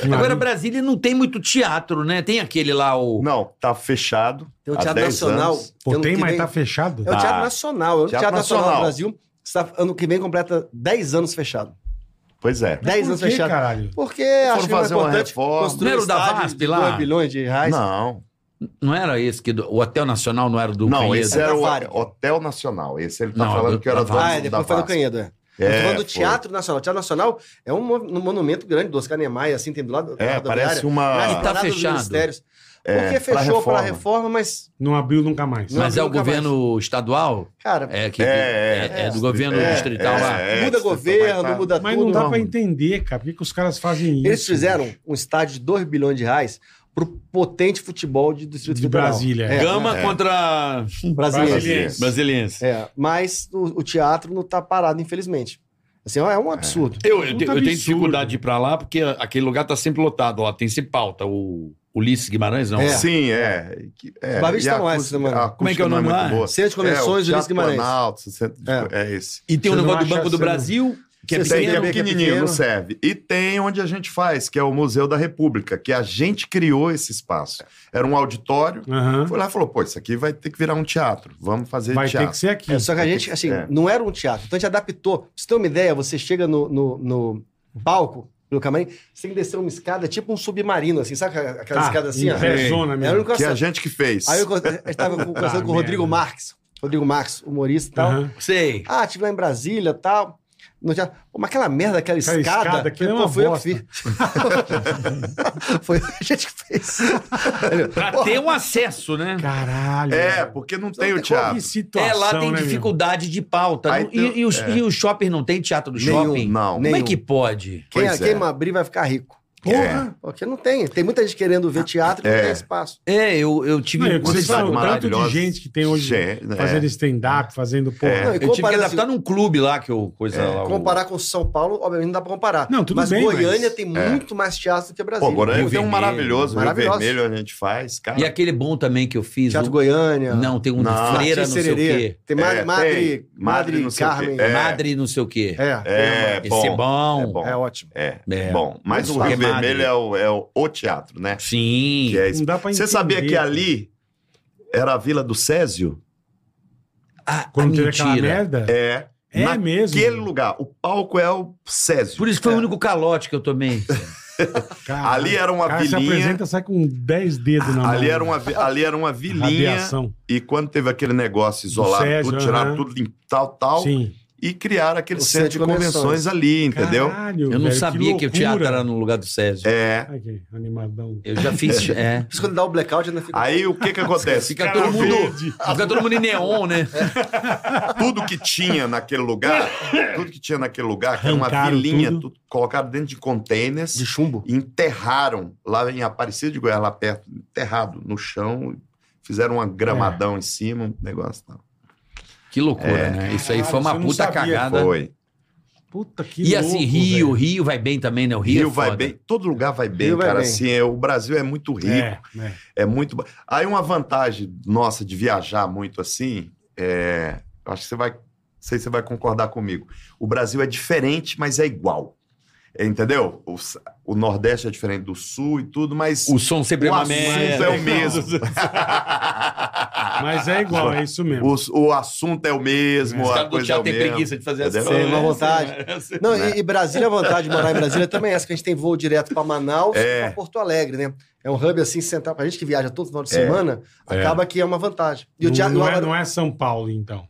Speaker 3: Não,
Speaker 5: Agora,
Speaker 3: ali-
Speaker 5: Brasília não tem muito teatro, né? Tem aquele lá, o.
Speaker 6: Não, tá fechado.
Speaker 4: Tem o
Speaker 6: há
Speaker 4: Teatro
Speaker 6: 10
Speaker 4: Nacional.
Speaker 6: anos.
Speaker 3: Pô,
Speaker 4: ano
Speaker 3: tem,
Speaker 4: que
Speaker 3: mas
Speaker 4: vem-
Speaker 3: tá fechado?
Speaker 4: É o Teatro
Speaker 6: Tá.
Speaker 4: Nacional. É o Teatro,
Speaker 6: Teatro
Speaker 4: Nacional, do
Speaker 6: Nacional.
Speaker 4: Brasil. Está, ano que vem completa 10 anos fechado.
Speaker 6: Pois é.
Speaker 4: 10 anos
Speaker 3: Por que,
Speaker 4: fechado.
Speaker 3: caralho?
Speaker 4: Porque acho que
Speaker 6: fazer
Speaker 4: não é
Speaker 6: uma
Speaker 4: importante
Speaker 6: reforma.
Speaker 4: construir
Speaker 5: Não
Speaker 4: um
Speaker 5: era o da
Speaker 4: estádio
Speaker 5: VASP
Speaker 4: de
Speaker 5: lá?
Speaker 4: 2 bilhões de reais.
Speaker 6: Não,
Speaker 5: Não era esse que. do- o Hotel Nacional não era do
Speaker 6: não,
Speaker 5: Pinheiro?
Speaker 6: esse é- era o
Speaker 4: Varig.
Speaker 6: Hotel Nacional. Esse ele tá
Speaker 5: Não,
Speaker 6: falando
Speaker 5: do-
Speaker 6: que era
Speaker 5: da
Speaker 6: dono
Speaker 4: Ah,
Speaker 6: da
Speaker 4: é, depois foi do
Speaker 6: Vasco.
Speaker 4: Canhedo, é. Eu tô
Speaker 6: É,
Speaker 4: falando do
Speaker 6: foi.
Speaker 4: Teatro Nacional. O Teatro Nacional é um, mo- um monumento grande do Oscar Niemeyer, assim, tem do lado da
Speaker 6: É,
Speaker 4: rodoviária,
Speaker 6: parece
Speaker 4: na
Speaker 3: Tá
Speaker 6: uma.
Speaker 4: esplanada dos
Speaker 5: fechado.
Speaker 4: ministérios.
Speaker 6: É,
Speaker 4: Porque
Speaker 6: pra
Speaker 4: fechou para
Speaker 6: reforma.
Speaker 4: a reforma, mas,
Speaker 3: Não abriu nunca mais.
Speaker 4: Não,
Speaker 5: Mas é o
Speaker 4: nunca
Speaker 5: governo estadual?
Speaker 4: cara,
Speaker 5: É, que,
Speaker 6: É,
Speaker 5: é,
Speaker 6: é,
Speaker 5: é do governo
Speaker 6: é,
Speaker 5: distrital
Speaker 6: é,
Speaker 5: lá.
Speaker 6: é,
Speaker 4: muda
Speaker 6: distrital,
Speaker 4: governo,
Speaker 6: mas tá-
Speaker 4: muda
Speaker 3: Mas
Speaker 4: tudo.
Speaker 3: não dá
Speaker 5: não.
Speaker 3: pra entender, cara. Por que, que os caras fazem isso?
Speaker 4: Eles fizeram
Speaker 3: bicho?
Speaker 4: um estádio de 2 bilhões de reais pro potente futebol de Distrito
Speaker 3: De
Speaker 4: Federal.
Speaker 3: Brasília, é.
Speaker 4: É, um
Speaker 5: Gama
Speaker 6: é.
Speaker 5: contra.
Speaker 4: brasileiro.
Speaker 3: Brasiliense.
Speaker 5: Brasiliense.
Speaker 4: É, mas o, o teatro não tá parado, infelizmente. Assim, ó, é um absurdo.
Speaker 5: Eu, eu,
Speaker 3: Puta
Speaker 5: te- eu
Speaker 3: absurdo.
Speaker 5: tenho dificuldade de ir pra lá porque aquele lugar tá sempre lotado. Lá tem sempre pauta. O Ulisses Guimarães, não.
Speaker 4: É.
Speaker 6: Sim, é. Que- é.
Speaker 4: O Babis
Speaker 6: E a
Speaker 4: tá no ar essa
Speaker 6: acústica-
Speaker 4: semana.
Speaker 6: a acústica
Speaker 5: Como é que é o
Speaker 6: não
Speaker 5: nome
Speaker 6: muito
Speaker 5: lá?
Speaker 6: boa.
Speaker 4: Centro de
Speaker 6: É, o
Speaker 4: Convenções, Ulisses
Speaker 6: Teatro
Speaker 4: Guimarães.
Speaker 6: Planalto, centro de-
Speaker 4: É.
Speaker 6: é esse.
Speaker 5: E tem
Speaker 3: Você
Speaker 5: o
Speaker 3: não
Speaker 5: negócio do
Speaker 3: acha
Speaker 5: Banco do
Speaker 3: assim, não.
Speaker 5: Brasil, que é
Speaker 4: Você tem
Speaker 6: Tem,
Speaker 5: pequeno.
Speaker 6: que é
Speaker 4: que é
Speaker 6: pequenininho,
Speaker 4: pequeno.
Speaker 6: não serve. E tem onde a gente faz, que é o Museu da República, que a gente criou esse espaço. Era um auditório.
Speaker 3: Aham.
Speaker 6: Foi lá e falou, pô, isso aqui vai ter que virar um teatro. Vamos fazer
Speaker 3: Vai ter
Speaker 6: teatro.
Speaker 3: que ser aqui.
Speaker 4: É, só que a gente, assim,
Speaker 6: É.
Speaker 4: não era um teatro. Então a gente adaptou. Pra você ter uma ideia, você chega no, no, no palco, pelo camarim, você tem que descer uma escada, tipo um submarino, assim, sabe aquela aquela
Speaker 3: Tá,
Speaker 4: escada assim? ó?
Speaker 3: é zona
Speaker 4: Era o
Speaker 3: mesmo.
Speaker 4: único
Speaker 6: Que a
Speaker 4: acesso.
Speaker 6: gente que fez.
Speaker 4: Aí eu con- eu estava con- conversando
Speaker 3: Ah,
Speaker 4: com o Rodrigo
Speaker 3: merda.
Speaker 4: Marques, Rodrigo Marques, humorista e tal.
Speaker 3: Aham.
Speaker 5: Sei.
Speaker 4: Ah, estive lá em Brasília e tal. No dia- Pô, mas aquela merda, aquela
Speaker 3: Aquela
Speaker 4: escada.
Speaker 3: escada, aquilo é
Speaker 4: pô,
Speaker 3: uma
Speaker 4: foi
Speaker 3: bosta.
Speaker 4: eu que fiz. foi a gente que fez.
Speaker 5: Pra ter um acesso, né?
Speaker 3: Caralho.
Speaker 6: É,
Speaker 3: velho.
Speaker 6: porque não tem o
Speaker 3: Que
Speaker 6: teatro.
Speaker 3: situação,
Speaker 5: É, lá tem
Speaker 3: né, meu?
Speaker 5: dificuldade de pauta.
Speaker 6: Aí
Speaker 5: Não-
Speaker 6: tem-
Speaker 5: e, e os- e o shopping não tem teatro do
Speaker 6: Nenhum,
Speaker 5: shopping?
Speaker 6: não.
Speaker 5: Como é
Speaker 4: Nenhum.
Speaker 5: que pode?
Speaker 4: Quem,
Speaker 6: Pois é.
Speaker 4: quem abrir vai ficar rico.
Speaker 6: É.
Speaker 4: Porque não tem. Tem muita gente querendo ver teatro e
Speaker 6: É.
Speaker 4: não tem espaço.
Speaker 5: É, eu, eu tive.
Speaker 3: Não, eu
Speaker 6: Uma
Speaker 3: Vocês
Speaker 6: cidade
Speaker 3: falam, tanto de
Speaker 6: maravilhosa.
Speaker 3: gente que tem hoje
Speaker 6: Gente,
Speaker 3: Fazendo
Speaker 6: é.
Speaker 3: stand-up, fazendo porra.
Speaker 4: Não, e
Speaker 5: eu tive que
Speaker 6: assim-
Speaker 4: comparando-
Speaker 5: adaptar num clube lá que eu. Coisa
Speaker 6: É,
Speaker 5: lá, o-
Speaker 4: Comparar com São Paulo, obviamente não dá pra comparar.
Speaker 3: Não, tudo
Speaker 4: mas
Speaker 3: bem,
Speaker 4: Goiânia
Speaker 3: mas-
Speaker 4: tem muito mais teatro do que Brasília.
Speaker 6: É. Pô, agora
Speaker 5: Rio
Speaker 6: tem um
Speaker 5: Vermelho.
Speaker 6: maravilhoso. Rio
Speaker 4: Maravilhoso.
Speaker 6: Vermelho a gente faz, cara.
Speaker 5: E é aquele bom também que eu fiz.
Speaker 4: Teatro
Speaker 5: o-
Speaker 4: Goiânia.
Speaker 5: Não, tem um de
Speaker 6: Não.
Speaker 5: freira, não
Speaker 4: Martins
Speaker 5: sei o
Speaker 4: Sererê.
Speaker 5: quê.
Speaker 4: Tem Ma-
Speaker 6: Ah, É,
Speaker 4: Madre,
Speaker 6: tem. Madre
Speaker 4: Madre,
Speaker 6: não sei o
Speaker 4: Carmen.
Speaker 6: quê. É.
Speaker 5: Madre, não sei o quê.
Speaker 6: É,
Speaker 5: Esse é
Speaker 6: bom.
Speaker 5: bom.
Speaker 6: É bom.
Speaker 4: É ótimo.
Speaker 6: É,
Speaker 5: É.
Speaker 6: bom. Mas o
Speaker 5: Porque
Speaker 6: Rio
Speaker 5: é magro.
Speaker 6: Vermelho é o, é o, o teatro, né?
Speaker 5: Sim.
Speaker 6: Que é esse.
Speaker 3: Não dá pra
Speaker 6: Você
Speaker 3: Então, entender,
Speaker 6: sabia que
Speaker 3: cara.
Speaker 6: ali era a Vila do Césio?
Speaker 5: Ah,
Speaker 3: Quando teve aquela
Speaker 5: mentira.
Speaker 3: merda.
Speaker 6: É.
Speaker 3: É mesmo.
Speaker 6: Naquele lugar. O palco é o Césio.
Speaker 5: Por isso que foi
Speaker 6: É.
Speaker 5: o único calote que eu tomei.
Speaker 3: Caralho.
Speaker 6: Ali era uma
Speaker 3: cara, Se
Speaker 6: vilinha.
Speaker 3: apresenta, sai com 10 dedos na mão.
Speaker 6: Ali era, uma, vi- ali era uma vilinha.
Speaker 3: Radiação.
Speaker 6: E quando teve aquele negócio isolado,
Speaker 3: Césio,
Speaker 6: tudo, tiraram
Speaker 3: aham.
Speaker 6: tudo em tal, tal.
Speaker 3: Sim.
Speaker 6: E criaram aquele
Speaker 4: O
Speaker 6: centro de convenções, ali, entendeu?
Speaker 3: Caralho,
Speaker 5: Eu não
Speaker 3: velho,
Speaker 5: sabia que, o teatro
Speaker 3: loucura.
Speaker 5: era no lugar do Césio.
Speaker 6: É.
Speaker 3: Ai, que animadão.
Speaker 5: Eu já fiz. é.
Speaker 4: Por isso quando dá o blackout ainda fica...
Speaker 6: Aí o que que acontece?
Speaker 5: Fica
Speaker 6: Cara,
Speaker 5: todo mundo.
Speaker 3: verde.
Speaker 5: Fica todo mundo em neon, né?
Speaker 6: tudo que tinha naquele lugar, tudo que tinha naquele lugar, que era uma
Speaker 3: Arrancaram
Speaker 6: vilinha,
Speaker 3: tudo.
Speaker 6: tudo, colocaram dentro de containers,
Speaker 4: De chumbo.
Speaker 6: e enterraram lá em Aparecida de Goiás, lá perto, enterrado no chão, fizeram um gramadão em cima, um negócio tal.
Speaker 5: Que loucura,
Speaker 6: É.
Speaker 5: né? Isso aí foi uma
Speaker 3: Caralho, você
Speaker 5: puta
Speaker 3: não sabia.
Speaker 5: cagada.
Speaker 6: Foi.
Speaker 3: Puta que
Speaker 5: E
Speaker 3: louco,
Speaker 5: assim, Rio,
Speaker 3: velho.
Speaker 5: Rio vai bem também, né? O Rio,
Speaker 6: Rio,
Speaker 5: é
Speaker 6: vai
Speaker 5: foda.
Speaker 6: bem, todo lugar vai bem,
Speaker 4: Rio vai
Speaker 6: cara.
Speaker 4: bem.
Speaker 6: Assim, é, o Brasil é muito rico, é,
Speaker 3: É, é.
Speaker 6: muito. ba- Aí uma vantagem nossa de viajar muito assim, é, eu acho que você vai, não sei se você vai concordar comigo. O Brasil é diferente, mas é igual. Entendeu? O, s- o Nordeste é diferente do Sul e tudo, mas
Speaker 5: O som sempre é
Speaker 6: o
Speaker 5: uma
Speaker 6: assunto
Speaker 5: merda.
Speaker 6: é o mesmo.
Speaker 3: Mas é igual, é isso mesmo.
Speaker 6: O, o assunto é o mesmo,
Speaker 5: Os
Speaker 6: a
Speaker 5: caras do
Speaker 6: coisa é
Speaker 5: teatro
Speaker 6: o
Speaker 5: têm
Speaker 6: mesmo.
Speaker 5: preguiça de fazer assim.
Speaker 6: Entendeu?
Speaker 4: Tem uma
Speaker 5: né?
Speaker 4: vontade. Não, e, e Brasília, a vontade de morar em Brasília também é essa, que a gente tem voo direto para Manaus
Speaker 6: É.
Speaker 4: e para Porto Alegre, né? É um hub assim central pra gente que viaja todo final de
Speaker 6: É.
Speaker 4: semana,
Speaker 3: É.
Speaker 4: acaba que é uma vantagem. E o
Speaker 3: Não-
Speaker 4: teatro,
Speaker 3: não,
Speaker 4: o-
Speaker 3: é, não é São Paulo, então.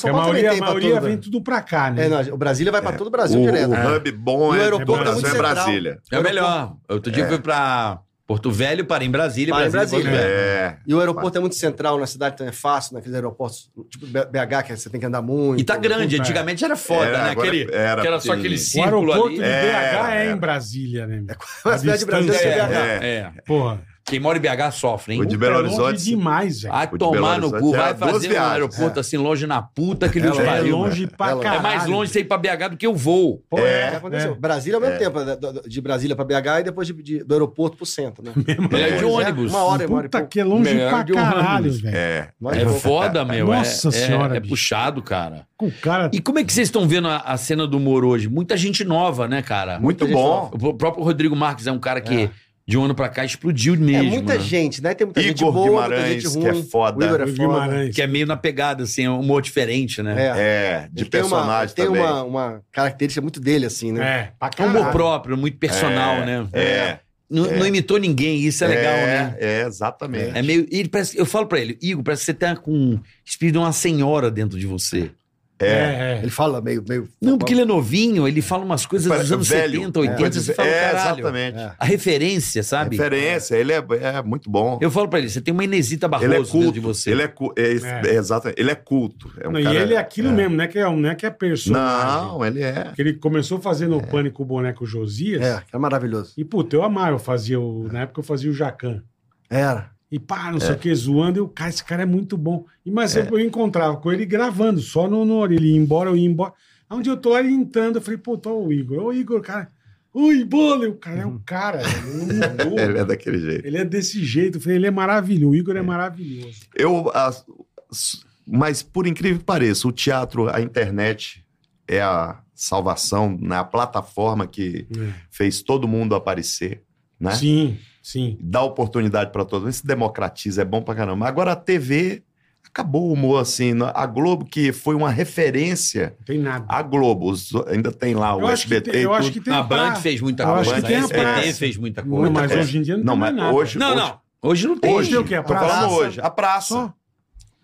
Speaker 3: Porque
Speaker 4: São
Speaker 3: a
Speaker 4: Paulo
Speaker 3: maioria, a
Speaker 4: também tem
Speaker 3: maioria
Speaker 4: para
Speaker 3: vem
Speaker 4: todo.
Speaker 3: tudo pra cá, né?
Speaker 4: É, não, o Brasília vai para todo o Brasil é direto.
Speaker 6: O, o hub bom
Speaker 4: E o
Speaker 6: é,
Speaker 4: aeroporto
Speaker 6: do
Speaker 4: é
Speaker 6: Brasil,
Speaker 4: muito
Speaker 6: é
Speaker 4: central.
Speaker 6: Brasília.
Speaker 5: É o melhor. Outro
Speaker 6: É.
Speaker 5: dia eu fui pra Porto Velho, parei em Brasília.
Speaker 4: Parei em
Speaker 5: Brasília,
Speaker 4: Brasília.
Speaker 5: Porto Velho.
Speaker 6: É.
Speaker 4: E o aeroporto é muito central na cidade, então é fácil, naqueles aeroportos tipo B- BH, que você tem que andar né? muito.
Speaker 5: E tá grande. Antigamente era foda,
Speaker 6: Era,
Speaker 5: né?
Speaker 6: É, agora
Speaker 5: Aquele,
Speaker 6: era
Speaker 5: que era só aquele
Speaker 3: O
Speaker 5: círculo
Speaker 3: aeroporto
Speaker 5: ali.
Speaker 3: de BH
Speaker 5: É.
Speaker 3: é,
Speaker 6: É,
Speaker 3: em Brasília, né? meu?
Speaker 4: A cidade de Brasília
Speaker 3: distância,
Speaker 4: é BH.
Speaker 6: é.
Speaker 5: É.
Speaker 3: Porra.
Speaker 5: Quem mora em BH sofre, hein?
Speaker 6: O de
Speaker 3: puta,
Speaker 6: Belo
Speaker 3: é longe
Speaker 6: Horizonte-
Speaker 3: demais, velho.
Speaker 5: A
Speaker 6: Belo
Speaker 5: tomar no cu,
Speaker 6: Horizonte era
Speaker 5: vai
Speaker 6: duas
Speaker 5: fazer um
Speaker 6: viagens.
Speaker 5: aeroporto assim longe na puta que
Speaker 6: É,
Speaker 5: nos
Speaker 6: é
Speaker 3: É
Speaker 5: pariu.
Speaker 3: longe pra
Speaker 4: Ela-
Speaker 3: caralho.
Speaker 5: É mais longe você ir pra BH do que eu vou.
Speaker 3: Pô,
Speaker 6: É.
Speaker 4: Já
Speaker 3: é.
Speaker 4: aconteceu. Brasília ao mesmo tempo, né, do- do- de Brasília para BH e depois de, de- do aeroporto pro centro, né?
Speaker 5: É de
Speaker 4: Pois
Speaker 5: ônibus.
Speaker 4: Uma hora, uma hora e
Speaker 3: Puta
Speaker 4: pouco.
Speaker 3: que é longe
Speaker 5: Melhor
Speaker 3: pra
Speaker 5: de um
Speaker 3: caralho,
Speaker 5: ônibus.
Speaker 3: velho.
Speaker 6: É.
Speaker 4: Uma hora e
Speaker 5: É
Speaker 4: pouco.
Speaker 5: foda, meu. é-
Speaker 3: Nossa
Speaker 5: é,
Speaker 3: senhora,
Speaker 5: É,
Speaker 3: bicho.
Speaker 5: puxado, cara.
Speaker 3: Com o cara.
Speaker 5: E como é que vocês estão vendo a, a cena do humor hoje? Muita gente nova, né, cara?
Speaker 6: Muito
Speaker 4: gente
Speaker 6: bom.
Speaker 5: O próprio Rodrigo Marques é um cara que, de um ano pra cá, explodiu
Speaker 4: É
Speaker 5: mesmo.
Speaker 4: muita
Speaker 5: né?
Speaker 4: gente, né? Tem muita gente
Speaker 6: Igor
Speaker 4: boa, muita gente
Speaker 6: Guimarães,
Speaker 4: ruim.
Speaker 6: que
Speaker 4: O
Speaker 6: é
Speaker 4: Igor
Speaker 6: foda.
Speaker 4: é
Speaker 3: O
Speaker 4: foda.
Speaker 3: Guimarães.
Speaker 5: Que é meio na pegada, assim, é um humor diferente, né?
Speaker 4: É.
Speaker 6: É, de
Speaker 4: Ele tem uma-
Speaker 6: personagem
Speaker 4: Tem
Speaker 6: também.
Speaker 4: uma, uma característica muito dele, assim, né?
Speaker 3: É, pra
Speaker 5: É um humor
Speaker 3: caralho.
Speaker 5: próprio, muito personal,
Speaker 6: É,
Speaker 5: né?
Speaker 6: É.
Speaker 5: Não,
Speaker 6: é.
Speaker 5: não imitou ninguém, isso é legal, né?
Speaker 6: É, exatamente.
Speaker 5: É meio. Ele parece, eu falo pra ele, Igor, parece que você tá com um espírito de uma senhora dentro de você.
Speaker 3: É,
Speaker 6: É.
Speaker 3: é.
Speaker 4: Ele fala meio. meio
Speaker 5: Não, porque ele é novinho, ele fala umas coisas dos
Speaker 6: Parece
Speaker 5: anos
Speaker 6: Tá velho.
Speaker 5: 70, 80,
Speaker 6: Coisa de-
Speaker 5: você fala,
Speaker 6: é,
Speaker 5: caralho.
Speaker 6: exatamente.
Speaker 4: É.
Speaker 5: A referência, sabe?
Speaker 6: Referência, ele é, é muito bom.
Speaker 5: Eu falo pra ele, você tem uma Inesita Barroso
Speaker 6: ele é
Speaker 5: dentro
Speaker 6: culto.
Speaker 5: de você.
Speaker 6: Ele é, cu- é, esse-
Speaker 3: É.
Speaker 6: é exatamente. Ele é culto. É um
Speaker 3: Não,
Speaker 6: cara-
Speaker 3: e ele é aquilo mesmo, né? Que é, um- não é que é personagem.
Speaker 6: Não, ele é.
Speaker 3: Porque ele começou fazendo o Pânico o Boneco Josias.
Speaker 4: É, que era maravilhoso.
Speaker 3: E, puta, eu amava. Eu fazia o... Na época eu fazia o Jacan.
Speaker 4: Era.
Speaker 3: E pá,
Speaker 6: É.
Speaker 3: não sei o que, zoando. Eu, cara, esse cara é muito bom. E, mas eu, eu encontrava com ele gravando, só no, no ele ia embora, eu ia embora. Aí um dia eu tô lá ele entrando, eu falei, pô, tá o Igor. Ô, Igor, cara. Oi, bola! O cara é um cara, ele não mudou.
Speaker 6: Ele Uhum. é daquele jeito.
Speaker 3: Ele é desse jeito. Eu falei, ele é maravilhoso. O Igor é, maravilhoso.
Speaker 6: Eu. as- s- mas, por incrível que pareça, o teatro, a internet é a salvação, né? a plataforma que fez todo mundo aparecer, né?
Speaker 3: Sim, sim.
Speaker 6: dá oportunidade para todo mundo, se democratiza, é bom pra caramba. Agora a TV, a acabou o humor, assim. na- A Globo, que foi uma referência.
Speaker 3: Não tem nada.
Speaker 6: A Globo, os- ainda tem lá Ah, o
Speaker 3: Eu acho que
Speaker 6: SBT.
Speaker 3: tem- eu
Speaker 6: e
Speaker 3: acho
Speaker 6: tudo.
Speaker 3: que tem
Speaker 5: A
Speaker 3: pra-
Speaker 6: Ah,
Speaker 5: Band fez muita
Speaker 3: eu acho que
Speaker 5: coisa, a
Speaker 3: tem a
Speaker 5: SBT
Speaker 3: praça.
Speaker 5: fez muita
Speaker 3: Não,
Speaker 5: coisa.
Speaker 3: mas
Speaker 6: é.
Speaker 3: hoje em dia não,
Speaker 6: Não,
Speaker 3: tem
Speaker 6: mas
Speaker 3: mais nada.
Speaker 6: hoje.
Speaker 5: Não,
Speaker 6: hoje,
Speaker 5: não. Hoje não tem.
Speaker 6: Hoje
Speaker 3: Tipo, tem o quê? A
Speaker 6: Tô falando
Speaker 3: praça?
Speaker 6: hoje. A praça.
Speaker 3: Só?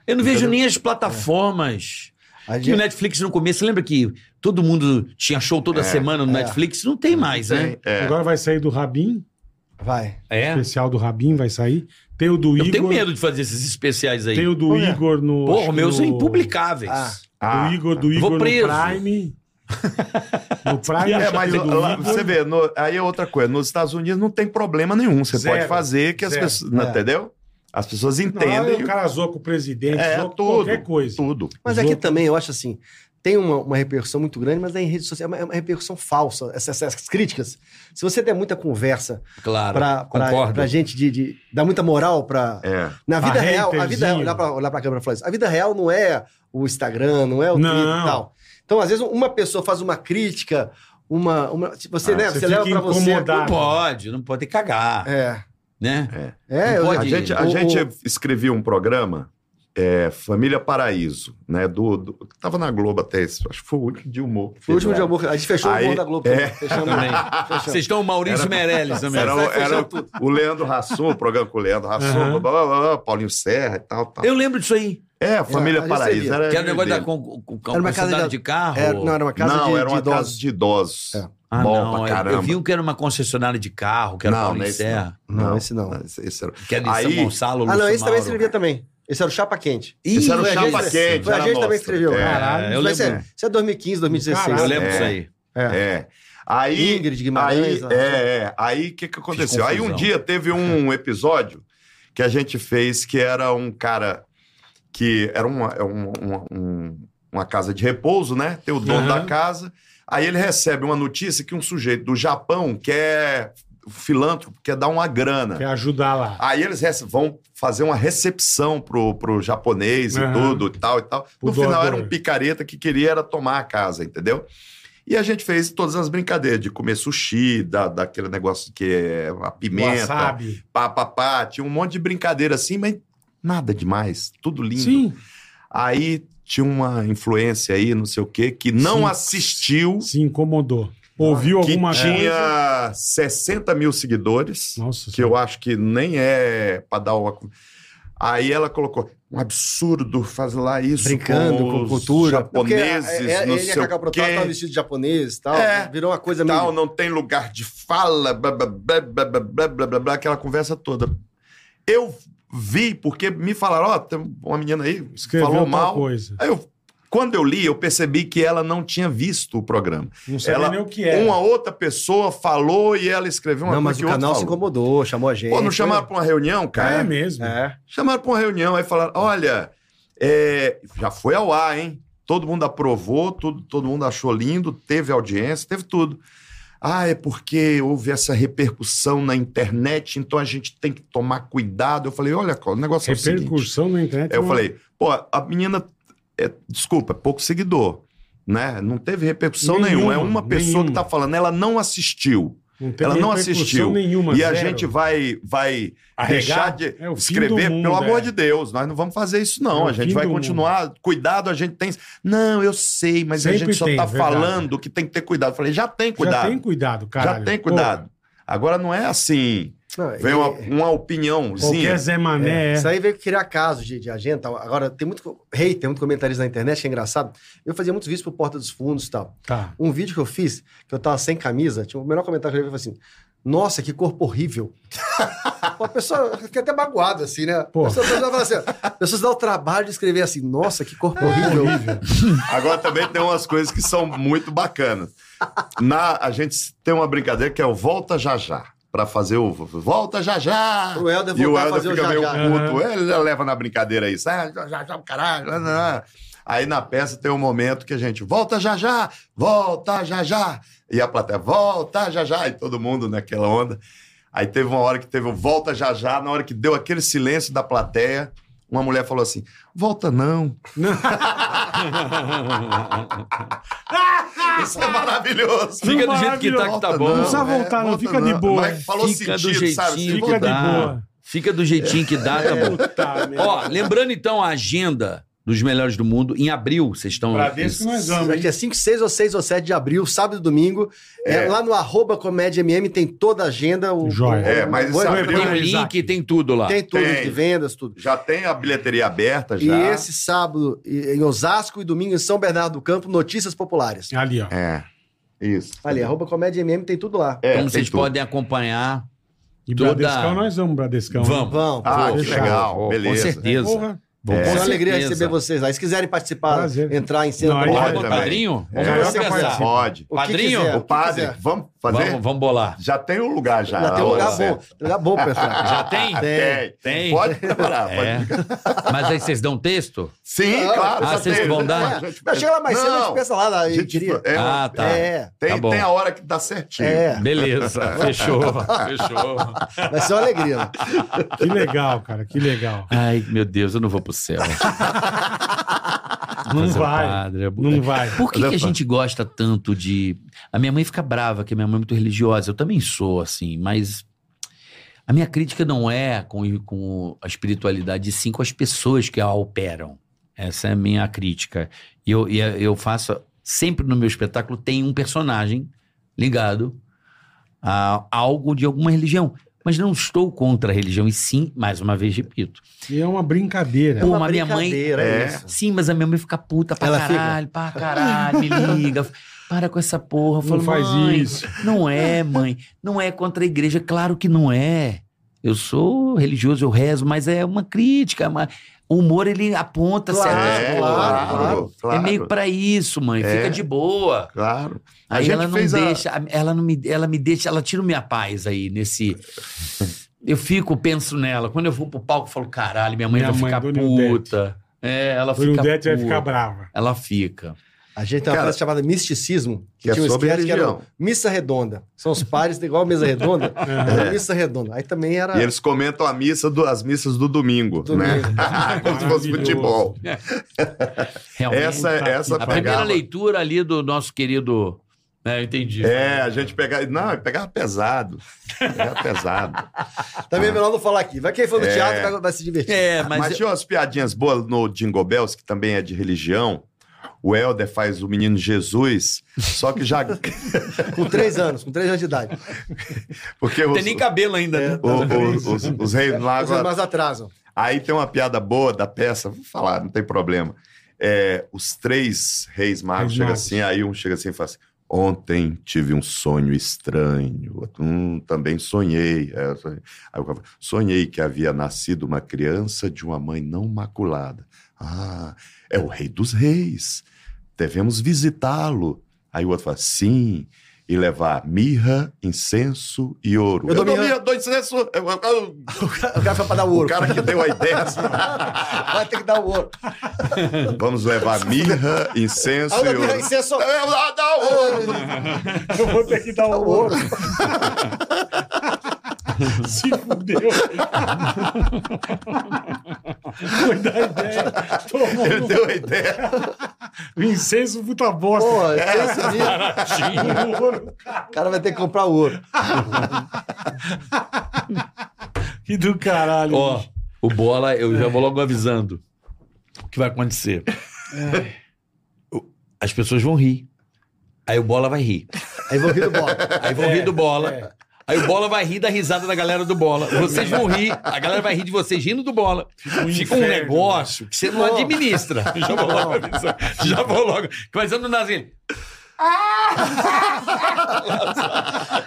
Speaker 5: Eu não vejo
Speaker 6: Entendeu?
Speaker 5: nem as plataformas.
Speaker 4: A
Speaker 5: Que o
Speaker 4: gente,
Speaker 5: Netflix no começo, lembra que todo mundo tinha show toda
Speaker 6: É,
Speaker 5: semana no
Speaker 4: é.
Speaker 5: Netflix? Não tem mais, né?
Speaker 6: Tem, é.
Speaker 3: Agora vai sair do Rabin,
Speaker 4: vai.
Speaker 5: É.
Speaker 3: especial do Rabin vai sair. Tem o do
Speaker 5: Eu
Speaker 3: Igor.
Speaker 5: tenho medo de fazer esses especiais aí.
Speaker 3: Tem o do
Speaker 4: Por quê?
Speaker 3: Igor no. acho
Speaker 5: Porra,
Speaker 3: que
Speaker 5: meus
Speaker 3: no-
Speaker 5: são impublicáveis.
Speaker 4: Ah.
Speaker 6: Ah.
Speaker 3: Do Igor, do
Speaker 5: eu
Speaker 3: Igor
Speaker 5: vou
Speaker 3: no
Speaker 5: preso.
Speaker 3: Prime. No Prime, acho
Speaker 6: É,
Speaker 3: que
Speaker 6: mas
Speaker 3: tem o do
Speaker 6: lá-
Speaker 3: Igor.
Speaker 6: você vê, no- aí é outra coisa. Nos Estados Unidos não tem problema nenhum. Você
Speaker 3: Zero.
Speaker 6: pode fazer que as
Speaker 3: Zero.
Speaker 6: pessoas. não,
Speaker 4: É.
Speaker 6: Entendeu? As pessoas
Speaker 3: Não, lá
Speaker 6: entendem
Speaker 3: O cara zoa com o presidente,
Speaker 6: É,
Speaker 3: zoa com
Speaker 6: tudo,
Speaker 3: qualquer coisa.
Speaker 6: tudo.
Speaker 4: Mas
Speaker 3: Os
Speaker 4: aqui
Speaker 3: outros-
Speaker 4: também, eu acho assim, tem uma, uma repercussão muito grande, mas é em rede social, é uma- é uma repercussão falsa, essas, essas críticas. Se você der muita conversa
Speaker 5: Claro,
Speaker 4: pra, pra,
Speaker 5: concordo.
Speaker 4: pra gente, de, de dar muita moral pra...
Speaker 6: É.
Speaker 4: Na vida
Speaker 3: Ah,
Speaker 4: real, a vida
Speaker 3: haterzinho.
Speaker 4: real, olhar pra, olhar pra câmera e falar isso, a vida real não é o Instagram, não é o
Speaker 3: Não.
Speaker 4: Twitter e tal. Então, às vezes, uma pessoa faz uma crítica, uma... uma você,
Speaker 6: Ah,
Speaker 4: né,
Speaker 3: você
Speaker 4: você, leva
Speaker 3: fica
Speaker 4: pra você...
Speaker 3: incomodado.
Speaker 5: Não pode, não pode cagar,
Speaker 4: É,
Speaker 5: né?
Speaker 4: é,
Speaker 5: Não
Speaker 4: eu-
Speaker 5: pode-
Speaker 6: A gente, a
Speaker 4: O-
Speaker 6: gente
Speaker 4: o-
Speaker 6: escrevia um programa, é, Família Paraíso, né? Do, do- tava na Globo até, esse- acho que foi o último de humor. que
Speaker 4: Foi o último de
Speaker 6: fizeram.
Speaker 4: amor. A gente fechou
Speaker 6: Aí-
Speaker 4: o humor da Globo. né?
Speaker 6: é.
Speaker 4: Fechamos
Speaker 5: Também.
Speaker 4: fechamos.
Speaker 5: Vocês estão o Maurício Meirelles também.
Speaker 6: Era,
Speaker 5: Sai
Speaker 6: o- era
Speaker 5: fechando
Speaker 6: o- o Leandro Rassum, o programa com o Leandro Rassum,
Speaker 3: Aham.
Speaker 6: blá, blá, blá, blá, Paulinho Serra e tal, tal.
Speaker 5: Eu lembro disso aí.
Speaker 6: É, Família
Speaker 4: É, a gente
Speaker 6: Paraíso.
Speaker 4: sabia.
Speaker 6: Era
Speaker 5: Que era o negócio da
Speaker 6: dele.
Speaker 5: con- con-
Speaker 4: Era uma
Speaker 5: concessionária
Speaker 4: casa
Speaker 5: de
Speaker 4: de-
Speaker 5: carro.
Speaker 4: era, É, não, era uma casa
Speaker 6: Não,
Speaker 4: de,
Speaker 6: era
Speaker 4: de
Speaker 6: uma casa
Speaker 4: idosos.
Speaker 6: de idosos.
Speaker 4: É.
Speaker 5: Ah,
Speaker 6: Bom
Speaker 5: não.
Speaker 6: pra
Speaker 5: é- Eu
Speaker 6: caramba.
Speaker 5: vi um que era uma concessionária de carro, que era
Speaker 6: Não,
Speaker 5: o Paulo
Speaker 6: não é isso
Speaker 5: Serra.
Speaker 4: Não, esse não.
Speaker 6: Esse, esse era...
Speaker 5: Que era de
Speaker 6: Aí-
Speaker 5: São Gonçalo,
Speaker 4: Ah, não,
Speaker 5: Lúcio
Speaker 4: esse também
Speaker 5: Mauro.
Speaker 4: escrevia também. Esse era o Chapa Quente.
Speaker 6: Esse era o
Speaker 4: Foi a
Speaker 6: Chapa
Speaker 4: gente-
Speaker 6: Quente,
Speaker 4: Foi a
Speaker 6: era
Speaker 4: gente também
Speaker 6: mostra.
Speaker 4: escreveu.
Speaker 6: É,
Speaker 3: Caralho,
Speaker 5: eu
Speaker 4: Mas
Speaker 5: lembro.
Speaker 4: é- Isso é 2015, 2016.
Speaker 3: Caralho.
Speaker 5: Eu lembro
Speaker 6: É.
Speaker 5: disso aí.
Speaker 6: É. Aí,
Speaker 4: Ingrid
Speaker 6: aí,
Speaker 4: Guimarães. né? a-
Speaker 6: é, é. Aí o que, que aconteceu? Aí um
Speaker 5: confusão.
Speaker 6: dia teve um episódio que a gente fez que era um cara que era uma, é um- uma, um- uma casa de repouso, né? Tem o dono
Speaker 3: Aham.
Speaker 6: da casa. Aí ele recebe uma notícia que um sujeito do Japão quer filântropo, quer dar uma grana.
Speaker 3: Quer ajudar lá.
Speaker 6: Aí eles rece- vão fazer uma recepção pro, pro japonês
Speaker 3: Aham.
Speaker 6: e tudo e tal e tal.
Speaker 3: Pro
Speaker 6: no final
Speaker 3: doador.
Speaker 6: era um picareta que queria era tomar a casa, entendeu? E a gente fez todas as brincadeiras de comer sushi, da, daquele negócio que é a pimenta,
Speaker 3: Wasabi.
Speaker 6: pá, pá, pá. Tinha um monte de brincadeira assim, mas nada demais. Tudo lindo.
Speaker 3: Sim,
Speaker 6: Aí tinha uma influência aí, não sei o quê, que não
Speaker 3: Sim.
Speaker 6: assistiu,
Speaker 3: se incomodou. Ouviu
Speaker 6: que
Speaker 3: alguma coisa.
Speaker 6: tinha 60 mil seguidores
Speaker 3: Nossa,
Speaker 6: que eu acho que nem é para dar uma. Aí ela colocou um absurdo fazer lá isso
Speaker 4: Brincando com
Speaker 6: os
Speaker 4: cultura.
Speaker 6: japoneses,
Speaker 4: Porque, é, é,
Speaker 6: não
Speaker 4: ele e a
Speaker 6: sei
Speaker 4: Cacau
Speaker 6: o
Speaker 4: Protá estavam
Speaker 6: quê,
Speaker 4: vestidos de japonês e tal.
Speaker 6: É.
Speaker 4: Virou uma coisa meio...
Speaker 6: tal, não tem lugar de fala, blá blá blá blá blá blá blá, blá, blá, aquela conversa toda. Eu vi porque me falaram, ó, tem uma menina aí
Speaker 3: escreveu
Speaker 6: falou
Speaker 3: tal
Speaker 6: mal.
Speaker 3: coisa.
Speaker 6: Aí eu, quando eu li, eu percebi que ela não tinha visto o programa.
Speaker 3: Não sabia
Speaker 6: Ela- um
Speaker 3: nem o que
Speaker 4: é?
Speaker 3: era. É
Speaker 6: Uma outra pessoa falou e ela escreveu uma
Speaker 4: Não, mas o
Speaker 6: coisa que outra
Speaker 4: canal se
Speaker 6: falou.
Speaker 4: incomodou, É, chamou a gente.
Speaker 6: Pô, não
Speaker 4: foi-
Speaker 6: chamaram pra uma reunião, cara?
Speaker 3: É mesmo.
Speaker 4: É.
Speaker 6: Chamaram para uma reunião, aí falaram: olha, é, já foi ao ar, hein? Todo mundo aprovou, tudo, todo mundo achou lindo, teve audiência, teve tudo. Ah, é porque houve essa repercussão na internet, então a gente tem que tomar cuidado. Eu falei: olha, Cláudio, o negócio é o seguinte.
Speaker 3: Repercussão na internet.
Speaker 6: Aí eu
Speaker 3: uma-
Speaker 6: falei: pô, a menina, é, desculpa, é pouco seguidor, né? Não teve repercussão nenhuma. É
Speaker 3: Nenhuma,
Speaker 6: uma pessoa que
Speaker 3: nenhuma.
Speaker 6: tá falando, ela não assistiu.
Speaker 3: Não teve
Speaker 6: Ela não
Speaker 3: repercussão
Speaker 6: assistiu.
Speaker 3: Nenhuma,
Speaker 6: e a
Speaker 3: zero.
Speaker 6: gente vai, vai
Speaker 3: Arregar?
Speaker 6: deixar de
Speaker 3: É o fim
Speaker 6: escrever,
Speaker 3: do mundo,
Speaker 6: pelo amor
Speaker 3: é.
Speaker 6: de Deus, nós não vamos fazer isso
Speaker 3: É o
Speaker 6: não, a
Speaker 3: fim
Speaker 6: gente vai
Speaker 3: do
Speaker 6: continuar, cuidado, a gente tem... Não, eu sei, mas a
Speaker 3: Sempre
Speaker 6: gente só
Speaker 3: tem, é
Speaker 6: tá
Speaker 3: verdade.
Speaker 6: falando que tem que ter cuidado. Eu falei, já tem
Speaker 3: Já
Speaker 6: cuidado,
Speaker 3: tem cuidado, cara.
Speaker 6: já tem cuidado. Agora não é assim,
Speaker 4: Não,
Speaker 6: vem
Speaker 4: e-
Speaker 6: uma, uma opiniãozinha.
Speaker 3: É. Qualquer Zé Mané é.
Speaker 4: Isso aí veio criar casos de, de agenda. tal. Agora, tem muito co- hater, muito comentarista na internet, que é engraçado. Eu fazia muitos vídeos por Porta dos Fundos e tal.
Speaker 3: Tá.
Speaker 4: Um vídeo que eu fiz, que eu tava sem camisa, tinha o melhor comentário que eu vi foi assim: Nossa, que corpo horrível. Pô, a pessoa fica até magoada, assim, né?
Speaker 3: Pô.
Speaker 4: A pessoa, a pessoa fala assim: ó, as pessoas dão o trabalho de escrever assim, nossa, que
Speaker 3: É.
Speaker 4: corpo
Speaker 3: Tá.
Speaker 4: horrível.
Speaker 6: Agora também tem umas coisas que são muito bacanas. Na, a gente tem uma brincadeira que é o volta já já. Pra fazer o volta já já.
Speaker 4: O Helder
Speaker 6: e o
Speaker 4: voltar a
Speaker 6: Helder
Speaker 4: fazer o
Speaker 6: fica
Speaker 4: já
Speaker 6: meio
Speaker 4: já.
Speaker 3: É,
Speaker 6: puto. Ele leva na brincadeira isso. Ah, já já já, caralho. lá, lá, lá. Aí na peça tem um momento que a gente volta já já, volta já já. E a plateia volta já já. E todo mundo naquela onda. Aí teve uma hora que teve o volta já já. Na hora que deu aquele silêncio da plateia, uma mulher falou assim: volta não. Isso é maravilhoso. é,
Speaker 5: Fica do jeito que tá, que tá bom.
Speaker 3: Não precisa voltar, não. Fica de boa.
Speaker 6: Mas é falou
Speaker 5: Fica do
Speaker 6: sentido, sabe?
Speaker 5: jeitinho
Speaker 6: Se
Speaker 5: que
Speaker 3: Fica de
Speaker 6: voltar,
Speaker 5: dá.
Speaker 3: boa.
Speaker 5: Fica do jeitinho que dá, tá bom.
Speaker 3: Puta merda.
Speaker 5: Ó, lembrando então a agenda dos melhores do mundo, em abril, vocês estão.
Speaker 3: Pra ver se nós vamos,
Speaker 4: Vai
Speaker 3: hein?
Speaker 4: dia 5, 6 é ou 6 ou 7 de abril, sábado e domingo. É, lá no arroba Comédia MM tem toda a agenda. O,
Speaker 3: Joia.
Speaker 4: o-
Speaker 6: É, mas
Speaker 4: o-
Speaker 6: esse
Speaker 4: o-
Speaker 6: abril-
Speaker 5: Tem o link, tem tudo lá.
Speaker 4: tem tudo,
Speaker 6: Tem.
Speaker 4: de vendas, tudo.
Speaker 6: Já tem a bilheteria aberta
Speaker 4: E
Speaker 6: já.
Speaker 4: esse sábado e- em Osasco e domingo em São Bernardo do Campo, notícias populares.
Speaker 3: Ali, ó.
Speaker 6: É. Isso.
Speaker 4: Ali, arroba Comédia MM tem tudo lá.
Speaker 6: É,
Speaker 5: Como
Speaker 6: tem
Speaker 5: Então, vocês
Speaker 6: tudo.
Speaker 5: podem acompanhar.
Speaker 3: E
Speaker 5: Toda-
Speaker 3: Bradescão, nós vamos, Bradescão.
Speaker 5: Vamos.
Speaker 4: Vão.
Speaker 6: Ah,
Speaker 4: pô.
Speaker 6: que
Speaker 3: fechado.
Speaker 6: legal. Beleza. É.
Speaker 5: Com certeza.
Speaker 3: Porra.
Speaker 5: Vamos,
Speaker 4: Foi
Speaker 5: com
Speaker 4: é. uma alegria
Speaker 5: certeza.
Speaker 4: receber vocês lá. Se quiserem participar,
Speaker 3: Prazer.
Speaker 4: entrar em cena,
Speaker 3: Não,
Speaker 4: pra-
Speaker 3: aí
Speaker 6: Pode
Speaker 5: Pode,
Speaker 6: também.
Speaker 5: padrinho?
Speaker 6: É,
Speaker 4: Vamos
Speaker 6: você
Speaker 4: conversar.
Speaker 6: pode. Pode.
Speaker 4: o que
Speaker 5: Padrinho,
Speaker 4: quiser,
Speaker 6: O
Speaker 4: que
Speaker 6: padre,
Speaker 4: quiser.
Speaker 6: vamos fazer?
Speaker 5: Vamos, vamos bolar.
Speaker 6: Já tem o lugar já.
Speaker 4: Já tem um
Speaker 6: Alô,
Speaker 4: lugar
Speaker 6: Zé.
Speaker 4: bom. Tem um lugar bom, pessoal. É,
Speaker 5: Já tem?
Speaker 6: Tem.
Speaker 5: Tem.
Speaker 6: Pode preparar. pode
Speaker 5: É.
Speaker 6: ficar.
Speaker 5: Mas aí vocês dão texto?
Speaker 6: Sim, claro.
Speaker 5: Ah,
Speaker 6: já
Speaker 5: vocês
Speaker 6: tem.
Speaker 5: vão dar?
Speaker 6: A gente-
Speaker 4: É. Não, chega lá mais cedo, a gente
Speaker 6: Não,
Speaker 4: pensa lá, lá
Speaker 6: a
Speaker 4: eu
Speaker 6: gente-
Speaker 4: diria.
Speaker 6: é,
Speaker 5: Ah, tá.
Speaker 4: É,
Speaker 6: tem,
Speaker 5: Tá bom.
Speaker 6: tem a hora que dá certinho.
Speaker 4: é.
Speaker 5: Beleza. Fechou. Fechou.
Speaker 4: Vai ser uma alegria. né?
Speaker 3: Que legal, cara, que legal.
Speaker 5: Ai, meu Deus, eu não vou pro céu.
Speaker 3: Não
Speaker 5: Ah, Fazer o
Speaker 3: vai.
Speaker 5: padre, é bu-
Speaker 3: Não vai.
Speaker 5: Por que,
Speaker 6: Olha
Speaker 5: que a
Speaker 6: só.
Speaker 5: gente gosta tanto de. A minha mãe fica brava, que a minha mãe é muito religiosa. Eu também sou, assim, mas. A minha crítica não é com, com a espiritualidade, e sim com as pessoas que a operam. Essa é a minha crítica. E eu, e é, eu faço. Sempre no meu espetáculo tem um personagem ligado a algo de alguma religião. Mas não estou contra a religião, e sim, mais uma vez repito.
Speaker 3: E é uma brincadeira.
Speaker 5: Pô, mas minha mãe-
Speaker 4: brincadeira,
Speaker 6: É.
Speaker 4: É. isso.
Speaker 5: Sim, mas a minha mãe fica puta pra
Speaker 4: Ela fica?
Speaker 5: caralho, pra caralho, me liga. Para com essa porra. Eu
Speaker 3: Não
Speaker 5: falo,
Speaker 3: faz
Speaker 5: "Mãe,
Speaker 3: isso.
Speaker 5: Não é, mãe. Não é contra a igreja. Claro que não é. Eu sou religioso, eu rezo, mas é uma crítica. mas O humor, ele aponta
Speaker 4: Claro,
Speaker 5: certas
Speaker 6: É,
Speaker 5: coisas.
Speaker 4: claro,
Speaker 6: claro,
Speaker 5: É meio pra isso, mãe.
Speaker 6: É.
Speaker 5: Fica de boa.
Speaker 6: Claro. A
Speaker 5: Aí
Speaker 6: gente
Speaker 5: ela não
Speaker 6: fez a-
Speaker 5: deixa, ela não me, ela me deixa, ela tira minha paz aí nesse. Eu fico, penso nela. Quando eu vou pro palco, eu falo, caralho, minha mãe
Speaker 3: Minha
Speaker 5: vai
Speaker 3: mãe,
Speaker 5: ficar
Speaker 3: Dona Ildete.
Speaker 5: puta. É, ela
Speaker 3: O
Speaker 5: fica.
Speaker 3: Nudete vai
Speaker 5: puta.
Speaker 3: ficar brava.
Speaker 5: Ela fica.
Speaker 4: A gente tem uma
Speaker 6: Cara,
Speaker 4: frase chamada misticismo, que,
Speaker 6: que é
Speaker 4: tinha um
Speaker 6: sobre
Speaker 4: esquete que era
Speaker 6: religião.
Speaker 4: missa redonda. São os pares, igual a mesa redonda, era missa redonda. Aí também era...
Speaker 6: E eles comentam a missa do- as missas do domingo, né?
Speaker 4: Domingo.
Speaker 6: Como se fosse futebol.
Speaker 5: Realmente.
Speaker 6: Essa, é
Speaker 3: tá
Speaker 6: essa
Speaker 5: a primeira
Speaker 6: pegava.
Speaker 5: leitura ali do nosso querido. É, eu entendi.
Speaker 6: É, a gente pegava. Não, pegava pesado. Pegava pesado.
Speaker 4: Também é melhor não falar aqui. Vai quem for no
Speaker 6: É.
Speaker 4: teatro vai, vai se divertir.
Speaker 5: É,
Speaker 6: Mas,
Speaker 5: mas. eu-
Speaker 6: tinha umas piadinhas boas no Jingle Bells, que também é de religião. O Helder faz o menino Jesus, só que já. É.
Speaker 4: Com três anos, com três anos de idade.
Speaker 6: Porque
Speaker 5: não
Speaker 6: os,
Speaker 5: tem nem cabelo ainda, né?
Speaker 6: o- o- os, os reis magos.
Speaker 4: Os mais atrasam.
Speaker 6: Aí tem uma piada boa da peça, vou falar, não tem problema. É, os três reis magos
Speaker 3: Reis
Speaker 6: chegam
Speaker 3: magos.
Speaker 6: assim, aí um chega assim e fala assim: Ontem tive um sonho estranho, o outro, hum, também sonhei. É, eu sonhei. Aí o cara fala, sonhei que havia nascido uma criança de uma mãe não maculada. Ah, é o rei dos reis, devemos visitá-lo. Aí o outro fala: Sim. E levar mirra, incenso e ouro.
Speaker 4: Eu dou mirra.
Speaker 6: dou incenso. eu- eu-
Speaker 4: O cara foi pra dar o
Speaker 6: o
Speaker 4: ouro.
Speaker 6: cara que deu a ideia. assim,
Speaker 4: Vai ter que dar o ouro.
Speaker 6: Vamos levar mirra, incenso
Speaker 4: Ah,
Speaker 6: e ah,
Speaker 4: não,
Speaker 6: ouro.
Speaker 4: isso é só...
Speaker 6: Eu vou dar o ouro.
Speaker 3: Eu vou ter que dar um
Speaker 4: Dá o ouro.
Speaker 3: Se fudeu. Foi da ideia.
Speaker 6: Ele
Speaker 3: Tomou
Speaker 6: deu a ideia.
Speaker 3: um incenso puta bosta.
Speaker 4: Pô, esse ali,
Speaker 3: O ouro.
Speaker 4: o cara vai ter que comprar o ouro.
Speaker 3: Que do caralho.
Speaker 5: Ó,
Speaker 3: bicho.
Speaker 5: o bola, eu já vou logo avisando. O que vai acontecer? O- As pessoas vão rir. Aí o bola vai rir.
Speaker 4: Aí vou rir do bolo.
Speaker 5: Aí vão rir do bola. Aí o bola vai rir da risada da galera do bola. Vocês vão rir, a galera vai rir de vocês rindo do bola. Fica um,
Speaker 3: inferno.
Speaker 5: negócio que você não
Speaker 4: Não.
Speaker 5: administra. Já vou logo avisar. Já vou logo. Mas ando na assim.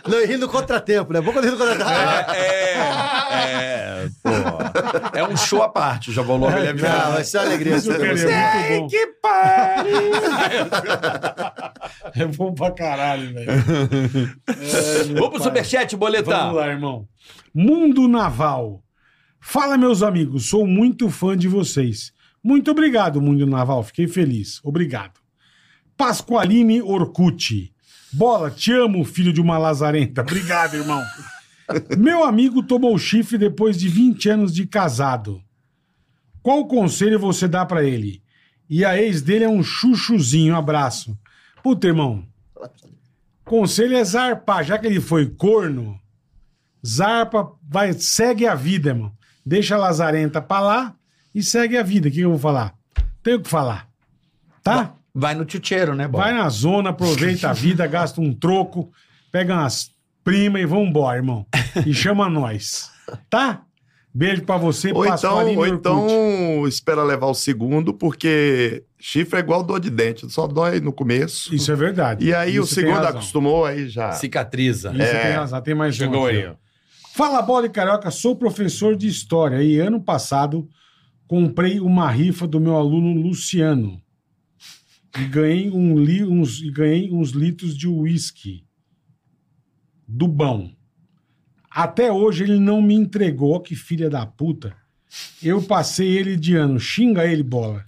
Speaker 4: Não, e rir no contratempo, né? Vou quando rir no contratempo.
Speaker 5: É, é, pô. É um show à parte, o já vou logo ele é
Speaker 4: Não,
Speaker 5: avisar.
Speaker 4: vai ser uma alegria.
Speaker 3: Isso, cara, é muito bom.
Speaker 2: Que pariu!
Speaker 3: É bom pra caralho, velho. É,
Speaker 5: Vamos pro superchat, boletão.
Speaker 3: Vamos lá, irmão. Mundo Naval. Fala, meus amigos, sou muito fã de vocês. Muito obrigado, Mundo Naval, fiquei feliz. Obrigado. Pasqualine Orcuti. Bola, te amo, filho de uma lazarenta. Obrigado, irmão. Meu amigo tomou chifre depois de 20 anos de casado. Qual conselho você dá pra ele? E a ex dele é um chuchuzinho. Abraço. Puta, irmão. Conselho é zarpar. Já que ele foi corno, Zarpa, vai, segue a vida, irmão. Deixa a lazarenta pra lá e segue a vida. O que eu vou falar? Tenho o que falar. Tá?
Speaker 5: Vai no tchutcheiro, né, Bola?
Speaker 3: Vai na zona, aproveita a vida, gasta um troco, pega umas primas e vambora, irmão. E chama nós. Tá? Beijo pra você,
Speaker 6: Ou então,
Speaker 3: Pasqualino
Speaker 6: ou
Speaker 3: e Orkut.
Speaker 6: então espera levar o segundo, porque chifre é igual dor de dente, só dói no começo.
Speaker 3: Isso é verdade.
Speaker 6: então- E aí o
Speaker 3: Isso tem
Speaker 6: segundo É.
Speaker 3: razão.
Speaker 6: acostumou, aí já.
Speaker 5: Cicatriza.
Speaker 3: Isso tem razão. Tem mais um
Speaker 9: Chegou
Speaker 3: aqui,
Speaker 9: aí,
Speaker 3: ó.
Speaker 9: ó.
Speaker 3: Fala bola e carioca, sou professor de história e ano passado comprei uma rifa do meu aluno Luciano e ganhei, um li- uns, e ganhei uns litros de uísque do bom. Até hoje ele não me entregou, ó, que filha da puta. Eu passei ele de ano, xinga ele bola.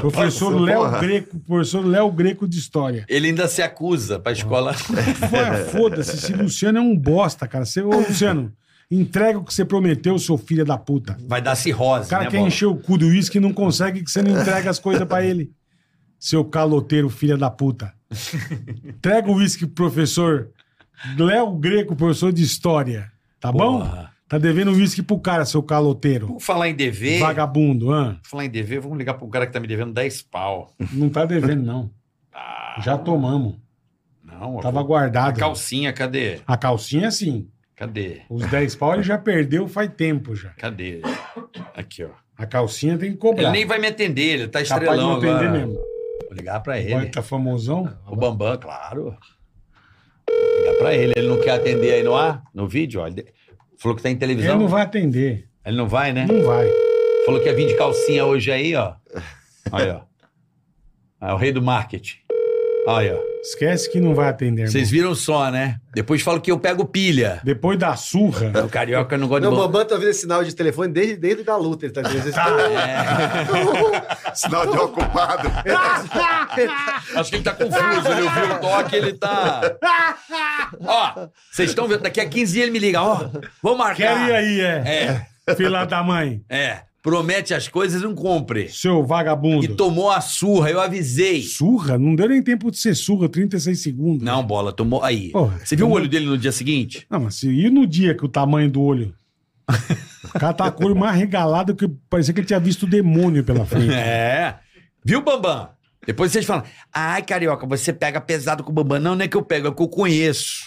Speaker 3: professor
Speaker 6: passa,
Speaker 3: Léo
Speaker 6: porra.
Speaker 3: Greco, professor Léo Greco de história.
Speaker 5: Ele ainda se acusa pra escola.
Speaker 3: Ué, foda-se, esse Luciano é um bosta, cara. Você, ô, Luciano, entrega o que você prometeu, seu filho da puta.
Speaker 5: Vai dar cirrose,
Speaker 3: O cara
Speaker 5: né,
Speaker 3: quer
Speaker 5: Bola?
Speaker 3: encher o cu do uísque e não consegue que você não entrega as coisas pra ele. Seu caloteiro, filha da puta. Entrega o uísque pro professor Léo Greco, professor de história. Tá bom?
Speaker 5: Porra.
Speaker 3: Tá devendo uísque pro cara, seu caloteiro.
Speaker 5: Por falar em dever,
Speaker 3: Vagabundo, hã?
Speaker 5: por falar em dever, vamos ligar pro cara que tá me devendo 10 pau.
Speaker 3: Não tá devendo, não. Já tomamos.
Speaker 5: Não, eu
Speaker 3: Tava
Speaker 5: vou- A
Speaker 3: guardado.
Speaker 5: calcinha, cadê?
Speaker 3: A calcinha, sim.
Speaker 5: Cadê?
Speaker 3: Os 10 pau ele já perdeu faz tempo já.
Speaker 5: Cadê? Aqui, ó.
Speaker 3: A calcinha tem que
Speaker 5: Ele
Speaker 3: cobrar.
Speaker 5: nem vai me atender, ele tá
Speaker 3: Capaz de não
Speaker 5: estrelão
Speaker 3: atender
Speaker 5: agora.
Speaker 3: mesmo.
Speaker 5: Vou ligar pra
Speaker 3: Olha,
Speaker 5: ele.
Speaker 3: tá famosão.
Speaker 5: O Bambam, claro. Vou ligar pra ele. Ele não quer atender aí no ar, no vídeo, ó. Ele de- falou que tá em
Speaker 3: Ele
Speaker 5: televisão.
Speaker 3: não vai atender.
Speaker 5: Ele não vai, né?
Speaker 3: Não vai.
Speaker 5: Falou que ia vir de calcinha hoje aí, ó. Olha, ó. É o rei do marketing. Olha, ó.
Speaker 3: Esquece que não vai atender. irmão.
Speaker 5: Vocês viram só, né? Depois falam que eu pego pilha.
Speaker 3: Depois da surra.
Speaker 5: O carioca não gosta
Speaker 4: Não, o
Speaker 5: de bom-
Speaker 4: Bambam tá ouvindo esse sinal de telefone desde, desde da luta, ele tá vendo. Ele tá-
Speaker 5: É.
Speaker 6: Sinal de ocupado.
Speaker 5: Acho que ele tá confuso, ele ouviu o toque, ele tá. Ó, vocês estão vendo, daqui a 15 dias ele me liga, ó. Vamos marcar.
Speaker 3: Quer ir aí, é.
Speaker 5: É,
Speaker 3: Filha da mãe.
Speaker 5: é. Promete as coisas e não cumpre.
Speaker 3: Seu
Speaker 5: E
Speaker 3: vagabundo.
Speaker 5: tomou a surra, eu avisei.
Speaker 3: Surra? Não deu nem tempo de ser surra, 36 segundos.
Speaker 5: Não, bola, tomou. Aí.
Speaker 3: Porra.
Speaker 5: Você viu o olho dele no dia seguinte?
Speaker 3: Não, mas se- e no dia que o tamanho do olho? O cara tá com o olho mais regalado que parecia que ele tinha visto o demônio pela frente.
Speaker 5: É. Viu, Bambam? Depois vocês falam, ai, carioca, você pega pesado com o Bambam. Não, não é que eu pego, é que eu conheço.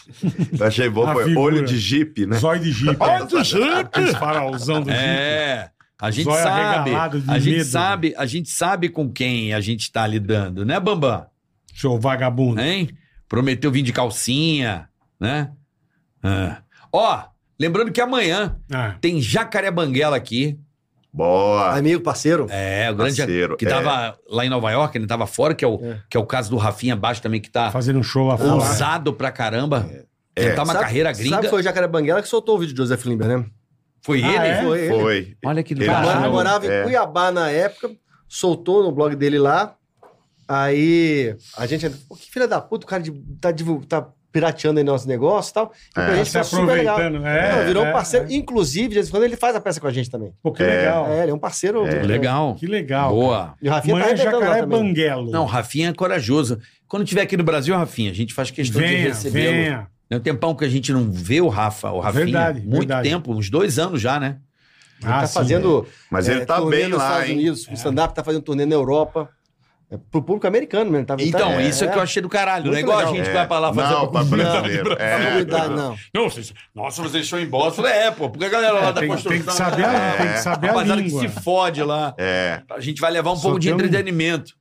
Speaker 6: Eu achei bom,
Speaker 3: A
Speaker 6: Tá, foi
Speaker 3: figura.
Speaker 6: olho de jipe, né?
Speaker 3: Zóio de jipe.
Speaker 6: Olho de
Speaker 3: jipe! Os farolzão do jipe.
Speaker 5: É. A gente
Speaker 3: Zóio
Speaker 5: sabe.
Speaker 3: arregalado de
Speaker 5: A gente
Speaker 3: medo.
Speaker 5: sabe, a gente sabe com quem a gente tá lidando, né, Bambam?
Speaker 3: Seu vagabundo.
Speaker 5: Hein? Prometeu vir de calcinha, né? Ah. Ó, lembrando que amanhã
Speaker 3: Ah,
Speaker 5: tem Jacaré Banguela aqui.
Speaker 6: Boa.
Speaker 4: Amigo, parceiro.
Speaker 5: É, o grande
Speaker 6: Parceiro,
Speaker 5: que
Speaker 6: é.
Speaker 5: tava lá em Nova York, ele tava fora, que é o,
Speaker 4: É.
Speaker 5: que é o caso do Rafinha Baixo também, que tá
Speaker 3: fazendo um show lá fora.
Speaker 5: ousado pra caramba.
Speaker 6: É.
Speaker 5: Tentar uma
Speaker 4: Sabe-
Speaker 5: carreira gringa.
Speaker 4: Sabe que
Speaker 5: foi
Speaker 4: foi o Jacaré Banguela que soltou o vídeo de Joseph Limber, né?
Speaker 3: Ah,
Speaker 5: ele?
Speaker 3: é?
Speaker 4: Foi ele.
Speaker 6: Foi.
Speaker 5: Olha que do
Speaker 6: Ele
Speaker 4: Ele mora-
Speaker 5: caralho.
Speaker 6: Caramba.
Speaker 4: morava em
Speaker 6: É.
Speaker 4: Cuiabá na época, soltou no blog dele lá. Aí a gente. Pô, que filha da puta, o cara de- tá, divul- tá pirateando aí nosso negócio e tal. E
Speaker 6: É.
Speaker 4: pra
Speaker 5: Tá
Speaker 4: gente
Speaker 3: Tá Se
Speaker 4: foi super legal.
Speaker 3: aproveitando. É,
Speaker 4: Não, virou
Speaker 3: é,
Speaker 4: um parceiro.
Speaker 3: é.
Speaker 4: Inclusive, de vez em quando ele faz a peça com a gente também.
Speaker 3: Pô, que legal.
Speaker 4: É, ele é um parceiro.
Speaker 6: É.
Speaker 5: Legal.
Speaker 3: Que legal. é
Speaker 5: Boa.
Speaker 4: E o Rafinha tá
Speaker 3: Amanhã
Speaker 4: arrebentando lá
Speaker 3: Jacaré
Speaker 4: também.
Speaker 3: Banguelo.
Speaker 5: Não, Rafinha é corajoso. Quando tiver aqui no Brasil, Rafinha, a gente faz questão de
Speaker 3: venha,
Speaker 5: recebê-lo.
Speaker 3: venha.
Speaker 5: É um tempão que a gente não vê o Rafa, o Rafinha.
Speaker 3: Verdade,
Speaker 5: muito
Speaker 3: verdade.
Speaker 5: tempo, uns dois anos já, né?
Speaker 4: Ele
Speaker 3: Ah,
Speaker 4: tá fazendo.
Speaker 6: Mas
Speaker 4: é,
Speaker 6: ele tá
Speaker 4: turnê
Speaker 6: bem
Speaker 4: nos
Speaker 6: lá,
Speaker 4: Estados
Speaker 6: hein? É.
Speaker 4: Unidos, o stand-up tá fazendo turnê na Europa. É, pro público americano mesmo. Tá,
Speaker 5: Então,
Speaker 4: tá-
Speaker 5: isso é, que eu achei do caralho. não é
Speaker 4: Muito
Speaker 5: igual
Speaker 4: legal.
Speaker 5: a gente
Speaker 6: É.
Speaker 5: vai pra lá fazer
Speaker 6: Não,
Speaker 5: uma
Speaker 6: pra
Speaker 5: coisa.
Speaker 6: brasileiro.
Speaker 4: Não,
Speaker 6: É.
Speaker 4: novidade, não.
Speaker 5: Não, vocês, nossa, vocês estão em bola. Eu falei, é, pô, porque a galera lá
Speaker 3: É,
Speaker 5: da
Speaker 3: tem,
Speaker 5: construção...
Speaker 3: tem que saber a,
Speaker 5: é,
Speaker 3: tem que saber a
Speaker 5: rapaziada
Speaker 3: língua.
Speaker 5: que se fode lá.
Speaker 6: É.
Speaker 5: A gente vai levar um
Speaker 3: Só
Speaker 5: pouco de
Speaker 3: tem um-
Speaker 5: entretenimento.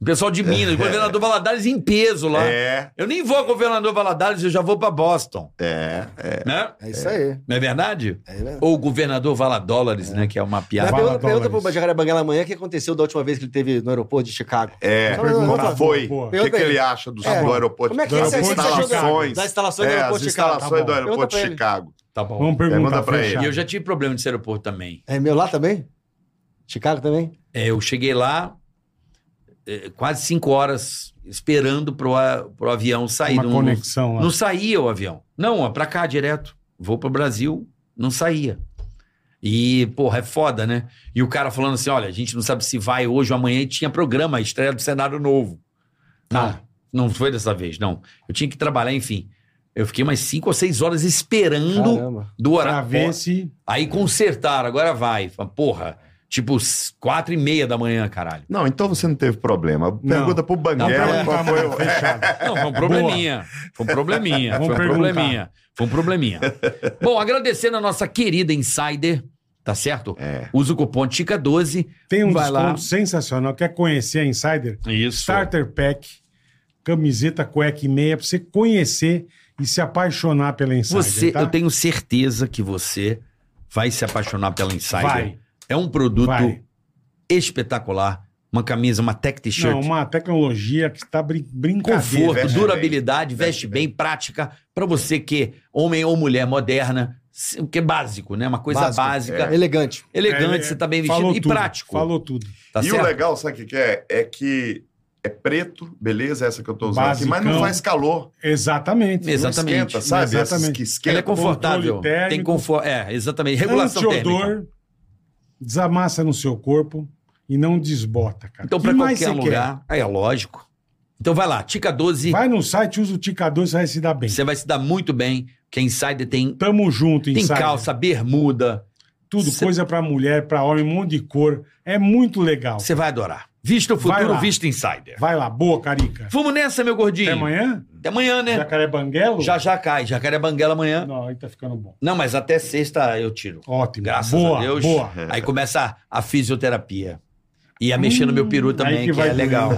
Speaker 5: O pessoal de Minas, o governador Valadares em peso lá.
Speaker 6: É.
Speaker 5: Eu nem vou a governador Valadares, eu já vou pra Boston.
Speaker 6: É.
Speaker 5: Né?
Speaker 4: É isso aí.
Speaker 5: Não é verdade?
Speaker 4: É, né?
Speaker 5: Ou o governador Valadólares, né? Que é uma
Speaker 4: Mas
Speaker 5: piada.
Speaker 3: Vai-
Speaker 4: pergunta,
Speaker 3: Fala,
Speaker 4: pergunta
Speaker 3: Dólares.
Speaker 4: pro Jacaré Banguela amanhã o que aconteceu da última vez que ele teve no aeroporto de Chicago.
Speaker 6: É,
Speaker 4: Só perguntar.
Speaker 6: como foi?
Speaker 3: Boa.
Speaker 6: O que, que ele acha do,
Speaker 4: É.
Speaker 6: do aeroporto?
Speaker 4: Como é que
Speaker 6: das
Speaker 4: esse aí que você achou da-
Speaker 6: instalações?
Speaker 4: das instalações do
Speaker 6: é,
Speaker 4: aeroporto
Speaker 6: as
Speaker 4: de Chicago?
Speaker 6: instalações
Speaker 3: Tá
Speaker 6: do
Speaker 3: bom.
Speaker 6: aeroporto
Speaker 4: Pergunta
Speaker 6: de
Speaker 4: pra ele.
Speaker 6: Chicago.
Speaker 5: Tá bom.
Speaker 3: Vamos perguntar
Speaker 6: Pergunta pra
Speaker 3: fechado.
Speaker 5: E eu já tive problema nesse aeroporto também.
Speaker 4: É meu lá também? Chicago também?
Speaker 5: É, eu cheguei lá é, quase cinco horas esperando pro, a- pro avião sair.
Speaker 3: Uma
Speaker 5: Não-
Speaker 3: conexão é. lá.
Speaker 5: Não saía o avião. Não, é pra cá direto. Vou pro Brasil, não saía. E, porra, é foda, né? E o cara falando assim: olha, a gente não sabe se vai hoje ou amanhã e tinha programa,
Speaker 3: Tá.
Speaker 5: a Ah, estreia do cenário novo. Não, não foi dessa vez, não. Eu tinha que trabalhar, enfim. Eu fiquei umas 5 ou 6 horas esperando
Speaker 4: Caramba.
Speaker 5: do
Speaker 3: Pra
Speaker 5: horário.
Speaker 3: ver se.
Speaker 5: Aí consertaram, agora vai. Fala, Porra, tipo s- quatro e meia da manhã, caralho.
Speaker 6: Não, então você não Tá teve problema. Pergunta pro Banguela
Speaker 5: Não,
Speaker 6: É, qual foi o...
Speaker 3: tá Fechado.
Speaker 5: Não, foi um probleminha. Foi um probleminha.
Speaker 3: Vamos
Speaker 5: foi um
Speaker 3: perguntar.
Speaker 5: probleminha. Foi um probleminha. Bom, agradecendo a nossa querida Insider, tá certo?
Speaker 6: É.
Speaker 5: Usa o cupom TICA12.
Speaker 3: Tem um
Speaker 5: Vai lá.
Speaker 3: desconto sensacional. Quer conhecer a Insider?
Speaker 5: Isso.
Speaker 3: Starter Pack, camiseta, cueca e meia, pra você conhecer e se apaixonar pela Insider.
Speaker 5: Você,
Speaker 3: tá?
Speaker 5: eu tenho certeza que você vai se apaixonar pela Insider.
Speaker 3: Vai,
Speaker 5: É um produto
Speaker 3: vai.
Speaker 5: espetacular. Uma camisa, uma tech t-shirt.
Speaker 3: Não, uma tecnologia que tá brin brincadeira. né, É,
Speaker 5: Conforto,
Speaker 6: veste bem.
Speaker 5: durabilidade,
Speaker 6: Veste
Speaker 5: veste bem, prática. Pra você que, homem ou mulher moderna, se- o que é básico, né? Uma coisa
Speaker 4: Básico,
Speaker 5: básica,
Speaker 4: É. Elegante.
Speaker 5: elegante,
Speaker 3: É,
Speaker 5: você tá bem vestido
Speaker 3: Falou
Speaker 5: e
Speaker 3: tudo,
Speaker 5: prático.
Speaker 3: Falou tudo.
Speaker 5: Tá
Speaker 6: e
Speaker 5: certo?
Speaker 6: o legal, sabe o que, que é? É que é preto, beleza, essa que eu tô usando aqui, mas não
Speaker 3: Basicão.
Speaker 6: faz calor.
Speaker 3: Exatamente.
Speaker 5: Exatamente.
Speaker 6: Não esquenta, sabe?
Speaker 3: Exatamente.
Speaker 6: Essas que esquentam.
Speaker 5: Ela é confortável.
Speaker 3: Controle térmico.
Speaker 5: Tem conforto. É, exatamente. Regulação térmica.
Speaker 3: Antiodor, desamassa no seu corpo e não desbota, cara.
Speaker 5: Então,
Speaker 3: Que
Speaker 5: pra
Speaker 3: mais
Speaker 5: qualquer
Speaker 3: você
Speaker 5: lugar. É, lógico. Então, vai lá, Tica 12.
Speaker 3: quer? Vai no site, usa o ticador, você vai se dar bem.
Speaker 5: Você vai se dar muito bem, porque a Insider tem,
Speaker 3: Tamo junto,
Speaker 5: tem
Speaker 3: Insider.
Speaker 5: calça, bermuda.
Speaker 3: Tudo,
Speaker 5: Cê-
Speaker 3: coisa pra mulher, pra homem, um monte de cor. É muito legal.
Speaker 5: Você vai adorar. Vista o
Speaker 3: Vai
Speaker 5: futuro,
Speaker 3: lá.
Speaker 5: vista Insider.
Speaker 3: Vai lá, boa, Carica.
Speaker 5: Vamos nessa, meu gordinho.
Speaker 3: Até amanhã?
Speaker 5: Até amanhã, né?
Speaker 3: Jacaré Banguelo?
Speaker 5: Já já cai. Jacaré Banguela amanhã.
Speaker 3: Não, aí tá ficando bom.
Speaker 5: Não, mas até sexta eu tiro.
Speaker 3: Ótimo.
Speaker 5: Graças
Speaker 3: boa,
Speaker 5: a Deus.
Speaker 3: Boa.
Speaker 5: Aí começa a, a fisioterapia. E a mexer no Tá meu peru também,
Speaker 3: Hum, aí
Speaker 5: que,
Speaker 3: que vai
Speaker 5: é
Speaker 3: doer.
Speaker 5: legal.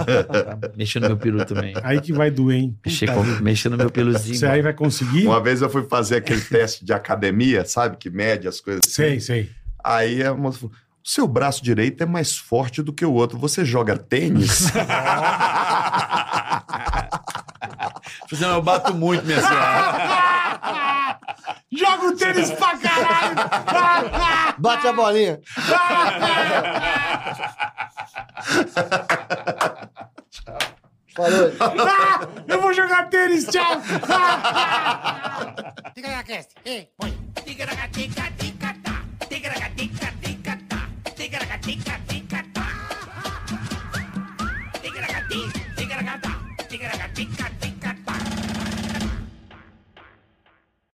Speaker 5: mexer no meu peru também.
Speaker 3: Aí que vai doer, hein?
Speaker 5: Mexer,
Speaker 3: Puta
Speaker 5: com,
Speaker 3: vida.
Speaker 5: mexer no meu peluzinho.
Speaker 3: Você aí vai conseguir?
Speaker 6: Uma vez eu fui fazer aquele teste de academia, sabe? Que mede as coisas.
Speaker 3: Sei, sei.
Speaker 6: Aí a moça falou: o seu braço direito é mais forte do que o outro. Você joga tênis?
Speaker 3: é-
Speaker 5: Falei assim, não, eu bato muito, minha senhora.
Speaker 3: Joga o tênis pra caralho!
Speaker 4: Bate a bolinha. Falou.
Speaker 3: tá? Eu vou jogar tênis, tchau!
Speaker 2: Ticaracast, ei,